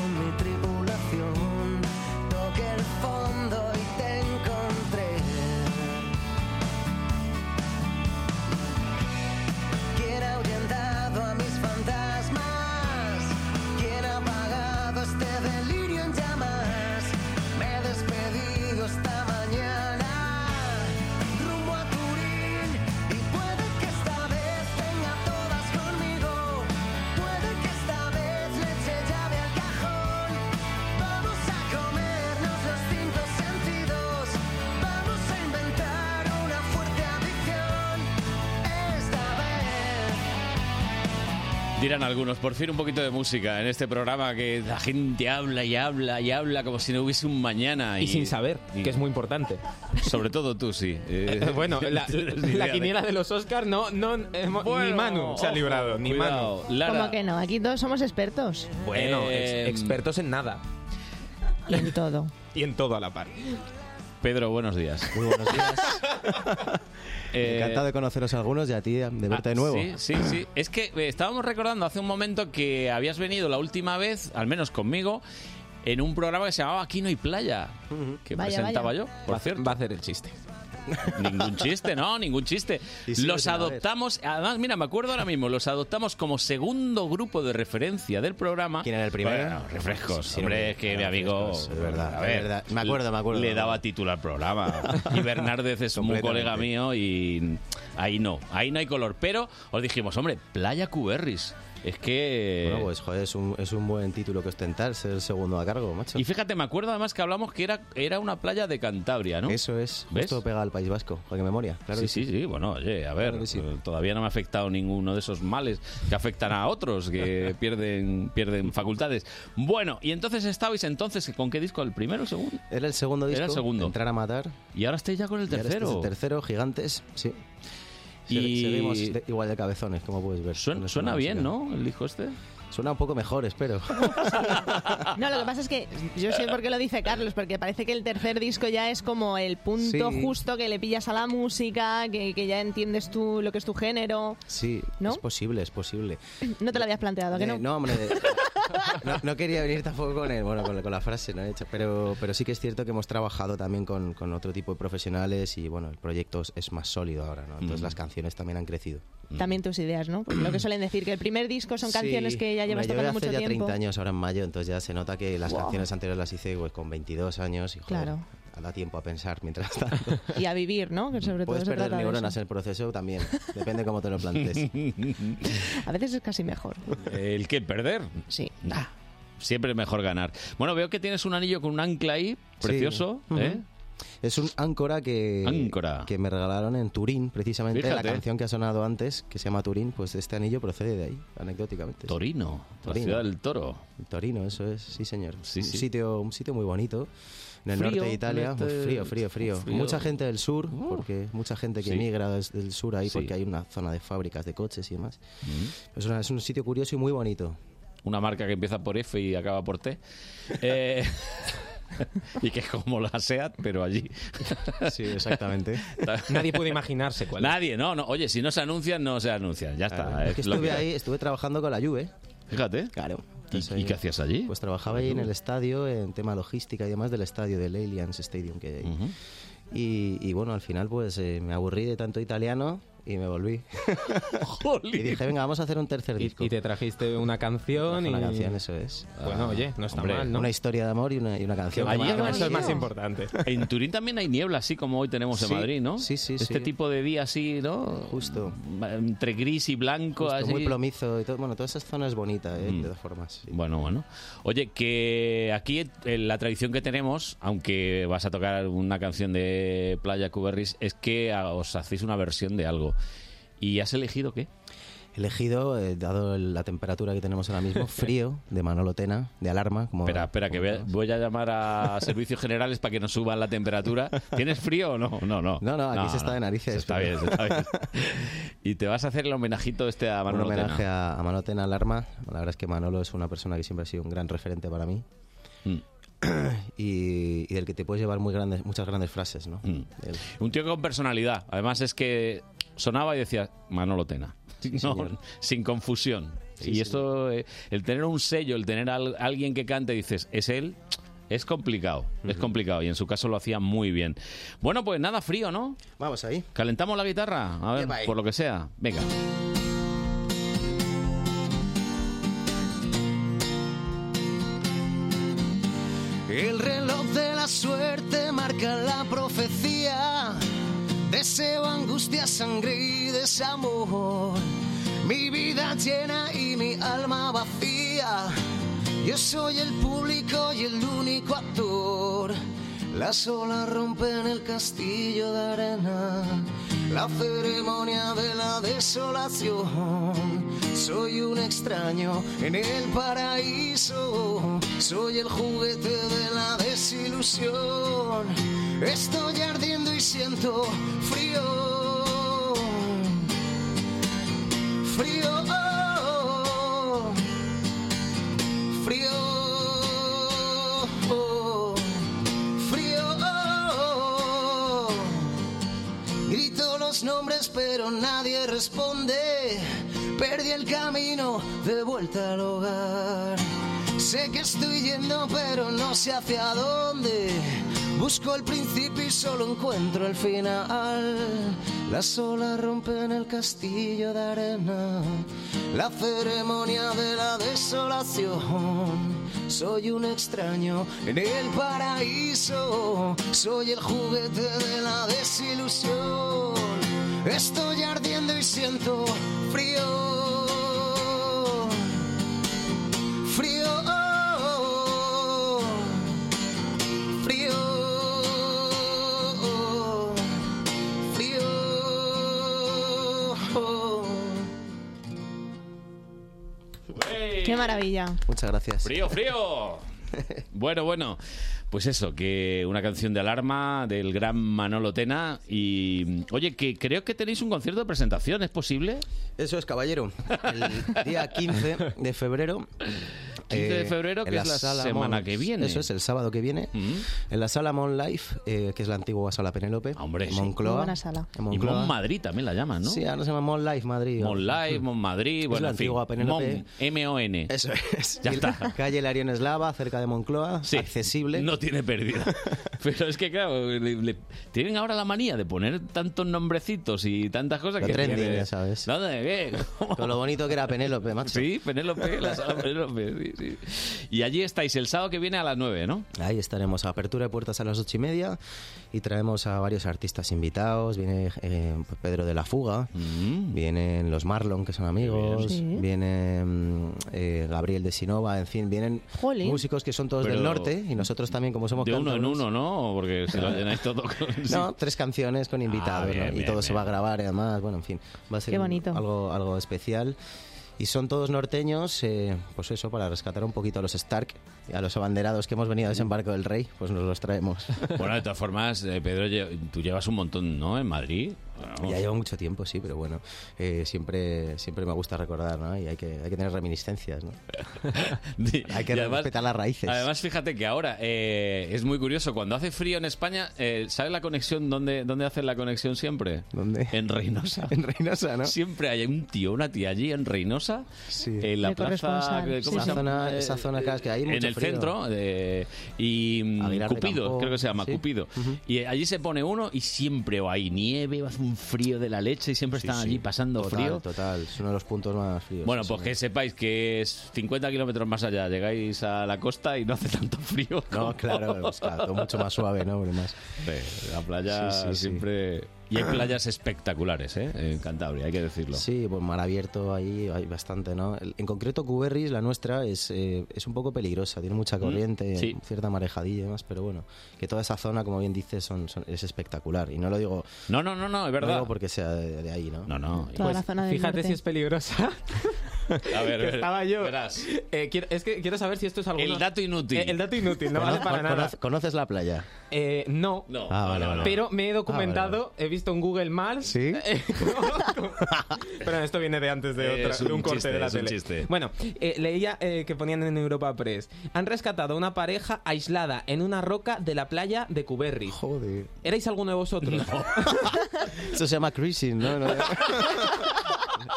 S2: Dirán algunos, por fin un poquito de música en este programa que la gente habla y habla y habla como si no hubiese un mañana.
S3: Y sin saber, que es muy importante.
S2: Sobre todo tú, sí.
S3: [LAUGHS] Eh, bueno,
S2: [LAUGHS]
S3: la, la quiniela de los Oscars no, no hemos- ni Manu se ha librado, ni
S2: cuidado.
S3: Manu.
S4: Como que no, aquí todos somos expertos.
S3: Bueno, ex-
S2: Eh,
S3: expertos en nada.
S4: Y en todo.
S3: Y en todo a la par.
S2: Pedro, buenos días.
S1: Muy buenos
S2: [LAUGHS]
S1: días. Encantado de conoceros a algunos y a ti eh, de verte de nuevo.
S2: Eh, Ah, Sí, sí, sí. Es que eh, estábamos recordando hace un momento que habías venido la última vez, al menos conmigo, en un programa que se llamaba Aquí no hay playa, que
S3: Vaya,
S2: presentaba
S3: vaya.
S2: yo, por
S3: Va-
S2: cierto.
S3: Va a hacer el chiste.
S2: [LAUGHS] Ningún chiste, no, ningún chiste.
S3: Y sí,
S2: los
S3: es una vez.
S2: adoptamos, además, mira, me acuerdo ahora mismo, los adoptamos como segundo grupo de referencia del programa. ¿Quién era el
S1: primero?
S2: refrescos.
S1: Sí,
S2: hombre,
S1: hombre,
S2: es que mi
S1: eran
S2: amigo.
S1: refrescos, es verdad,
S2: a ver,
S1: es verdad. Me acuerdo, me acuerdo.
S2: Le daba título al
S1: [LAUGHS]
S2: programa. Y Bernárdez es un
S1: Completamente.
S2: colega mío y ahí no, ahí no hay color. Pero os dijimos, hombre, Playa Cuberris. Es que.
S1: Bueno, pues joder, es un, es un buen título que ostentar, ser el segundo a cargo, macho.
S2: Y fíjate, me acuerdo además que hablamos que era, era una playa de Cantabria, ¿no?
S1: Eso es,
S2: ¿Ves?
S1: justo pega al País Vasco, joder, qué memoria, claro. que
S2: sí, sí, sí, bueno, oye, a ver, eh, todavía no me ha afectado ninguno de esos males que afectan a otros,
S1: [LAUGHS]
S2: que pierden, pierden facultades. Bueno, y entonces estabais entonces, ¿con qué disco? ¿El primero o el segundo?
S1: Era el segundo disco,
S2: Era el segundo.
S1: Entrar a matar.
S2: Y ahora estáis ya con el
S1: Y ahora este
S2: tercero.
S1: es el tercero, Gigantes, sí. Se-
S2: Y-
S1: Seguimos de- igual de cabezones, como puedes ver. Suena,
S2: suena bien, ¿no? El disco este.
S1: Suena un poco mejor,
S2: [LAUGHS]
S1: espero.
S4: No, lo que pasa es que yo sé por qué lo dice Carlos, porque parece que el tercer disco ya es como el punto
S1: Sí.
S4: justo que le pillas a la música, que, que ya entiendes tú lo que es tu género.
S1: Sí,
S4: ¿No?
S1: es posible, es posible.
S4: No te lo habías planteado, que
S1: Eh,
S4: no.
S1: hombre. [LAUGHS] No, no quería venir tampoco con, el- bueno, con, la- con la frase, ¿no? De hecho, pero, pero sí que es cierto que hemos trabajado también con, con otro tipo de profesionales y bueno, el proyecto es- es más sólido ahora, ¿no? Entonces las canciones también han crecido.
S4: También tus ideas, ¿no? Porque lo que suelen decir, que el primer disco Pues son canciones
S1: Sí.
S4: que ya llevas
S1: Hombre, yo
S4: tocando
S1: voy a
S4: mucho
S1: hacer ya
S4: tiempo.
S1: 30 años ahora en mayo, entonces ya se nota que las
S4: Wow.
S1: canciones anteriores las hice pues, con 22 años y joder,
S4: Claro.
S1: da tiempo a pensar mientras [LAUGHS] tanto.
S4: Y a vivir, ¿no? Que
S1: [LAUGHS]
S4: sobre todo ¿eh?
S1: Puedes
S4: se
S1: perder
S4: trata de
S1: neuronas
S4: eso.
S1: en el proceso también, depende cómo te lo plantes.
S4: A veces es casi mejor.
S2: ¿El qué? ¿Perder?
S4: Sí.
S2: Nah, siempre es mejor ganar. Bueno, veo que tienes un anillo con un ancla ahí,
S1: Sí.
S2: precioso,
S1: Ujú.
S2: ¿eh?
S1: Es un áncora que, que me regalaron en Turín, precisamente
S2: Fíjate.
S1: la canción que ha sonado antes, que se llama Turín, pues este anillo procede de ahí, anecdóticamente.
S2: Torino, la ciudad del toro.
S1: Torino, eso es, sí señor. un,
S2: sí.
S1: Sitio, un sitio muy bonito, en el
S2: Frío,
S1: norte de Italia,
S2: norte-
S1: muy frío, frío, frío,
S2: frío. Uh.
S1: Mucha gente del sur, porque mucha gente que
S2: Sí.
S1: emigra des- del sur ahí,
S2: Sí.
S1: porque hay una zona de fábricas de coches y demás. Es, una- es un sitio curioso y muy bonito.
S2: una marca que empieza por F y acaba por T.
S1: [LAUGHS]
S2: Eh, y que es como la SEAT, pero allí.
S1: Sí, exactamente.
S3: Nadie puede
S2: [LAUGHS]
S3: imaginarse cuál.
S2: Nadie, no, no. Oye, si no se anuncian, no se anuncian. Ya está.
S1: Es que
S2: es lo
S1: estuve
S2: que hay.
S1: ahí, estuve trabajando con la Juve.
S2: Fíjate.
S1: Claro.
S2: ¿Y, y qué hacías allí?
S1: Pues trabajaba ahí en el estadio, en tema logística y demás del estadio, del Allianz Stadium que hay ahí. y, y bueno, al final pues eh, me aburrí de tanto italiano y me volví. [LAUGHS] y dije, venga, vamos a hacer un tercer disco.
S3: Y te trajiste una canción
S1: Traje
S3: y...
S1: una canción, eso es.
S3: Bueno,
S1: Ah,
S3: oye, no está
S1: hombre,
S3: mal, ¿no?
S1: Una historia de amor y una, y una canción.
S2: Allí habrá
S3: eso es más
S2: nieve.
S3: importante.
S2: En Turín también hay niebla, así como hoy tenemos
S1: Sí,
S2: en Madrid, ¿no?
S1: sí, sí,
S2: Este
S1: sí.
S2: tipo de día así, ¿no?
S1: Justo.
S2: Entre gris y blanco,
S1: Justo,
S2: así.
S1: muy plomizo y todo. Bueno, toda esa zona es bonita,
S3: Mm.
S1: eh, de todas formas.
S2: Bueno, bueno. Oye, que aquí eh, la tradición que tenemos, aunque vas a tocar una canción de Playa Cuberris, es que ah, os hacéis una versión de algo. ¿Y has elegido qué?
S1: Elegido, eh, dado el- la temperatura que tenemos ahora
S2: [LAUGHS]
S1: mismo, frío, de Manolo Tena, de alarma. Como
S2: Espera, espera, que voy
S1: pues
S2: a, voy a
S1: [LAUGHS]
S2: llamar a Servicios Generales para que nos suban la temperatura. ¿Tienes frío o no? No, no.
S1: No, no, Ah, aquí se está de narices,
S2: Se Está
S1: pero-
S2: bien, se está
S1: [LAUGHS]
S2: bien. Y te vas a hacer el homenajito este a Manolo
S1: un homenaje
S2: Tena.
S1: a, a Manolo Tena Alarma. La verdad es que Manolo es una persona que siempre ha sido un gran referente para mí.
S2: Mm.
S1: [CLEARS THROAT] Y, y del que te puedes llevar muy grandes, muchas grandes frases, ¿no?
S2: Mm.
S1: Él.
S2: Un tío con personalidad. Además es que sonaba y decía Manolo Tena. No,
S1: señor.
S2: sin confusión.
S1: Sí,
S2: y esto, eh, el tener un sello, el tener al- alguien que cante, dices, es él, es complicado. Es complicado. Y en su caso lo hacía muy bien. Bueno, pues nada frío, ¿no?
S1: Vamos ahí.
S2: Calentamos la guitarra, a ver,
S1: Lleva ahí.
S2: por lo que sea. Venga.
S28: El reloj de la suerte marca la profecía. Deseo, angustia, sangre y desamor. Mi vida llena y mi alma vacía. Yo soy el público y el único actor. Las olas rompen el castillo de arena. La ceremonia de la desolación. Soy un extraño en el paraíso. Soy el juguete de la desilusión. Estoy ardiendo y siento frío. Frío. Frío. Frío. Grito los nombres pero nadie responde. Perdí el camino de vuelta al hogar. Sé que estoy yendo pero no sé hacia dónde. Busco el principio y solo encuentro el final. Las olas rompen el castillo de arena. La ceremonia de la desolación. Soy un extraño en el paraíso. Soy el juguete de la desilusión. Estoy ardiendo y siento frío. Frío. Frío. Frío.
S4: Qué maravilla.
S1: Muchas gracias. [LAUGHS]
S2: Frío, frío. Bueno, bueno, pues eso, que una canción de alarma del gran Manolo Tena y oye, que creo que tenéis un concierto de presentación, ¿es posible?
S1: Eso es, caballero. El día 15 de febrero. Eh,
S2: 15 de febrero,
S1: en
S2: que es la semana que viene. Mm.
S1: Eso es, el sábado que viene. En la sala Mon Life, eh, que es la antigua sala Penélope. Hombre,
S2: Ah, sí.
S1: Moncloa.
S2: Muy buena sala.
S1: En
S2: Y
S1: Moncloa.
S2: Mon Madrid también la llaman, ¿no?
S1: Sí, ahora se llama Mon Life Madrid.
S2: Mon Live, Mon Madrid,
S1: Es
S2: bueno,
S1: la
S2: en fin,
S1: antigua Penélope.
S2: Mon, M-O-N.
S1: Eso es.
S2: Ya está.
S1: [LAUGHS] Calle Larión Eslava, cerca de Moncloa. Accesible.
S2: No
S1: [LAUGHS]
S2: tiene pérdida. Pero es que, claro, le- le- tienen ahora la manía de poner tantos nombrecitos y tantas cosas
S1: Lo
S2: que.
S1: trending,
S2: que-
S1: ya sabes.
S2: Nada de qué.
S1: Con lo bonito que era Penélope, macho.
S2: Sí, Penélope, la sala Penélope, sí, sí. Y allí estáis el sábado que viene a las 9, ¿no?
S1: Ahí estaremos, apertura de puertas a las ocho y media y traemos a varios artistas invitados. Viene eh, Pedro de la Fuga,
S2: Mm.
S1: vienen los Marlon, que son amigos,
S4: Qué bien. Sí.
S1: viene mm, eh, Gabriel de Sinova, en fin, vienen
S4: Jolín.
S1: músicos que son todos
S2: Pero-
S1: del norte y nosotros también, como somos
S2: De uno en
S1: cántabros-
S2: uno, ¿no? Porque si lo llenáis todo con.
S1: [LAUGHS] No, tres canciones con invitados
S2: Ah, bien,
S1: ¿no? y
S2: bien,
S1: todo se
S2: bien.
S1: va a grabar y además, bueno, en fin, va a ser
S4: Qué bonito.
S1: algo algo especial. Y son todos norteños, eh, pues eso, para rescatar un poquito a los Stark y a los abanderados que hemos venido a desembarco del Rey, pues nos los traemos.
S2: [LAUGHS]
S1: [LAUGHS]
S2: Bueno, de todas formas, eh, Pedro, lle- tú llevas un montón, ¿no? En Madrid.
S1: Ya llevo mucho tiempo, sí, pero bueno, eh, siempre, siempre me gusta recordar, ¿no? Y hay que, hay que tener reminiscencias,
S2: [LAUGHS]
S1: ¿no? [LAUGHS] hay que
S2: Y además-
S1: respetar las raíces.
S2: Además, fíjate que ahora eh, es muy curioso. Cuando hace frío en España, eh, ¿sabes la conexión? ¿Dónde, ¿Dónde hacen la conexión siempre?
S1: ¿Dónde?
S2: En Reynosa.
S1: [LAUGHS] En Reynosa, ¿no?
S2: Siempre hay un tío, una tía allí en Reynosa. En la
S1: De
S2: plaza.
S1: corresponsal, sí,
S2: ¿cómo se
S1: sí.
S2: llama?
S1: Esa zona-
S2: Eh,
S1: esa zona acá, que hay
S2: En
S1: mucho
S2: el
S1: frío.
S2: centro. eh, y mm,
S1: Aguilar de
S2: Cupido,
S1: Campo,
S2: creo que se llama,
S1: sí.
S2: Cupido. Y allí se pone uno y siempre o hay nieve, o hace un frío de la leche y siempre están
S1: Sí,
S2: allí
S1: sí.
S2: pasando
S1: Total,
S2: frío.
S1: Total, es uno de los puntos más fríos.
S2: Bueno,
S1: sí,
S2: pues
S1: sí.
S2: que sepáis que es 50 kilómetros más allá, llegáis a la costa y no hace tanto frío.
S1: No, claro,
S2: [LAUGHS]
S1: pues, claro, todo mucho más suave, ¿no? Hombre, más.
S2: La playa
S1: Sí, sí, sí.
S2: siempre... Y hay playas espectaculares, ¿eh? En Cantabria, hay que decirlo.
S1: Sí, pues mar abierto ahí hay bastante, ¿no? El- En concreto, Cuberris, la nuestra, es, eh, es un poco peligrosa, tiene mucha corriente,
S2: Mm, sí.
S1: cierta marejadilla y demás, pero bueno, que toda esa zona, como bien dices, son, son- es espectacular. Y no lo digo.
S2: No, no, no, no, es
S1: No pues,
S2: verdad.
S1: digo porque sea de, de ahí, ¿no?
S2: No, Pues no.
S3: Toda la
S4: zona
S3: Pues Fíjate si es peligrosa.
S2: A
S3: [LAUGHS]
S2: ver,
S3: Que
S2: ver,
S3: estaba yo.
S2: verás.
S3: Eh, quiero- es que quiero saber si esto es algo.
S2: El dato inútil.
S3: el dato inútil, no vale para nada.
S1: ¿Conoces la playa?
S3: Eh, no.
S2: No.
S1: Ah, vale, vale.
S3: Pero me he documentado,
S1: Ah, vale,
S3: he visto en Google Maps.
S1: ¿Sí?
S3: Eh, pero esto viene de antes de,
S2: Eh,
S3: otra-
S2: es
S3: de un
S2: un
S3: corte
S2: chiste,
S3: de la
S2: es un
S3: tele.
S2: chiste.
S3: Bueno, eh, leía eh, que ponían en Europa Press. Han rescatado a una pareja aislada en una roca de la playa de Cuberry.
S1: Joder.
S3: ¿Erais alguno de vosotros?
S1: Eso se llama cruising, ¿no? No- [LAUGHS]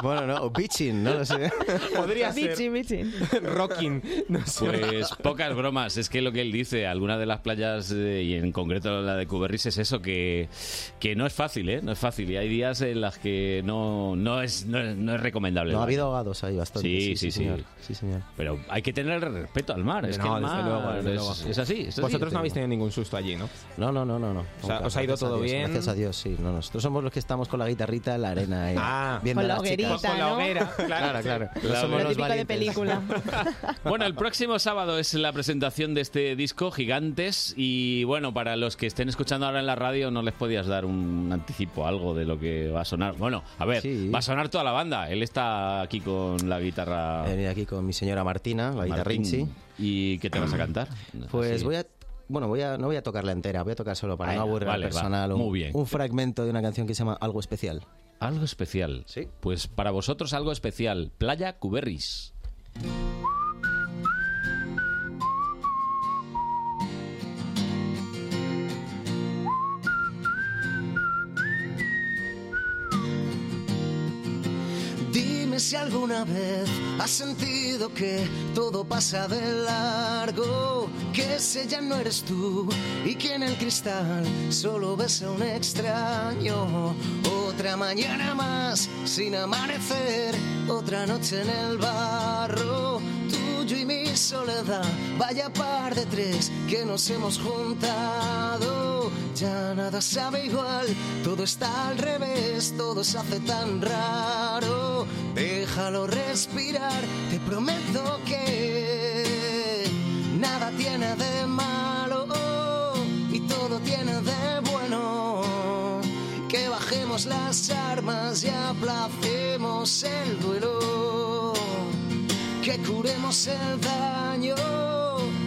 S1: bueno, no, o beaching, no lo
S2: [LAUGHS]
S1: sé.
S3: Podría ser.
S4: Bichi, bichi.
S3: [LAUGHS] Rocking. No sé.
S2: Pues pocas bromas, es que lo que él dice, algunas de las playas, eh, y en concreto la de Cuberris, es eso, que, que no es fácil, ¿eh? No es fácil. Y hay días en las que no, no, es, no, es, no es recomendable.
S1: No, ha
S2: el baño.
S1: habido ahogados ahí bastante.
S2: Sí,
S1: Sí,
S2: sí,
S1: sí,
S2: sí.
S1: señor. Sí, señor.
S2: Pero hay que tener respeto al mar. Es
S3: No,
S2: que el
S3: desde
S2: mar
S3: luego, desde
S2: es,
S3: luego.
S2: es así. es así,
S3: Vosotros
S2: es
S3: no
S2: así.
S3: habéis tenido ningún susto allí, ¿no?
S1: No, no, no, no, no.
S3: sea,
S1: Nunca.
S3: ¿os ha ido
S1: Gracias a
S3: todo
S1: Dios,
S3: bien?
S1: Gracias a Dios, sí. No, nosotros somos los que estamos con la guitarrita en la arena, eh,
S3: Ah.
S1: viendo
S3: Con
S1: a
S3: la
S1: las
S4: hoguerita,
S3: Con la
S1: [LAUGHS]
S4: ¿no?
S3: hoguera, claro.
S1: Claro, claro.
S2: Claro.
S1: Somos
S2: Lo
S1: los
S4: típico de
S1: valientes.
S4: película.
S2: Bueno, el próximo sábado es la presentación de este disco, Gigantes, y bueno, para los que estén escuchando ahora en la radio, no les podías dar un anticipo, algo de lo que va a sonar. Bueno, a ver, va a sonar toda la banda. Él está aquí con la guitarra.
S1: He venido aquí con mi señora Martina, la
S2: Martín.
S1: guitarrinchi.
S2: ¿Y qué te vas a cantar?
S1: [CLEARS THROAT] Pues
S2: Así.
S1: voy a. Bueno, voy a, no voy a tocarla entera, voy a tocar solo para
S2: Ah,
S1: no aburrir
S2: vale,
S1: al personal.
S2: va.
S1: Un,
S2: Muy bien.
S1: un fragmento de una canción que se llama Algo Especial.
S2: Algo especial. Sí. Pues para vosotros algo especial. Playa Cuberris.
S28: Dime si alguna vez has sentido que todo pasa de largo, que ese ya no eres tú y que en el cristal solo ves a un extraño. Otra mañana más sin amanecer, otra noche en el barro. Tuyo y mi soledad, vaya par de tres que nos hemos juntado. Ya nada sabe igual, todo está al revés, todo se hace tan raro. Déjalo respirar, te prometo que nada tiene de malo y todo tiene de bueno. Que bajemos las armas y aplacemos el duelo que curemos el daño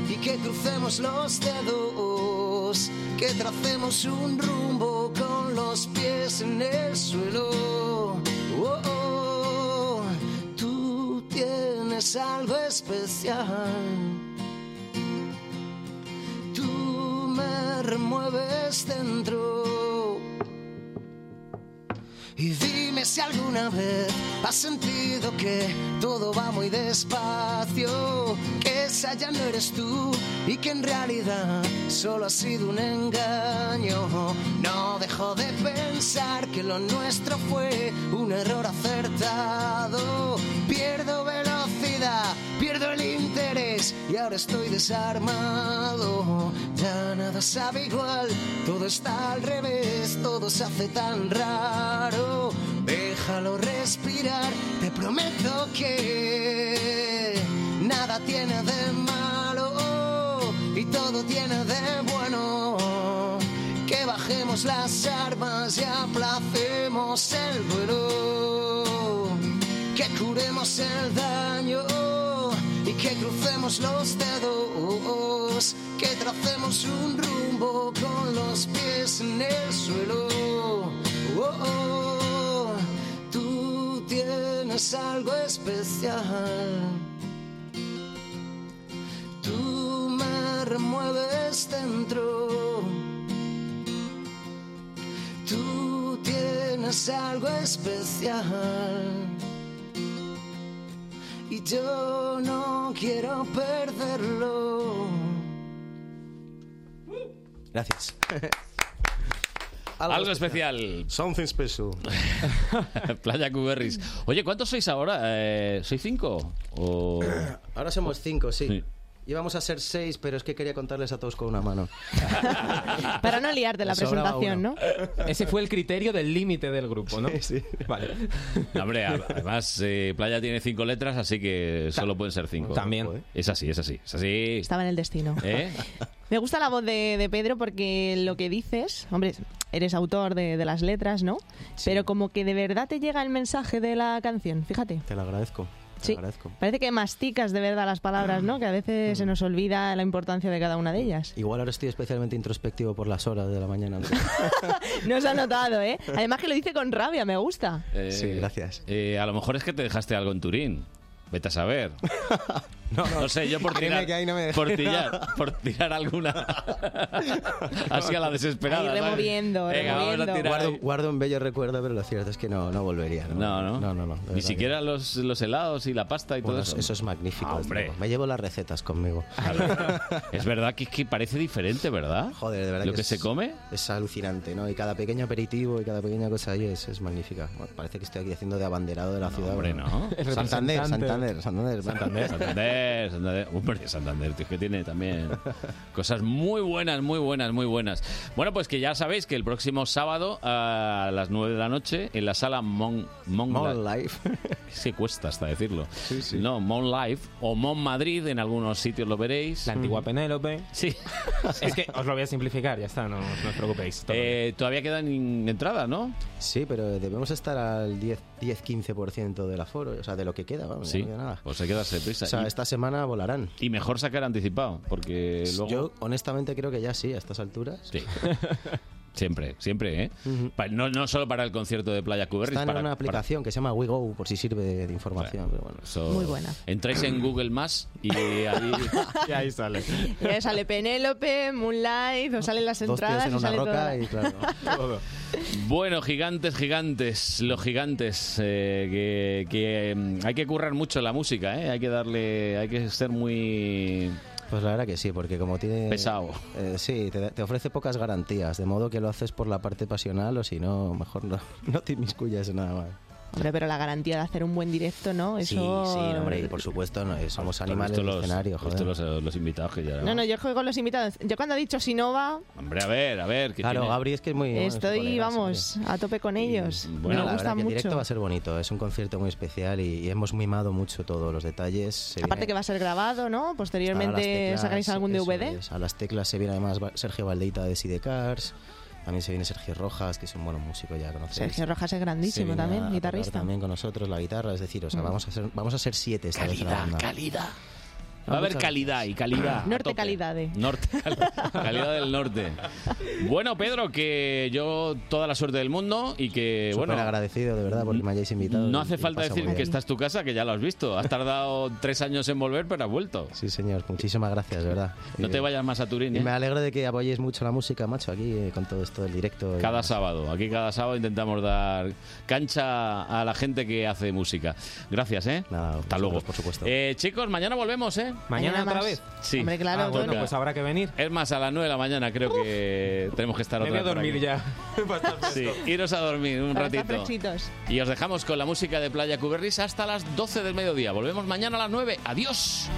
S28: y que crucemos los dedos, que tracemos un rumbo con los pies en el suelo. Oh, oh, tú tienes algo especial. Tú me remueves dentro. Y dime si alguna vez has sentido que todo va muy despacio, que esa ya no eres tú y que en realidad solo ha sido un engaño. No dejo de pensar que lo nuestro fue un error acertado. Pierdo velocidad, pierdo el interés y ahora estoy desarmado. Ya nada sabe igual, todo está al revés, todo se hace tan raro. Déjalo respirar, te prometo que nada tiene de malo y todo tiene de bueno. Que bajemos las armas y aplacemos el duelo. Que curemos el daño y que crucemos los dedos. Que tracemos un rumbo con los pies en el suelo. Oh, oh, tú tienes algo especial. Tú me remueves dentro. Tú tienes algo especial. Y yo no quiero perderlo.
S1: Gracias.
S2: Algo, especial.
S1: Something special.
S2: [LAUGHS] Playa Cuberris. Oye, ¿cuántos sois ahora? Eh, ¿Sois cinco? O...
S1: [CLEARS THROAT] Ahora somos cinco, sí. Íbamos a ser seis, pero es que quería contarles a todos con una mano.
S4: Para no
S2: [LAUGHS]
S4: liarte la
S1: Me sobraba
S4: presentación, ¿no?
S3: [LAUGHS] Ese fue [LAUGHS] el criterio del límite del grupo, ¿no? Vale.
S2: No, hombre, a- además, eh, Playa tiene cinco letras, así que solo pueden ser cinco. También. Es así, es así. Es así.
S4: Estaba en el destino.
S2: ¿Eh?
S4: Me gusta la voz de, de Pedro porque lo que dices, hombre, eres autor de, de las letras, ¿no? Pero como que de verdad te llega el mensaje de la canción, fíjate.
S1: Te lo agradezco. Te
S4: Sí.
S1: lo agradezco.
S4: Parece que masticas de verdad las palabras, ¿no? Que a veces se nos olvida la importancia de cada una de ellas.
S1: Igual ahora estoy especialmente introspectivo por las horas de la mañana.
S4: No se ha notado, ¿eh? Además que lo dice con rabia, me gusta.
S1: [LAUGHS] Sí, gracias.
S2: Eh, a lo mejor es que te dejaste algo en Turín. Vete
S1: [LAUGHS]
S2: a saber. No, sé, yo por
S1: Créeme
S2: tirar,
S1: que ahí no me dejé [LAUGHS]
S2: por
S1: nada.
S2: tirar, por
S1: [LAUGHS]
S2: tirar alguna. Así a la [LAUGHS] desesperada.
S4: Ahí
S2: ¿sabes?
S4: removiendo,
S2: Venga, vamos a
S4: removiendo.
S2: tirar
S1: Guardo,
S2: ahí.
S1: guardo un bello recuerdo, pero lo cierto es que no, no volvería. No, no, no. no, de verdad
S2: Ni
S1: que
S2: siquiera los, los helados y la pasta y
S1: Bueno,
S2: todo
S1: eso-
S2: eso.
S1: eso es magnífico.
S2: Ah,
S1: desde
S2: hombre,
S1: luego. Me llevo las recetas conmigo. [LAUGHS]
S2: es verdad que, que parece diferente, ¿verdad?
S1: Joder, de verdad.
S2: Lo que se
S1: come. Es alucinante, ¿no? Y cada pequeño aperitivo y cada pequeña cosa ahí es, es magnífica. Bueno, parece que estoy aquí haciendo de abanderado de la ciudad. [LAUGHS]
S2: hombre,
S1: bueno.
S2: no. El
S1: Santander,
S2: representante.
S1: Santander, Santander.
S2: Santander, Santander. Santander, Santander. Hombre, Santander, tío, que tiene también cosas muy buenas, muy buenas, muy buenas. Bueno, pues que ya sabéis que el próximo sábado a las 9 de la noche en la sala Mon, Mon,
S1: Mon
S2: Li- [LAUGHS] Sí, cuesta hasta decirlo. No, Mon Life o Mon Madrid, en algunos sitios lo veréis. La
S3: antigua
S2: Penélope. Sí.
S3: [LAUGHS] Es que os lo voy a simplificar, ya está, no, no os preocupéis.
S2: Eh, todavía quedan in- entradas, ¿no?
S1: [LAUGHS] Sí, pero debemos estar al 10-15% del aforo, o sea, de lo que queda, vamos,
S2: Sí.
S1: no queda nada.
S2: Pues hay que darse prisa.
S1: O sea,
S2: Y-
S1: esta semana volarán.
S2: Y mejor sacar anticipado, porque luego...
S1: Yo honestamente creo que ya sí, a estas alturas.
S2: Sí. [LAUGHS] siempre, siempre, ¿eh? Pa- no, no solo para el concierto de Playa Cuberris,
S1: Está en
S2: para,
S1: una
S2: para-
S1: aplicación que se llama WeGo, por si sirve de, de información, pero bueno.
S2: So- Entráis en Google Más y
S1: [LAUGHS]
S2: ahí, sale.
S4: Y ahí sale Penélope, Moonlight, os salen las
S2: Dos pies
S4: entradas
S2: en
S4: y
S2: una
S4: sale
S2: roca
S4: toda la-
S2: y claro. Bueno, gigantes, gigantes, los gigantes, eh, que, que, mm, hay que currar mucho la música, ¿eh? hay que darle, hay que ser muy...
S1: Pues la verdad que sí, porque como tiene...
S2: Pesado.
S1: Eh, sí, te, te ofrece pocas garantías, de modo que lo haces por la parte pasional o si no, mejor no, [LAUGHS] no te inmiscuyas en nada más.
S4: Hombre, pero la garantía de hacer un buen directo, ¿no?
S1: Sí,
S4: Eso...
S1: sí, hombre, y por supuesto no, eh, somos
S2: Esto-
S1: animales
S2: esto
S1: del
S2: los-
S1: escenario,
S2: esto
S1: joder.
S2: los, los invitados que ya...
S4: No, no, yo juego con los invitados. Yo cuando ha dicho Sinova,
S2: Hombre, a ver, a ver. que
S1: Claro,
S2: tiene-
S1: Gabri es que es muy... bueno, es un
S4: estoy,
S1: colega, sí.
S4: vamos, a tope con ellos.
S1: Bueno,
S4: Me
S1: la verdad
S4: gustan
S1: que el
S4: mucho.
S1: directo va a ser bonito, es un concierto muy especial y, y hemos mimado mucho todos los detalles. se
S4: Aparte
S1: viene-
S4: que va a ser grabado, ¿no? Posteriormente
S1: Ahora ¿eh? las
S4: sacaréis
S1: teclas,
S4: algún
S1: eso
S4: DVD.
S1: es. A las teclas se viene además Va- Sergio Valdeita de Sidecars. También se viene Sergio Rojas, que es un buen músico ya conocéis.
S4: Sergio Rojas es grandísimo
S1: Se viene
S4: también,
S1: a tocar
S4: guitarrista.
S1: También con nosotros la guitarra, es decir, o sea,
S4: Mm.
S1: vamos a ser vamos a ser siete esta vez en la
S2: Calidad,
S1: banda.
S2: calidad. Va a haber
S1: Muchas
S2: calidad y calidad. a
S4: Norte
S2: tope. [LAUGHS]
S4: calidad. eh.
S2: Norte, calidad del norte. Bueno, Pedro, que yo toda la suerte del mundo y que,
S1: Súper
S2: bueno,
S1: agradecido de verdad porque me hayáis invitado.
S2: no
S1: y-
S2: hace
S1: y
S2: falta
S1: pasa muy
S2: decir
S1: bien.
S2: que estás tu casa, que ya lo has visto. Has tardado tres años en volver, pero has vuelto.
S1: Sí, señor, muchísimas gracias, de verdad.
S2: No te vayas más a Turín.
S1: Y
S2: ¿eh?
S1: me alegro de que apoyéis mucho la música, macho, aquí eh, con todo esto del directo. y-
S2: Cada sábado, aquí cada sábado intentamos dar cancha a la gente que hace música. Gracias, ¿eh? Hasta luego. Por supuesto. chicos, mañana volvemos, ¿eh?
S3: ¿Mañana otra vez?
S2: Sí.
S3: Hombre, claro, Ah, bueno, Antonio. pues
S2: habrá que venir. Es más, a las 9 de la mañana creo que tenemos que estar
S3: Me
S2: otra
S3: voy a
S2: vez por
S3: dormir ya.
S2: aquí. Sí, iros a dormir un
S4: Para estar
S2: ratito.
S4: fresquitos.
S2: Y os dejamos con la música de Playa Cuberris hasta las 12 del mediodía. Volvemos mañana a las 9. Adiós.